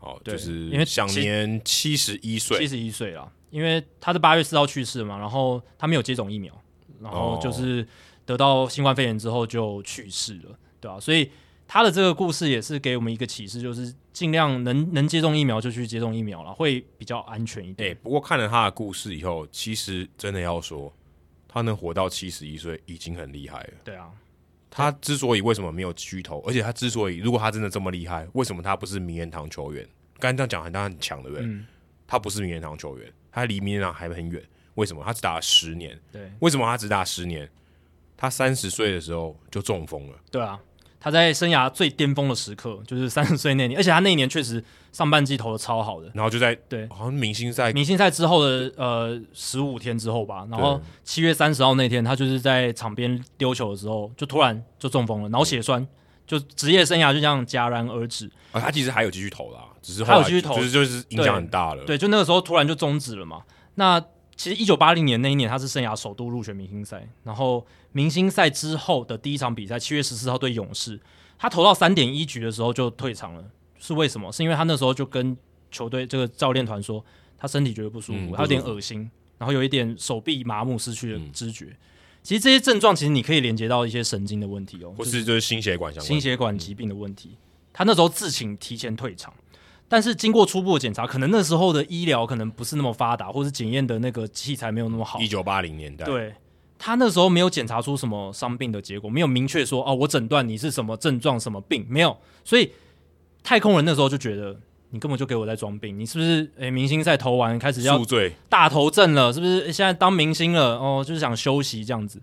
Speaker 1: 哦，
Speaker 2: 对
Speaker 1: 就是
Speaker 2: 因为
Speaker 1: 享
Speaker 2: 其
Speaker 1: 年七十一
Speaker 2: 七
Speaker 1: 岁，
Speaker 2: 十一岁啦，因为他是八月四号去世嘛，然后他没有接种疫苗，然后就是得到新冠肺炎之后就去世了，对吧、所以他的这个故事也是给我们一个启示，就是尽量能能接种疫苗就去接种疫苗了，会比较安全一
Speaker 1: 哎、
Speaker 2: 点。
Speaker 1: 不过看了他的故事以后，其实真的要说，他能活到七十一岁已经很厉害了。
Speaker 2: 对啊，
Speaker 1: 他之所以为什么没有虚投，而且他之所以如果他真的这么厉害，为什么他不是名人堂球员？刚才这样讲，他很强，对不对？
Speaker 2: 嗯
Speaker 1: 他不是名人堂球员，他离名人堂还很远。为什么？他只打了十年。
Speaker 2: 对
Speaker 1: 为什么他只打十年？他三十岁的时候就中风了，
Speaker 2: 对啊，他在生涯最巅峰的时刻， 就是三十岁那年，而且他那一年确实上半季投的超好的，
Speaker 1: 然后就在
Speaker 2: 对
Speaker 1: 好像明星赛
Speaker 2: 明星赛之后的呃十五天之后吧，然后七月三十号那天，他就是在场边丢球的时候，就突然就中风了，脑血栓，就职业生涯就这样戛然而止。
Speaker 1: 啊，他其实还有继续投啦，只是
Speaker 2: 他有
Speaker 1: 后来
Speaker 2: 继续投
Speaker 1: 就是就是影响很大了。
Speaker 2: 对，就那个时候突然就终止了嘛。那其实一九八零年那一年，他是生涯首度入选明星赛，然后明星赛之后的第一场比赛，七月十四号对勇士，他投到三点一局的时候就退场了，是为什么？是因为他那时候就跟球队这个教练团说，他身体觉得不舒服，
Speaker 1: 嗯
Speaker 2: 他有点
Speaker 1: 不舒嗯
Speaker 2: 恶心，然后有一点手臂麻木，失去了知觉。其实这些症状，其实你可以连接到一些神经的问题哦，
Speaker 1: 或
Speaker 2: 就是
Speaker 1: 就是心血管相关
Speaker 2: 心。血管疾病的问题。他那时候自请提前退场，但是经过初步的检查，可能那时候的医疗可能不是那么发达，或是检验的那个器材没有那么好
Speaker 1: 一。九八零年代，
Speaker 2: 对他那时候没有检查出什么伤病的结果，没有明确说哦，我诊断你是什么症状、什么病，没有。所以太空人那时候就觉得你根本就给我在装病，你是不是？诶，明星赛投完开始要
Speaker 1: 宿醉
Speaker 2: 大头症了，是不是？诶现在当明星了，哦，就是想休息这样子。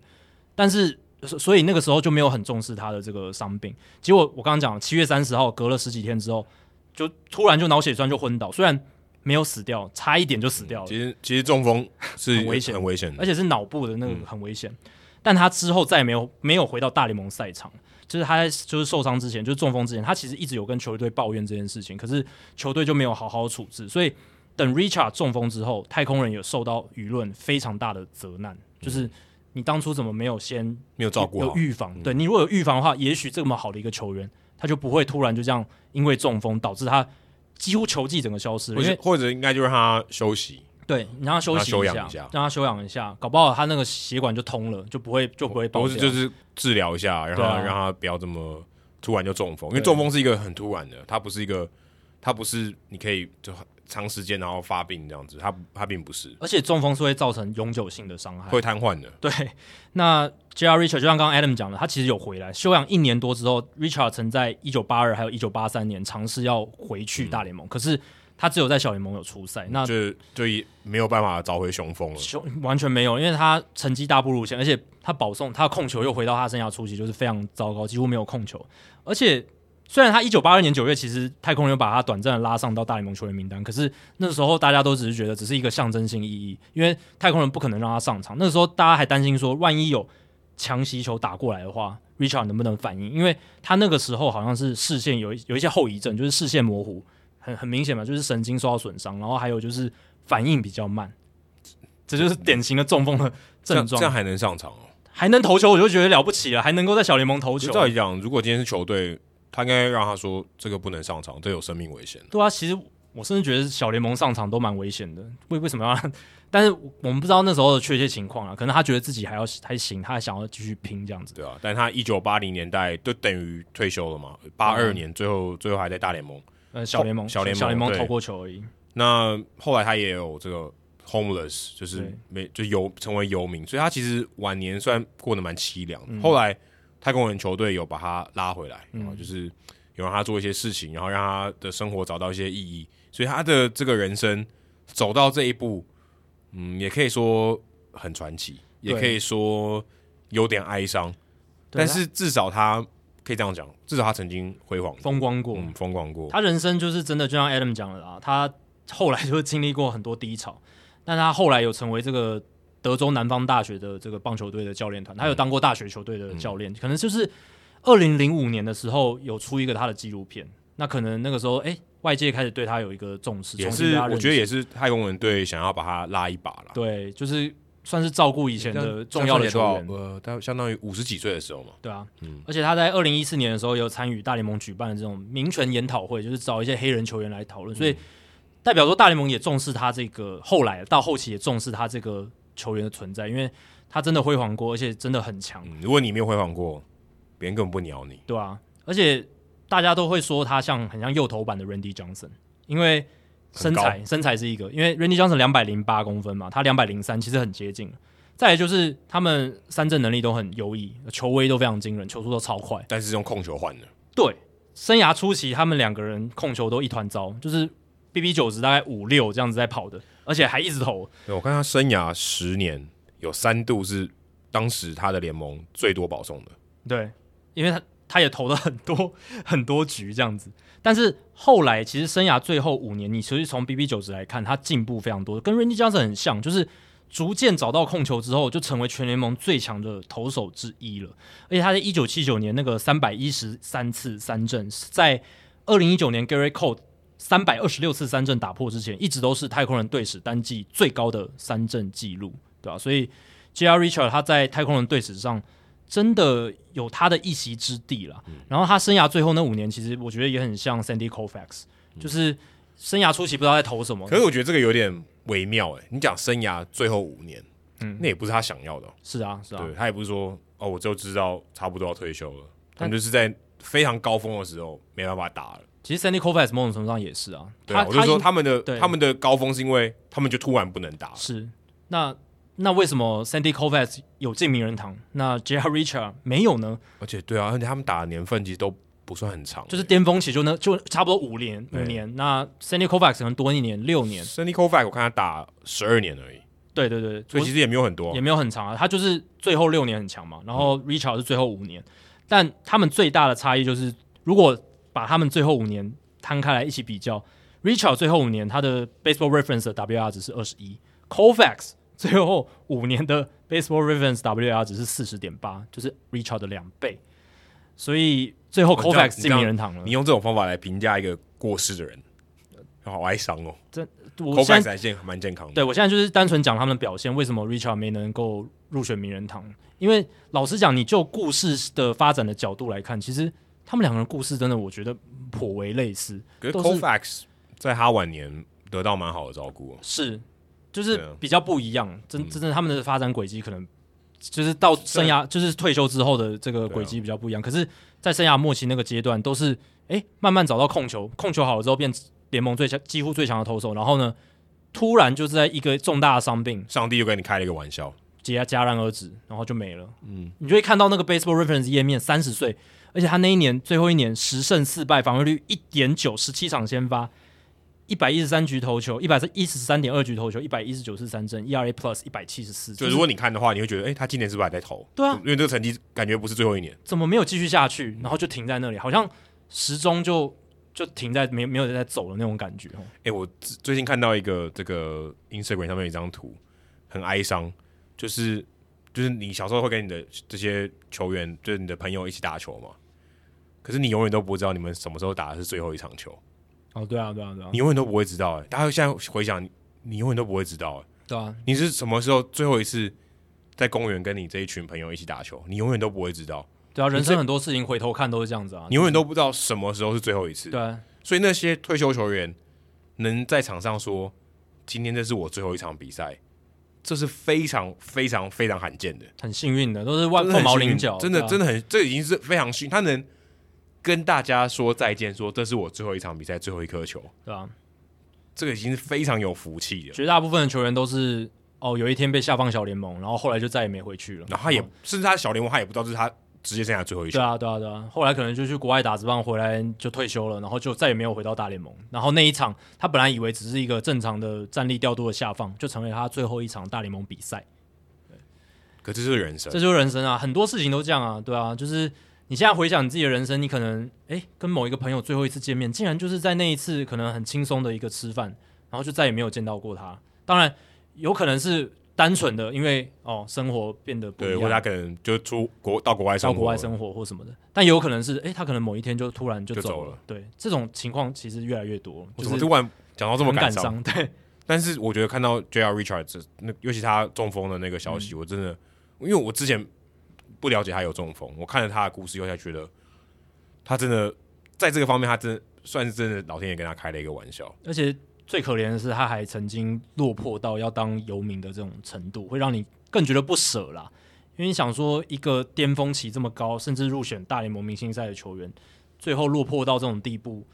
Speaker 2: 但是，所所以那个时候就没有很重视他的这个伤病。结果我刚刚讲，七月三十号隔了十几天之后，就突然就脑血栓就昏倒，虽然没有死掉，差一点就死掉了，
Speaker 1: 其实其实中风是
Speaker 2: 很危险
Speaker 1: 很危险的
Speaker 2: 而。且是脑部的那个
Speaker 1: 嗯
Speaker 2: 很危险。但他之后再也没有没有回到大联盟赛场，就是他在就是受伤之前，就是中风之前，他其实一直有跟球队抱怨这件事情，可是球队就没有好好处置，所以等 Richard 中风之后，太空人有受到舆论非常大的责难，就是你当初怎么没有先
Speaker 1: 没嗯有照顾
Speaker 2: 有
Speaker 1: 好，嗯
Speaker 2: 预防？对你如果有预防的话，也许这么好的一个球员，他就不会突然就这样因为中风导致他几乎球技整个消失，
Speaker 1: 或
Speaker 2: 因为
Speaker 1: 者或者应该就让他休息，
Speaker 2: 对你让他休
Speaker 1: 让他
Speaker 2: 息
Speaker 1: 休
Speaker 2: 下，
Speaker 1: 养一下
Speaker 2: 让他休养一下，搞不好他那个血管就通了，就不会就不会爆
Speaker 1: 或
Speaker 2: 掉。
Speaker 1: 是就是治疗一下，然后
Speaker 2: 对啊
Speaker 1: 让他不要这么突然就中风，因为
Speaker 2: 对
Speaker 1: 中风是一个很突然的，它不是一个，它不是你可以就长时间然后发病这样子，它它并不是
Speaker 2: 而且中风是会造成永久性的伤害。
Speaker 1: 会瘫痪的。
Speaker 2: 对， 那 J.R. Richard 就像刚刚 Adam 讲的，他其实有回来休养一年多之后，Richard 曾在一九八二还有一九八三年尝试要回去大联盟，
Speaker 1: 嗯
Speaker 2: 可是他只有在小联盟有出赛，那
Speaker 1: 就就也没有办法找回雄风了。
Speaker 2: 球完全没有，因为他成绩大不如前，而且他保送，他的控球又回到他生涯初期，就是非常糟糕，几乎没有控球。而且虽然他一九八二年九月，其实太空人有把他短暂的拉上到大联盟球员名单，可是那时候大家都只是觉得只是一个象征性意义，因为太空人不可能让他上场。那时候大家还担心说，万一有强袭球打过来的话，Richard 能不能反应？因为他那个时候好像是视线有一有一些后遗症，就是视线模糊，很很明显嘛，就是神经受到损伤，然后还有就是反应比较慢。这就是典型的中风的
Speaker 1: 这样
Speaker 2: 症
Speaker 1: 这
Speaker 2: 状。
Speaker 1: 样还能上场哦？
Speaker 2: 还能投球，我就觉得了不起了，还能够在小联盟投球
Speaker 1: 就。照理讲，如果今天是球队，他应该让他说这个不能上场，这有生命危险。
Speaker 2: 对啊，其实我甚至觉得小联盟上场都蛮危险的，为为什么要让？但是我们不知道那时候的确切情况啊，可能他觉得自己还要还行，他还想要继续拼这样子。
Speaker 1: 对啊，但他一九八零年代就等于退休了嘛，八二
Speaker 2: 嗯
Speaker 1: 年最后最后还在大联盟。
Speaker 2: 呃，小联盟，
Speaker 1: 小联盟
Speaker 2: 小联盟
Speaker 1: 对
Speaker 2: 投过球而已。
Speaker 1: 那后来他也有这个 homeless，就是
Speaker 2: 对
Speaker 1: 没就游成为游民，所以他其实晚年虽然过得蛮凄凉的。
Speaker 2: 嗯
Speaker 1: 后来太空人球队有把他拉回来，然后就是有让他做一些事情，然后让他的生活找到一些意义，所以他的这个人生走到这一步，嗯，也可以说很传奇，也
Speaker 2: 对
Speaker 1: 可以说有点哀伤，
Speaker 2: 对啊
Speaker 1: 但是至少他可以这样讲，至少他曾经辉煌
Speaker 2: 他
Speaker 1: 过，
Speaker 2: 风光过，
Speaker 1: 嗯，风光过，
Speaker 2: 他人生就是真的，就像 Adam 讲的啦，他后来就是经历过很多低潮，但他后来有成为这个德州南方大学的这个棒球队的教练团，
Speaker 1: 嗯
Speaker 2: 他有当过大学球队的教练，可能就是二零零五年的时候有出一个他的纪录片，那可能那个时候哎、外界开始对他有一个重视，
Speaker 1: 也
Speaker 2: 重新
Speaker 1: 是
Speaker 2: 对他
Speaker 1: 我
Speaker 2: 认识
Speaker 1: 觉得也是太空人队想要把他拉一把啦。
Speaker 2: 对，就是算是照顾以前的重要的球员，
Speaker 1: 呃，他相当于五十几岁的时候嘛，
Speaker 2: 对啊，
Speaker 1: 嗯
Speaker 2: 而且他在二零一四年的时候有参与大联盟举办的这种民权研讨会，就是找一些黑人球员来讨论，所以代表说大联盟也重视他这个后来到后期也重视他这个球员的存在，因为他真的辉煌过，而且真的很强，
Speaker 1: 嗯，如果你没有辉煌过，别人根本不鸟你。
Speaker 2: 对啊，而且大家都会说他像很像右投版的 Randy Johnson，因为身材身材是一个，因为 Randy Johnson 两百零八公分嘛，他两百零三，其实很接近。再来就是他们三振能力都很优异，球威都非常惊人，球速都超快。
Speaker 1: 但是用控球换的，
Speaker 2: 对，生涯初期他们两个人控球都一团糟，就是 BB 九十大概五六这样子在跑的，而且还一直投。
Speaker 1: 对我看他生涯十年有三度是当时他的联盟最多保送的，
Speaker 2: 对，因为他他也投了很多 很多局这样子，但是后来其实生涯最后五年，你其实从 BB 九十来看，他进步非常多，跟 Randy Johnson 很像，就是。逐渐找到控球之后，就成为全联盟最强的投手之一了。而且他在一九七九年那个三百一十三次三振，在二零一九年 Gary Cole 三百二十六次三振打破之前，一直都是太空人队史单季最高的三振记录，对吧、所以 J.R. Richard 他在太空人队史上真的有他的一席之地了。然后他生涯最后那五年，其实我觉得也很像 Sandy Koufax，、就是生涯初期不知道在投什么，
Speaker 1: 可是我觉得这个有点微妙哎、你讲生涯最后五年，嗯，那也不是他想要的哦，
Speaker 2: 是啊是啊，
Speaker 1: 对他也不是说哦，我就知道差不多要退休了，他们就是在非常高峰的时候没办法打了。
Speaker 2: 其实 Sandy Koufax 某种程度上也是啊，
Speaker 1: 对啊，
Speaker 2: 他
Speaker 1: 我就说
Speaker 2: 应
Speaker 1: 他们的
Speaker 2: 对
Speaker 1: 他们的高峰是因为他们就突然不能打了，
Speaker 2: 是那那为什么 Sandy Koufax 有进名人堂，那 J.R. Richard 没有呢？
Speaker 1: 而且对啊，而且他们打的年份其实都不算很长，
Speaker 2: 就是巅峰期就那就差不多五年五
Speaker 1: 对
Speaker 2: 年，那 Sandy Koufax 可能多一年六年，
Speaker 1: Sandy k o v a c 我看他打十二年而已，
Speaker 2: 对对对，
Speaker 1: 所以
Speaker 2: 我
Speaker 1: 其实也没有很多
Speaker 2: 也。没有很长啊，他就是最后六年很强嘛，然后
Speaker 1: 嗯
Speaker 2: Richard 是最后五年，但他们最大的差异就是，如果把他们最后五年摊开来一起比较，Richard 最后五年他的 Baseball Reference 的 WR 值是二十一，Colfax 最后五年的 Baseball Reference WR 值是四十点八，就是 Richard 的两倍，所以最后
Speaker 1: 哦你这样
Speaker 2: Colfax 进名人堂了
Speaker 1: 你。用这种方法来评价一个过世的人，好哀伤哦。k
Speaker 2: 我
Speaker 1: o v
Speaker 2: 现
Speaker 1: a c
Speaker 2: 在
Speaker 1: 还健蛮健康的，
Speaker 2: 对我现在就是单纯讲他们的表现，为什么 Richard 没能够入选名人堂？因为老实讲，你就故事的发展的角度来看，其实他们两个人故事真的我觉得颇为类似，
Speaker 1: 可是
Speaker 2: 都
Speaker 1: k
Speaker 2: 是
Speaker 1: o v a c 在他晚年得到蛮好的照顾哦，
Speaker 2: 是就是
Speaker 1: 对啊嗯
Speaker 2: 比较不一样。真真正他们的发展轨迹可能就是到
Speaker 1: 啊
Speaker 2: 生涯就是退休之后的这个轨迹比较不一样。可是，在生涯末期那个阶段，都是哎、诶慢慢找到控球，控球好了之后变联盟最强几乎最强的投手，然后呢突然就是在一个重大的伤病。
Speaker 1: 上帝又跟你开了一个玩笑，
Speaker 2: 戛戛然而止，然后就没了。嗯，你就会看到那个 Baseball Reference 页面，三十岁，而且他那一年最后一年十胜四败，防御率一点九，十七场先发，一百一十三局投球，一百一十三点二局投球，一百一十九次三振，ERA Plus 一百七十四。
Speaker 1: 就如果你看的话，你会觉得，哎，他今年是不是还在投？
Speaker 2: 对啊
Speaker 1: 因为这个成绩感觉不是最后一年，
Speaker 2: 怎么没有继续下去，然后就停在那里，好像时钟就就停在没没有在走的那种感觉哦。
Speaker 1: 哎、我最最近看到一个这个 Instagram 上面有一张图，很哀伤，就是就是你小时候会跟你的这些球员，就是你的朋友一起打球嘛，可是你永远都不知道你们什么时候打的是最后一场球，
Speaker 2: 哦，对啊，对啊，对啊
Speaker 1: 你，永远都不会知道、哎，大家现在回想，你永远都不会知道、哎，
Speaker 2: 对啊，
Speaker 1: 你是什么时候最后一次在公园跟你这一群朋友一起打球？你永远都不会知道，
Speaker 2: 对啊，人
Speaker 1: 这
Speaker 2: 生很多事情回头看都是这样子啊。
Speaker 1: 你永远都不知道什么时候是最后一次。
Speaker 2: 对啊，
Speaker 1: 所以那些退休球员能在场上说：“今天这是我最后一场比赛。”这是非常非常非常罕见的，
Speaker 2: 很幸运的，都是万
Speaker 1: 真的很
Speaker 2: 凤毛
Speaker 1: 幸运
Speaker 2: 麟角，
Speaker 1: 真的
Speaker 2: 对啊
Speaker 1: 真的很，这已经是非常幸运。他能跟大家说再见，说这是我最后一场比赛最后一颗球，
Speaker 2: 对啊。
Speaker 1: 这个已经是非常有福气了。
Speaker 2: 绝大部分的球员都是哦，有一天被下放小联盟，然后后来就再也没回去了。
Speaker 1: 然后他也、甚至他的小联盟，他也不知道这是他职业生涯最后一球
Speaker 2: 对。啊，对啊，对啊，后来可能就去国外打职棒，回来就退休了，然后就再也没有回到大联盟。然后那一场，他本来以为只是一个正常的战力调度的下放，就成为他最后一场大联盟比赛。
Speaker 1: 可这就是人生，
Speaker 2: 这就是人生啊，很多事情都这样啊，对啊，就是你现在回想你自己的人生，你可能诶跟某一个朋友最后一次见面，竟然就是在那一次可能很轻松的一个吃饭，然后就再也没有见到过他。当然，有可能是单纯的因为哦生活变得不一
Speaker 1: 对，或者他
Speaker 2: 样，
Speaker 1: 可能就出国到国外生
Speaker 2: 到
Speaker 1: 活，
Speaker 2: 国外生活或什么的，但也有可能是诶他可能某一天就突然就
Speaker 1: 就走
Speaker 2: 走
Speaker 1: 了
Speaker 2: 对，这种情况其实越来越多，
Speaker 1: 我
Speaker 2: 就
Speaker 1: 怎么
Speaker 2: 是
Speaker 1: 突然讲到这么
Speaker 2: 很
Speaker 1: 感
Speaker 2: 感
Speaker 1: 伤？
Speaker 2: 伤，对
Speaker 1: 但是我觉得看到 J.R. Richard 这那，尤其他中风的那个消息，
Speaker 2: 嗯
Speaker 1: 我真的，因为我之前不了解他有中风，我看了他的故事以后才觉得，他真的在这个方面，他真的算是真的老天爷跟他开了一个玩笑。
Speaker 2: 而且最可怜的是，他还曾经落魄到要当游民的这种程度，会让你更觉得不舍啦。因为你想说，一个巅峰期这么高，甚至入选大联盟明星赛的球员，最后落魄到这种地步，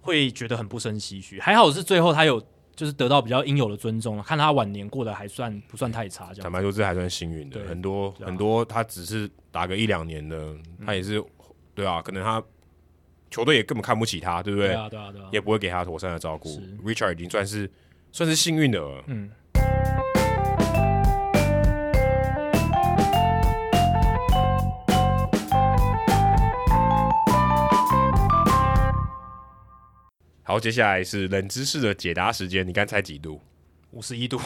Speaker 2: 会觉得很不胜唏嘘。还好是最后他有就是得到比较应有的尊重，看他晚年过得还算不算太差，这
Speaker 1: 坦
Speaker 2: 样
Speaker 1: 白说，这还算幸运的，
Speaker 2: 对
Speaker 1: 很多、
Speaker 2: 对啊
Speaker 1: 很多他只是打个一两年的，他也是、对啊，可能他球队也根本看不起他，对不对？
Speaker 2: 啊，对啊，对啊。
Speaker 1: 也不会给他妥善的照顾
Speaker 2: 是。
Speaker 1: Richard 已经算是算是幸运的了。
Speaker 2: 嗯。
Speaker 1: 好，接下来是冷知识的解答时间。你刚才几度？
Speaker 2: 五十一度，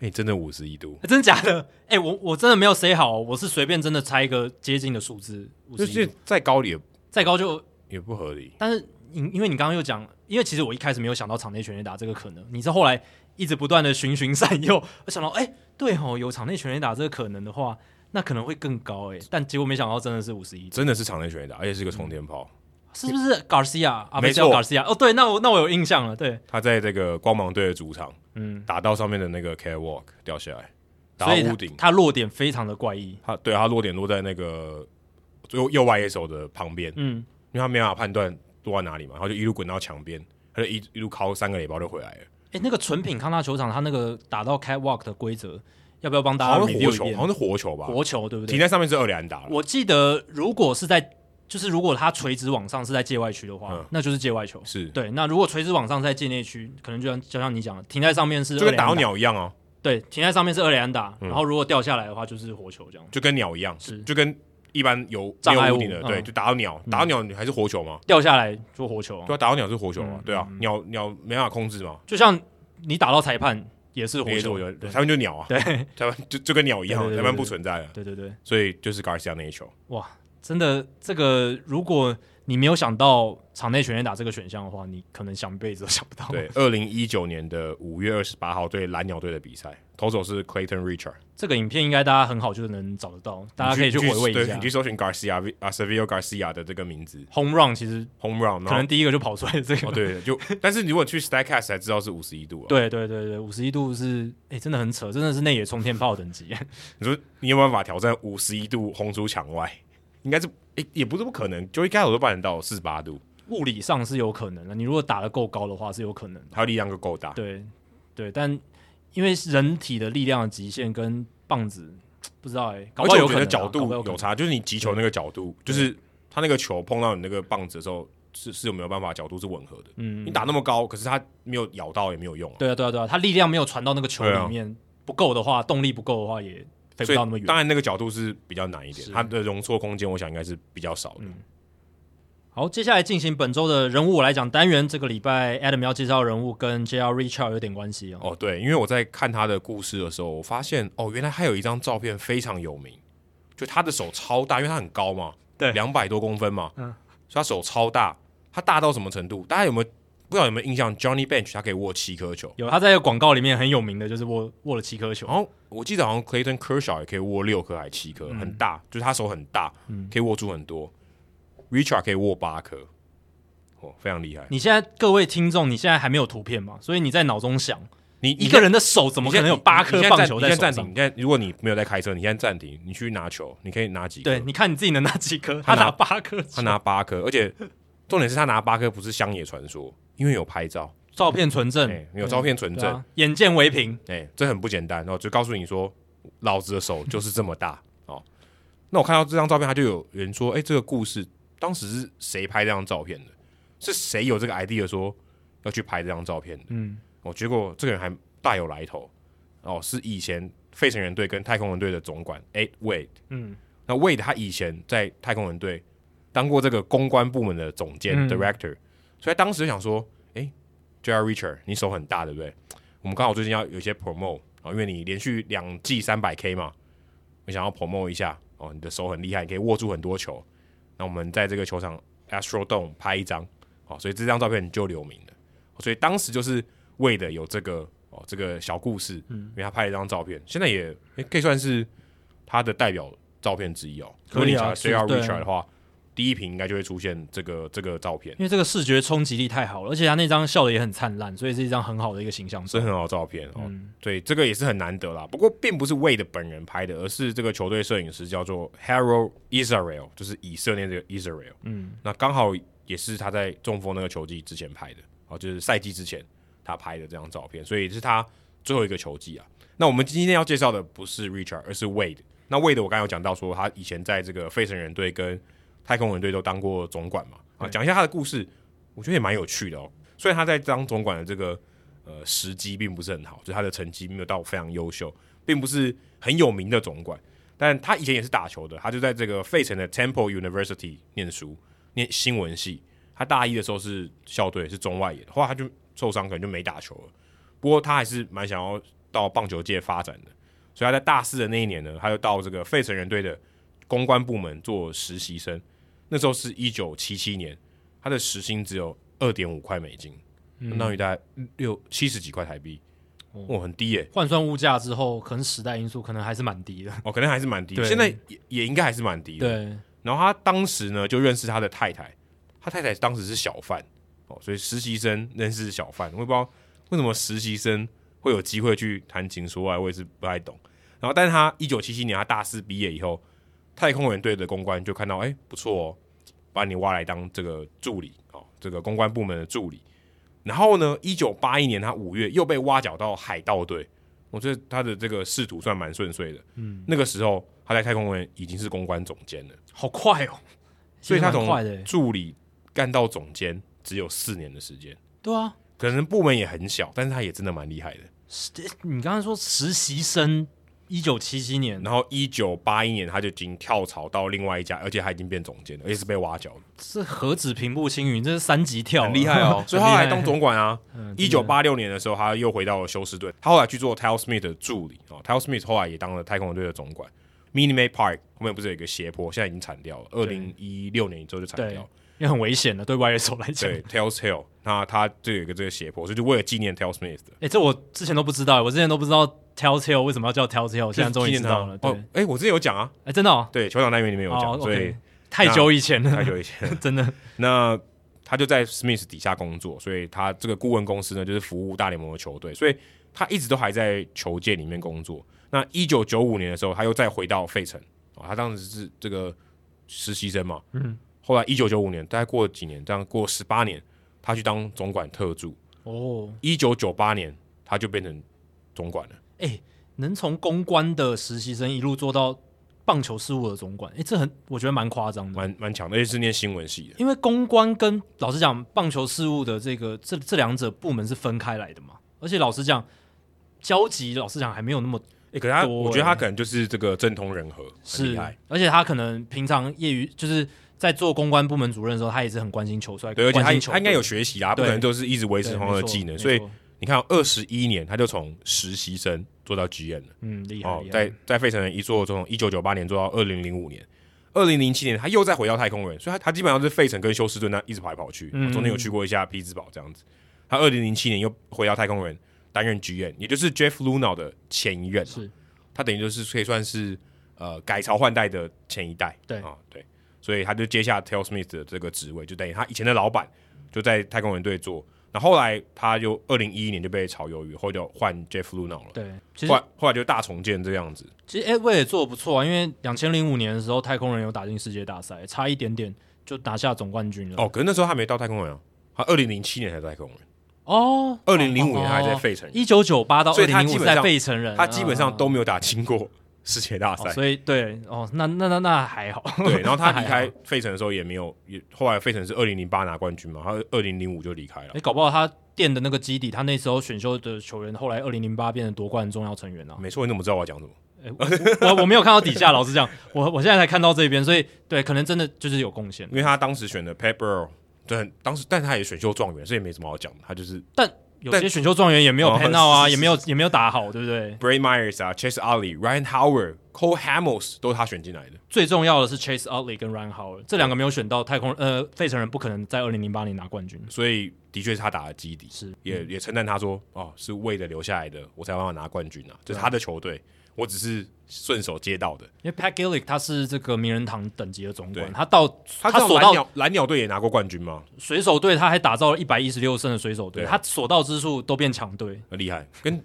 Speaker 1: 哎、真的五十一度，
Speaker 2: 真的假的？哎、我我真的没有 say 好，我是随便真的猜一个接近的数字，五
Speaker 1: 就
Speaker 2: 十一
Speaker 1: 是
Speaker 2: 度，
Speaker 1: 再高也
Speaker 2: 再高就
Speaker 1: 也不合理。
Speaker 2: 但是因因为你刚刚又讲，因为其实我一开始没有想到场内全垒打这个可能，你是后来一直不断的循循善诱，我想到哎、对吼，有场内全垒打这个可能的话，那可能会更高哎、但结果没想到真的是五十一，
Speaker 1: 真的是场内全垒打，而且是个冲天炮。
Speaker 2: 是不是 Garcia 啊？
Speaker 1: 没
Speaker 2: 不是叫
Speaker 1: 错
Speaker 2: Garcia 哦，对，那我那我有印象了，对，
Speaker 1: 他在这个光芒队的主场
Speaker 2: 嗯，
Speaker 1: 打到上面的那个 care walk 掉下来，打
Speaker 2: 所以
Speaker 1: 到
Speaker 2: 他
Speaker 1: 屋顶。
Speaker 2: 他落点非常的怪异，
Speaker 1: 他对他落点落在那个右右外野手的旁边，
Speaker 2: 嗯，
Speaker 1: 因为他没办法判断落在哪里嘛，然后就一路滚到墙边，他就一一路敲三个垒包就回来了。
Speaker 2: 哎、那个纯品康纳球场他那个打到 catwalk 的规则，要不要帮大
Speaker 1: 好
Speaker 2: 家
Speaker 1: 像是
Speaker 2: review
Speaker 1: 活
Speaker 2: 一
Speaker 1: 球，
Speaker 2: 遍
Speaker 1: 好像是活球吧？
Speaker 2: 国球对不对
Speaker 1: 停？在上面是二垒安打了，
Speaker 2: 我记得如果是在就是如果它垂直往上是在界外区的话，
Speaker 1: 嗯
Speaker 2: 那就是界外球。
Speaker 1: 是
Speaker 2: 对，那如果垂直往上是在界内区，可能就像就像你讲的，停在上面是
Speaker 1: 就
Speaker 2: 二
Speaker 1: 跟
Speaker 2: 垒
Speaker 1: 打到
Speaker 2: 安打，
Speaker 1: 鸟一嗯样哦，
Speaker 2: 对，停在上面是二垒安打，然后如果掉下来的话就是活球这样，
Speaker 1: 就跟鸟一样，
Speaker 2: 是
Speaker 1: 就跟一般有
Speaker 2: 障
Speaker 1: 没
Speaker 2: 碍
Speaker 1: 有
Speaker 2: 物
Speaker 1: 屋顶的，对，
Speaker 2: 嗯
Speaker 1: 就打到鸟，打到鸟你还是活球吗？
Speaker 2: 掉下来就活球啊、
Speaker 1: 对啊，打到鸟是活球嘛
Speaker 2: 嗯，
Speaker 1: 对啊，鸟鸟没办法控制嘛，
Speaker 2: 就像你打到裁判也是活
Speaker 1: 没错，，
Speaker 2: 球
Speaker 1: 对
Speaker 2: 对
Speaker 1: 台湾就鸟啊，
Speaker 2: 对
Speaker 1: 台湾就就跟鸟一
Speaker 2: 对
Speaker 1: 样，
Speaker 2: 对对
Speaker 1: 台湾不存在了，啊
Speaker 2: 对对对，
Speaker 1: 所以就是 Garcia 那一球，
Speaker 2: 哇，真的这个如果你没有想到场内全垒打这个选项的话，你可能想辈子都想不到。
Speaker 1: 对，二零一九年的五月二十八号对蓝鸟队的比赛，投手是 Clayton Richard，
Speaker 2: 这个影片应该大家很好就能找得到，大家可以
Speaker 1: 你
Speaker 2: 去回味一
Speaker 1: 对
Speaker 2: 下
Speaker 1: 你。去搜寻 Garcia 啊 s e v i o Garcia 的这个名字
Speaker 2: Home Run 其实
Speaker 1: home run，然
Speaker 2: 可
Speaker 1: 后
Speaker 2: 能第一个就跑出来这个。
Speaker 1: 哦对，就 但是如果去 Statcast 才知道是五十一度啊，
Speaker 2: 对对对对，五十一度是，哎、真的很扯，真的是内野冲天炮等级。
Speaker 1: 你说你有没有办法挑战五十一度轰出墙外？应该是诶、也不是不可能，就一开始我都办得到四十八度，
Speaker 2: 物理上是有可能的，你如果打得够高的话是有可能的。
Speaker 1: 还有力量就够大。
Speaker 2: 对对，但因为人体的力量的极限跟棒子不知道哎、搞
Speaker 1: 而
Speaker 2: 不好
Speaker 1: 且
Speaker 2: 有
Speaker 1: 我
Speaker 2: 可
Speaker 1: 觉
Speaker 2: 能
Speaker 1: 得
Speaker 2: 啊
Speaker 1: 角
Speaker 2: 搞
Speaker 1: 度
Speaker 2: 不好有可能
Speaker 1: 差，就是你击球那个角度，就是他那个球碰到你那个棒子的时候，是是有没有办法角度是吻合的。
Speaker 2: 嗯
Speaker 1: 你，打那么高，可是他没有咬到也没有用啊。
Speaker 2: 对啊对啊对啊，它力量没有传到那个球
Speaker 1: 对啊
Speaker 2: 里面，不够的话，动力不够的话也飞
Speaker 1: 所
Speaker 2: 不
Speaker 1: 以
Speaker 2: 到那么远
Speaker 1: 当。然那个角度是比较难一点，
Speaker 2: 是嗯
Speaker 1: 它的容错空间我想应该是比较少的。
Speaker 2: 好，接下来进行本周的人物我来讲单元。这个礼拜 Adam 要介绍的人物跟 JR Richard 有点关系哦。
Speaker 1: 哦，对，因为我在看他的故事的时候，我发现哦，原来还有一张照片非常有名，就他的手超大，因为他很高嘛，
Speaker 2: 对
Speaker 1: 两百多公分嘛，
Speaker 2: 嗯
Speaker 1: 所以他手超大，他大到什么程度？大家有没有不知道有没有印象，Johnny Bench 他可以握七颗球，
Speaker 2: 有他在广告里面很有名的，就是握握了七颗球
Speaker 1: 然，后我记得好像 Clayton Kershaw 也可以握六颗还七
Speaker 2: 嗯
Speaker 1: 颗，很大，就是他手很大，可以握住很多。Richard 可以握八颗，哦，非常厉害。
Speaker 2: 你现在各位听众，你现在还没有图片嘛？所以你在脑中想，
Speaker 1: 你
Speaker 2: 一个人的手怎
Speaker 1: 怎
Speaker 2: 么可能有八颗棒球
Speaker 1: 在你
Speaker 2: 在手
Speaker 1: 现暂
Speaker 2: 上？
Speaker 1: 停，你现在如果你没有在开车，你现在暂停，你去拿球，你可以拿几颗？
Speaker 2: 对，你看你自己能拿几颗？
Speaker 1: 他
Speaker 2: 他
Speaker 1: 拿
Speaker 2: 拿八颗球，
Speaker 1: 他拿八颗，而且重点是他拿八颗不是乡野传说，因为有拍照，
Speaker 2: 照片存证，
Speaker 1: 哎、有照片存
Speaker 2: 嗯对
Speaker 1: 证，
Speaker 2: 啊，眼见为凭。
Speaker 1: 哎、这很不简单。然后就告诉你说，老子的手就是这么大哦。那我看到这张照片，他就有人说，哎、这个故事当时是谁拍这张照片的？是谁有这个 idea 说要去拍这张照片的？
Speaker 2: 嗯，
Speaker 1: 哦，结果这个人还大有来头哦，是以前费城人队跟太空人队的总管 Ed Wade。
Speaker 2: 嗯，
Speaker 1: 那 Wade 他以前在太空人队当过这个公关部门的总监、
Speaker 2: 嗯
Speaker 1: Director，所以他当时就想说，哎、j r Richard，你手很大，对不对？我们刚好最近要有一些 promo 哦，因为你连续两季三百 K 嘛，我想要 promo 一下哦，你的手很厉害，你可以握住很多球。那我们在这个球场 Astro Dome 拍一张，哦，所以这张照片就留名了。哦所以当时就是为的有这个哦这个小故事，
Speaker 2: 嗯
Speaker 1: 因为他拍了一张照片，现在也、诶可以算是他的代表照片之一哦。如果
Speaker 2: 可以
Speaker 1: 你
Speaker 2: 啊
Speaker 1: 查
Speaker 2: 是
Speaker 1: J R
Speaker 2: 对
Speaker 1: Richard 的话，第一屏应该就会出现这个这个照片，
Speaker 2: 因为这个视觉冲击力太好了，而且他那张笑的也很灿烂，所以是一张很好的一个形象
Speaker 1: 是
Speaker 2: 照。
Speaker 1: 很好的照片哦。对，这个也是很难得啦。不过并不是 Wade 本人拍的，而是这个球队摄影师叫做 Harold Israel，就是以色列这个 Israel。
Speaker 2: 嗯，
Speaker 1: 那刚好也是他在中锋那个球季之前拍的，哦，就是赛季之前他拍的这张照片，所以是他最后一个球季啊。那我们今天要介绍的不是 Richard，而是 Wade。那 Wade 我刚才有讲到说，他以前在这个费城人队跟太空人队都当过总管嘛，啊，讲一下他的故事，我觉得也蛮有趣的哦。虽然他在当总管的这个呃时机并不是很好，就是他的成绩没有到非常优秀，并不是很有名的总管，但他以前也是打球的，他就在这个费城的 Temple University 念书，念新闻系。他大一的时候是校队，是中外野的，后来他就受伤，可能就没打球了。不过他还是蛮想要到棒球界发展的，所以他在大四的那一年呢，他就到这个费城人队的公关部门做实习生。那时候是一九七七年，他的时薪只有二点五块美金，相当于大概六七十几块台币，
Speaker 2: 嗯哦
Speaker 1: 哦，很低耶、
Speaker 2: 换算物价之后，可能时代因素可能还是蛮低的。
Speaker 1: 哦，可能还是蛮低的，
Speaker 2: 对
Speaker 1: 现在也也应该还是蛮低的。
Speaker 2: 对，
Speaker 1: 然后他当时呢就认识他的太太，他太太当时是小贩哦，所以实习生认识小贩，我也不知道为什么实习生会有机会去谈情说爱，我也是不太懂。然后，但是他一九七七年他大四毕业以后，太空人队的公关就看到，哎，不错哦，把你挖来当这个助理哦，这个公关部门的助理。然后呢，一九八一年他五月又被挖角到海盗队，我觉得他的这个仕途算蛮顺遂的。嗯，那个时候他在太空人已经是公关总监了。
Speaker 2: 好快哦，
Speaker 1: 所以他
Speaker 2: 其实蛮快的
Speaker 1: 从
Speaker 2: 欸。
Speaker 1: 助理干到总监只有四年的时间，
Speaker 2: 对啊，
Speaker 1: 可能部门也很小，但是他也真的蛮厉害的。
Speaker 2: 你刚才说实习生，一九七七年，
Speaker 1: 然后一九八一年他就已经跳槽到另外一家，而且他已经变总监了，而且是被挖角了，
Speaker 2: 这何止平步青云，这是三级跳，。
Speaker 1: 很厉害哦
Speaker 2: 啊
Speaker 1: 所以他后来当总管啊，
Speaker 2: 嗯
Speaker 1: 一九八六年的时候他又回到了休斯顿，他后来去做 Tell Smith 的助理哦，Tell Smith 后来也当了太空人队的总管。Minute Maid Park 后面不是有一个斜坡，现在已经铲掉了，二零一六年之后就铲
Speaker 2: 对
Speaker 1: 掉了。，
Speaker 2: 因为很危险的，对外野手来讲。
Speaker 1: 对，Telltale，那他就有一个这个斜坡，所以就为了纪念 Tell Smith 的。
Speaker 2: 哎、这我之前都不知道，我之前都不知道 Telltale 为什么要叫 Telltale，现在终
Speaker 1: 纪
Speaker 2: 于
Speaker 1: 念
Speaker 2: 知
Speaker 1: 他
Speaker 2: 道了。对，哎、
Speaker 1: 哦，哎、我之前有讲啊，
Speaker 2: 真的哦，
Speaker 1: 对，球场单元里面有讲，
Speaker 2: 哦
Speaker 1: 所以
Speaker 2: ，OK，太久以前了
Speaker 1: 太，久以前了。
Speaker 2: 真的，
Speaker 1: 那他就在 Smith 底下工作，所以他这个顾问公司呢，就是服务大联盟的球队，所以他一直都还在球界里面工作。那一九九五年的时候，他又再回到费城哦，他当时是这个实习生嘛，嗯，后来一九九五年，大概过了几年，这样过十八年，他去当总管特助。
Speaker 2: 哦，
Speaker 1: 一九九八年，他就变成总管了。
Speaker 2: 哎、能从公关的实习生一路做到棒球事务的总管，哎、这很我觉得蛮夸张的。
Speaker 1: 蛮蛮强的，而且是念新闻系的。
Speaker 2: 因为公关跟老实讲，棒球事务的这个这这两者部门是分开来的嘛，而且老实讲，交集老实讲还没有那么
Speaker 1: 哎、可是他，
Speaker 2: 多
Speaker 1: 我觉得他
Speaker 2: 欸
Speaker 1: 可能就是这个政通人和，很厉
Speaker 2: 是
Speaker 1: 害。，
Speaker 2: 而且他可能平常业余就是在做公关部门主任的时候，他也是很关心球赛，
Speaker 1: 对，而且
Speaker 2: 关
Speaker 1: 他
Speaker 2: 心球
Speaker 1: 他应该
Speaker 2: 队
Speaker 1: 有学习啦，不可能
Speaker 2: 对
Speaker 1: 就是一直维持
Speaker 2: 对
Speaker 1: 同样的
Speaker 2: 没错
Speaker 1: 技能。
Speaker 2: 没
Speaker 1: 所以
Speaker 2: 错
Speaker 1: 你看，二十一年他就从实习生做到 GM 了，
Speaker 2: 嗯，厉害，
Speaker 1: 哦
Speaker 2: 厉，害
Speaker 1: 在在费城人一做，从一九九八年做到二零零五年，二零零七年他又再回到太空人，所以他他基本上是费城跟休斯顿那一直跑来跑去，
Speaker 2: 嗯
Speaker 1: 中间有去过一下匹兹堡这样子。他二零零七年又回到太空人担任 GM，也就是 Jeff Luno 的前一任啊，
Speaker 2: 是
Speaker 1: 他等于就是可以算是呃改朝换代的前一代，
Speaker 2: 对
Speaker 1: 啊对，所以他就接下 Tail Smith 的这个职位，就等于他以前的老板就在太空人队做，那后来他就二零一一年就被炒鱿鱼，后来就换 Jeff Luno 了，
Speaker 2: 对，其
Speaker 1: 后
Speaker 2: 实
Speaker 1: 来后来就大重建这样子，
Speaker 2: 其实 Edway 也做的不错啊，因为两千零五年的时候，太空人有打进世界大赛，差一点点就拿下总冠军了。
Speaker 1: 哦，可是那时候他没到太空人、啊，他二零零七年才到太空人，
Speaker 2: 哦，
Speaker 1: 二零零五年他还在费城，
Speaker 2: 一九九八到
Speaker 1: 所
Speaker 2: 二
Speaker 1: 以他
Speaker 2: 零零
Speaker 1: 基
Speaker 2: 五
Speaker 1: 本上
Speaker 2: 在费城人，
Speaker 1: 他基本上都
Speaker 2: 啊
Speaker 1: 没有打进过世界大赛
Speaker 2: 哦，所以对哦，那那那那还好，
Speaker 1: 对，然后他离
Speaker 2: 还
Speaker 1: 开费城的时候也没有，也后来费城是二零零八拿冠军嘛，他二零零五就离开了
Speaker 2: 你、，搞不好他垫的那个基底，他那时候选秀的球员，后来二零零八变成夺冠重要成员啊。
Speaker 1: 没错，你怎么知道我要讲什么？
Speaker 2: 我我没有看到底下，老实讲，我我现在才看到这边，所以对，可能真的就是有贡献啊
Speaker 1: 因。为他当时选的 Pepper，对，很当时但他也选秀状元，所以没什么好讲的。他就是
Speaker 2: 有些选秀状元也没有
Speaker 1: 哦
Speaker 2: pan out 啊，
Speaker 1: 是是
Speaker 2: 也没有也没有打好，对不对？
Speaker 1: Bray Myers 啊、Chase Ollie、Ryan Howard、Cole Hamels 都是他选进来的。
Speaker 2: 最重要的是 Chase Utley 跟 Ryan Howard 这两个没有选到，太空呃费城人不可能在二零零八年拿冠军。
Speaker 1: 所以的确是他打的基底，
Speaker 2: 是
Speaker 1: 也也承担他说哦，是为了留下来的，我才有办法拿冠军啊，这、是他的球队，我只是顺手接到的。
Speaker 2: 因为 Pat Gillick 他是这个名人堂等级的总管，
Speaker 1: 对
Speaker 2: 他到
Speaker 1: 他
Speaker 2: 他
Speaker 1: 知道
Speaker 2: 所
Speaker 1: 蓝
Speaker 2: 到
Speaker 1: 鸟蓝鸟队也拿过冠军吗？
Speaker 2: 水手队，他还打造了一百一十六胜的水手队，
Speaker 1: 对
Speaker 2: 他所到之处都变强队，
Speaker 1: 很厉害，跟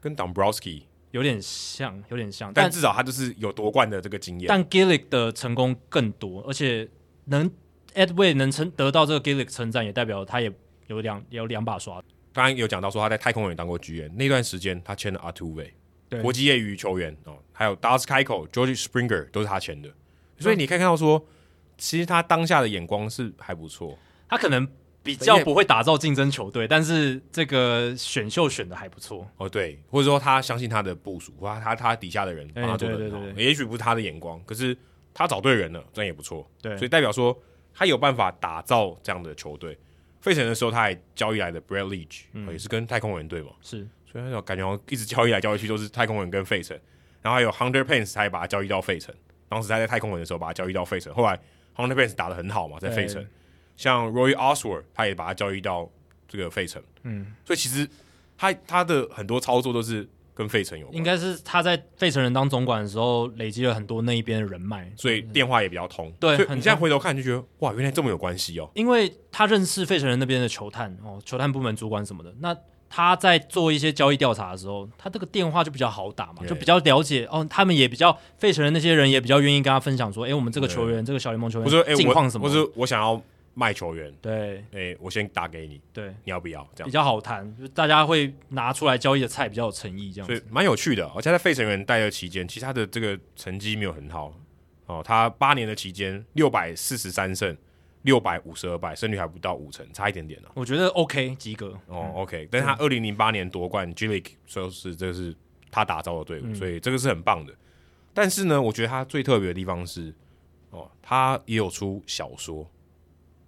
Speaker 1: 跟 Dombrowski，
Speaker 2: 有点像，有点像，但
Speaker 1: 但至少他就是有夺冠的这个经验。
Speaker 2: 但 Gillick 的成功更多，而且能 Edway 能称得到这个 Gillick 称赞，也代表他也有两有两把刷。
Speaker 1: 刚刚有讲到说他在太空人也当过 GM，那段时间他签了 Artuve，
Speaker 2: 对
Speaker 1: 国际业余球员哦，还有 Das 开口、George Springer 都是他签的，所以你可以看到说，其实他当下的眼光是还不错，
Speaker 2: 他可能比较不会打造竞争球队，但是这个选秀选的还不错。
Speaker 1: 哦，对，或者说他相信他的部署，或者他他底下的人帮他做的很好，
Speaker 2: 哎对对对
Speaker 1: 也许不是他的眼光，可是他找对人了，这样也不错，
Speaker 2: 对
Speaker 1: 所以代表说他有办法打造这样的球队。费城的时候，他还交易来的 Brad Leach，、哦
Speaker 2: 嗯
Speaker 1: 也是跟太空人队嘛，
Speaker 2: 是
Speaker 1: 所以他就感觉好像一直交易来交易去都是太空人跟费城，然后还有 Hunter Pence 他也把他交易到费城，当时他在太空人的时候把他交易到费城，后来 Hunter Pence 打的很好嘛，在费城
Speaker 2: 对，
Speaker 1: 像 Roy Oswald 他也把他交易到这个费城，
Speaker 2: 嗯，
Speaker 1: 所以其实他他的很多操作都是跟费城有
Speaker 2: 应
Speaker 1: 关，
Speaker 2: 该是他在费城人当总管的时候，累积了很多那一边的人脉，
Speaker 1: 所以电话也比较通，
Speaker 2: 对
Speaker 1: 所以
Speaker 2: 很
Speaker 1: 你现在回头看就觉得哇，原来这么有关系哦，
Speaker 2: 因为他认识费城人那边的球探哦，球探部门主管什么的，那。他在做一些交易调查的时候，他这个电话就比较好打嘛，
Speaker 1: 对
Speaker 2: 就比较了解哦。他们也比较费城人那些人也比较愿意跟他分享说，哎，我们这个球员，这个小联盟球
Speaker 1: 我说哎
Speaker 2: 员近况什
Speaker 1: 我，
Speaker 2: 么
Speaker 1: 或？者我想要卖球员，
Speaker 2: 对
Speaker 1: 哎，我先打给你，
Speaker 2: 对，
Speaker 1: 你要不要这样
Speaker 2: 比？较好谈，就大家会拿出来交易的菜比较有诚意，这样
Speaker 1: 所以
Speaker 2: 子。
Speaker 1: 蛮有趣的。而且在费城人待的期间，其实他的这个成绩没有很好哦。他八年的期间，六百四十三胜，六百五十二败，胜率还不到五成，差一点点呢、
Speaker 2: 我觉得 OK 及格，
Speaker 1: 哦、o k 但是他二零零八年夺冠 g i l i c 说是这是他打造的队伍，
Speaker 2: 嗯
Speaker 1: 所以这个是很棒的。但是呢，我觉得他最特别的地方是，哦，他也有出小说，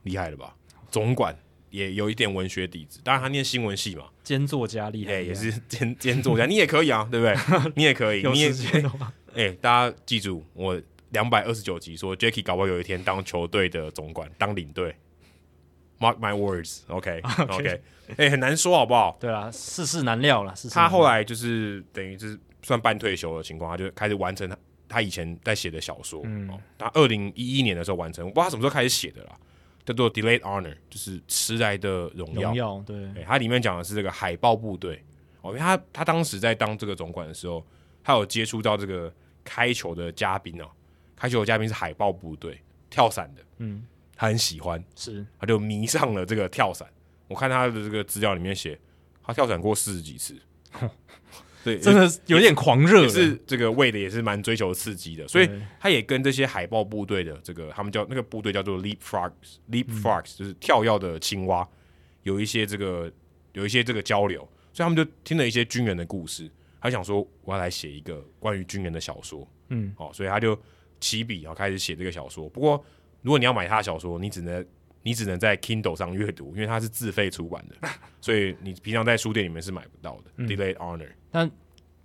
Speaker 1: 厉害了吧？总管也有一点文学底子，当然他念新闻系嘛，
Speaker 2: 兼作家厉害，
Speaker 1: 哎、也是兼 兼作家，你也可 以啊，对不对？你也可以，
Speaker 2: 有
Speaker 1: 你也
Speaker 2: 时间的话，
Speaker 1: 哎、大家记住，我两百二十九集说 Jacky 搞不好有一天当球队的总管，当领队。Mark my words，OK OK，哎、很难说好不好？
Speaker 2: 对啦，世事难料啦，世事难
Speaker 1: 他
Speaker 2: 料
Speaker 1: 后来就是等于是算半退休的情况，他就开始完成他他以前在写的小说。嗯，哦、他二零一一年的时候完成，我不知道他什么时候开始写的啦，叫做《Delayed Honor》，就是迟来的荣耀
Speaker 2: 荣。耀对
Speaker 1: 哎、它里面讲的是这个海豹部队哦，因为他他当时在当这个总管的时候，他有接触到这个开球的嘉宾哦，开球的嘉宾是海豹部队跳伞的，
Speaker 2: 嗯，
Speaker 1: 他很喜欢，
Speaker 2: 是
Speaker 1: 他就迷上了这个跳伞。我看他的这个资料里面写，他跳伞过四十几次，对，
Speaker 2: 真的是有点狂 热
Speaker 1: 也
Speaker 2: 了，
Speaker 1: 是这个为的也是蛮追求刺激的，所以
Speaker 2: 对
Speaker 1: 他也跟这些海豹部队的这个他们叫那个部队叫做
Speaker 2: 嗯
Speaker 1: leapfrogs，leapfrogs、就是跳跃的青蛙，有一些这个有一些这个交流，所以他们就听了一些军人的故事，他想说我要来写一个关于军人的小说，
Speaker 2: 嗯，
Speaker 1: 哦，所以他就起笔然后开始写这个小说。不过如果你要买他的小说，你只能你只能在 Kindle 上阅读，因为它是自费出版的，所以你平常在书店里面是买不到的。Delayed Honor。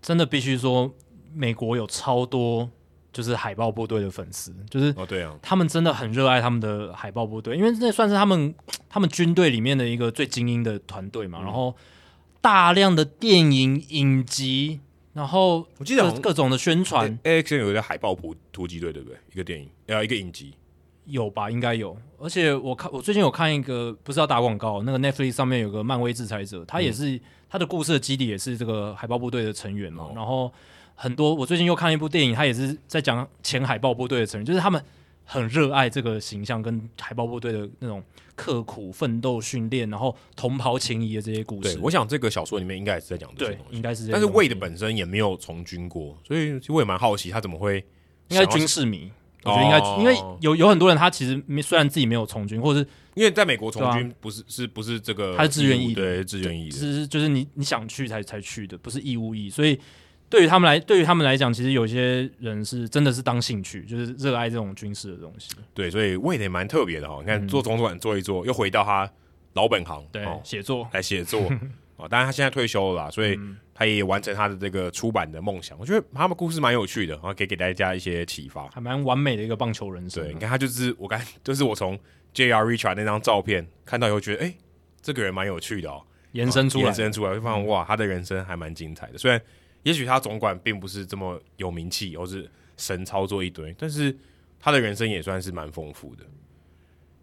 Speaker 2: 真的必须说，美国有超多就是海豹部队的粉丝，就是
Speaker 1: 哦，对啊，
Speaker 2: 他们真的很热爱他们的海豹部队，因为这算是他们他们军队里面的一个最精英的团队嘛。然后大量的电影影集，然后
Speaker 1: 我记得好
Speaker 2: 各
Speaker 1: 像
Speaker 2: 各种的宣传
Speaker 1: A X N 有一个海豹突突击队，对不对？一个电影，呃，一个影集，
Speaker 2: 有吧，应该有。而且我看我最近有看一个，不是要打广告，那个 Netflix 上面有个漫威制裁者，他
Speaker 1: 嗯
Speaker 2: 也是、他的故事的基底也是这个海豹部队的成员嘛。
Speaker 1: 哦
Speaker 2: 然后很多我最近又看了一部电影，他也是在讲前海豹部队的成员，就是他们很热爱这个形象跟海豹部队的那种刻苦奋斗训练，然后同袍情谊的这些故
Speaker 1: 对
Speaker 2: 事。，
Speaker 1: 我想这个小说里面应该也是在讲这些
Speaker 2: 对
Speaker 1: 东，西
Speaker 2: 应。该是这些
Speaker 1: 但
Speaker 2: 东
Speaker 1: 是
Speaker 2: 西。
Speaker 1: 魏的本身也没有从军过，所以其实我也蛮好奇他怎么会
Speaker 2: 应该
Speaker 1: 想要
Speaker 2: 军事迷，我
Speaker 1: 哦
Speaker 2: 觉得应该，因为有有很多人他其实没虽然自己没有从军，或者是
Speaker 1: 因为在美国从
Speaker 2: 对啊
Speaker 1: 军不是、是不是这个
Speaker 2: 他是自愿意的
Speaker 1: 对，是自愿意的。
Speaker 2: 是就是你你想去才才去的，不是义务役。所以对于他们来，对于他们来讲，其实有些人是真的是当兴趣，就是热爱这种军事的东西。
Speaker 1: 对，所以魏的也蛮特别的哦。你看做总管做一做，又回到他老本行，
Speaker 2: 嗯对，
Speaker 1: 哦、
Speaker 2: 写作
Speaker 1: 来写 作哦。当然他现在退休了啦，所以
Speaker 2: 嗯
Speaker 1: 他也完成他的这个出版的梦想。我觉得他们故事蛮有趣的，然后可以给大家一些启发。
Speaker 2: 还蛮完美的一个棒球人生。
Speaker 1: 对，你看他就是我刚 就是我从 J.R. Richard 那张照片看到以后，觉得哎、这个人蛮有趣的哦，
Speaker 2: 延伸出来，嗯
Speaker 1: 延伸出来，就发现哇，他的人生还蛮精彩的。虽然也许他总管并不是这么有名气，或是神操作一堆，但是他的人生也算是蛮丰富的。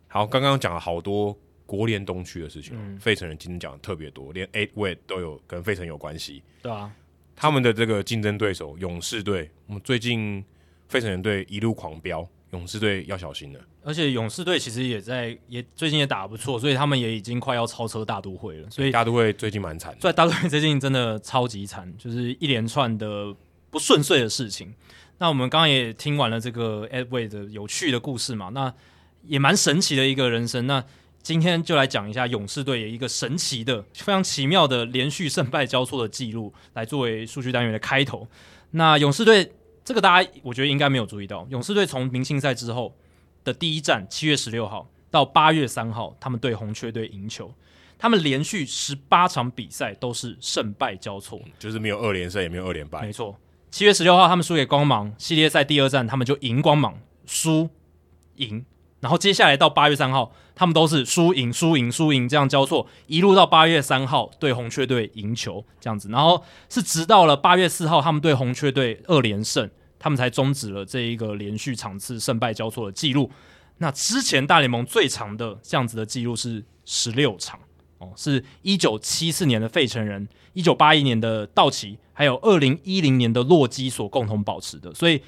Speaker 1: 好，刚刚讲了好多国联东区的事情哦，
Speaker 2: 嗯
Speaker 1: 费、城人今天讲的特别多，连 Eight Way 都有跟费城有关系。
Speaker 2: 对啊，
Speaker 1: 他们的这个竞争对手勇士队，我们最近费城人队一路狂飙，勇士队要小心了。
Speaker 2: 而且勇士队其实也在也最近也打得不错，所以他们也已经快要超车大都会了。所以
Speaker 1: 大都会最近蛮惨的，
Speaker 2: 所以大都会最近真的超级惨，就是一连串的不顺遂的事情。那我们刚刚也听完了这个 Edway 的有趣的故事嘛，那也蛮神奇的一个人生。那今天就来讲一下勇士队一个神奇的、非常奇妙的连续胜败交错的记录，来作为数据单元的开头。那勇士队这个大家我觉得应该没有注意到，勇士队从明星赛之后的第一站七月十六号到八月三号，他们对红雀队赢球，他们连续十八场比赛都是胜败交错。
Speaker 1: 就是没有二连胜，也没有二连败
Speaker 2: 嗯没。错，七月十六号他们输给光芒，系列赛第二战他们就赢光芒，输赢，然后接下来到八月三号，他们都是输赢输赢输赢这样交错，一路到八月三号对红雀队赢球这样子，然后是直到了八月四号他们对红雀队二连胜，他们才终止了这一个连续场次胜败交错的记录。那之前大联盟最长的这样子的记录是十六场。哦，是一九七四年的费城人，一九八一年的道奇，还有二零一零年的洛基所共同保持的。所以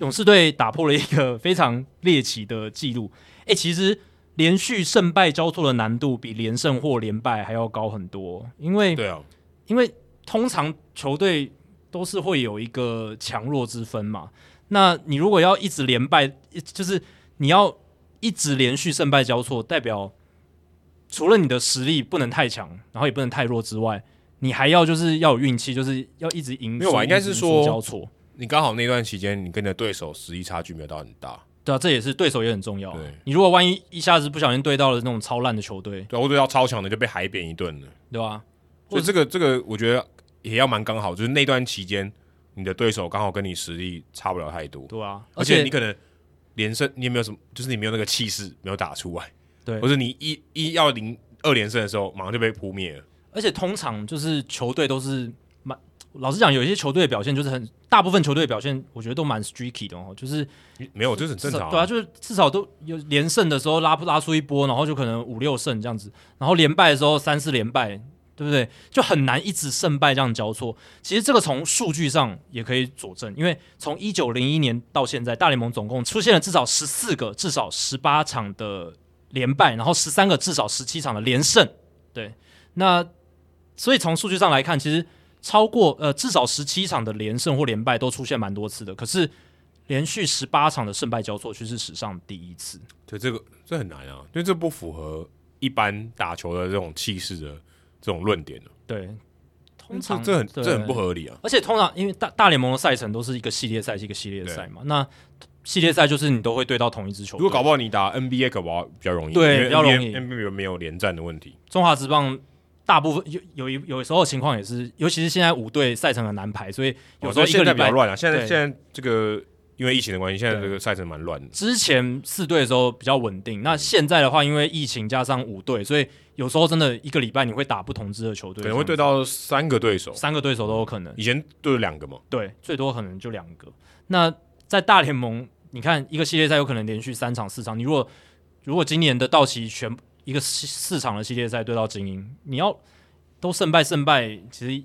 Speaker 2: 勇士队打破了一个非常猎奇的记录。诶，其实连续胜败交错的难度比连胜或连败还要高很多，因为
Speaker 1: 对啊，
Speaker 2: 因为通常球队都是会有一个强弱之分嘛。那你如果要一直连败，一就是你要一直连续胜败交错，代表除了你的实力不能太强，然后也不能太弱之外，你还要就是要有运气，就是要一直赢输。
Speaker 1: 没有吧
Speaker 2: 一直
Speaker 1: 应该是
Speaker 2: 赢输
Speaker 1: 说
Speaker 2: 交错，
Speaker 1: 你刚好那段期间，你跟你的对手实力差距没有到很大。
Speaker 2: 对啊，这也是对手也很重要啊
Speaker 1: 对。
Speaker 2: 你如果万一一下子不小心对到了那种超烂的球队，
Speaker 1: 对啊，或者要超强的就被海扁一顿了。
Speaker 2: 对吧、
Speaker 1: 所以这个这个，我觉得也要蛮刚好，就是那段期间，你的对手刚好跟你实力差不了太多，
Speaker 2: 对啊，
Speaker 1: 而
Speaker 2: 而
Speaker 1: 且
Speaker 2: 且
Speaker 1: 你可能连胜，你也没有什么，就是你没有那个气势，没有打出来，
Speaker 2: 对
Speaker 1: 或者你一一要零二连胜的时候，马上就被扑灭了。
Speaker 2: 而且通常就是球队都是蛮，老实讲，有一些球队的表现就是很，大部分球队的表现我觉得都蛮 streaky 的哦，就是
Speaker 1: 没有，这是很
Speaker 2: 至
Speaker 1: 正
Speaker 2: 少
Speaker 1: 常、
Speaker 2: 对啊，就是至少都有连胜的时候拉不拉出一波，然后就可能五六胜这样子，然后连败的时候三四连败，对不对？就很难一直胜败这样交错。其实这个从数据上也可以佐证，因为从一九零一年到现在，大联盟总共出现了至少十四个、至少十八场的连败，然后十三个至少十七场的连胜。对，那所以从数据上来看，其实超过呃至少十七场的连胜或连败都出现蛮多次的，可是。连续十八场的胜败交错，却是史上第一次。
Speaker 1: 对这个这很难啊，因为这不符合一般打球的这种气势的这种论点了。啊
Speaker 2: 对，通常
Speaker 1: 这这很这很不
Speaker 2: 合。
Speaker 1: 合理啊。
Speaker 2: 而且通常因为大大联盟的赛程都是一个系列赛，是一个系列赛嘛，那系列赛就是你都会对到同一支球队。
Speaker 1: 如果搞不好你打 NBA 搞不好比较容易，
Speaker 2: 对
Speaker 1: 因为
Speaker 2: 比较
Speaker 1: NBA
Speaker 2: 容易
Speaker 1: NBA 没有连战的问题，
Speaker 2: 中华职棒大部分有有一有时候情况也是，尤其是现在五队赛程很难排，所以有时候
Speaker 1: 哦
Speaker 2: 一
Speaker 1: 现
Speaker 2: 个
Speaker 1: 在
Speaker 2: 礼
Speaker 1: 比较
Speaker 2: 拜、
Speaker 1: 乱啊。现在
Speaker 2: 对
Speaker 1: 现在这个因为疫情的关系，现在这个赛程蛮乱的。
Speaker 2: 之前四队的时候比较稳定，那现在的话，因为疫情加上五队，所以有时候真的一个礼拜你会打不同支的球队，
Speaker 1: 可能会对到三个对手，
Speaker 2: 三个对手都有可能，
Speaker 1: 以前对了两个嘛，
Speaker 2: 对，最多可能就两个。那在大联盟，你看一个系列赛有可能连续三场四场，你如果如果今年的道奇全一个四四场的系列赛对到精英，你要都胜败胜败，其实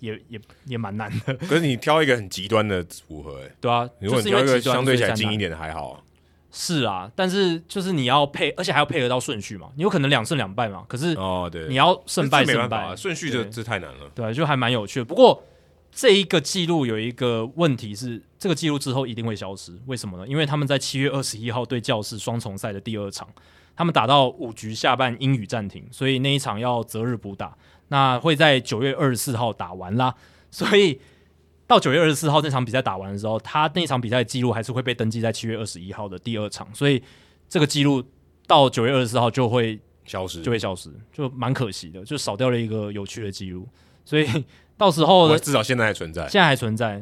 Speaker 2: 也也也蛮难的，
Speaker 1: 可是你挑一个很极端的组合、欸，
Speaker 2: 对啊，
Speaker 1: 如果
Speaker 2: 就是
Speaker 1: 你挑
Speaker 2: 因为
Speaker 1: 一个
Speaker 2: 极端
Speaker 1: 相对起
Speaker 2: 所
Speaker 1: 来
Speaker 2: 以才
Speaker 1: 近
Speaker 2: 难
Speaker 1: 一点的还好啊、
Speaker 2: 是啊，但是就是你要配，而且还要配合到顺序嘛，你有可能两胜两败嘛，可是
Speaker 1: 哦，对，
Speaker 2: 你要胜败
Speaker 1: 这没
Speaker 2: 胜
Speaker 1: 办法
Speaker 2: 败
Speaker 1: 啊，顺序这
Speaker 2: 对
Speaker 1: 这太难了。
Speaker 2: 对，啊就还蛮有趣的。不过这一个记录有一个问题是，这个记录之后一定会消失，为什么呢？因为他们在七月二十一号对教士双重赛的第二场，他们打到五局下半英语暂停，所以那一场要择日补打，那会在九月二十四号打完啦。所以到九月二十四号那场比赛打完的时候，他那场比赛的记录还是会被登记在七月二十一号的第二场，所以这个记录到九月二十四号就会
Speaker 1: 消失
Speaker 2: 就，会消失，就蛮可惜的，就少掉了一个有趣的记录。所以到时候
Speaker 1: 我
Speaker 2: 呢，
Speaker 1: 至少现在还存在。
Speaker 2: 现在还存在。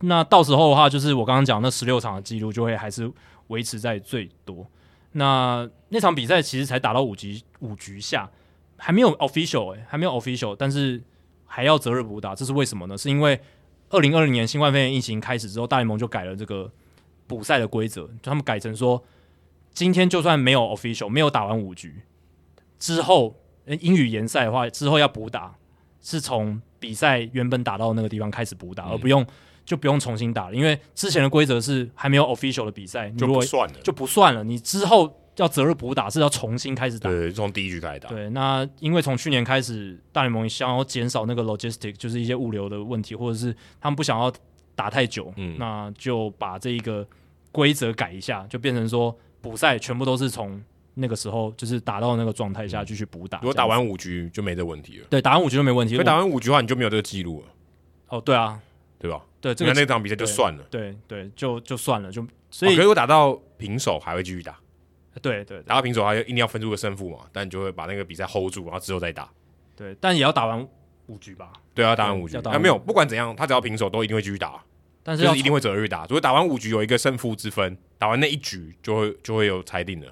Speaker 2: 那到时候的话，就是我刚刚讲那十六场的记录就会还是维持在最多。那那场比赛其实才打到五局五局下，还没有 official 哎、还没有 official，但是还要择日补打，这是为什么呢？是因为二零二零年新冠肺炎疫情开始之后，大联盟就改了这个补赛的规则，就他们改成说，今天就算没有 official，没有打完五局之后，呃英语联赛的话之后要补打，是从比赛原本打到那个地方开始
Speaker 1: 嗯
Speaker 2: 补打，而不用就不用重新打了，因为之前的规则是还没有 official 的比赛，你
Speaker 1: 就
Speaker 2: 如
Speaker 1: 不
Speaker 2: 果
Speaker 1: 算了，
Speaker 2: 就不算了，你之后要择日补打是要重新开始打。
Speaker 1: 对，从第一局开始打，
Speaker 2: 对，那因为从去年开始，大联盟想要减少那个 logistic，就是一些物流的问题，或者是他们不想要打太久，
Speaker 1: 嗯
Speaker 2: 那就把这一个规则改一下，就变成说补赛全部都是从那个时候就是打到那个状态下继续补打。
Speaker 1: 嗯如果打
Speaker 2: 这样子，
Speaker 1: 完五局就没这问题了，
Speaker 2: 对，打完五局就没问题。
Speaker 1: 因为打完五局的话你就没有这个记录了，
Speaker 2: 哦，对啊，
Speaker 1: 对吧？
Speaker 2: 对这
Speaker 1: 你看
Speaker 2: 个
Speaker 1: 那场比赛就算了，
Speaker 2: 对对，就就算了，就所
Speaker 1: 所以
Speaker 2: 以、
Speaker 1: 如果打到平手还会继续打，
Speaker 2: 对对
Speaker 1: 打到平手还一定要分出个胜负嘛，但你就会把那个比赛 hold 住，然后之后再打。
Speaker 2: 对，但也要打完五局吧，
Speaker 1: 对啊，打完五局
Speaker 2: 要
Speaker 1: 啊，
Speaker 2: 打完
Speaker 1: 没有，不管怎样，他只要平手都一定会继续打，
Speaker 2: 但是
Speaker 1: 就
Speaker 2: 要
Speaker 1: 是一定会择日打。如果打完五局有一个胜负之分，打完那一局就会就会有裁定了。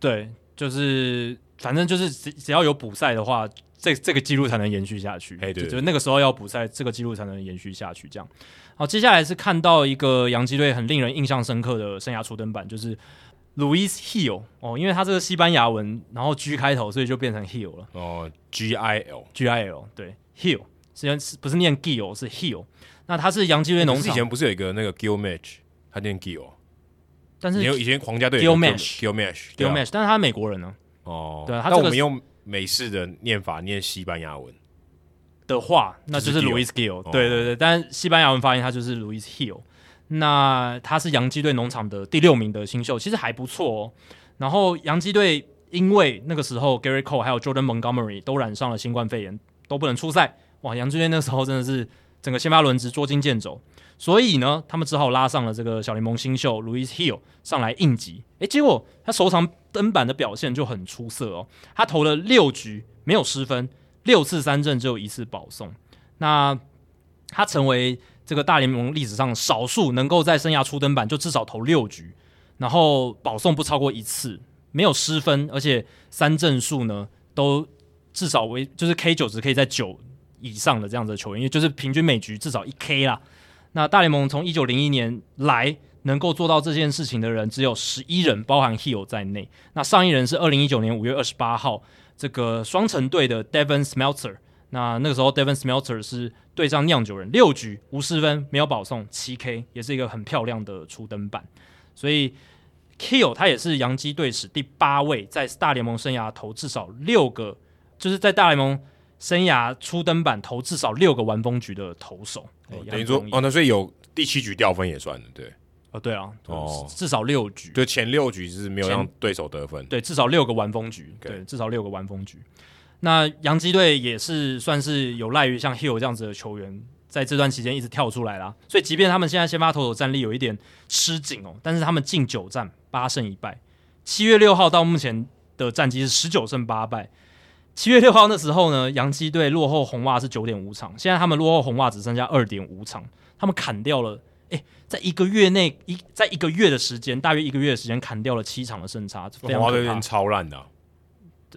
Speaker 2: 对，就是反正就是只只要有补赛的话，这这个记录才能延续下去。
Speaker 1: 哎对
Speaker 2: 就就那个时候要补赛，这个记录才能延续下去。这样，好，接下来是看到一个洋基队很令人印象深刻的生涯初登板，就是 Luis Hill 哦，因为他这个西班牙文，然后 G 开头，所以就变成 Hill 了。
Speaker 1: 哦，G I L
Speaker 2: G I L 对 Hill，虽是不是念 Gill 是 Hill，那他是洋基队农
Speaker 1: 哎是以
Speaker 2: 场，
Speaker 1: 前不是有一个那个 Gill Match，他念 Gill，
Speaker 2: 但是
Speaker 1: 你
Speaker 2: Gill
Speaker 1: 有以前皇家队
Speaker 2: Gill Match
Speaker 1: Gill Match 啊
Speaker 2: Match，、但是他美国人呢、
Speaker 1: 哦，
Speaker 2: 对啊他
Speaker 1: 那
Speaker 2: 这
Speaker 1: 我
Speaker 2: 个
Speaker 1: 们
Speaker 2: 是
Speaker 1: 用美式的念法念西班牙文，
Speaker 2: 的话，那就
Speaker 1: 就
Speaker 2: 是
Speaker 1: 是
Speaker 2: Louis Gill，、对对对，但西班牙文发音他就是 Louis Hill。那他是洋基队农场的第六名的新秀，其实还不错哦。然后洋基队因为那个时候 Gary Cole 还有 Jordan Montgomery 都染上了新冠肺炎，都不能出赛。哇，洋基队那时候真的是整个先发轮值捉襟见肘，所以呢，他们只好拉上了这个小联盟新秀 Louis Hill 上来应急。诶，结果他首场登板的表现就很出色哦，他投了六局没有失分，六次三振只有一次保送。那他成为这个大联盟历史上少数能够在生涯初登板就至少投六局，然后保送不超过一次，没有失分，而且三振数呢都至少为就是 K 九值可以在九以上的这样子的球员，因为就是平均每局至少一 K 啦。那大联盟从一九零一年来能够做到这件事情的人只有十一人，包含 Hill 在内。那上一人是二零一九年五月二十八号，这个双城队的 Devon Smelter。那那个时候，Devon Smelter 是对上酿酒人，六局无失分，没有保送，七 K，也是一个很漂亮的初登板。所以 Kill 他也是洋基队史第八位在大联盟生涯投至少六个，就是在大联盟生涯初登板投至少六个完封局的投手。哎
Speaker 1: 等于说，
Speaker 2: 也很不容易
Speaker 1: 哦，那所以有第七局掉分也算的，对，
Speaker 2: 哦，对啊，
Speaker 1: 哦
Speaker 2: 哦，至少六局，
Speaker 1: 就前六局是没有
Speaker 2: 前
Speaker 1: 让对手得分，
Speaker 2: 对，至少六个完封局
Speaker 1: OK
Speaker 2: 对，至少六个完封局。那洋基队也是算是有赖于像 Hill 这样子的球员，在这段期间一直跳出来啦。所以，即便他们现在先发投手战力有一点吃紧哦，但是他们近九战八胜一败，七月六号到目前的战绩是十九胜八败。七月六号那时候呢，洋基队落后红袜是九点五场，现在他们落后红袜只剩下二点五场，他们砍掉了哎、在一个月内一在一个月的时间，大约一个月的时间砍掉了七场的胜差，非常
Speaker 1: 红花队
Speaker 2: 可
Speaker 1: 变
Speaker 2: 怕。
Speaker 1: 超烂的啊、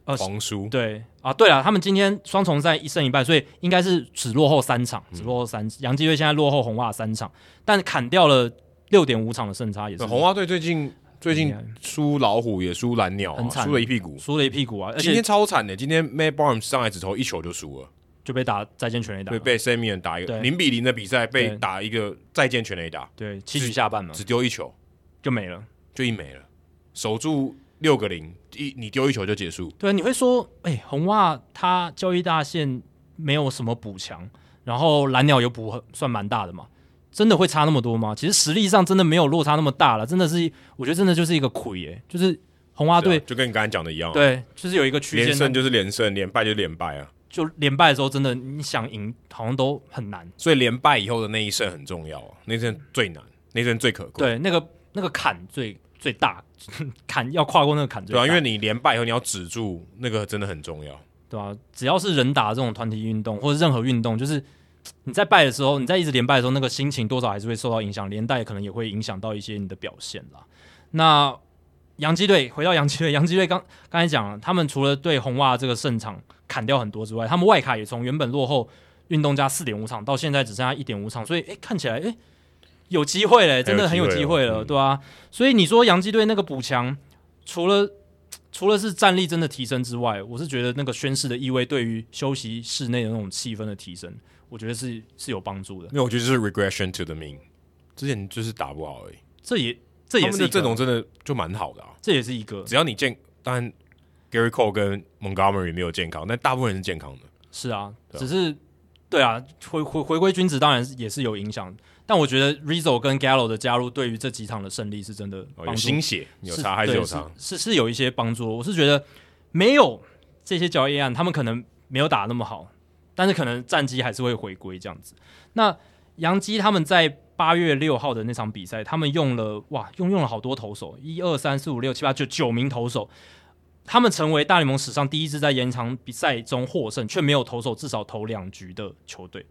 Speaker 2: 呃
Speaker 1: 黄叔
Speaker 2: 对啊，对了，他们今天双重赛一胜一败，所以应该是只落后三场，
Speaker 1: 嗯
Speaker 2: 只落后三。洋基队现在落后红袜三场，但砍掉了六点五场的胜差，也是
Speaker 1: 那红花队最近最近
Speaker 2: 厉害
Speaker 1: 输老虎也输蓝鸟、
Speaker 2: 很
Speaker 1: 啊，
Speaker 2: 惨
Speaker 1: 输了一屁股。
Speaker 2: 输了一屁股啊，而
Speaker 1: 今
Speaker 2: 且
Speaker 1: 天超惨的，今天 Matt Barnes 上来只投一球就输了，
Speaker 2: 就被打再见全垒打
Speaker 1: 对，
Speaker 2: 了，
Speaker 1: 被 Samian 打一个
Speaker 2: 对
Speaker 1: 零比零的比赛，被
Speaker 2: 对
Speaker 1: 打一个再见全垒打，
Speaker 2: 对七局下半嘛
Speaker 1: 只丢一球
Speaker 2: 就没了。
Speaker 1: 就一没了，守住六个零，一你丢一球就结束。
Speaker 2: 对，你会说，哎、红袜它交易大线没有什么补强，然后蓝鸟有补很算蛮大的嘛，真的会差那么多吗？其实实力上真的没有落差那么大了，真的是，我觉得真的就是一个亏耶、就是红袜
Speaker 1: 对
Speaker 2: 队
Speaker 1: 啊，就跟你刚才讲的一样啊，
Speaker 2: 对，就是有一个区
Speaker 1: 连胜
Speaker 2: 间，
Speaker 1: 就是连胜，连败就是连败啊。
Speaker 2: 就连败的时候，真的你想赢好像都很难。
Speaker 1: 所以连败以后的那一胜很重要、啊，那一胜最难，那一胜最可贵。
Speaker 2: 对，那个那个坎最最大， 坎要跨过那个坎最
Speaker 1: 对
Speaker 2: 大，
Speaker 1: 啊，因为你连败以后你要止住，那个真的很重要。
Speaker 2: 对吧、只要是人打这种团体运动或者任何运动，就是你在败的时候，你在一直连败的时候，那个心情多少还是会受到影响，连带可能也会影响到一些你的表现啦。那洋基队回到洋基队，洋基队刚刚才讲了，他们除了对红袜这个胜场砍掉很多之外，他们外卡也从原本落后运动家四点五场到现在只剩下一点五场，所以诶看起来诶有机会嘞，真的很有
Speaker 1: 还
Speaker 2: 机会
Speaker 1: 有机会
Speaker 2: 了，
Speaker 1: 哦嗯
Speaker 2: 对啊。所以你说洋基队那个补强，除了除了是战力真的提升之外，我是觉得那个宣誓的意味对于休息室内的那种气氛的提升，我觉得是是有帮助的。
Speaker 1: 因为我觉得就是 regression to the mean，之前就是打不好而已。
Speaker 2: 这也这也
Speaker 1: 他
Speaker 2: 是
Speaker 1: 们
Speaker 2: 一个
Speaker 1: 的阵容真的就蛮好的啊，
Speaker 2: 这也是一个
Speaker 1: 只要你健，当然 Gary Cole 跟 Montgomery 没有健康，但大部分人是健康的。
Speaker 2: 是啊，
Speaker 1: 对啊
Speaker 2: 只是对啊，回回回归君子当然是也是有影响，但我觉得 Rizzo 跟 Gallo 的加入对于这几场的胜利是真的
Speaker 1: 哦
Speaker 2: 帮
Speaker 1: 有
Speaker 2: 助
Speaker 1: 心血，有
Speaker 2: 是
Speaker 1: 差还是
Speaker 2: 对
Speaker 1: 有差？
Speaker 2: 是是有一些帮助。我是觉得没有这些交易案，他们可能没有打那么好，但是可能战绩还是会回归这样子。那杨基他们在八月六号的那场比赛，他们用了哇，用用了好多投手，一二三四五六七八九九名投手，他们成为大联盟史上第一支在延长比赛中获胜却没有投手至少投两局的球队。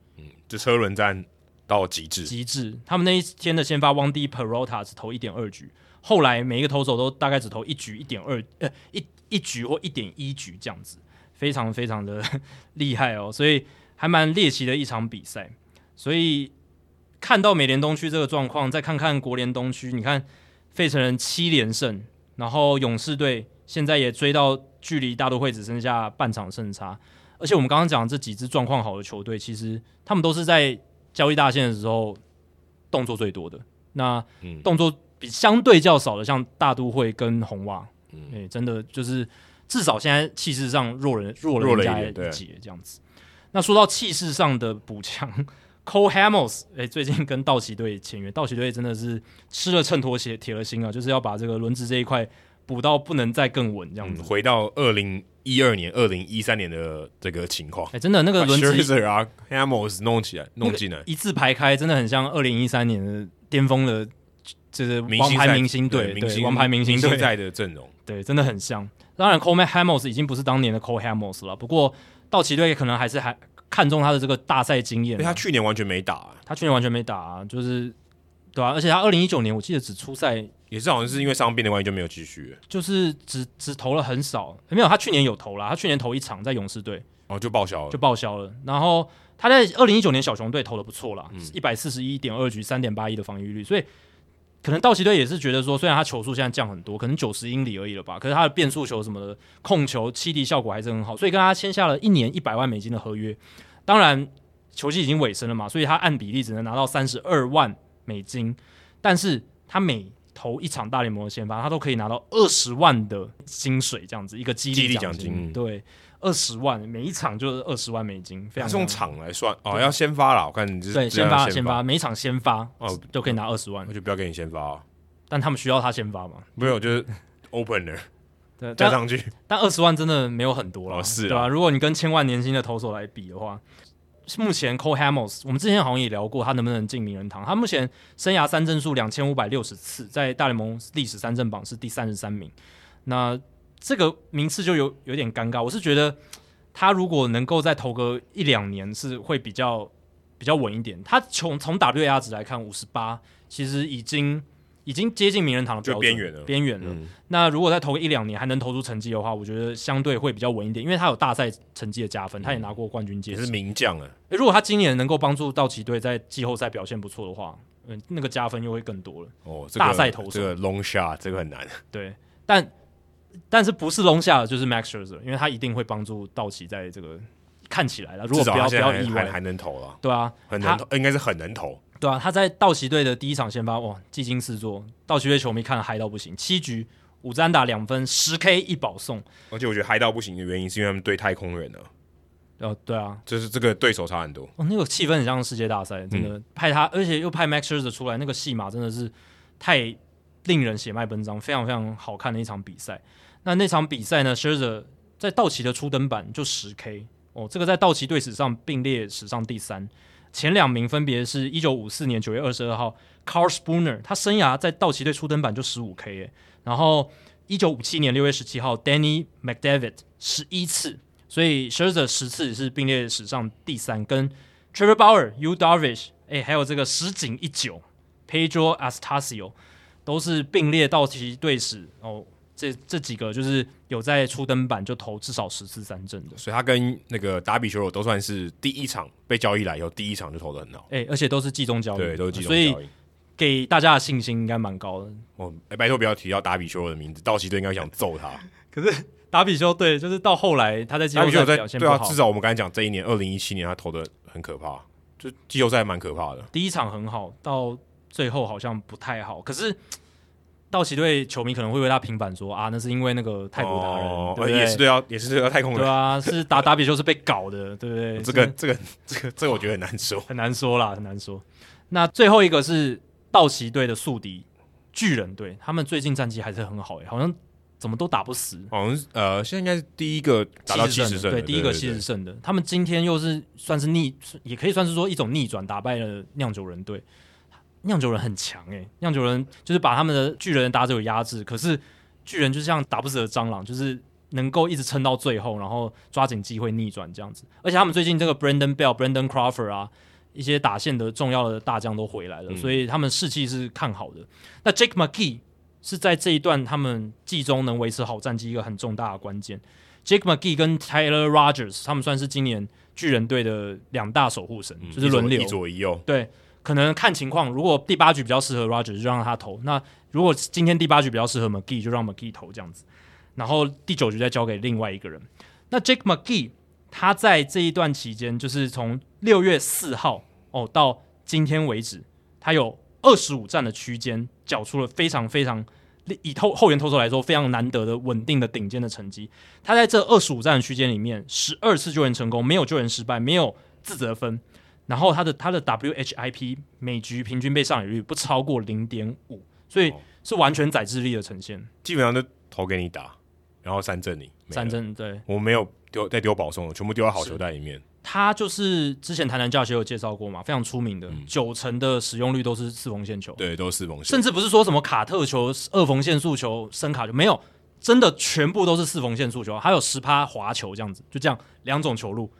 Speaker 1: 就车轮战到极致，
Speaker 2: 极致。他们那一天的先发 One D Perota 只投一点二局，后来每一个投手都大概只投一局一点二呃一一局或一点一局这样子，非常非常的 厉害哦，所以还蛮猎奇的一场比赛。所以看到美联东区这个状况，再看看国联东区，你看费城人七连胜，然后勇士队现在也追到距离大都会只剩下半场胜差。而且我们刚刚讲的这几支状况好的球队，其实他们都是在交易大限的时候动作最多的，那
Speaker 1: 嗯
Speaker 2: 动作比相对较少的，像大都会跟红袜，嗯，真的就是至少现在气势上弱人弱了
Speaker 1: 弱了
Speaker 2: 人
Speaker 1: 一
Speaker 2: 家
Speaker 1: 点对
Speaker 2: 一截这样子。那说到气势上的补强，Cole Hamels，哎、最近跟道奇队签约，道奇队真的是吃了秤砣铁铁了心啊，就是要把这个轮值这一块补到不能再更稳这样
Speaker 1: 嗯，
Speaker 2: 子。
Speaker 1: 回到二零一二年、二零一三年的这个情况
Speaker 2: 哎、，真的那个
Speaker 1: 把
Speaker 2: 轮值
Speaker 1: Scherzer 啊、Hamos 弄起来，弄进来，
Speaker 2: 一字排开，真的很像二零一三年的巅峰的，就是
Speaker 1: 明
Speaker 2: 王
Speaker 1: 星
Speaker 2: 牌
Speaker 1: 赛
Speaker 2: 明星队，
Speaker 1: 明
Speaker 2: 对，
Speaker 1: 星
Speaker 2: 王牌明星队，
Speaker 1: 赛的阵容，
Speaker 2: 对，真的很像。当然，Cole Hamels 已经不是当年的 Cole Hamels 了，不过道奇队可能还是还看重他的这个大赛经验
Speaker 1: 因
Speaker 2: 啊。
Speaker 1: 为哎他去年完全没打啊，
Speaker 2: 他去年完全没打、啊，就是对啊，而且他二零一九年我记得只出赛，
Speaker 1: 也是好像是因为伤病的关系就没有继续了，
Speaker 2: 就是只只投了很少，没有。他去年有投啦，他去年投一场在勇士队，
Speaker 1: 然哦后就报销了
Speaker 2: 就。报销了。嗯然后他在二零一九年小熊队投的不错啦，一百四十一点二局，三点八一的防御率，所以可能道奇队也是觉得说，虽然他球速现在降很多，可能九十英里而已了吧，可是他的变速球什么的，控球、七地效果还是很好，所以跟他签下了一年一百万美金的合约。当然，球季已经尾声了嘛，所以他按比例只能拿到三十二万美金，但是他每投一场大联盟的先发，他都可以拿到二十万的薪水，这样子一个激
Speaker 1: 激
Speaker 2: 励
Speaker 1: 励
Speaker 2: 奖
Speaker 1: 奖金嗯
Speaker 2: 对，二十万每一场就是二十万美金，非
Speaker 1: 他
Speaker 2: 常
Speaker 1: 是用场来算哦，要先发啦，我看你是
Speaker 2: 对
Speaker 1: 这
Speaker 2: 先
Speaker 1: 样
Speaker 2: 发
Speaker 1: 啊先
Speaker 2: 先发，每一场先发
Speaker 1: 哦
Speaker 2: 都可以拿二十万
Speaker 1: 我，就不要给你先发啊，
Speaker 2: 但他们需要他先发嘛？
Speaker 1: 没有就是 opener
Speaker 2: 对，
Speaker 1: 加
Speaker 2: 但
Speaker 1: 上去，
Speaker 2: 但二十万真的没有很多了，
Speaker 1: 哦是啊
Speaker 2: 对吧、如果你跟千万年薪的投手来比的话，目前 Cole Hamels，我们之前好像也聊过他能不能进名人堂。他目前生涯三振数两千五百六十次，在大联盟历史三振榜是第三十三名。那这个名次就有有点尴尬。我是觉得他如果能够再投个一两年，是会比较比较稳一点。他从从 WAR 值来看，五十八其实已经已经接近名人堂的标准
Speaker 1: 就边缘了
Speaker 2: 边缘了。
Speaker 1: 嗯，
Speaker 2: 那如果再投个一两年还能投出成绩的话，我觉得相对会比较稳一点，因为他有大赛成绩的加分，他也拿过冠军戒
Speaker 1: 也
Speaker 2: 指
Speaker 1: 是。名将啊，
Speaker 2: 诶如果他今年能够帮助道奇队在季后赛表现不错的话，嗯，那个加分又会更多了。
Speaker 1: 哦，这个
Speaker 2: 大赛投手
Speaker 1: 这个 long shot 这个很难，
Speaker 2: 对，但但是不是龙下的就是 Max Scherzer，因为他一定会帮助道奇在这个看起来了。如
Speaker 1: 至
Speaker 2: 果
Speaker 1: 少
Speaker 2: 不
Speaker 1: 他
Speaker 2: 要不
Speaker 1: 现在
Speaker 2: 要
Speaker 1: 还
Speaker 2: 意
Speaker 1: 还
Speaker 2: 外，
Speaker 1: 还能投了，
Speaker 2: 对啊，
Speaker 1: 很
Speaker 2: 他
Speaker 1: 能投，呃应该是很能投，
Speaker 2: 对啊，他在道奇队的第一场先发，哇，技惊四座，道奇队球迷看了嗨到不行，七局五支安打两分，十 K 一保送，
Speaker 1: 而且我觉得嗨到不行的原因是因为他们对太空人了，
Speaker 2: 呃，对啊，
Speaker 1: 就是这个对手差很多，
Speaker 2: 哦，那个气氛很像世界大赛，真的、派他，而且又派 Max Scherzer 出来，那个戏码真的是太令人血脉奔张，非常非常好看的一场比赛。那那场比赛呢，Scherzer 在道奇的初登板就十 K，哦，这个在道奇队史上并列史上第三，前两名分别是一九五四年九月二十二号 Carl Spooner，他生涯在道奇队初登板就十五 K 耶，然后一九五七年六月十七号 Danny McDavid 十一次。所以 Scherzer 十次是并列史上第三，跟 Trevor Bauer、U Darvish，哎、还有这个石井一久、Pedro Astacio，都是并列道奇队史哦。这这几个就是有在初登板就投至少十次三振的，
Speaker 1: 所以他跟那个达比修罗都算是第一场被交易来以后第一场就投的很好，
Speaker 2: 哎、而且都是季中交易，
Speaker 1: 对，都是集中
Speaker 2: 呃所以
Speaker 1: 交易。
Speaker 2: 给大家的信心应该蛮高的。
Speaker 1: 哦，哎，拜托不要提到达比修罗的名字，道奇队应该想揍他。
Speaker 2: 可是达比修对，就是到后来他在季
Speaker 1: 达
Speaker 2: 后
Speaker 1: 比修
Speaker 2: 赛
Speaker 1: 罗在
Speaker 2: 表现不
Speaker 1: 对啊，
Speaker 2: 好，
Speaker 1: 至少我们刚才讲这一年二零一七年他投的很可怕，就季后赛蛮可怕的。
Speaker 2: 第一场很好，到最后好像不太好。可是道奇队球迷可能会为他平反说啊，那是因为那个泰国达人，
Speaker 1: 哦
Speaker 2: 对不对
Speaker 1: 也是对啊，也是对啊，太空
Speaker 2: 对
Speaker 1: 人。
Speaker 2: 啊，是打打比就是被搞的，对不对？
Speaker 1: 哦这个
Speaker 2: 真的
Speaker 1: 这个这个这个我觉得很难说。
Speaker 2: 很难说啦，很难说。那最后一个是道奇队的宿敌巨人队，他们最近战绩还是很好诶、好像怎么都打不死，
Speaker 1: 好像是呃，现在应该是第一个打到七
Speaker 2: 70
Speaker 1: 十
Speaker 2: 的
Speaker 1: 胜的，
Speaker 2: 对，第一个七
Speaker 1: 对
Speaker 2: 十
Speaker 1: 对
Speaker 2: 胜的。他们今天又是算是逆，也可以算是说一种逆转，打败了酿酒人队。酿酒人很强诶、酿酒人就是把他们的巨人的打者有压制，可是巨人就像打不死的蟑螂，就是能够一直撑到最后，然后抓紧机会逆转这样子。而且他们最近这个 Brandon Bell、Brandon Crawford 啊，一些打线的重要的大将都回来了，
Speaker 1: 嗯
Speaker 2: 所以他们士气是看好的。那 Jake McKee 是在这一段他们季中能维持好战绩一个很重大的关键。Jake McGee 跟 Tyler Rogers 他们算是今年巨人队的两大守护神，
Speaker 1: 嗯
Speaker 2: 就是轮流
Speaker 1: 一左一右。
Speaker 2: 对，可能看情况，如果第八局比较适合 Rogers，就让他投；那如果今天第八局比较适合 McGee，就让 McGee 投这样子。然后第九局再交给另外一个人。那 Jake McGee 他在这一段期间，就是从六月四号哦到今天为止，他有二十五战的区间，缴出了非常非常以后后援投手来说非常难得的稳定的顶尖的成绩。他在这二十五战的区间里面，十二次救援成功，没有救援失败，没有自责分。然后他的他的 WHIP 每局平均被上垒率不超过零点五，所以
Speaker 1: 哦
Speaker 2: 是完全载智力的呈现。
Speaker 1: 基本上都投给你打，然后三振你。没了
Speaker 2: 战，争对，
Speaker 1: 我没有丢再丢保送了，全部丢到好球袋里面。
Speaker 2: 他就是之前台南教学有介绍过嘛，非常出名的，
Speaker 1: 嗯
Speaker 2: 九成的使用率都是四缝线球，
Speaker 1: 对，都是四缝线
Speaker 2: 甚。至不哦是说什么卡特球、二缝线速球、深卡球，没有，真的全部都是四缝线速球，还有十趴滑球这样子，就这样两种球路，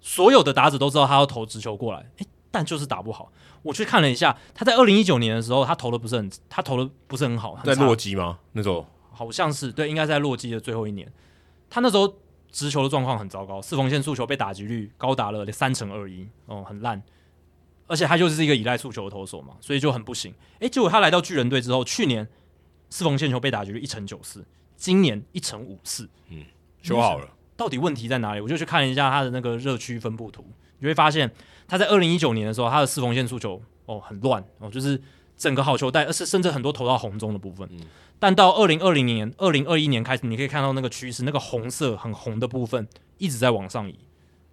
Speaker 2: 所有的打者都知道他要投直球过来，诶，但就是打不好。我去看了一下，他在二零一九年的时候，他投的不是很，他投的不是很好，很
Speaker 1: 在
Speaker 2: 差
Speaker 1: 洛基吗？那时候
Speaker 2: 好像是对，应该是在洛基的最后一年，他那时候直球的状况很糟糕，四缝线速球被打击率高达了三成二一，哦，很烂。而且他就是一个依赖速球的投手嘛，所以就很不行。诶，结果他来到巨人队之后，去年四缝线球被打击率一成九四，今年一成五四，
Speaker 1: 修好了，
Speaker 2: 到底问题在哪里？我就去看了一下他的那个热区分布图，你会发现他在二零一九年的时候，他的四缝线速球哦很乱哦，就是整个好球带，而是甚至很多投到红中的部分。但到二零二零年、二零二一年开始，你可以看到那个趋势，那个红色很红的部分一直在往上移，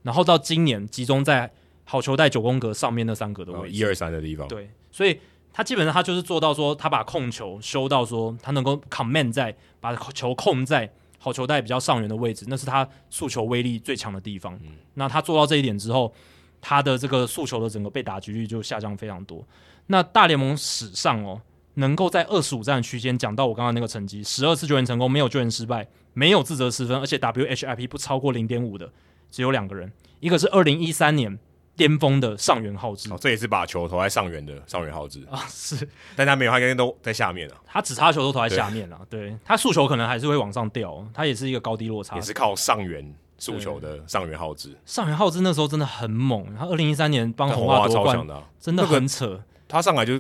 Speaker 2: 然后到今年集中在好球带九宫格上面那三格的
Speaker 1: 呃
Speaker 2: 位置。
Speaker 1: 一二三的地方。
Speaker 2: 对，所以他基本上他就是做到说，他把控球修到说他能够 command 在把球控在好球带比较上缘的位置，那是他速球威力最强的地方。那他做到这一点之后，他的这个速球的整个被打击率就下降非常多。那大联盟史上哦，能够在二十五战区间讲到我刚刚那个成绩，十二次救援成功，没有救援失败，没有自责失分，而且 WHIP 不超过零点五的，只有两个人，一个是二零一三年巅峰的上元浩志
Speaker 1: 哦，这也是把球投在上元的上元浩志，
Speaker 2: 啊，是
Speaker 1: 但他没有，他应该都在下面啊，
Speaker 2: 他只差球都投在下面了，对他速球可能还是会往上掉，他也是一个高低落差
Speaker 1: 也。是靠上元速球的上元浩志，
Speaker 2: 上元浩志那时候真的很猛，他二零一三年帮
Speaker 1: 但
Speaker 2: 红
Speaker 1: 红
Speaker 2: 袜
Speaker 1: 花
Speaker 2: 夺
Speaker 1: 超
Speaker 2: 冠
Speaker 1: 强，的啊，
Speaker 2: 真的很扯。
Speaker 1: 他上来就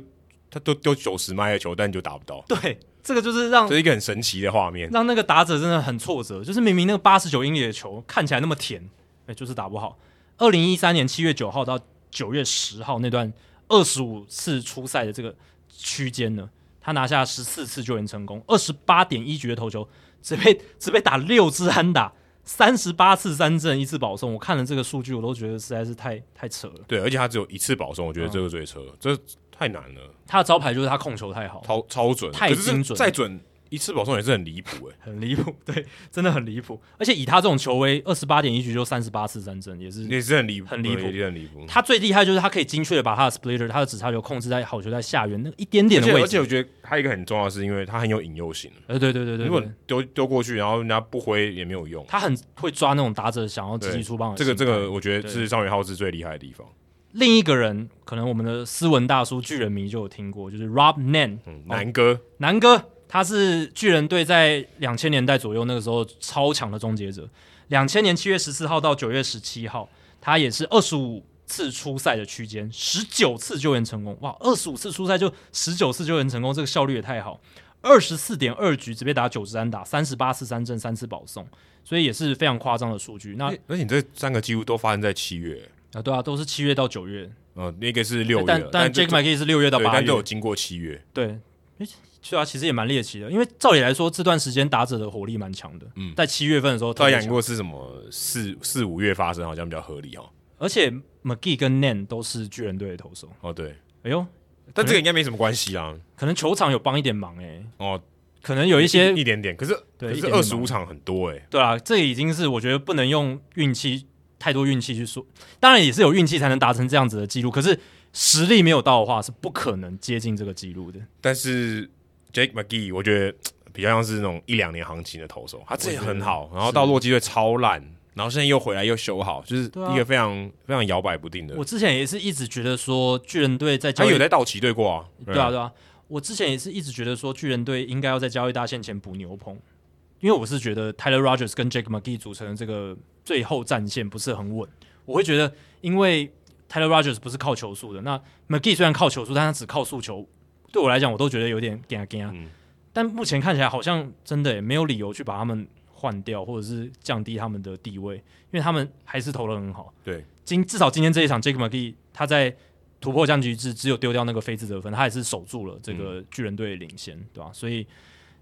Speaker 1: 他都丢九十迈的球，但你就打不到，
Speaker 2: 对，这个就是让
Speaker 1: 这是一个很神奇的画面。
Speaker 2: 让哦那个打者真的很挫折，就是明明那个八十九英里的球看起来那么甜，哎、就是打不好。二零一三年七月九号到九月十号那段二十五次出赛的这个区间呢，他拿下十四次救援成功，二十八点一局的投球，只被只被打六支安打，三十八次三振，一次保送。我看了这个数据，我都觉得实在是太太扯了。
Speaker 1: 对，而且他只有一次保送，我觉得这个最扯，
Speaker 2: 哦
Speaker 1: 这太难了，
Speaker 2: 他的招牌就是他控球太好，
Speaker 1: 超超准，
Speaker 2: 太
Speaker 1: 可是这
Speaker 2: 精准
Speaker 1: 再准一次保送也是很离谱哎，
Speaker 2: 很离谱，对，真的很离谱。而且以他这种球威，二十八点一局就三十八次三振，也是
Speaker 1: 也是很离谱，
Speaker 2: 嗯很离谱
Speaker 1: 也是很离谱。
Speaker 2: 他最厉害就是他可以精确的把他的 splitter，他的直插球控制在好球在下缘那个一点点
Speaker 1: 而且
Speaker 2: 的位
Speaker 1: 而且
Speaker 2: 置。
Speaker 1: 我觉得还有一个很重要的是，因为他很有引诱性，
Speaker 2: 呃，对对对对
Speaker 1: 如果
Speaker 2: 对
Speaker 1: 丢丢过去，然后人家不挥也没有用。
Speaker 2: 他很会抓那种打者想要积极
Speaker 1: 对
Speaker 2: 出棒的
Speaker 1: 这个
Speaker 2: 心态
Speaker 1: 这个，我觉得
Speaker 2: 对
Speaker 1: 是张元浩是最厉害的地方。
Speaker 2: 另一个人，可能我们的斯文大叔巨人迷就有听过，就是 Rob Nan
Speaker 1: 嗯，南哥，
Speaker 2: 南哥，他是巨人队在两千年代左右那个时候超强的终结者。两千年七月十四号到九月十七号，他也是二十五次出赛的区间，十九次救援成功。哇，二十五次出赛就十九次救援成功，这个效率也太好。二十四点二局只被打九支安打，三十八次三振，三次保送，所以也是非常夸张的数据。那
Speaker 1: 而且而且你这三个几乎都发生在七月，
Speaker 2: 啊，对啊，都是七月到九月，
Speaker 1: 呃，那个是六月，
Speaker 2: 哎但但
Speaker 1: 这
Speaker 2: Jake McGee 是六月到
Speaker 1: 对
Speaker 2: 八
Speaker 1: 但
Speaker 2: 月，
Speaker 1: 都有经过七月，
Speaker 2: 对，对啊，其实也蛮猎奇的，因为照理来说，这段时间打者的火力蛮强的。
Speaker 1: 嗯
Speaker 2: 在七月份的时候特
Speaker 1: 他
Speaker 2: 别
Speaker 1: 讲
Speaker 2: 强，
Speaker 1: 过是什么四四五月发生，好像比较合理哦。
Speaker 2: 而且 McGee 跟 Nan 都是巨人队的投手。
Speaker 1: 哦，对，
Speaker 2: 哎呦，
Speaker 1: 但这个应该没什么关系啊。
Speaker 2: 可能球场有帮一点忙哎、
Speaker 1: 哦，
Speaker 2: 可能有一些
Speaker 1: 一一点点，可是
Speaker 2: 对
Speaker 1: 可
Speaker 2: 一
Speaker 1: 是
Speaker 2: 点点
Speaker 1: 二十五场很多哎，
Speaker 2: 对啊，这已经是我觉得不能用运气太多运气去说，当然也是有运气才能达成这样子的记录，可是实力没有到的话，是不可能接近这个记录的。
Speaker 1: 但是 Jake McGee 我觉得嘖比较像是那种一两年行情的投手，他之前很好，然后到洛基队超烂，然后现在又回来又修好，就是
Speaker 2: 对啊
Speaker 1: 一个非常非常摇摆不定的
Speaker 2: 我。之前也是一直觉得说巨人队在
Speaker 1: 他
Speaker 2: 交易
Speaker 1: 有在道奇队过啊，
Speaker 2: 对啊，对啊，我之前也是一直觉得说，巨人队应该要在交易大限前补牛棚，因为我是觉得 Tyler Rogers 跟 Jake McGee 组成的这个最后战线不是很稳，我会觉得，因为 Tyler Rogers 不是靠球速的，那 McGee 虽然靠球速，但他只靠速球，对我来讲我都觉得有点干干、
Speaker 1: 嗯
Speaker 2: 但目前看起来好像真的也没有理由去把他们换掉，或者是降低他们的地位，因为他们还是投的很好。
Speaker 1: 对，
Speaker 2: 今至少今天这一场，Jake McGee 他在突破僵局之只有丢掉那个非自责分，他也是守住了这个巨人队的领先，对吧、所以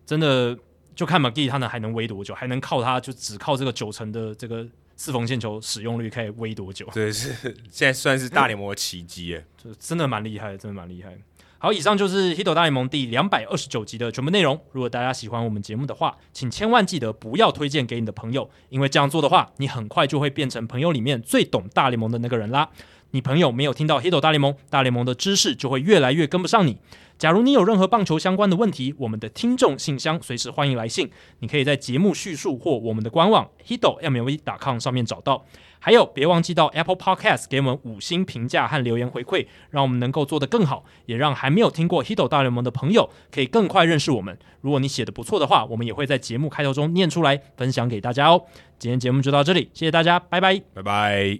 Speaker 2: 真的就看 McGee 他能还能威多久，还能靠他就只靠这个九成的这个四缝线球使用率可以威多久，
Speaker 1: 这是现在算是大联盟的奇迹哎。
Speaker 2: 就真的蛮厉害的，真的蛮厉害。好，以上就是《h i t 大联盟》第两百二十九集的全部内容。如果大家喜欢我们节目的话，请千万记得不要推荐给你的朋友，因为这样做的话，你很快就会变成朋友里面最懂大联盟的那个人啦。你朋友没有听到《h i t 大联盟》，大联盟的知识就会越来越跟不上你。假如你有任何棒球相关的问题，我们的听众信箱随时欢迎来信，你可以在节目叙述或我们的官网 hito mlv.com 上面找到。还有，别忘记到 Apple Podcast 给我们五星评价和留言回馈，让我们能够做得更好，也让还没有听过 Hito 大联盟的朋友可以更快认识我们。如果你写的不错的话，我们也会在节目开头中念出来，分享给大家哦。今天节目就到这里，谢谢大家，拜拜。
Speaker 1: 拜拜。